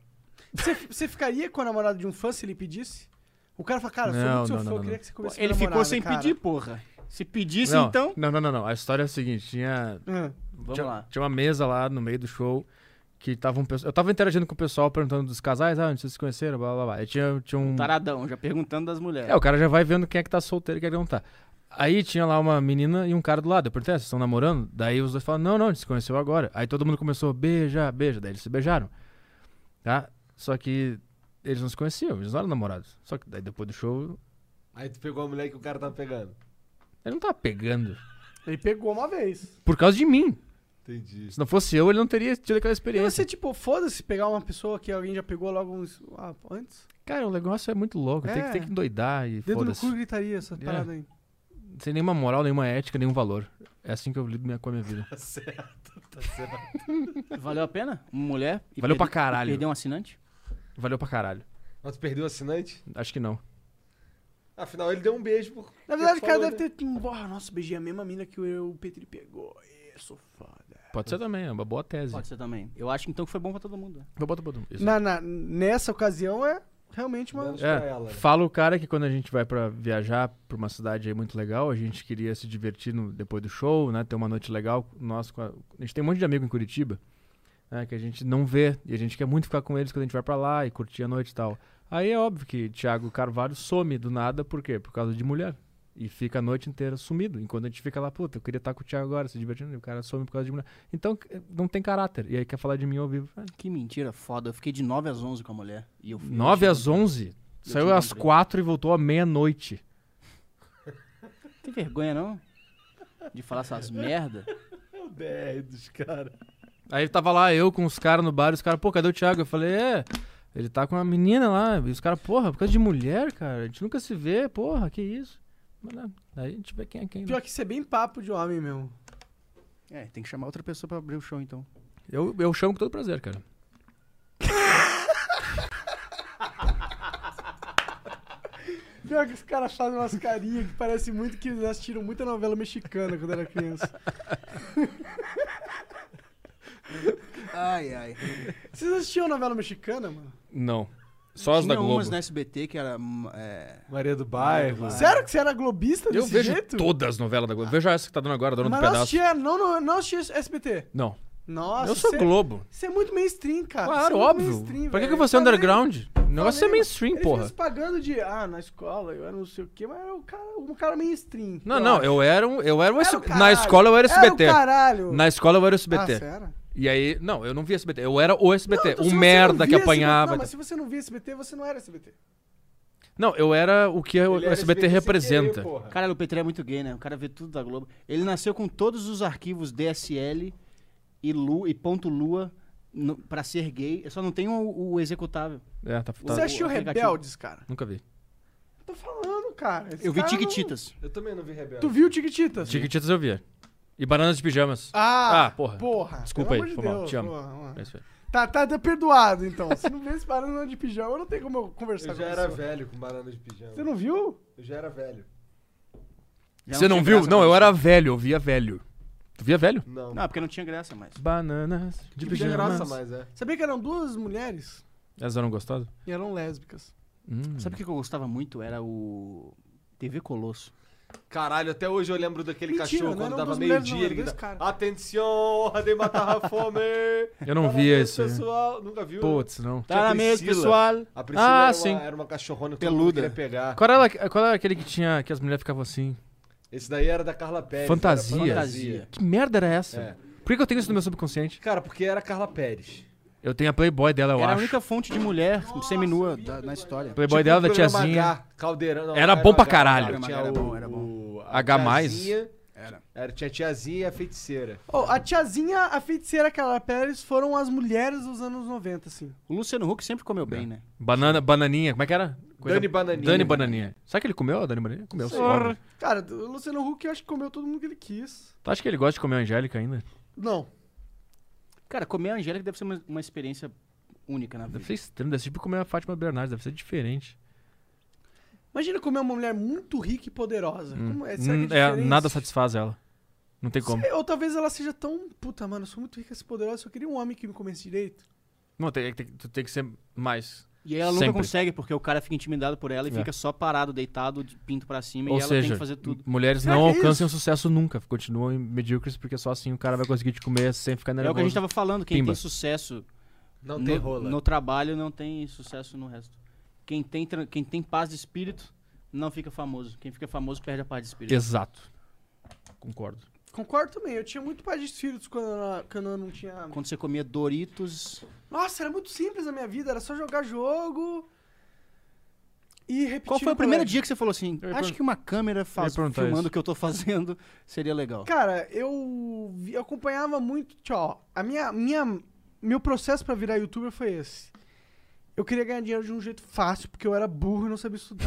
[SPEAKER 1] Você, você ficaria com a namorada de um fã se ele pedisse? O cara fala, cara, eu sou
[SPEAKER 3] Não,
[SPEAKER 1] muito seu
[SPEAKER 3] não,
[SPEAKER 1] fã,
[SPEAKER 3] não,
[SPEAKER 1] eu
[SPEAKER 3] não,
[SPEAKER 1] queria
[SPEAKER 3] não.
[SPEAKER 1] que você comece
[SPEAKER 4] ele
[SPEAKER 1] minha
[SPEAKER 4] ficou
[SPEAKER 1] namorada,
[SPEAKER 4] sem
[SPEAKER 1] cara.
[SPEAKER 4] pedir, porra. Se pedisse
[SPEAKER 3] não,
[SPEAKER 4] então,
[SPEAKER 3] Não, não, não, não. A história é a seguinte: tinha,
[SPEAKER 1] Ah,
[SPEAKER 4] vamos
[SPEAKER 3] tinha,
[SPEAKER 4] lá.
[SPEAKER 3] tinha uma mesa lá no meio do show que tava um pessoal. Eu tava interagindo com o pessoal, perguntando dos casais, ah, onde vocês se conheceram, blá blá blá. Aí tinha, tinha um.
[SPEAKER 4] Taradão, já perguntando das mulheres.
[SPEAKER 3] É, o cara já vai vendo quem é que tá solteiro e quem é que não tá. Aí tinha lá uma menina e um cara do lado. Eu perguntei, "Ah, vocês estão namorando? Daí os dois falaram, não, não, a gente se conheceu agora. Aí todo mundo começou, beija, beija. Daí eles se beijaram. Tá? Só que eles não se conheciam, eles não eram namorados. Só que daí depois do show,
[SPEAKER 2] Aí tu pegou a mulher que o cara tava pegando.
[SPEAKER 3] ele não tava pegando.
[SPEAKER 1] ele pegou uma vez.
[SPEAKER 3] Por causa de mim.
[SPEAKER 2] Entendi.
[SPEAKER 3] Se não fosse eu, ele não teria tido aquela
[SPEAKER 1] E
[SPEAKER 3] experiência.
[SPEAKER 1] você, tipo, foda-se pegar uma pessoa que alguém já pegou logo uns, ah, antes?
[SPEAKER 3] Cara, o negócio é muito louco. Tem, que,
[SPEAKER 1] É.
[SPEAKER 3] tem que doidar e
[SPEAKER 1] Dedo no
[SPEAKER 3] foda-se.
[SPEAKER 1] cu e gritaria, essa
[SPEAKER 3] É.
[SPEAKER 1] parada aí.
[SPEAKER 3] Sem nenhuma moral, nenhuma ética, nenhum valor. É assim que eu lido minha- com a minha vida.
[SPEAKER 2] Tá certo, tá certo.
[SPEAKER 4] [laughs] Valeu a pena? Uma mulher? e
[SPEAKER 3] Valeu pra
[SPEAKER 4] perder-
[SPEAKER 3] caralho.
[SPEAKER 4] e Perder um assinante?
[SPEAKER 3] Valeu pra caralho.
[SPEAKER 2] Mas tu perdeu o assinante?
[SPEAKER 3] Acho que não.
[SPEAKER 2] Afinal, ele deu um beijo. Por...
[SPEAKER 1] Na verdade, o cara
[SPEAKER 2] falou,
[SPEAKER 1] deve
[SPEAKER 2] né?
[SPEAKER 1] ter. hum, Porra, nossa, beijei a mesma mina que o o Petri pegou. Ê, sou foda.
[SPEAKER 3] Pode ser também, é uma boa tese.
[SPEAKER 4] Pode ser também. Eu acho então que foi bom pra todo mundo.
[SPEAKER 3] Eu boto, boto. Isso.
[SPEAKER 1] Na, na- nessa ocasião é realmente uma.
[SPEAKER 2] Menos pra ela.
[SPEAKER 3] É,
[SPEAKER 2] né?
[SPEAKER 3] fala o cara que quando a gente vai pra viajar pra uma cidade aí muito legal, a gente queria se divertir no- depois do show, né? Ter uma noite legal. Nós, com a, a gente tem um monte de amigo em Curitiba, né? Que a gente não vê e a gente quer muito ficar com eles quando a gente vai pra lá e curtir a noite e tal. Aí é óbvio que Thiago Carvalho some do nada, por quê? Por causa de mulher. E fica a noite inteira sumido. Enquanto a gente fica lá, puta, eu queria estar com o Thiago agora, se divertindo, e o cara some por causa de mulher. Então eh, não tem caráter. E aí quer falar de mim ao vivo.
[SPEAKER 4] Que mentira foda. Eu fiquei de 9 às 11 com a mulher. E eu fui-
[SPEAKER 3] 9 às 11?
[SPEAKER 4] te
[SPEAKER 3] Saiu às
[SPEAKER 4] encontrei.
[SPEAKER 3] 4 e voltou à meia-noite.
[SPEAKER 4] Tem vergonha, não? De falar
[SPEAKER 3] [laughs]
[SPEAKER 4] essas merda?
[SPEAKER 2] É o DR dos caras.
[SPEAKER 3] Aí tava lá eu com os caras no bar, e os caras, pô, cadê o Thiago? Eu falei, é, ele tá com uma menina lá. E os caras, porra, por causa de mulher, cara, a gente nunca se vê, porra, que isso. Mas, né, aí a gente vê quem é quem. né?
[SPEAKER 1] Pior que isso é bem papo de homem mesmo.
[SPEAKER 4] É, tem que chamar outra pessoa pra abrir o show, então.
[SPEAKER 3] Eu, eu chamo com todo prazer, cara.
[SPEAKER 1] Pior que os caras fazem umas carinhas que parece muito que eles assistiram muita novela mexicana quando era criança.
[SPEAKER 4] Ai, ai.
[SPEAKER 1] Vocês assistiam novela mexicana, mano?
[SPEAKER 3] Não. Só as da
[SPEAKER 4] Tinha
[SPEAKER 3] Globo.
[SPEAKER 4] umas
[SPEAKER 1] né?
[SPEAKER 4] na SBT que era. hum, é,
[SPEAKER 2] Maria do Bairro.
[SPEAKER 1] Sério que você era globista
[SPEAKER 3] Eu
[SPEAKER 1] desse
[SPEAKER 3] vejo
[SPEAKER 1] jeito?
[SPEAKER 3] todas as novelas da Globo. Veja essa que tá dando agora, Dona
[SPEAKER 1] Mas
[SPEAKER 3] do
[SPEAKER 1] não
[SPEAKER 3] Pedaço.
[SPEAKER 1] assistia, não, não, não assistia SBT.
[SPEAKER 3] Não.
[SPEAKER 1] Nossa,
[SPEAKER 3] eu sou
[SPEAKER 1] você,
[SPEAKER 3] Globo.
[SPEAKER 1] você é muito mainstream, cara.
[SPEAKER 3] Claro,
[SPEAKER 1] Você é muito
[SPEAKER 3] óbvio.
[SPEAKER 1] mainstream,
[SPEAKER 3] Pra que, que
[SPEAKER 1] velho.
[SPEAKER 3] você é
[SPEAKER 1] Tá vendo?
[SPEAKER 3] underground? O negócio é
[SPEAKER 1] Falei,
[SPEAKER 3] mainstream,
[SPEAKER 1] ele
[SPEAKER 3] porra.
[SPEAKER 1] Ele pagando de, ah, na escola eu era não sei o quê, mas era um cara, um cara mainstream.
[SPEAKER 3] Não, não, eu era um. Eu era
[SPEAKER 1] Era
[SPEAKER 3] um
[SPEAKER 1] o
[SPEAKER 3] S- na
[SPEAKER 1] caralho.
[SPEAKER 3] escola eu era SBT.
[SPEAKER 1] Era o caralho.
[SPEAKER 3] na escola eu era o
[SPEAKER 1] Ah,
[SPEAKER 3] SBT.
[SPEAKER 1] você era?
[SPEAKER 3] e aí, não, eu não via SBT. Eu era o SBT.
[SPEAKER 1] Não, então se
[SPEAKER 3] o
[SPEAKER 1] você não
[SPEAKER 3] um merda que
[SPEAKER 1] via
[SPEAKER 3] apanhava. Tá,
[SPEAKER 1] SBT, Não, mas se você não via SBT, você não era SBT.
[SPEAKER 3] Não, eu era o que o
[SPEAKER 2] Ele era
[SPEAKER 3] SBT
[SPEAKER 2] sem
[SPEAKER 3] representa.
[SPEAKER 2] querer, porra.
[SPEAKER 4] Cara, o Petri é muito gay, né? O cara vê tudo da Globo. Ele nasceu com todos os arquivos DSL e, Lu, e ponto Lua no, pra ser gay. Eu só não tem o, o executável.
[SPEAKER 3] é, tá,
[SPEAKER 1] Você
[SPEAKER 3] tá,
[SPEAKER 1] assistiu
[SPEAKER 4] aplicativo.
[SPEAKER 1] Rebeldes, cara?
[SPEAKER 3] nunca vi.
[SPEAKER 1] Tô falando, cara. Esse
[SPEAKER 4] Eu vi
[SPEAKER 1] cara não-
[SPEAKER 4] Tiquititas.
[SPEAKER 2] Eu também não vi Rebelde.
[SPEAKER 1] Tu viu Tiquititas?
[SPEAKER 3] Chiquititas eu via. E Bananas de Pijamas.
[SPEAKER 1] Ah,
[SPEAKER 3] Ah, porra.
[SPEAKER 1] porra.
[SPEAKER 3] Desculpa
[SPEAKER 1] Pelo
[SPEAKER 3] aí,
[SPEAKER 1] amor
[SPEAKER 3] foi
[SPEAKER 1] de
[SPEAKER 3] mal,
[SPEAKER 1] Deus,
[SPEAKER 3] te amo.
[SPEAKER 1] porra, porra.
[SPEAKER 3] É isso aí.
[SPEAKER 1] Tá, tá, tá perdoado, então. Se não vê esse barulho de pijama, eu não tenho como eu conversar
[SPEAKER 2] Eu já
[SPEAKER 1] com
[SPEAKER 2] era
[SPEAKER 1] você.
[SPEAKER 2] velho com banana de pijama.
[SPEAKER 1] Você não viu?
[SPEAKER 2] Eu já era velho.
[SPEAKER 4] Já
[SPEAKER 3] Você não
[SPEAKER 4] tinha
[SPEAKER 3] viu?
[SPEAKER 4] graça
[SPEAKER 3] Não,
[SPEAKER 4] mais.
[SPEAKER 3] eu era velho, eu via velho. Tu via velho?
[SPEAKER 2] Não.
[SPEAKER 4] Não, porque não tinha graça mais.
[SPEAKER 3] Bananas de
[SPEAKER 2] não tinha
[SPEAKER 3] Pijamas.
[SPEAKER 2] graça mais, é.
[SPEAKER 1] Sabia que eram duas mulheres
[SPEAKER 3] Elas eram gostosas?
[SPEAKER 1] e eram lésbicas.
[SPEAKER 3] Hum.
[SPEAKER 4] Sabe o que eu gostava muito? Era o TV Colosso.
[SPEAKER 2] Caralho, até hoje eu lembro daquele
[SPEAKER 1] Mentira, né?
[SPEAKER 2] cachorro
[SPEAKER 1] não
[SPEAKER 2] quando
[SPEAKER 1] eram
[SPEAKER 2] dava
[SPEAKER 1] duas mulheres,
[SPEAKER 2] meio-dia.
[SPEAKER 1] não,
[SPEAKER 2] Ele
[SPEAKER 1] eram dois
[SPEAKER 2] gritava,
[SPEAKER 1] caras.
[SPEAKER 2] Atenção, de matar a fome.
[SPEAKER 3] Eu não
[SPEAKER 2] Parabéns,
[SPEAKER 3] via né? esse.
[SPEAKER 2] pessoal. Nunca viu?
[SPEAKER 3] Putz, não.
[SPEAKER 2] Tá na mesa, pessoal. A Priscila
[SPEAKER 3] Ah,
[SPEAKER 2] era,
[SPEAKER 3] sim.
[SPEAKER 2] Uma, era uma cachorrona que
[SPEAKER 4] Peluda.
[SPEAKER 2] Peluda. queria pegar.
[SPEAKER 3] Qual era, qual era aquele que tinha. que as mulheres ficavam assim?
[SPEAKER 2] Esse daí era da Carla Pérez.
[SPEAKER 3] Fantasia.
[SPEAKER 2] era
[SPEAKER 4] Fantasia.
[SPEAKER 3] Que merda era essa?
[SPEAKER 2] É.
[SPEAKER 3] Por que que eu tenho isso no meu subconsciente?
[SPEAKER 2] Cara, porque era Carla Pérez.
[SPEAKER 3] Eu tenho a Playboy dela, eu
[SPEAKER 4] era a
[SPEAKER 3] acho.
[SPEAKER 4] única fonte de mulher seminua da- na história.
[SPEAKER 3] Playboy
[SPEAKER 2] Tipo
[SPEAKER 3] dela,
[SPEAKER 2] o
[SPEAKER 3] da
[SPEAKER 2] programa
[SPEAKER 3] tiazinha.
[SPEAKER 2] H, Caldeirão, não,
[SPEAKER 3] Era bom pra
[SPEAKER 2] H,
[SPEAKER 3] caralho.
[SPEAKER 2] Tinha
[SPEAKER 4] Era
[SPEAKER 2] o-
[SPEAKER 4] bom, era bom.
[SPEAKER 2] o- a
[SPEAKER 3] H+.
[SPEAKER 2] tiazinha,
[SPEAKER 4] Era.
[SPEAKER 2] era- Tinha a tiazinha e a feiticeira.
[SPEAKER 1] Ó, a tiazinha, a feiticeira Carla Pérez foram as mulheres dos anos 90, assim.
[SPEAKER 4] O Luciano Huck sempre comeu
[SPEAKER 1] É.
[SPEAKER 4] bem, né?
[SPEAKER 3] Banana, bananinha, como é que era?
[SPEAKER 2] Dani Bananinha.
[SPEAKER 3] Dani Bananinha. Será que ele comeu a Dani Bananinha? Comeu, sim. óbvio.
[SPEAKER 1] Cara, o Luciano Huck eu acho que comeu todo mundo que ele quis.
[SPEAKER 3] Tu acha que ele gosta de comer a Angélica ainda?
[SPEAKER 1] Não.
[SPEAKER 4] Cara, comer a Angélica deve ser uma, uma experiência única né? na vida.
[SPEAKER 3] Deve ser estranho, deve ser tipo comer a Fátima Bernardes, deve ser diferente.
[SPEAKER 1] Imagina comer uma mulher muito rica e poderosa. Como é, será que é,
[SPEAKER 3] Hum, é,
[SPEAKER 1] diferente?
[SPEAKER 3] nada satisfaz ela. Não tem como.
[SPEAKER 1] Sei, Ou talvez ela seja tão. Puta, mano, eu sou muito rica e poderosa, eu queria um homem que me comesse direito.
[SPEAKER 3] Não, tem, tem- tu tem que ser mais.
[SPEAKER 4] E ela
[SPEAKER 3] Sempre.
[SPEAKER 4] nunca consegue, porque o cara fica intimidado por ela e
[SPEAKER 3] É.
[SPEAKER 4] fica só parado, deitado, de pinto pra cima,
[SPEAKER 3] Ou
[SPEAKER 4] e ela tem
[SPEAKER 3] seja,
[SPEAKER 4] que fazer tudo.
[SPEAKER 3] mulheres
[SPEAKER 1] Será
[SPEAKER 3] não
[SPEAKER 1] que é
[SPEAKER 3] alcançam sucesso nunca. Continuam medíocres porque só assim o cara vai conseguir te comer sem ficar nervoso.
[SPEAKER 4] É o que a gente
[SPEAKER 5] tá
[SPEAKER 4] tava falando, quem
[SPEAKER 3] Pimba.
[SPEAKER 4] tem sucesso
[SPEAKER 2] Não tem
[SPEAKER 4] no,
[SPEAKER 2] rola.
[SPEAKER 4] no trabalho não tem sucesso no resto. Quem tem, tra- quem tem paz de espírito não fica famoso. Quem fica famoso perde a paz de espírito.
[SPEAKER 3] Exato. Concordo.
[SPEAKER 1] Concordo também, eu tinha muito paz de espíritos quando eu, era- quando eu não tinha.
[SPEAKER 4] Quando você comia Doritos,
[SPEAKER 1] Nossa, era muito simples a minha vida, era só jogar jogo. E repetir.
[SPEAKER 4] Qual foi
[SPEAKER 1] no
[SPEAKER 4] o primeiro
[SPEAKER 1] colégio.
[SPEAKER 4] dia que você falou assim?
[SPEAKER 3] Eu ia
[SPEAKER 4] Acho
[SPEAKER 3] pergun-
[SPEAKER 4] que uma câmera faz,
[SPEAKER 3] perguntar
[SPEAKER 4] filmando
[SPEAKER 3] isso.
[SPEAKER 4] o que eu tô fazendo [laughs] seria legal.
[SPEAKER 1] Cara, eu, vi- eu acompanhava muito. Tchau, a minha, minha, meu processo pra virar youtuber foi esse. Eu queria ganhar dinheiro de um jeito fácil, porque eu era burro e não sabia estudar.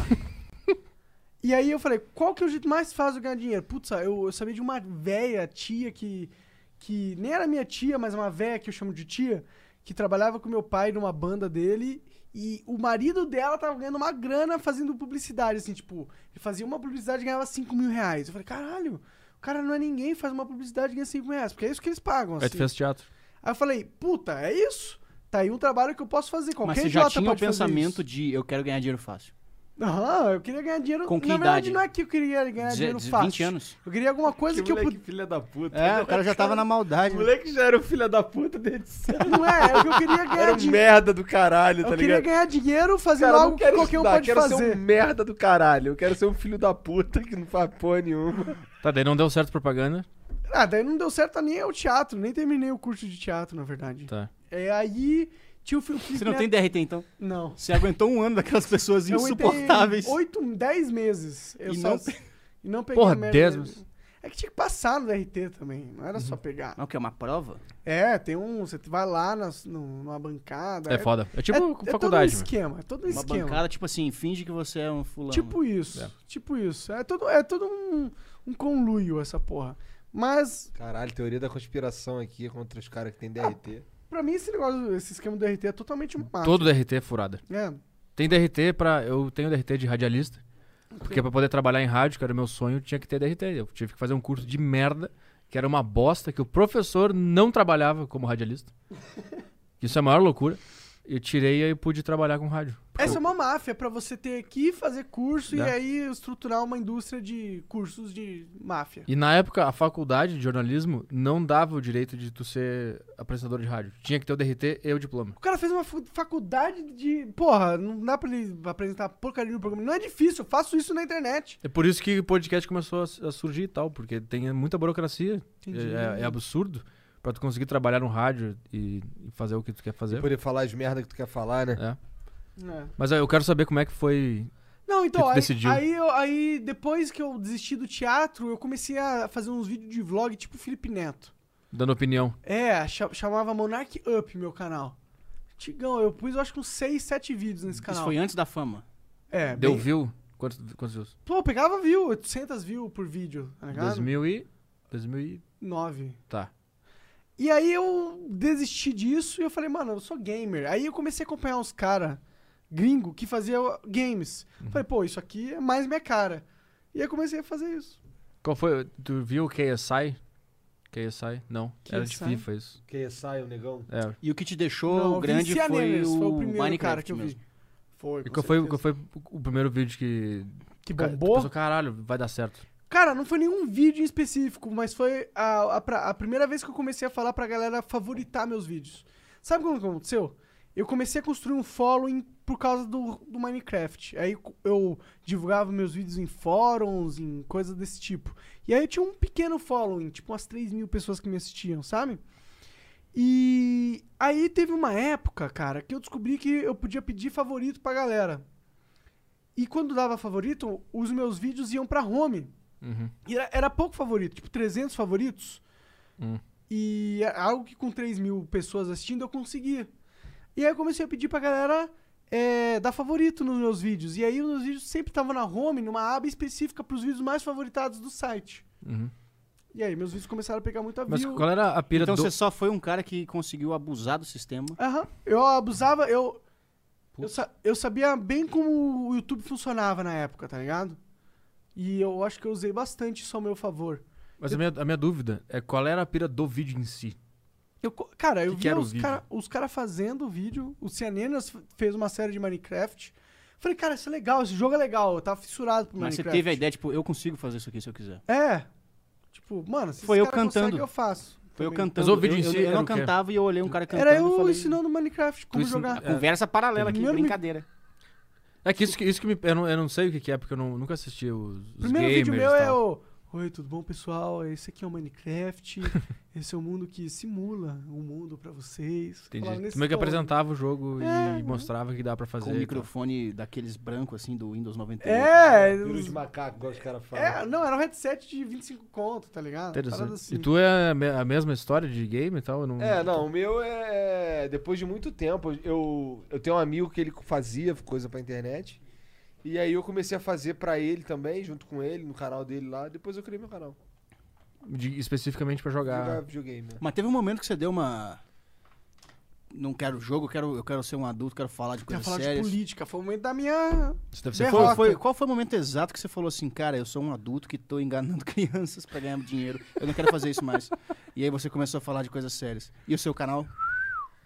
[SPEAKER 1] e aí eu falei, qual que é o jeito mais fácil de ganhar dinheiro? Putz, ah, eu, eu sabia de uma véia tia que. que nem era minha tia, mas é uma véia que eu chamo de tia, que trabalhava com meu pai numa banda dele. E o marido dela tava ganhando uma grana fazendo publicidade, assim, tipo, ele fazia uma publicidade e ganhava 5 mil reais. Eu falei, caralho, o cara não é ninguém, faz uma publicidade e ganha 5 mil reais, porque é isso que eles pagam, assim.
[SPEAKER 3] Aí tu fez teatro.
[SPEAKER 1] Aí eu falei, puta, é isso? Tá aí um trabalho que eu posso fazer. Qualquer
[SPEAKER 4] Mas você já
[SPEAKER 1] idiota
[SPEAKER 4] tinha o
[SPEAKER 1] pode fazer
[SPEAKER 4] pensamento
[SPEAKER 1] isso.
[SPEAKER 4] de eu quero ganhar dinheiro fácil.
[SPEAKER 1] Aham, eu queria ganhar dinheiro.
[SPEAKER 4] Com que
[SPEAKER 1] Na verdade,
[SPEAKER 4] idade?
[SPEAKER 1] não é que eu queria ganhar
[SPEAKER 4] Deze-
[SPEAKER 1] dinheiro
[SPEAKER 4] de-
[SPEAKER 1] fácil. [laughs]
[SPEAKER 4] 20 anos.
[SPEAKER 1] Eu queria alguma coisa que,
[SPEAKER 2] Que
[SPEAKER 1] eu
[SPEAKER 2] moleque
[SPEAKER 1] pudesse.
[SPEAKER 2] filha da puta.
[SPEAKER 4] É, o cara já tava na maldade. né?
[SPEAKER 2] O moleque já era o filho da puta desde sempre.
[SPEAKER 1] Não é, é o que eu queria ganhar
[SPEAKER 2] [laughs] Era um
[SPEAKER 1] dinheiro.
[SPEAKER 2] merda do caralho,
[SPEAKER 1] Eu
[SPEAKER 2] tá
[SPEAKER 1] queria
[SPEAKER 2] ligado?
[SPEAKER 1] ganhar dinheiro fazendo
[SPEAKER 2] Cara, eu
[SPEAKER 1] algo
[SPEAKER 2] não
[SPEAKER 1] que
[SPEAKER 2] quero
[SPEAKER 1] qualquer um
[SPEAKER 2] estudar,
[SPEAKER 1] pode
[SPEAKER 2] quero
[SPEAKER 1] fazer.
[SPEAKER 2] ser um merda do caralho. Eu quero ser um filho da puta que não faz porra nenhuma.
[SPEAKER 3] Tá, daí não deu certo propaganda.
[SPEAKER 1] Ah, daí não deu certo nem o teatro, nem terminei o curso de teatro, na verdade.
[SPEAKER 3] Tá.
[SPEAKER 1] É, aí tinha o filme que
[SPEAKER 4] Você não tem DRT então?
[SPEAKER 1] Não.
[SPEAKER 4] Você aguentou um ano daquelas pessoas
[SPEAKER 1] Eu
[SPEAKER 4] insuportáveis.
[SPEAKER 1] entrei Oito, dez meses. Eu
[SPEAKER 4] E
[SPEAKER 1] só-
[SPEAKER 4] não
[SPEAKER 1] e não peguei
[SPEAKER 3] Porra,
[SPEAKER 1] a merda
[SPEAKER 3] dez
[SPEAKER 1] dele.
[SPEAKER 3] meses.
[SPEAKER 1] É que tinha que passar no RT também, não era só pegar.
[SPEAKER 4] Não, que é uma prova?
[SPEAKER 1] É, tem um. Você vai lá nas- no- numa bancada.
[SPEAKER 3] É foda. É tipo
[SPEAKER 1] é,
[SPEAKER 3] faculdade.
[SPEAKER 1] É todo um
[SPEAKER 3] meu.
[SPEAKER 1] esquema, é todo um
[SPEAKER 4] uma
[SPEAKER 1] esquema.
[SPEAKER 4] bancada, tipo assim, finge que você é um fulano.
[SPEAKER 1] Tipo isso,
[SPEAKER 3] É.
[SPEAKER 1] tipo isso. É todo, é todo um, um conluio essa porra. Mas,
[SPEAKER 2] Caralho, teoria da conspiração aqui contra os caras que tem DRT.
[SPEAKER 1] pra mim, esse negócio, esse esquema do RT é totalmente uma máfia.
[SPEAKER 3] Todo DRT é furada.
[SPEAKER 1] É.
[SPEAKER 3] Tem DRT pra. Eu tenho DRT de radialista. Porque pra poder trabalhar em rádio, que era o meu sonho, tinha que ter DRT. Eu tive que fazer um curso de merda, que era uma bosta, que o professor não trabalhava como radialista.
[SPEAKER 1] [laughs]
[SPEAKER 3] Isso é a maior loucura. Eu tirei e aí pude trabalhar com rádio.
[SPEAKER 1] Essa é uma máfia pra você ter que fazer curso e
[SPEAKER 3] Né?
[SPEAKER 1] aí estruturar uma indústria de cursos de máfia.
[SPEAKER 3] E na época, a faculdade de jornalismo não dava o direito de tu ser apresentador de rádio. Tinha que ter o DRT e o diploma.
[SPEAKER 1] O cara fez uma fu- faculdade de. Porra, não dá pra ele apresentar porcaria no programa. Não é difícil, eu faço isso na internet.
[SPEAKER 3] É por isso que o podcast começou a s- a surgir e tal, porque tem muita burocracia.
[SPEAKER 1] Entendi.
[SPEAKER 3] É, é absurdo pra tu conseguir trabalhar no rádio e, e fazer o que tu quer fazer.
[SPEAKER 2] Poder falar as merdas que tu quer falar, né?
[SPEAKER 3] É.
[SPEAKER 1] É.
[SPEAKER 3] Mas aí eu quero saber como é que foi.
[SPEAKER 1] Não, então,
[SPEAKER 3] Que tu
[SPEAKER 1] aí,
[SPEAKER 3] decidiu.
[SPEAKER 1] aí, eu- aí depois que eu desisti do teatro, eu comecei a fazer uns vídeos de vlog tipo Felipe Neto.
[SPEAKER 3] Dando opinião.
[SPEAKER 1] É, cha- chamava Monarch Up meu canal. Tigão, eu pus eu acho que uns 6, 7 vídeos nesse
[SPEAKER 4] Isso
[SPEAKER 1] canal.
[SPEAKER 4] foi antes da fama.
[SPEAKER 1] É,
[SPEAKER 3] Deu
[SPEAKER 1] bem-
[SPEAKER 3] view? Quantos, quantos views?
[SPEAKER 1] Pô, eu pegava view, 800 view por vídeo, tá ligado?
[SPEAKER 3] 2000 e. 2000 e.
[SPEAKER 1] 2009.
[SPEAKER 3] Tá.
[SPEAKER 1] E aí eu desisti disso e eu falei, mano, eu sou gamer. Aí eu comecei a acompanhar uns caras gringo que faziam games. Falei, pô, isso aqui é mais minha cara. E aí eu comecei a fazer isso.
[SPEAKER 3] Qual foi? Tu viu o KSI? KSI? Não. Era de
[SPEAKER 1] KSI?
[SPEAKER 3] FIFA isso.
[SPEAKER 2] Quem sai, o negão.
[SPEAKER 3] É.
[SPEAKER 4] E o que te deixou
[SPEAKER 1] Não, eu
[SPEAKER 4] grande
[SPEAKER 1] viciei
[SPEAKER 4] foi
[SPEAKER 1] neles,
[SPEAKER 4] o,
[SPEAKER 1] foi o primeiro cara
[SPEAKER 4] Minecraft
[SPEAKER 1] que eu vi.
[SPEAKER 4] mesmo.
[SPEAKER 1] Foi,
[SPEAKER 3] E
[SPEAKER 1] com
[SPEAKER 3] qual foi, qual
[SPEAKER 1] certeza.
[SPEAKER 3] foi o primeiro vídeo que.
[SPEAKER 1] Que
[SPEAKER 3] Ca- tu
[SPEAKER 1] bombou?
[SPEAKER 3] Pensou, caralho, vai dar certo.
[SPEAKER 1] Cara, não foi nenhum vídeo em específico, mas foi a, a, pra- a primeira vez que eu comecei a falar pra galera favoritar meus vídeos. Sabe como que aconteceu? Eu comecei a construir um following por causa do, do Minecraft. Aí co- eu divulgava meus vídeos em fóruns, em coisas desse tipo. E aí eu tinha um pequeno following, tipo umas 3 mil pessoas que me assistiam, sabe? E aí teve uma época, cara, que eu descobri que eu podia pedir favorito pra galera. E quando dava favorito, os meus vídeos iam pra home.
[SPEAKER 3] Uhum.
[SPEAKER 1] E era, era pouco favorito, tipo 300 favoritos.
[SPEAKER 3] Hum.
[SPEAKER 1] E é algo que com 3 mil pessoas assistindo eu conseguia. E aí eu comecei a pedir pra galera é, dar favorito nos meus vídeos. E aí os meus vídeos sempre estavam na home, numa aba específica pros vídeos mais favoritados do site.
[SPEAKER 3] Uhum.
[SPEAKER 1] E aí meus vídeos começaram a pegar muita
[SPEAKER 3] Mas
[SPEAKER 1] view.
[SPEAKER 3] qual era a pira
[SPEAKER 4] Então
[SPEAKER 3] do.
[SPEAKER 4] você só foi um cara que conseguiu abusar do sistema.
[SPEAKER 1] Aham. Eu abusava, eu. Eu, sa- eu sabia bem como o YouTube funcionava na época, tá ligado? E eu acho que eu usei bastante isso ao meu favor.
[SPEAKER 3] Mas a minha, a minha dúvida é qual era a pira do vídeo em si.
[SPEAKER 1] Eu, co- cara, eu
[SPEAKER 3] Que que
[SPEAKER 1] via
[SPEAKER 3] era o
[SPEAKER 1] os
[SPEAKER 3] vídeo?
[SPEAKER 1] caras cara fazendo o vídeo. O Cianenas f- fez uma série de Minecraft. Falei, cara, isso é legal, esse jogo é legal. Eu tava fissurado pro
[SPEAKER 4] Mas você
[SPEAKER 1] Minecraft.
[SPEAKER 4] teve a ideia, tipo, eu consigo fazer isso aqui se eu quiser.
[SPEAKER 1] É. Tipo, mano, se
[SPEAKER 4] Foi
[SPEAKER 1] esse
[SPEAKER 4] eu
[SPEAKER 1] cara consegue,
[SPEAKER 4] cantando.
[SPEAKER 1] eu faço.
[SPEAKER 4] Foi eu
[SPEAKER 1] também.
[SPEAKER 4] cantando.
[SPEAKER 3] Mas o vídeo
[SPEAKER 4] eu,
[SPEAKER 3] em si
[SPEAKER 4] eu, eu
[SPEAKER 3] era
[SPEAKER 4] não
[SPEAKER 3] o quê?
[SPEAKER 4] cantava e eu olhei um cara cantando.
[SPEAKER 1] Era
[SPEAKER 4] e
[SPEAKER 1] eu
[SPEAKER 4] falei,
[SPEAKER 1] ensinando Minecraft como
[SPEAKER 3] Tu ensin-
[SPEAKER 1] jogar.
[SPEAKER 3] É.
[SPEAKER 4] Conversa paralela aqui,
[SPEAKER 1] Primeiro me-
[SPEAKER 4] brincadeira.
[SPEAKER 3] É que isso que, isso que me, eu, não, eu não sei o que, que é, porque eu não- nunca assisti os, os
[SPEAKER 1] Primeiro
[SPEAKER 3] gamers
[SPEAKER 1] vídeo meu
[SPEAKER 3] e
[SPEAKER 1] é
[SPEAKER 3] tal.
[SPEAKER 1] o. Oi, tudo bom, pessoal? Esse aqui é o
[SPEAKER 3] [laughs]
[SPEAKER 1] Minecraft. esse é o mundo que simula o mundo pra vocês. Falava
[SPEAKER 3] Entendi.
[SPEAKER 1] nesse
[SPEAKER 3] Tu meio que
[SPEAKER 1] tom. né?
[SPEAKER 3] apresentava o jogo
[SPEAKER 1] É,
[SPEAKER 3] e mostrava o que dá pra fazer.
[SPEAKER 4] Com o
[SPEAKER 3] e tal.
[SPEAKER 4] microfone daqueles brancos, assim, do Windows 98.
[SPEAKER 1] então. É,
[SPEAKER 2] Vírus
[SPEAKER 1] os-
[SPEAKER 2] de macaco, igual os caras falam.
[SPEAKER 1] é, não, era um headset de 25 conto, tá ligado?
[SPEAKER 3] Interessante.
[SPEAKER 1] Parada assim.
[SPEAKER 3] E tu é a me- a mesma história de game e tal? Eu não...
[SPEAKER 2] É, não, o meu é. Depois de muito tempo, eu, eu tenho um amigo que ele fazia coisa pra internet. E aí eu comecei a fazer pra ele também, junto com ele, no canal dele lá. Depois eu criei meu canal.
[SPEAKER 3] de- especificamente pra
[SPEAKER 1] Ah.
[SPEAKER 2] Jogar
[SPEAKER 3] jogar.
[SPEAKER 2] videogame, né?
[SPEAKER 4] Mas teve um momento que você deu uma. Não quero jogo, eu quero, eu quero ser um adulto, quero falar de
[SPEAKER 1] Quer
[SPEAKER 4] coisas
[SPEAKER 1] falar de
[SPEAKER 4] sérias.
[SPEAKER 1] política, foi o momento da minha.
[SPEAKER 3] Isso deve
[SPEAKER 4] Você é
[SPEAKER 3] ser
[SPEAKER 1] Derrota.
[SPEAKER 4] foi, foi- qual foi o momento exato que você falou assim, cara, eu sou um adulto que tô enganando [laughs] crianças pra ganhar dinheiro, eu não quero fazer isso mais. e aí você começou a falar de coisas sérias. E o seu canal?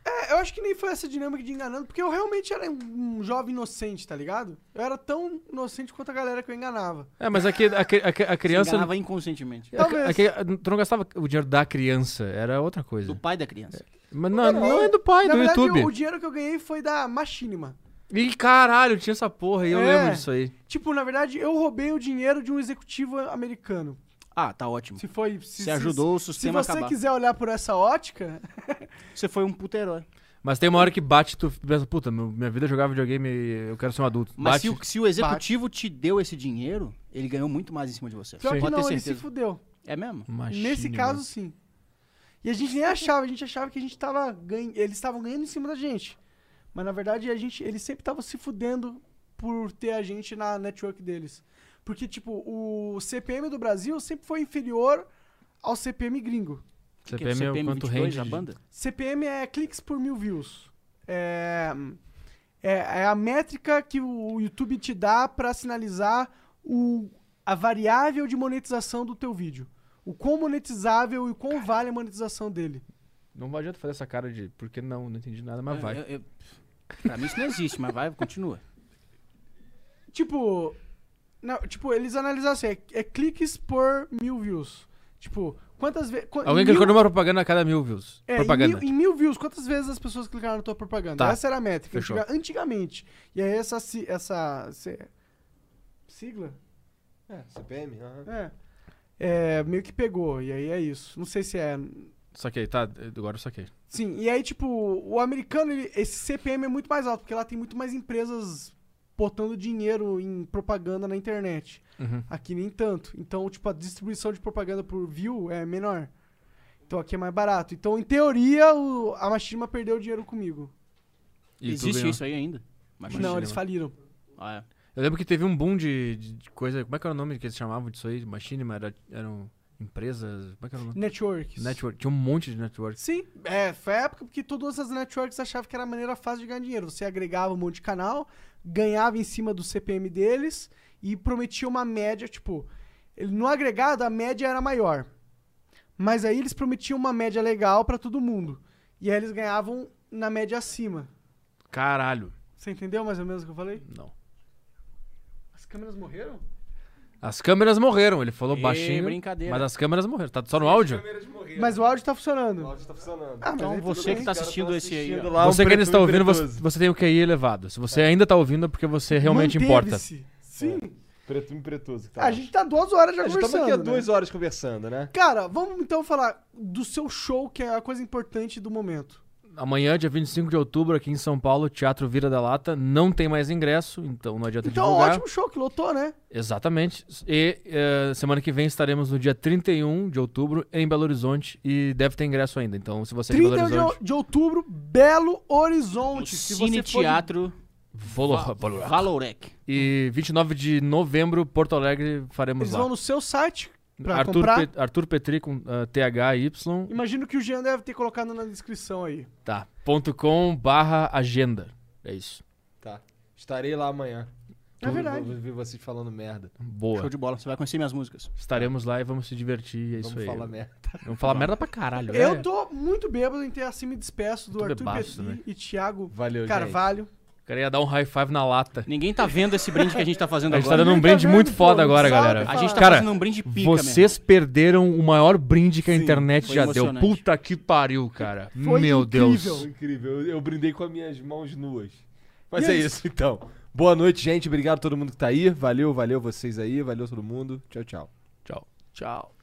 [SPEAKER 1] É, eu acho que nem foi essa dinâmica de enganando, porque eu realmente era um jovem inocente, tá ligado? Eu era tão inocente quanto a galera que eu enganava.
[SPEAKER 3] É, mas aqui, a, cri- a cri- a
[SPEAKER 4] Você
[SPEAKER 3] criança. é
[SPEAKER 4] enganava inconscientemente.
[SPEAKER 3] a-
[SPEAKER 1] Assim, Talvez.
[SPEAKER 3] a cri- a- tu não gastava o dinheiro da criança, era outra coisa.
[SPEAKER 4] Do pai da criança.
[SPEAKER 3] Mas não, não é do pai,
[SPEAKER 1] Na
[SPEAKER 3] do
[SPEAKER 1] verdade,
[SPEAKER 3] YouTube.
[SPEAKER 1] o dinheiro que eu ganhei foi da Machinima.
[SPEAKER 3] Ih, caralho, tinha essa porra e eu
[SPEAKER 1] É.
[SPEAKER 3] lembro disso aí.
[SPEAKER 1] Tipo, na verdade, eu roubei o dinheiro de um executivo americano.
[SPEAKER 4] Ah, tá ótimo.
[SPEAKER 1] Se foi. Se,
[SPEAKER 4] Você
[SPEAKER 1] se-
[SPEAKER 4] ajudou o
[SPEAKER 1] Se
[SPEAKER 4] sistema a
[SPEAKER 1] você
[SPEAKER 4] acabar.
[SPEAKER 1] quiser olhar por essa ótica,
[SPEAKER 4] Você foi um puto herói.
[SPEAKER 3] Mas tem uma hora que bate e tu pensa, puta, meu- minha vida é jogar videogame e eu quero ser um adulto.
[SPEAKER 4] Mas
[SPEAKER 3] bate.
[SPEAKER 4] se o, se o executivo te deu esse dinheiro, ele ganhou muito mais em cima de você.
[SPEAKER 1] pior
[SPEAKER 3] Sim.
[SPEAKER 1] que
[SPEAKER 4] Pode ter
[SPEAKER 1] não, ele se
[SPEAKER 4] certeza.
[SPEAKER 1] fudeu.
[SPEAKER 4] É mesmo?
[SPEAKER 3] Machine,
[SPEAKER 1] Nesse
[SPEAKER 3] mano.
[SPEAKER 1] caso, sim. E a gente nem achava, a gente achava que a gente tava ganha... eles estavam ganhando em cima da gente. Mas na verdade, a gente, eles sempre estavam se fudendo por ter a gente na network deles. Porque, tipo, o CPM do Brasil sempre foi inferior ao CPM gringo.
[SPEAKER 4] Que
[SPEAKER 3] CPM é o quanto rende.
[SPEAKER 4] a
[SPEAKER 3] de-
[SPEAKER 4] banda?
[SPEAKER 1] CPM é cliques por mil views. É, é, é a métrica que o YouTube te dá pra sinalizar o, a variável de monetização do teu vídeo. O quão monetizável e o quão vale a monetização dele.
[SPEAKER 3] Não vai adianta fazer essa cara de porque não, não entendi nada,
[SPEAKER 5] É,
[SPEAKER 3] mas
[SPEAKER 4] É, Eu-
[SPEAKER 3] vai.
[SPEAKER 4] eu- eu- pra mim isso não existe, mas vai, continua.
[SPEAKER 1] Tipo. não, tipo, eles analisaram assim, é, é cliques por mil views. Tipo, quantas vezes.
[SPEAKER 3] Alguém clicou numa propaganda a cada mil views.
[SPEAKER 1] É,
[SPEAKER 3] propaganda.
[SPEAKER 1] Em mil, em mil views, quantas vezes as pessoas clicaram na tua propaganda?
[SPEAKER 3] Tá.
[SPEAKER 1] Essa era a métrica
[SPEAKER 3] Fechou.
[SPEAKER 1] antiga- antigamente. E aí essa, ci- essa ci- sigla
[SPEAKER 2] É, CPM? aham.
[SPEAKER 1] é, é, meio que pegou. E aí é isso. Não sei se é.
[SPEAKER 3] Saquei, tá, agora eu saquei.
[SPEAKER 1] Sim, e aí, tipo, o americano, ele- esse CPM é muito mais alto, porque lá tem muito mais empresas botando dinheiro em propaganda na internet.
[SPEAKER 3] Uhum.
[SPEAKER 1] Aqui nem tanto. Então, tipo, a distribuição de propaganda por view é menor. Então aqui é mais barato. Então, em teoria, o- a Machinima perdeu dinheiro comigo.
[SPEAKER 3] [laughs] E tu
[SPEAKER 4] existe
[SPEAKER 3] ganhou.
[SPEAKER 4] isso aí ainda? Mas
[SPEAKER 1] Não,
[SPEAKER 3] Machinima.
[SPEAKER 1] eles faliram.
[SPEAKER 4] Ah, é.
[SPEAKER 3] Eu lembro que teve um boom de, de- de coisa. Como é que era o nome que eles chamavam disso aí? Machinima? Era, eram empresas? Como é que era o nome?
[SPEAKER 1] Networks.
[SPEAKER 3] Network. Tinha um monte de network.
[SPEAKER 1] Sim, é, foi a época porque todas as networks achavam que era a maneira fácil de ganhar dinheiro. Você agregava um monte de canal, ganhava em cima do CPM deles e prometia uma média, tipo, ele- no agregado a média era maior. Mas aí eles prometiam uma média legal pra todo mundo. E aí eles ganhavam na média acima.
[SPEAKER 3] Caralho.
[SPEAKER 1] Você entendeu mais ou menos o que eu falei?
[SPEAKER 3] Não.
[SPEAKER 1] As câmeras morreram?
[SPEAKER 3] As câmeras morreram, ele falou
[SPEAKER 5] É,
[SPEAKER 4] Ê,
[SPEAKER 3] baixinho.
[SPEAKER 4] brincadeira.
[SPEAKER 3] Mas as câmeras morreram. Tá só no áudio?
[SPEAKER 1] Mas o áudio tá
[SPEAKER 2] O
[SPEAKER 1] funcionando.
[SPEAKER 2] áudio tá funcionando.
[SPEAKER 1] Ah, mas
[SPEAKER 4] Então
[SPEAKER 1] aí tudo
[SPEAKER 4] você que
[SPEAKER 1] bem.
[SPEAKER 4] tá assistindo esse aí, ó.
[SPEAKER 2] um
[SPEAKER 3] você que ainda está ouvindo, você, você tem o QI elevado. Se você ainda tá ouvindo, é porque você realmente importa.
[SPEAKER 1] Manteve-se. Sim.
[SPEAKER 2] Preto e um pretoso.
[SPEAKER 1] A gente tá duas horas já
[SPEAKER 2] já estamos
[SPEAKER 1] conversando.
[SPEAKER 2] aqui há
[SPEAKER 1] né?
[SPEAKER 2] duas horas conversando, né?
[SPEAKER 1] Cara, vamos então falar do seu show, que é a coisa importante do momento.
[SPEAKER 3] Amanhã, dia 25 de outubro, aqui em São Paulo, Teatro Vira da Lata. Não tem mais ingresso, então não adianta
[SPEAKER 1] Então,
[SPEAKER 3] divulgar.
[SPEAKER 1] ótimo show que lotou, né?
[SPEAKER 3] Exatamente. E eh, semana que vem estaremos no dia 31 de outubro em Belo Horizonte e deve ter ingresso ainda. Então, se você é de Belo
[SPEAKER 1] 31 de,
[SPEAKER 3] Horizonte,
[SPEAKER 1] o- de outubro, Belo
[SPEAKER 4] O
[SPEAKER 1] Horizonte. Se
[SPEAKER 4] Cine
[SPEAKER 1] você for de-
[SPEAKER 4] Teatro
[SPEAKER 3] volo- volo-
[SPEAKER 4] Valorec.
[SPEAKER 3] E 29 de novembro, Porto Alegre, faremos
[SPEAKER 1] Eles
[SPEAKER 3] lá.
[SPEAKER 1] vão no seu site pra
[SPEAKER 3] Arthur,
[SPEAKER 1] comprar.
[SPEAKER 3] Pe- Arthur Petri com ah, THY,
[SPEAKER 1] Imagino que o Jean deve ter colocado na descrição aí.
[SPEAKER 3] tá, ponto com barra agenda. É isso.
[SPEAKER 2] Tá. Estarei lá amanhã.
[SPEAKER 1] É verdade.
[SPEAKER 2] Vou ver vocês falando merda.
[SPEAKER 3] Boa.
[SPEAKER 4] Show de bola, você vai conhecer minhas músicas.
[SPEAKER 3] Estaremos lá e vamos se divertir. É isso
[SPEAKER 2] Vamos
[SPEAKER 3] aí.
[SPEAKER 2] falar merda.
[SPEAKER 3] Vamos falar merda pra caralho.
[SPEAKER 1] Eu
[SPEAKER 3] é.
[SPEAKER 1] tô muito bêbado, então assim me despeço do
[SPEAKER 3] Tô
[SPEAKER 1] Arthur
[SPEAKER 3] bebaço né?
[SPEAKER 1] Petri
[SPEAKER 3] também.
[SPEAKER 1] e Thiago
[SPEAKER 2] Valeu,
[SPEAKER 1] Carvalho.
[SPEAKER 3] O cara ia dar um high five na lata.
[SPEAKER 4] Ninguém tá vendo esse brinde que a gente tá fazendo
[SPEAKER 3] A gente tá
[SPEAKER 4] agora.
[SPEAKER 3] dando um
[SPEAKER 1] Ninguém tá
[SPEAKER 3] brinde
[SPEAKER 1] vendo,
[SPEAKER 3] muito
[SPEAKER 1] pô,
[SPEAKER 3] foda
[SPEAKER 1] não
[SPEAKER 3] agora,
[SPEAKER 1] sabe
[SPEAKER 3] galera.
[SPEAKER 1] falar.
[SPEAKER 4] A gente tá
[SPEAKER 3] Cara,
[SPEAKER 4] fazendo um brinde pica
[SPEAKER 3] Vocês perderam o maior brinde que a
[SPEAKER 4] Sim,
[SPEAKER 3] internet
[SPEAKER 4] foi
[SPEAKER 3] já deu.
[SPEAKER 4] emocionante.
[SPEAKER 3] Puta que pariu, cara.
[SPEAKER 1] Foi
[SPEAKER 3] Meu
[SPEAKER 1] incrível.
[SPEAKER 3] Deus.
[SPEAKER 2] Foi incrível. Eu, eu brindei com as minhas mãos nuas. Mas
[SPEAKER 1] E
[SPEAKER 2] é,
[SPEAKER 1] é
[SPEAKER 2] isso, então. Boa noite, gente. Obrigado a todo mundo que tá aí. Valeu, valeu vocês aí. Valeu todo mundo. Tchau, tchau.
[SPEAKER 3] Tchau.
[SPEAKER 4] mesmo. Tchau.